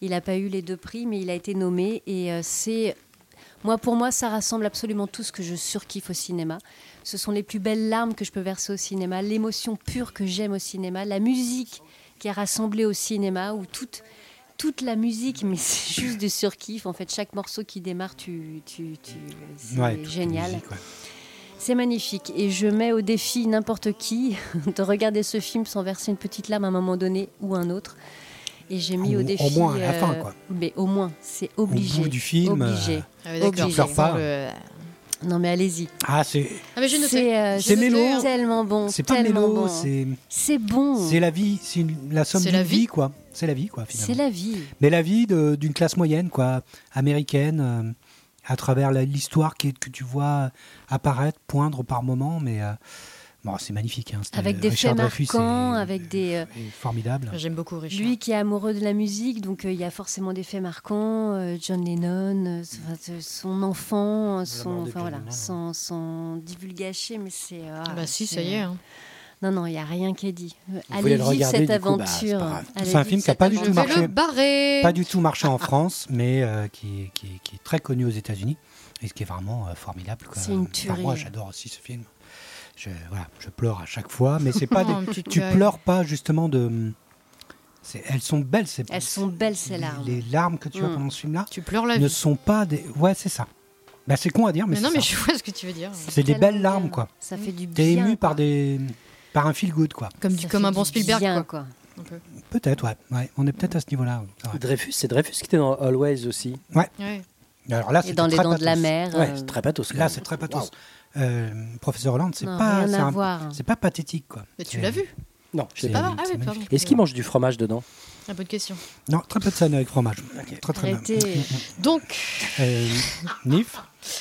Speaker 4: Il n'a pas eu les deux prix, mais il a été nommé. Et euh, c'est. Moi, pour moi, ça rassemble absolument tout ce que je surkiffe au cinéma. Ce sont les plus belles larmes que je peux verser au cinéma, l'émotion pure que j'aime au cinéma, la musique qui est rassemblée au cinéma, où toute, toute la musique, mais c'est juste du surkiff. En fait, chaque morceau qui démarre, tu, tu, tu, c'est
Speaker 1: Ouais, toute la
Speaker 4: génial.
Speaker 1: musique, ouais.
Speaker 4: C'est magnifique et je mets au défi n'importe qui de regarder ce film sans verser une petite larme à un moment donné ou un autre. Et j'ai mis
Speaker 1: Au-
Speaker 4: au,
Speaker 1: au
Speaker 4: défi. euh,
Speaker 1: moins à la fin, quoi.
Speaker 4: Mais au moins, c'est
Speaker 1: Au
Speaker 4: obligé.
Speaker 1: bout du film. euh,
Speaker 4: Obligé.
Speaker 2: Ah, oui, d'accord. euh,
Speaker 4: Obligé.
Speaker 2: Sans
Speaker 1: Pas.
Speaker 2: le-
Speaker 4: Non mais allez-y.
Speaker 1: Ah, c'est
Speaker 2: Ah, mais j'ai noté.
Speaker 4: C'est euh,
Speaker 1: C'est
Speaker 4: c'est
Speaker 1: mélo.
Speaker 2: hein.
Speaker 4: Tellement bon.
Speaker 1: c'est pas
Speaker 4: tellement hein. Hmm.
Speaker 1: mélo,
Speaker 4: bon.
Speaker 1: c'est
Speaker 4: C'est bon.
Speaker 1: c'est la vie, c'est une- la somme
Speaker 2: C'est
Speaker 1: d'une
Speaker 2: la
Speaker 1: vie.
Speaker 2: vie.
Speaker 1: quoi. C'est la vie, quoi,
Speaker 4: C'est
Speaker 1: finalement. Euh,
Speaker 4: la vie.
Speaker 1: Mais la vie de- d'une classe moyenne, quoi, américaine, euh, à travers la- l'histoire qui est- que tu vois apparaître, poindre par moment, mais euh, bon, c'est magnifique. hein, c'était-
Speaker 4: Avec des
Speaker 1: Richard
Speaker 4: faits
Speaker 1: Dreyfus est-
Speaker 4: marquants, avec des. euh,
Speaker 1: est formidable.
Speaker 2: J'aime beaucoup Richard.
Speaker 4: Lui qui est amoureux de la musique, donc euh, il y a forcément des faits marquants. euh, John Lennon, euh, enfin, euh, son enfant, euh, son,
Speaker 1: mort de
Speaker 4: enfin,
Speaker 1: John
Speaker 4: voilà,
Speaker 1: Lennon,
Speaker 4: sans, sans divulgacher, mais c'est. ah,
Speaker 2: Ah, bah si, ça
Speaker 4: c'est-
Speaker 2: y est. hein.
Speaker 4: Non, non, il n'y a rien qui est dit. Euh,
Speaker 3: Vous voulez
Speaker 4: Allez
Speaker 3: le
Speaker 4: vivre
Speaker 3: regarder,
Speaker 4: cette
Speaker 3: du coup, bah, c'est
Speaker 4: aventure.
Speaker 3: pas grave.
Speaker 4: Allez
Speaker 1: C'est un
Speaker 4: vivre
Speaker 1: film qui a
Speaker 4: cette
Speaker 1: pas du tout
Speaker 2: Je
Speaker 4: aventure.
Speaker 1: marché.
Speaker 2: vais le barrer.
Speaker 1: Pas du tout marché en France, mais euh, qui, est- qui est- qui est très connu aux États-Unis et ce qui est vraiment euh, formidable. quoi.
Speaker 4: C'est une
Speaker 1: Enfin,
Speaker 4: tuerie.
Speaker 1: moi, j'adore aussi ce film. Je, voilà, je pleure à chaque fois, mais c'est pas
Speaker 2: Oh,
Speaker 1: des,
Speaker 2: un petit
Speaker 1: tu
Speaker 2: gag.
Speaker 1: pleures pas justement de. c'est- Elles sont belles, ces
Speaker 4: Elles sont belles, ces larmes.
Speaker 1: Les larmes que tu as
Speaker 4: Mm.
Speaker 1: pendant ce film-là
Speaker 2: Tu pleures la
Speaker 1: ne
Speaker 2: vie.
Speaker 1: sont pas des. Ouais, c'est ça. Bah, c'est con à dire, mais,
Speaker 2: Mais non,
Speaker 1: c'est
Speaker 2: mais
Speaker 1: ça.
Speaker 2: je vois ce que tu veux dire.
Speaker 1: C'est des
Speaker 4: tellement
Speaker 1: belles larmes,
Speaker 4: bien.
Speaker 1: quoi.
Speaker 4: Ça fait du bien.
Speaker 1: T'es ému par
Speaker 4: quoi.
Speaker 1: des, par un feel good, quoi.
Speaker 2: Comme,
Speaker 4: Ça
Speaker 2: du, comme
Speaker 4: fait
Speaker 2: un bon
Speaker 4: du
Speaker 2: Spielberg.
Speaker 4: bien,
Speaker 2: quoi.
Speaker 4: quoi.
Speaker 1: Peut-être, ouais. Ouais, On est peut-être à ce niveau-là. ouais. C'est vrai.
Speaker 3: Dreyfus, c'est Dreyfus qui était dans Always aussi.
Speaker 2: Ouais.
Speaker 1: Alors là,
Speaker 4: Et
Speaker 1: c'est
Speaker 4: dans les
Speaker 1: très
Speaker 4: dents de la
Speaker 1: pathos.
Speaker 4: mer.
Speaker 3: Ouais,
Speaker 4: euh,
Speaker 3: c'est très pathos. quand
Speaker 1: Là,
Speaker 3: même.
Speaker 1: c'est très pathos. Euh, professeur Hollande, c'est
Speaker 4: Non,
Speaker 1: pas,
Speaker 4: rien
Speaker 1: c'est
Speaker 4: à
Speaker 1: un-
Speaker 4: voir.
Speaker 1: c'est pas pathétique, quoi.
Speaker 2: Mais tu
Speaker 1: C'est-
Speaker 2: l'as vu.
Speaker 3: Waouh. Non, je sais
Speaker 1: C'est-
Speaker 3: pas.
Speaker 2: Ah, ah oui,
Speaker 1: magnifique.
Speaker 2: pardon.
Speaker 3: Est-ce qu'il mange du fromage dedans
Speaker 2: Très bonne question.
Speaker 1: Non, très peu de scènes avec fromage. Très très
Speaker 4: Elle
Speaker 1: bien.
Speaker 4: était
Speaker 2: Donc,
Speaker 1: Euh, Nif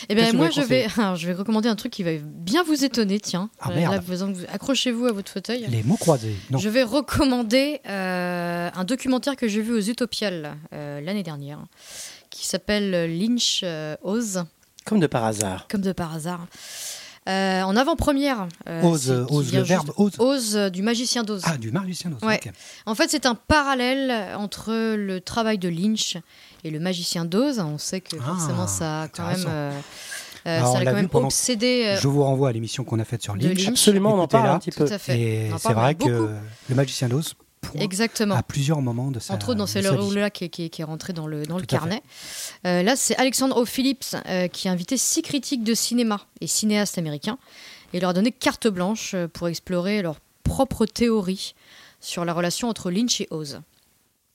Speaker 2: eh
Speaker 1: Qu'est-ce
Speaker 2: ben
Speaker 1: que
Speaker 2: moi
Speaker 1: vous
Speaker 2: je vais, alors, je vais recommander un truc qui va bien vous étonner, tiens.
Speaker 1: Ah,
Speaker 2: Euh,
Speaker 1: merde.
Speaker 2: Là, vous- vous- accrochez-vous à votre fauteuil.
Speaker 1: Les mots croisés. Non.
Speaker 2: Je vais recommander euh, un documentaire que j'ai vu aux Utopiales euh, l'année dernière, qui s'appelle Lynch euh, Oz,
Speaker 3: Comme de par hasard.
Speaker 2: comme de par hasard. Euh, en avant-première. euh,
Speaker 1: Ose,
Speaker 2: c'est- qui
Speaker 1: ose,
Speaker 2: vient
Speaker 1: le
Speaker 2: juste-
Speaker 1: verbe ose.
Speaker 2: Oz euh, du magicien d'Oz.
Speaker 1: Ah, du magicien d'Oz.
Speaker 2: Ouais.
Speaker 1: ok.
Speaker 2: En fait, c'est un parallèle entre le travail de Lynch et le magicien d'Oz. On sait que
Speaker 1: Ah,
Speaker 2: forcément, ça a quand même,
Speaker 1: intéressant.
Speaker 2: euh, euh,
Speaker 1: Bah, on
Speaker 2: ça a
Speaker 1: l'a
Speaker 2: quand
Speaker 1: vu
Speaker 2: même
Speaker 1: pendant-
Speaker 2: obsédé. euh,
Speaker 1: Je vous renvoie à l'émission qu'on a faite sur
Speaker 2: de
Speaker 1: Lynch.
Speaker 2: Lynch.
Speaker 3: Absolument, on en
Speaker 1: Écoutez,
Speaker 3: parle
Speaker 1: là,
Speaker 3: un petit
Speaker 2: tout
Speaker 3: peu.
Speaker 2: à fait.
Speaker 1: Et
Speaker 2: On en
Speaker 1: c'est
Speaker 2: parle
Speaker 1: vrai
Speaker 2: beaucoup.
Speaker 1: que le magicien d'Oz, pour-
Speaker 2: Exactement.
Speaker 1: à plusieurs moments de sa
Speaker 2: Entre autres, dans
Speaker 1: de
Speaker 2: C'est
Speaker 1: sa
Speaker 2: l'heure
Speaker 1: vie.
Speaker 2: où là qui, est- qui est- qui est rentré dans le, dans le
Speaker 1: Tout à fait.
Speaker 2: carnet. Euh, là, c'est Alexandre O. Phillips euh, qui a invité six critiques de cinéma et cinéastes américains et leur a donné carte blanche euh, pour explorer leur propre théorie sur la relation entre Lynch et Oz.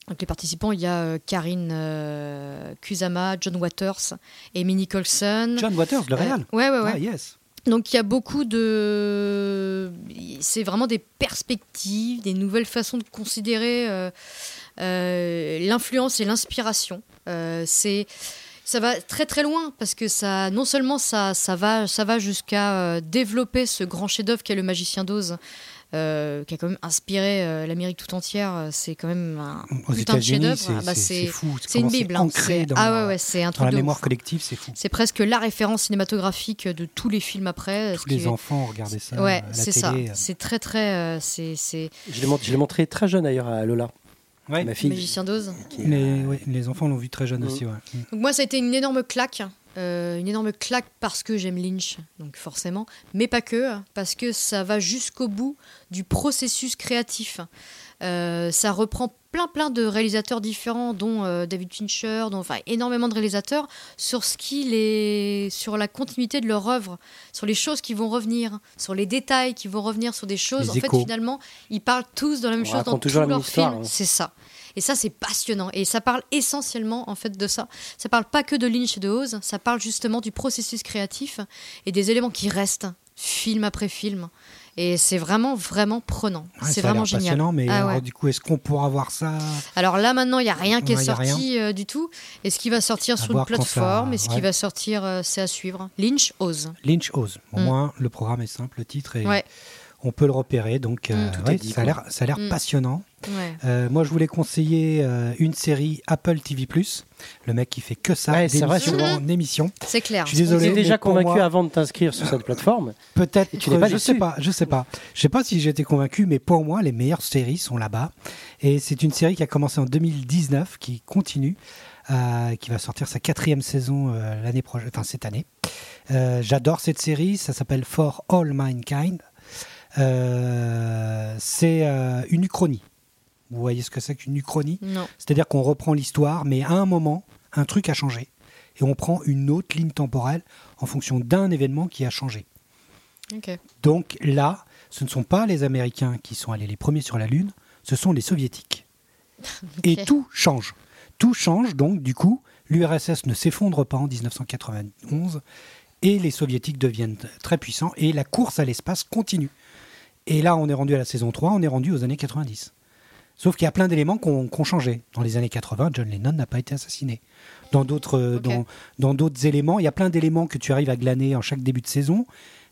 Speaker 2: Donc les participants, il y a euh, Karine euh, Kusama, John Waters, Amy Nicholson.
Speaker 1: John Waters, le réal.
Speaker 2: Euh, ouais, ouais, ouais.
Speaker 1: Ah, yes.
Speaker 2: Donc il y a beaucoup de... C'est vraiment des perspectives, des nouvelles façons de considérer euh, euh, l'influence et l'inspiration. Euh, c'est ça va très très loin parce que ça non seulement ça ça va ça va jusqu'à euh, développer ce grand chef-d'œuvre qu'est le magicien d'Oz euh, qui a quand même inspiré euh, l'Amérique tout entière Euh, c'est quand même un
Speaker 1: Aux
Speaker 2: putain de
Speaker 1: États-Unis,
Speaker 2: chef-d'œuvre
Speaker 1: c'est
Speaker 2: Ah bah,
Speaker 1: c'est- c'est fou.
Speaker 2: c'est une
Speaker 1: comment
Speaker 2: bible hein.
Speaker 1: ancré
Speaker 2: C'est-
Speaker 1: dans,
Speaker 2: ah ouais ouais c'est un
Speaker 1: dans
Speaker 2: truc
Speaker 1: la
Speaker 2: de
Speaker 1: mémoire
Speaker 2: ouf.
Speaker 1: collective, c'est fou.
Speaker 2: c'est presque la référence cinématographique de tous les films après
Speaker 1: Tous les enfants ont regardé ça
Speaker 2: ouais
Speaker 1: à la
Speaker 2: c'est
Speaker 1: télé.
Speaker 2: ça
Speaker 1: euh,
Speaker 2: c'est très très euh, c'est c'est
Speaker 3: Je l'ai mont- je l'ai montré très jeune d'ailleurs à Lola,
Speaker 1: ouais.
Speaker 3: ma fille. euh, Mm.
Speaker 2: magicien d'Oz
Speaker 3: qui est-
Speaker 1: Les, ouais, les enfants l'ont vu très jeune aussi. Ouais.
Speaker 2: Donc moi, ça a été une énorme claque. euh, une énorme claque parce que j'aime Lynch, donc forcément, mais pas que, parce que ça va jusqu'au bout du processus créatif. Euh, ça reprend plein plein de réalisateurs différents, dont euh, David Fincher, dont enfin énormément de réalisateurs, sur ce qu'il est, sur la continuité de leur œuvre, sur les choses qui vont revenir, sur les détails qui vont revenir, sur des choses.
Speaker 1: Les
Speaker 2: en
Speaker 1: échos.
Speaker 2: fait, finalement, ils parlent tous de la même
Speaker 3: On
Speaker 2: chose dans
Speaker 3: raconte
Speaker 2: tous
Speaker 3: toujours la même
Speaker 2: leurs
Speaker 3: histoire,
Speaker 2: films.
Speaker 3: hein.
Speaker 2: C'est ça. Et ça, c'est passionnant. Et ça parle essentiellement, en fait, de ça. Ça parle pas que de Lynch et de Oz, ça parle justement du processus créatif et des éléments qui restent, film après film. Et c'est vraiment, vraiment prenant.
Speaker 1: Ouais,
Speaker 2: c'est
Speaker 1: ça a
Speaker 2: vraiment
Speaker 1: l'air
Speaker 2: génial.
Speaker 1: passionnant, mais
Speaker 2: Ah
Speaker 1: alors,
Speaker 2: ouais.
Speaker 1: du coup, est-ce qu'on pourra voir ça
Speaker 2: Alors là, maintenant, il n'y a rien qui est
Speaker 1: Ouais, y a
Speaker 2: sorti euh, du tout. Et ce qui va sortir sur une
Speaker 1: voir quand ça-
Speaker 2: plateforme, et ce qui
Speaker 1: ouais.
Speaker 2: va sortir, euh, c'est à suivre. Lynch, Oz.
Speaker 1: Lynch Oz. Au
Speaker 2: Mm.
Speaker 1: moins, le programme est simple, le titre est.
Speaker 2: Ouais.
Speaker 1: On peut le repérer, donc euh,
Speaker 2: Tout
Speaker 1: ouais,
Speaker 3: est dit,
Speaker 1: ça a l'air, ça a l'air
Speaker 2: Mm.
Speaker 1: passionnant.
Speaker 2: Ouais.
Speaker 1: Euh, moi, je voulais conseiller euh, une série Apple TV+. Le mec qui fait que ça,
Speaker 3: Ouais, c'est vrai,
Speaker 1: d'émission
Speaker 2: souvent.
Speaker 1: en émission.
Speaker 2: C'est clair.
Speaker 1: Je suis désolé.
Speaker 3: T'es déjà
Speaker 1: mais pour
Speaker 3: convaincu
Speaker 1: moi-
Speaker 3: avant de t'inscrire sur cette plateforme.
Speaker 1: Peut-être.
Speaker 3: Et tu n'es pas
Speaker 1: je
Speaker 3: déçu.
Speaker 1: sais pas. Je sais pas. Je sais pas si j'étais convaincu, mais pour moi, les meilleures séries sont là-bas. Et c'est une série qui a commencé en 2019, qui continue, euh, qui va sortir sa quatrième saison euh, l'année prochaine, enfin cette année. Euh, J'adore cette série. Ça s'appelle For All Mankind. Euh, c'est euh, une uchronie. Vous voyez ce que c'est qu'une uchronie
Speaker 2: Non.
Speaker 1: c'est-à-dire qu'on reprend l'histoire, mais à un moment, un truc a changé. Et on prend une autre ligne temporelle en fonction d'un événement qui a changé.
Speaker 2: Ok.
Speaker 1: Donc là, ce ne sont pas les Américains qui sont allés les premiers sur la Lune, ce sont les Soviétiques. Et
Speaker 2: Ok.
Speaker 1: tout change. Tout change, donc du coup, l'URSS ne s'effondre pas en 1991 et les Soviétiques deviennent très puissants et la course à l'espace continue. Et là, on est rendu à la saison 3, on est rendu aux années 90. Sauf qu'il y a plein d'éléments qu'on ont changé. Dans les années 80, John Lennon n'a pas été assassiné. Dans d'autres euh,
Speaker 2: Ok.
Speaker 1: dans- dans d'autres éléments, il y a plein d'éléments que tu arrives à glaner en chaque début de saison,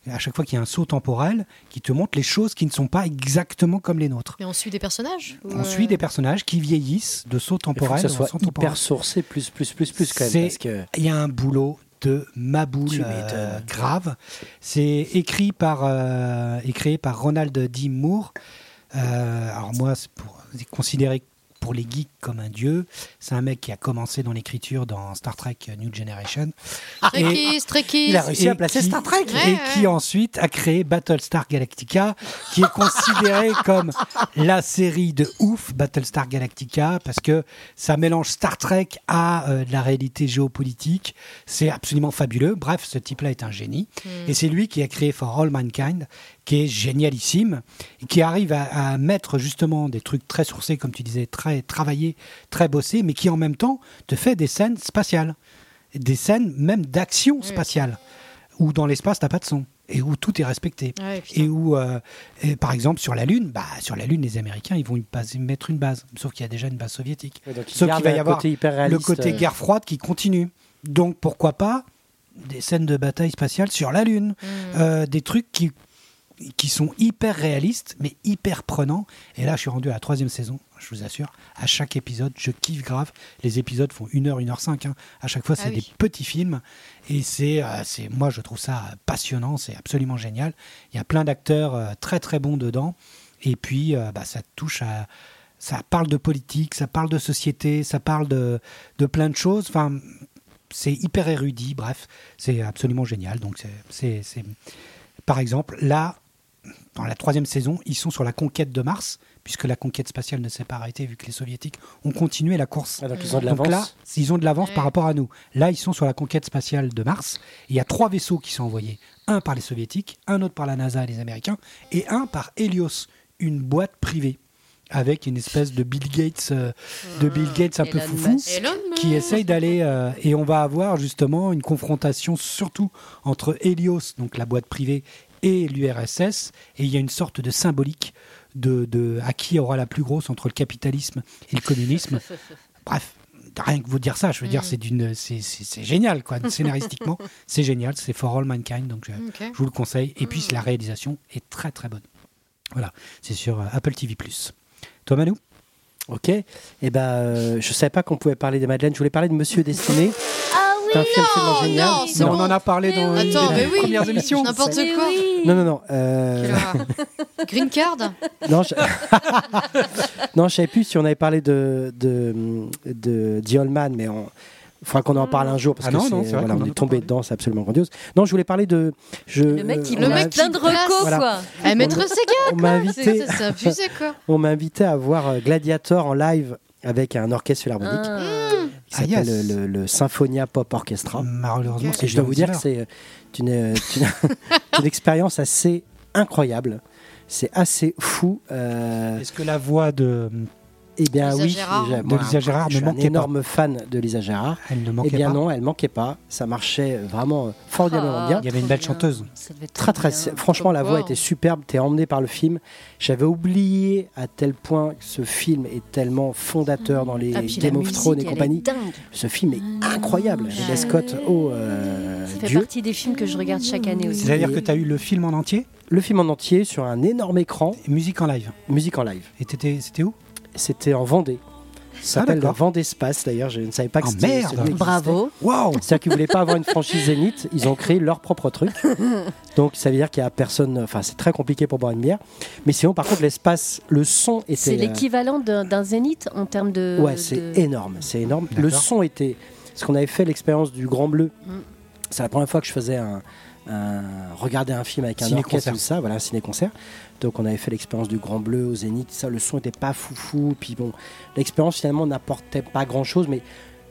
Speaker 1: à chaque fois qu'il y a un saut temporel, qui te montre les choses qui ne sont pas exactement comme les nôtres.
Speaker 2: Mais on suit des personnages ou,
Speaker 1: On
Speaker 2: euh,
Speaker 1: suit des personnages qui vieillissent de saut
Speaker 3: Il faut
Speaker 1: temporel
Speaker 3: que ça
Speaker 1: en
Speaker 3: soit
Speaker 1: saut temporel.
Speaker 3: hyper sourcé, plus, plus, plus, plus quand
Speaker 1: C'est-
Speaker 3: même. Parce que
Speaker 1: Il y a un boulot de
Speaker 3: Tu
Speaker 1: maboule
Speaker 3: m'étonnes.
Speaker 1: euh, grave. C'est écrit par euh, et créé par Ronald D. Moore. Euh, alors moi, c'est pour- c'est considéré pour les geeks comme un dieu. C'est un mec qui a commencé dans l'écriture dans Star Trek New Generation. Ah,
Speaker 2: Stray Kids, Stray Kids.
Speaker 3: il a réussi à
Speaker 1: Et
Speaker 3: placer
Speaker 1: qui-
Speaker 3: Star Trek.
Speaker 2: Ouais,
Speaker 1: et
Speaker 2: ouais.
Speaker 1: qui ensuite a créé Battlestar Galactica, qui est considéré comme la série de ouf Battlestar Galactica, parce que ça mélange Star Trek à euh, de la réalité géopolitique. C'est absolument fabuleux. Bref, ce type-là est un génie. Et c'est lui qui a créé For All Mankind, qui est génialissime, et qui arrive à, à mettre justement des trucs très sourcés, comme tu disais, très travaillés, très bossés, mais qui en même temps te fait des scènes spatiales. Des scènes même d'action spatiale où dans l'espace, t'as pas de son. et où tout est respecté.
Speaker 2: Ouais, putain.
Speaker 1: Et où, euh, et par exemple, sur la Lune, bah, sur la Lune, les Américains, ils vont une base- mettre une base, sauf qu'il y a déjà une base soviétique.
Speaker 3: Ouais, donc il
Speaker 1: Sauf
Speaker 3: garde
Speaker 1: qu'il va y
Speaker 3: un
Speaker 1: avoir
Speaker 3: côté hyper réaliste.
Speaker 1: le côté
Speaker 3: euh,
Speaker 1: guerre froide qui continue. Donc pourquoi pas des scènes de bataille spatiale sur la Lune, euh, des trucs qui, qui sont hyper réalistes mais hyper prenants. Et là, je suis rendu à la troisième saison, je vous assure. À chaque épisode, je kiffe grave. Les épisodes font 1 heure, 1 heure 5 À chaque fois,
Speaker 2: Ah
Speaker 1: c'est
Speaker 2: oui.
Speaker 1: des petits films. Et c'est, euh, c'est- moi, je trouve ça passionnant, c'est absolument génial. Il y a plein d'acteurs euh, très très bons dedans. Et puis, euh, bah, ça touche à. Ça parle de politique, ça parle de société, ça parle de, de plein de choses. Enfin, c'est hyper érudit, bref, c'est absolument génial. Donc, c'est, c'est- c'est- Par exemple, là, dans la troisième saison, ils sont sur la conquête de Mars, puisque la conquête spatiale ne s'est pas arrêtée, vu que les Soviétiques ont continué la course.
Speaker 3: ah, donc ils ont de
Speaker 1: Donc là,
Speaker 3: l'avance.
Speaker 1: ils ont de l'avance
Speaker 2: Ouais.
Speaker 1: par rapport à nous. Là, ils sont sur la conquête spatiale de Mars. Il y a trois vaisseaux qui sont envoyés. Un par les soviétiques, un autre par la NASA et les Américains, et un par Helios, une boîte privée, avec une espèce de Bill Gates, euh, de Bill Gates un peu
Speaker 4: Ah, Elon
Speaker 1: foufou,
Speaker 4: Musk.
Speaker 2: Elon Musk.
Speaker 1: qui essaye d'aller... euh, et on va avoir justement une confrontation surtout entre Helios, donc la boîte privée, et l'URSS. Et il y a une sorte de symbolique de, de à qui aura la plus grosse entre le capitalisme et le communisme. Bref, rien que vous dire ça, je veux dire, c'est d'une, c'est, c'est- c'est génial, quoi. Scénaristiquement, c'est génial. C'est For All Mankind, donc je,
Speaker 2: Ok.
Speaker 1: je vous le conseille. Et puis, la réalisation est très, très bonne. Voilà, c'est sur euh, Apple TV+. Toi, Manu
Speaker 3: Ok. Et ben, euh, je savais pas qu'on pouvait parler des Madeleines. Je voulais parler de Monsieur Destiné.
Speaker 7: Ah oui,
Speaker 3: C'est un film absolument
Speaker 2: non,
Speaker 3: génial.
Speaker 2: non, c'est
Speaker 1: Non,
Speaker 2: bon.
Speaker 1: On en a parlé
Speaker 7: Mais
Speaker 1: dans
Speaker 7: oui.
Speaker 1: une
Speaker 2: Attends,
Speaker 1: des
Speaker 2: mais oui.
Speaker 1: premières émissions.
Speaker 2: N'importe
Speaker 7: Mais
Speaker 2: quoi.
Speaker 7: oui.
Speaker 3: Non, non, non. euh,
Speaker 2: Quelle horreur. Green card
Speaker 3: non, je... non, je savais plus si on avait parlé de de, de The Old Man, mais on. faudra qu'on en parle un jour parce
Speaker 1: Ah
Speaker 3: que
Speaker 1: non, non,
Speaker 3: c'est-
Speaker 1: c'est vrai
Speaker 3: voilà,
Speaker 1: qu'on en
Speaker 3: on
Speaker 1: a
Speaker 3: est
Speaker 1: pas
Speaker 3: tombé
Speaker 1: parlé.
Speaker 3: dedans, c'est absolument grandiose. Non, je voulais parler de je,
Speaker 7: Le
Speaker 1: euh,
Speaker 7: mec, il
Speaker 3: on
Speaker 2: Le
Speaker 7: a
Speaker 3: m'a-
Speaker 2: mec qui
Speaker 7: plein de
Speaker 2: place.
Speaker 7: recos,
Speaker 3: Voilà.
Speaker 7: quoi.
Speaker 2: Eh, Maître Sega
Speaker 3: on m'a
Speaker 2: C'est
Speaker 3: invité,
Speaker 2: c'est- c'est abusé, quoi.
Speaker 3: on m'a invité à voir euh, Gladiator en live avec un
Speaker 1: Mmh.
Speaker 3: orchestre philharmonique
Speaker 7: Ah.
Speaker 3: qui s'appelle euh,
Speaker 1: Ah, yes.
Speaker 3: le, le Symphonia Pop Orchestra.
Speaker 1: Oh, Malheureusement,
Speaker 2: Ok.
Speaker 1: c'est
Speaker 3: Et je dois
Speaker 1: Jeremy
Speaker 3: vous dire que
Speaker 1: Renner.
Speaker 3: c'est euh, une, euh, une, une expérience assez incroyable. C'est assez fou. Euh,
Speaker 1: Est-ce que la voix de... euh,
Speaker 3: eh bien
Speaker 2: Lisa
Speaker 3: oui,
Speaker 2: Gérard.
Speaker 3: déjà,
Speaker 1: De
Speaker 3: moi,
Speaker 1: Lisa Gérard
Speaker 3: je
Speaker 1: ne
Speaker 3: suis un
Speaker 1: manquait pas.
Speaker 3: énorme fan de Lisa Gérard.
Speaker 1: Elle ne
Speaker 3: Eh
Speaker 1: manquait
Speaker 3: bien
Speaker 1: pas
Speaker 3: non, elle manquait pas. Ça marchait vraiment euh, formidablement
Speaker 7: Ah.
Speaker 3: bien.
Speaker 1: Il y avait une belle chanteuse.
Speaker 4: Ça devait être
Speaker 3: Très très,
Speaker 4: bien.
Speaker 3: franchement, la
Speaker 2: Comme
Speaker 3: voix
Speaker 2: quoi.
Speaker 3: était superbe. T'es emmené par le film. J'avais oublié à tel point que ce film est tellement fondateur dans les
Speaker 4: Ah, puis la
Speaker 3: Game of
Speaker 4: musique,
Speaker 3: Thrones et
Speaker 4: elle est
Speaker 3: compagnie.
Speaker 4: dingue.
Speaker 3: Ce film est incroyable.
Speaker 4: Ah,
Speaker 3: Ridley Scott, oh euh,
Speaker 4: Ça fait
Speaker 3: Dieu.
Speaker 4: partie des films que je regarde chaque année aussi.
Speaker 1: C'est-à-dire
Speaker 3: Et-
Speaker 1: que tu as eu le film en entier,
Speaker 3: Le film en entier sur un énorme écran,
Speaker 1: et musique en live.
Speaker 3: musique en live.
Speaker 1: Et t'étais- c'était où
Speaker 3: C'était en Vendée.
Speaker 1: Ah,
Speaker 3: Ça s'appelle le
Speaker 1: d'accord.
Speaker 3: Vendée Space d'ailleurs, je ne savais pas que
Speaker 1: Ah,
Speaker 3: c'était
Speaker 1: merde.
Speaker 3: ce nom existait.
Speaker 4: Bravo.
Speaker 1: Waouh
Speaker 3: C'est-à-dire qu'ils voulaient pas avoir une franchise Zénith, ils ont créé leur propre truc. Donc ça veut dire qu'il y a personne, enfin c'est très compliqué pour boire une bière. Mais sinon par contre l'espace, le son était
Speaker 4: C'est
Speaker 3: euh,
Speaker 4: l'équivalent d'un d'un zénith en termes de.
Speaker 3: Ouais,
Speaker 4: de-
Speaker 3: c'est énorme, c'est énorme. Le
Speaker 1: D'accord.
Speaker 3: son était parce qu'on avait fait l'expérience du Grand Bleu.
Speaker 4: Mm.
Speaker 3: C'est la première fois que je faisais un, un- regarder un film avec un
Speaker 1: Ciné-concert.
Speaker 3: orchestre tout ça, voilà, un ciné-concert. Donc on avait fait l'expérience du Grand Bleu au Zénith, ça le son était pas foufou, puis bon, l'expérience finalement n'apportait pas grand-chose mais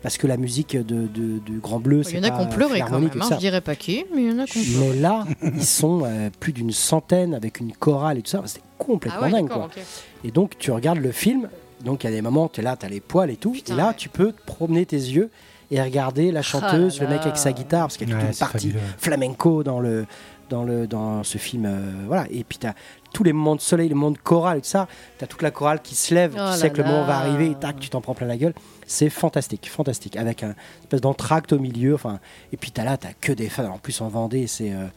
Speaker 3: parce que la musique de, de- du Grand Bleu,
Speaker 2: Il
Speaker 3: c'est
Speaker 2: y en a
Speaker 3: pas
Speaker 2: qui ont pleuré quand même.
Speaker 3: philharmonique et tout
Speaker 2: hein.
Speaker 3: ça.
Speaker 2: Je dirais pas qui, mais il y en a qui ont pleuré.
Speaker 3: Mais là, ils sont euh, plus d'une centaine avec une chorale et tout ça. C'était complètement
Speaker 2: Ah ouais,
Speaker 3: dingue.
Speaker 2: d'accord,
Speaker 3: quoi.
Speaker 2: ok.
Speaker 3: Et donc, tu regardes le film. Donc, il y a des moments, tu es là, tu as les poils et tout.
Speaker 2: Putain,
Speaker 3: et là,
Speaker 2: ouais. Oh
Speaker 3: tu peux te promener tes yeux et regarder la chanteuse,
Speaker 7: là
Speaker 3: le mec avec sa
Speaker 7: là.
Speaker 3: guitare, parce qu'il y a toute
Speaker 1: Ouais,
Speaker 3: une
Speaker 1: c'est
Speaker 3: partie
Speaker 1: fabuleux.
Speaker 3: flamenco dans, le, dans, le, dans ce film. euh, voilà. Et puis, tu as tous les moments de soleil, les moments de chorale et tout ça. Tu as toute la chorale qui se lève.
Speaker 7: Oh
Speaker 3: tu
Speaker 7: là
Speaker 3: sais que le moment
Speaker 7: là.
Speaker 3: va arriver et tac, tu t'en prends plein la gueule. C'est fantastique, fantastique. Avec un espèce d'entracte au milieu. Enfin, et puis t'as là, t'as que des fans. En plus, en Vendée, c'est euh,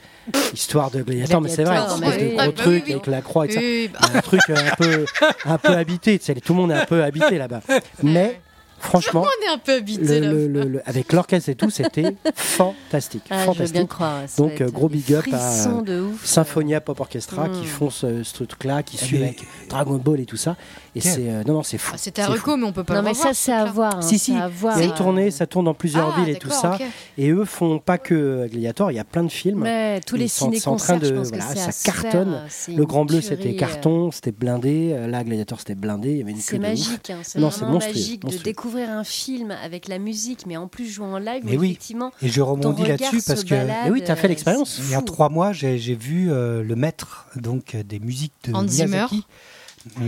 Speaker 3: histoire de gladiateur, mais c'est vrai,
Speaker 7: Gladiateur,
Speaker 3: espèce
Speaker 7: ouais.
Speaker 3: de
Speaker 2: Ah,
Speaker 3: gros
Speaker 2: bah oui,
Speaker 3: truc
Speaker 2: oui.
Speaker 3: avec la croix et tout ça.
Speaker 2: Oui, bah,
Speaker 3: Un truc euh, un peu, un peu habité. tu sais, Tout le monde est un peu habité là-bas. Mais franchement,
Speaker 2: on est un peu habité
Speaker 3: le-
Speaker 2: là.
Speaker 3: le- le- le- avec l'orchestre et tout, c'était fantastique,
Speaker 7: Ah, je veux bien
Speaker 3: fantastique.
Speaker 7: croire. ça
Speaker 3: Donc,
Speaker 7: va être
Speaker 3: euh, gros
Speaker 7: des
Speaker 3: big up à,
Speaker 7: frissons de ouf.
Speaker 3: Symphonia Pop Orchestra
Speaker 7: Mm.
Speaker 4: Hmm.
Speaker 3: qui font ce, ce truc-là, qui
Speaker 1: Eh
Speaker 3: suit
Speaker 1: ben,
Speaker 3: avec Dragon Ball et tout ça. Et
Speaker 1: Quel-
Speaker 3: c'est euh, non non, c'est fou.
Speaker 2: Ah, C'était à
Speaker 3: c'est fou.
Speaker 2: Reco, mais on peut pas
Speaker 4: Non,
Speaker 2: le
Speaker 4: mais ça,
Speaker 2: revoir,
Speaker 4: c'est à
Speaker 2: clair.
Speaker 4: voir. hein,
Speaker 3: Si, si,
Speaker 4: c'est à voir.
Speaker 3: Il y a une tournée, ça tourne dans plusieurs
Speaker 2: Ah,
Speaker 3: villes et tout
Speaker 2: d'accord,
Speaker 3: ça.
Speaker 2: ok.
Speaker 3: Et eux font pas que euh, Gladiator, il y a plein de films.
Speaker 4: Mais tous
Speaker 3: Ils
Speaker 4: les
Speaker 3: sont- sont en train
Speaker 4: ciné-concerts, je
Speaker 3: de-
Speaker 4: pense que
Speaker 3: voilà,
Speaker 4: c'est
Speaker 3: ça
Speaker 4: à se faire,
Speaker 3: cartonne.
Speaker 4: euh, c'est
Speaker 3: Le
Speaker 4: une
Speaker 3: Grand Bleu,
Speaker 4: tuerie,
Speaker 3: c'était
Speaker 4: euh,
Speaker 3: carton, c'était blindé. Euh, Là, Gladiator, c'était blindé. Il y avait une queue
Speaker 4: C'est
Speaker 3: de ouf.
Speaker 4: magique, hein, c'est
Speaker 3: Non, c'est
Speaker 4: vraiment
Speaker 3: monstrueux,
Speaker 4: magique de
Speaker 3: monstrueux.
Speaker 4: découvrir un film avec la musique, mais en plus jouer en live,
Speaker 1: Mais
Speaker 4: où
Speaker 1: oui.
Speaker 4: effectivement,
Speaker 1: Et je
Speaker 4: ton
Speaker 1: rebondis
Speaker 4: regard
Speaker 1: là-dessus
Speaker 4: se
Speaker 1: parce que
Speaker 4: balade,
Speaker 3: Mais oui, t'as
Speaker 4: euh,
Speaker 3: fait l'expérience.
Speaker 4: c'est
Speaker 1: il y a
Speaker 4: fou.
Speaker 1: trois mois, j'ai j'ai vu euh, le maître donc euh, des musiques de
Speaker 2: Hans Zimmer.
Speaker 1: Miyazaki,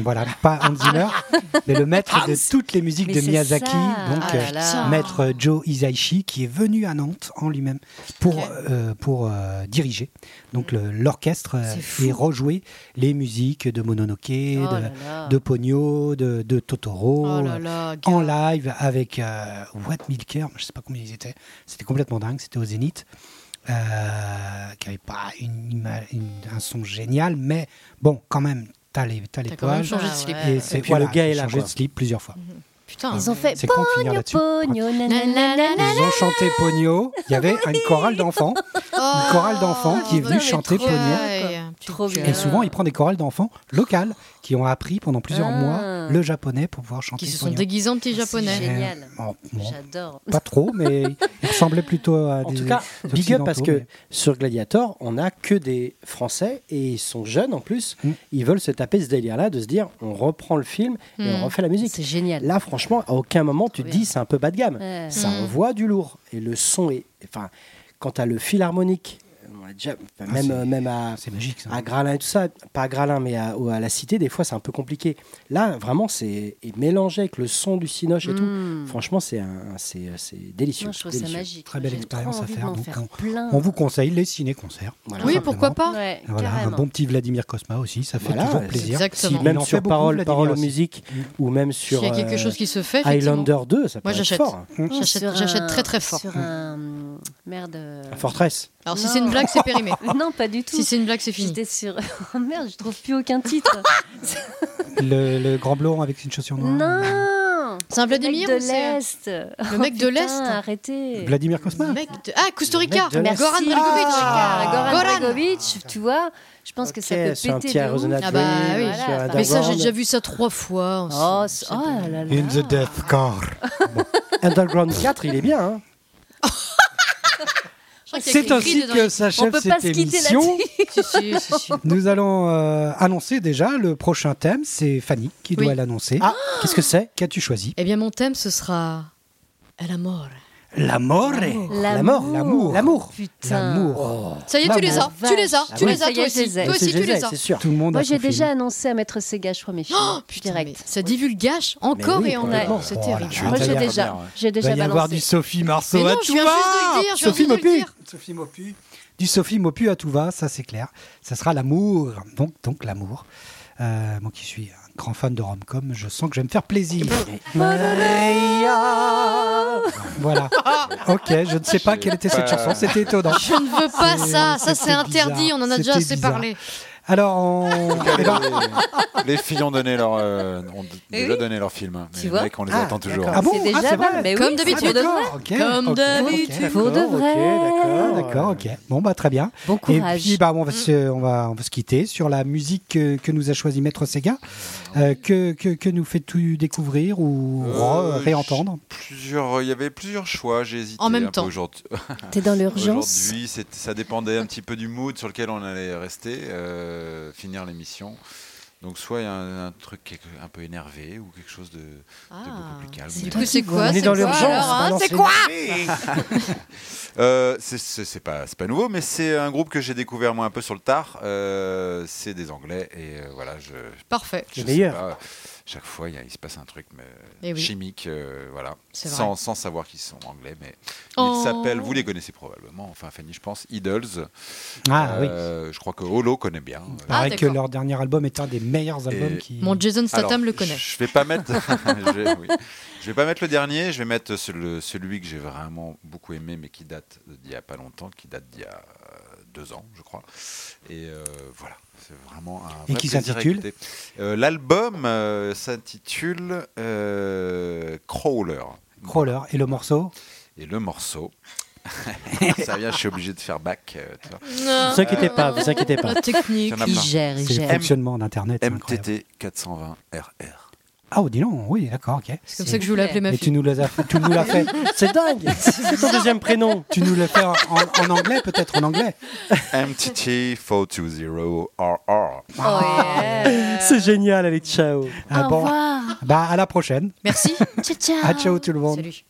Speaker 1: Voilà, pas Hans Zimmer, mais le maître de toutes les musiques
Speaker 8: Mais
Speaker 1: de
Speaker 8: c'est
Speaker 1: Miyazaki,
Speaker 8: ça.
Speaker 1: donc
Speaker 8: Ah là
Speaker 1: euh,
Speaker 8: là.
Speaker 1: maître Joe Hisaishi, qui est venu à Nantes en lui-même pour,
Speaker 2: Ok. Mm.
Speaker 1: euh, pour euh, diriger. Donc le- l'orchestre euh,
Speaker 2: C'est fou.
Speaker 1: et rejouer les musiques de Mononoke,
Speaker 8: Oh
Speaker 1: de,
Speaker 8: là là.
Speaker 1: de Pogno, de, de Totoro,
Speaker 2: Oh
Speaker 1: euh,
Speaker 2: là là, gars.
Speaker 1: en live avec euh, Watt Milker, je sais pas combien ils étaient, c'était complètement dingue, c'était au Zénith, euh, qui avait pas une ima- une- un son génial, mais bon, quand même, t'as les, t'as les
Speaker 2: T'as quand même
Speaker 1: poils.
Speaker 2: changé de
Speaker 8: Ah
Speaker 2: slip.
Speaker 8: ouais.
Speaker 1: Et, c'est
Speaker 3: Et puis le gars
Speaker 1: j'ai
Speaker 3: est là,
Speaker 1: changé de
Speaker 3: quoi.
Speaker 1: slip plusieurs fois.
Speaker 2: Putain.
Speaker 4: Ils ont fait
Speaker 1: C'est con de finir là-dessus.
Speaker 4: pogno, oh, nanana.
Speaker 1: Ils ont chanté Pogno. Il y avait une chorale d'enfants.
Speaker 2: Oh,
Speaker 1: chorale d'enfants qui est venue
Speaker 2: mais
Speaker 1: chanter
Speaker 2: trop
Speaker 1: Pognon.
Speaker 2: bien, quoi.
Speaker 8: Trop bien.
Speaker 1: Et souvent, il prend des chorales d'enfants locales qui ont appris pendant plusieurs
Speaker 8: Ah.
Speaker 1: mois le japonais pour pouvoir chanter
Speaker 2: Qui se sont
Speaker 1: Pogno.
Speaker 2: déguisés en petits
Speaker 8: C'est
Speaker 2: japonais.
Speaker 8: Génial.
Speaker 1: Bon, bon,
Speaker 8: J'adore.
Speaker 1: pas trop, mais il ressemblait plutôt à
Speaker 3: En
Speaker 1: des
Speaker 3: tout cas, big up
Speaker 1: occidentaux,
Speaker 3: parce que
Speaker 1: mais-
Speaker 3: sur Gladiator, on n'a que des Français et ils sont jeunes en plus.
Speaker 1: Mm.
Speaker 3: Ils veulent se taper ce délire-là de se dire on reprend le film et
Speaker 2: Mm.
Speaker 3: on refait la musique.
Speaker 4: Hmm. C'est génial.
Speaker 3: Là, franchement, à aucun moment tu te
Speaker 8: Trop
Speaker 3: dis
Speaker 8: bien.
Speaker 3: c'est un peu bas de gamme.
Speaker 4: Ouais.
Speaker 3: Ça
Speaker 2: Mm.
Speaker 3: envoie du lourd et le son est. Enfin, quand t'as le fil harmonique, on a déjà- enfin, même,
Speaker 1: Ah, c'est-
Speaker 3: euh, même à,
Speaker 1: C'est magique ça.
Speaker 3: à Gralin et tout ça, pas à Gralin mais à, au- à la Cité, des fois c'est un peu compliqué. Là, vraiment, c'est et mélangé avec le son du cinoche et tout.
Speaker 2: Hmm.
Speaker 4: Mm.
Speaker 3: Franchement, c'est un- un- c'est euh, c'est délicieux.
Speaker 8: Non, je trouve ça
Speaker 3: délicieux.
Speaker 8: magique.
Speaker 1: Très belle
Speaker 8: J'ai
Speaker 1: expérience
Speaker 8: trop
Speaker 1: à
Speaker 8: envie de
Speaker 1: faire,
Speaker 8: m'en
Speaker 1: donc, on-
Speaker 8: plein.
Speaker 1: On vous conseille les ciné-concerts.
Speaker 3: Voilà.
Speaker 2: Oui,
Speaker 1: Simplement.
Speaker 2: pourquoi pas
Speaker 8: Ouais,
Speaker 1: Voilà, un
Speaker 8: carrément.
Speaker 1: bon petit Vladimir Cosma aussi, ça fait
Speaker 3: Voilà,
Speaker 1: toujours
Speaker 3: c'est
Speaker 1: plaisir.
Speaker 2: Exactement.
Speaker 3: Si,
Speaker 1: Il
Speaker 3: même
Speaker 1: en fait
Speaker 3: sur
Speaker 1: beaucoup,
Speaker 3: parole,
Speaker 1: Vladimir
Speaker 3: parole
Speaker 1: aussi. Mm.
Speaker 3: musique ou même sur
Speaker 2: S'il y a quelque
Speaker 3: euh,
Speaker 2: chose qui se fait, effectivement.
Speaker 3: Highlander 2, ça peut
Speaker 2: Moi,
Speaker 3: être
Speaker 2: j'achète.
Speaker 3: fort. hein.
Speaker 2: J'achète-
Speaker 4: Sur un-
Speaker 2: j'achète très, très fort. Hmm.
Speaker 4: Sur un. Merde. euh,
Speaker 1: Ah,
Speaker 3: Un Fortress.
Speaker 2: Alors, si
Speaker 4: Non.
Speaker 2: c'est une blague, c'est périmé.
Speaker 4: Non, pas du tout.
Speaker 2: Si c'est une blague, c'est fini.
Speaker 4: J'étais sur. Oh merde, je trouve plus aucun titre.
Speaker 1: Oh, Le, le grand blond avec une chaussure noire.
Speaker 4: non
Speaker 2: C'est un Vladimir
Speaker 4: Vladimir de
Speaker 2: ou c'est-
Speaker 4: l'Est.
Speaker 2: Le mec de l'Est
Speaker 4: Arrêtez.
Speaker 1: Vladimir Cosma
Speaker 2: Le mec de- Ah, Kusturica
Speaker 3: Le mec
Speaker 4: Merci.
Speaker 2: Goran Bregovic
Speaker 4: Ah, Goran
Speaker 2: Goran.
Speaker 4: Bregovic, tu vois, je pense que ça
Speaker 3: Ok,
Speaker 4: peut
Speaker 3: sur un
Speaker 4: péter
Speaker 3: petit
Speaker 4: de
Speaker 3: Arizona
Speaker 4: ouf.
Speaker 2: Ah bah
Speaker 3: Dream,
Speaker 2: oui.
Speaker 3: sur un
Speaker 4: Voilà,
Speaker 2: Mais ça, j'ai
Speaker 3: Underground.
Speaker 2: déjà vu ça trois fois.
Speaker 4: Oh,
Speaker 2: c'est-
Speaker 4: c'est- oh là là.
Speaker 1: In the Death Car.
Speaker 3: Underground 4, il est bien. hein.
Speaker 2: Je crois qu'il y
Speaker 1: C'est
Speaker 2: a quelques cris
Speaker 1: ainsi
Speaker 2: dedans.
Speaker 1: que s'achève
Speaker 4: On peut pas
Speaker 1: cette
Speaker 4: se quitter
Speaker 1: émission.
Speaker 4: là-dessus.
Speaker 2: Si, si, si, si.
Speaker 1: Nous allons euh, annoncer déjà le prochain thème. C'est Fanny qui
Speaker 2: Oui.
Speaker 1: doit l'annoncer.
Speaker 3: Ah, qu'est-ce que c'est
Speaker 1: Qu'as-tu choisi
Speaker 2: Eh bien, mon thème, ce sera. El amor.
Speaker 1: L'amour.
Speaker 3: La mort,
Speaker 1: L'amour. Oh.
Speaker 3: L'amour.
Speaker 4: Putain.
Speaker 1: L'amour.
Speaker 2: Ça y est, tu les as.
Speaker 4: vache.
Speaker 2: Tu les as.
Speaker 4: Ah
Speaker 2: Tu
Speaker 4: oui,
Speaker 2: les
Speaker 4: ça
Speaker 2: as,
Speaker 4: y
Speaker 2: toi
Speaker 4: est, je
Speaker 2: aussi.
Speaker 4: les ai.
Speaker 2: Toi aussi,
Speaker 3: Eh, C'est
Speaker 2: tu les
Speaker 3: Joseph,
Speaker 2: as.
Speaker 3: c'est sûr.
Speaker 1: Tout le monde
Speaker 4: Moi,
Speaker 1: a son
Speaker 4: j'ai déjà
Speaker 1: film.
Speaker 4: annoncé à Maître Sega, je crois, mes films.
Speaker 2: Oh, putain, mais
Speaker 4: direct.
Speaker 2: ça divulgage encore
Speaker 3: oui,
Speaker 2: et
Speaker 4: Ouais,
Speaker 2: encore.
Speaker 3: complètement.
Speaker 2: C'est
Speaker 1: Oh là
Speaker 2: terrible.
Speaker 1: là.
Speaker 4: Moi,
Speaker 1: Il va
Speaker 4: j'ai
Speaker 1: y
Speaker 4: déjà, j'ai
Speaker 1: Bah, Il va
Speaker 4: déjà
Speaker 1: y avoir du
Speaker 4: balancé.
Speaker 1: Sophie Marceau
Speaker 2: Mais non,
Speaker 1: à
Speaker 2: je
Speaker 1: tout
Speaker 2: viens
Speaker 1: va.
Speaker 2: juste de le dire, je viens
Speaker 1: Sophie
Speaker 2: juste de le
Speaker 1: Mopu.
Speaker 2: dire.
Speaker 1: Sophie Mopu. Du Sophie Mopu à tout va, ça c'est clair. Ça sera l'amour. Donc, donc l'amour. Euh, moi qui suis un grand fan de rom-com, je sens que je vais me faire plaisir. voilà. Ok, je ne sais pas quelle était cette
Speaker 5: J'ai pas-
Speaker 1: chanson, c'était étonnant.
Speaker 2: Je ne veux pas
Speaker 1: C'est-
Speaker 2: ça. Ça,
Speaker 1: c'était
Speaker 2: c'est interdit.
Speaker 1: bizarre.
Speaker 2: On en a déjà
Speaker 1: C'était
Speaker 2: assez
Speaker 1: bizarre.
Speaker 2: parlé.
Speaker 1: Alors, on... eh ben,
Speaker 5: Les- Les filles ont donné leur, euh, ont d-
Speaker 8: Eh
Speaker 5: déjà
Speaker 8: oui.
Speaker 5: donné leur film. Mais
Speaker 4: Tu
Speaker 5: les
Speaker 4: vois
Speaker 5: mecs, on les
Speaker 3: Ah,
Speaker 5: attend toujours.
Speaker 3: d'accord.
Speaker 1: ah bon
Speaker 4: C'est
Speaker 1: Ah,
Speaker 4: déjà
Speaker 1: c'est vrai
Speaker 4: mal, mais oui.
Speaker 2: Comme
Speaker 1: Ah,
Speaker 2: d'habitude.
Speaker 1: d'accord, ok,
Speaker 2: Comme
Speaker 1: ok,
Speaker 2: d'habitude.
Speaker 4: Pour de
Speaker 3: D'accord, ok,
Speaker 4: vrai.
Speaker 1: D'accord, ok. Bon, bah très bien.
Speaker 4: Bon
Speaker 1: Et
Speaker 4: courage.
Speaker 1: puis, bah, on,
Speaker 2: Mm.
Speaker 1: va se, on, va, on va se quitter sur la musique que, que nous a choisi Maître Sega. Euh, que, que, que nous fait-tu découvrir
Speaker 3: Ah,
Speaker 1: ou
Speaker 5: Euh,
Speaker 1: re- réentendre
Speaker 5: Plusieurs, il y avait plusieurs choix. J'ai hésité.
Speaker 2: En même
Speaker 5: un peu
Speaker 2: temps.
Speaker 5: Aujourd'hui,
Speaker 1: bah,
Speaker 4: T'es dans l'urgence.
Speaker 5: Aujourd'hui, c'est- ça dépendait un petit peu du mood sur lequel on allait rester, euh, finir l'émission. Donc soit il y a un, un truc quelque- un peu énervé ou quelque chose de, de beaucoup plus calme.
Speaker 2: Du coup, c'est quoi
Speaker 3: On est
Speaker 2: C'est
Speaker 3: dans
Speaker 2: quoi
Speaker 3: l'urgence.
Speaker 2: alors, hein
Speaker 3: balance
Speaker 2: C'est
Speaker 3: les-
Speaker 2: quoi
Speaker 5: Euh, c'est- c'est c'est pas, c'est pas nouveau, mais c'est un groupe que j'ai découvert moi un peu sur le tard. Euh, c'est des Anglais et euh, voilà, je,
Speaker 2: Parfait.
Speaker 5: je
Speaker 3: Les
Speaker 5: sais
Speaker 3: meilleurs.
Speaker 5: pas. euh, Chaque fois, il y a- il se passe un truc mais
Speaker 2: Eh oui.
Speaker 5: chimique, euh, voilà,
Speaker 2: C'est vrai.
Speaker 5: sans, sans savoir qu'ils sont anglais, mais
Speaker 2: Oh.
Speaker 5: ils s'appellent, vous les connaissez probablement, enfin Fanny, je pense, Idols.
Speaker 1: Ah oui.
Speaker 5: Euh, Je crois que Holo connaît bien.
Speaker 1: Il
Speaker 5: Euh,
Speaker 2: Ah,
Speaker 1: paraît que
Speaker 2: d'accord.
Speaker 1: leur dernier album est un des meilleurs albums
Speaker 5: Et-
Speaker 1: qui.
Speaker 2: Mon Jason Statham
Speaker 5: alors,
Speaker 2: le connaît.
Speaker 5: Je vais pas mettre. je, vais, oui. Je vais pas mettre le dernier. Je vais mettre ce- le- celui que j'ai vraiment beaucoup aimé, mais qui date d'il y a pas longtemps, qui date d'il y a euh, deux ans, je crois. Et euh, voilà, c'est vraiment un.
Speaker 1: Et
Speaker 5: vrai
Speaker 1: qui
Speaker 5: plaisir à
Speaker 1: s'intitule
Speaker 5: écouter. Euh, L'album euh, s'intitule euh, Crawler.
Speaker 1: Crawler et le morceau.
Speaker 5: Et le morceau. ça vient, je suis obligé de faire back. euh, tu vois.
Speaker 2: Non.
Speaker 3: Vous inquiétez pas, vous inquiétez pas.
Speaker 2: La technique.
Speaker 5: Il y en a
Speaker 4: Il
Speaker 5: plein.
Speaker 4: gère, il
Speaker 1: C'est le
Speaker 4: gère.
Speaker 1: fonctionnement d'Internet. c'est incroyable.
Speaker 5: MTT 420 RR.
Speaker 1: Ah, oh, dis donc, oui, d'accord, ok.
Speaker 2: C'est comme ça que je voulais appeler ma
Speaker 1: Mais tu
Speaker 2: fille.
Speaker 1: nous l'as fait. Tu nous l'as fait.
Speaker 3: C'est dingue. C'est ton deuxième prénom.
Speaker 1: Tu nous l'as fait en, en anglais, peut-être en anglais.
Speaker 5: MTT 420 RR.
Speaker 8: Oh, yeah.
Speaker 1: Euh.
Speaker 3: C'est génial, allez, ciao.
Speaker 1: Ah,
Speaker 4: Au
Speaker 1: bon.
Speaker 4: revoir.
Speaker 1: Bah, à la prochaine.
Speaker 2: Merci.
Speaker 4: Ciao, ciao.
Speaker 1: Ah, ciao tout le monde.
Speaker 2: Salut.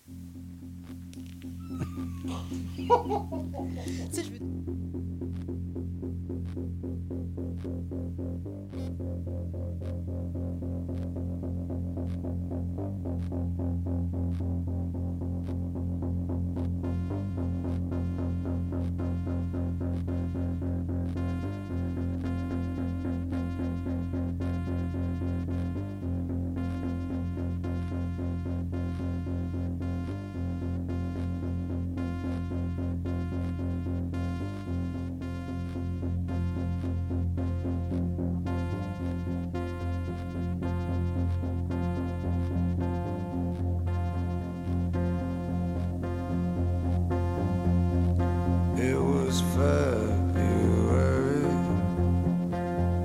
Speaker 9: February.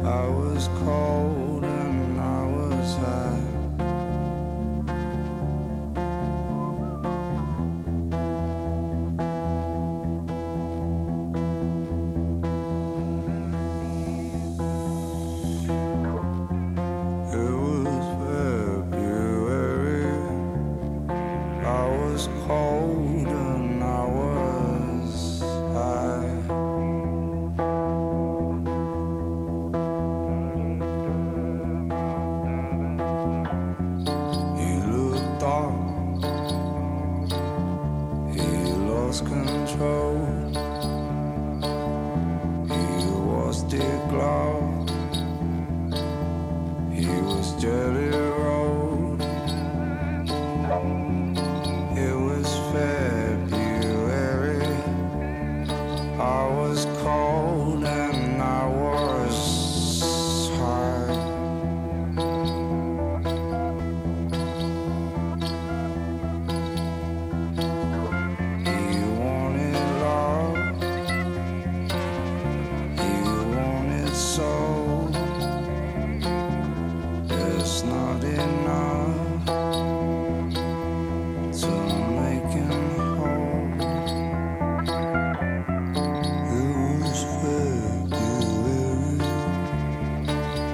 Speaker 9: I was cold and I was high. It was February. I was cold and I was high. He looked up. He lost control. He was the glove. He was jelly rolled. It was February. I was cold and I was high. He wanted love. He wanted soul. It's not enough to make him whole. It was February.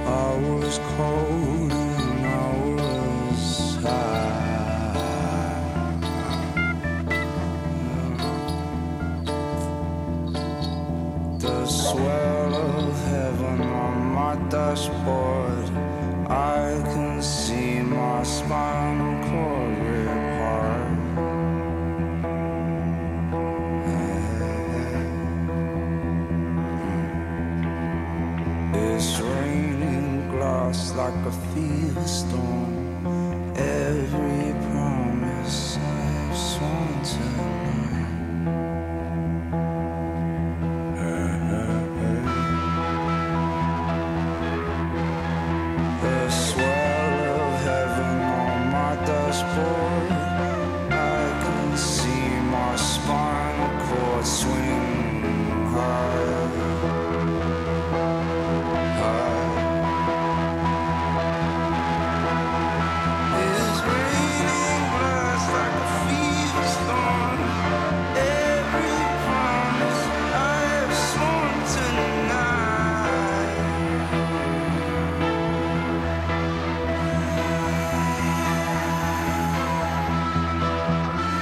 Speaker 9: I was cold and I was high. The swell of heaven on my dashboard. I can see my spinal cord rip apart. It's raining glass like a fever storm. Every promise I've sworn tonight. The swell of heaven on my dashboard. I can see my spinal cord swing high. high. It's raining glass like a fever storm. Every promise I've sworn tonight.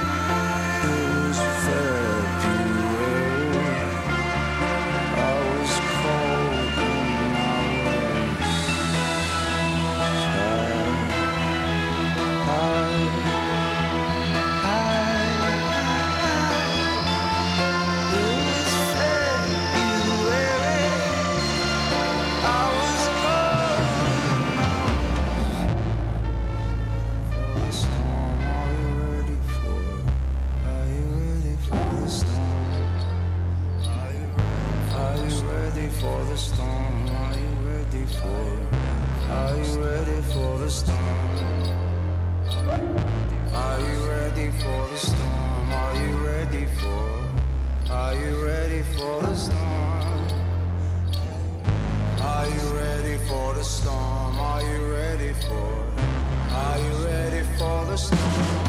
Speaker 9: was February. I was cold and I was for the storm are you ready for are you ready for the storm are you ready for the storm are you ready for are you ready for the storm are you ready for the storm are you ready for are you ready for the storm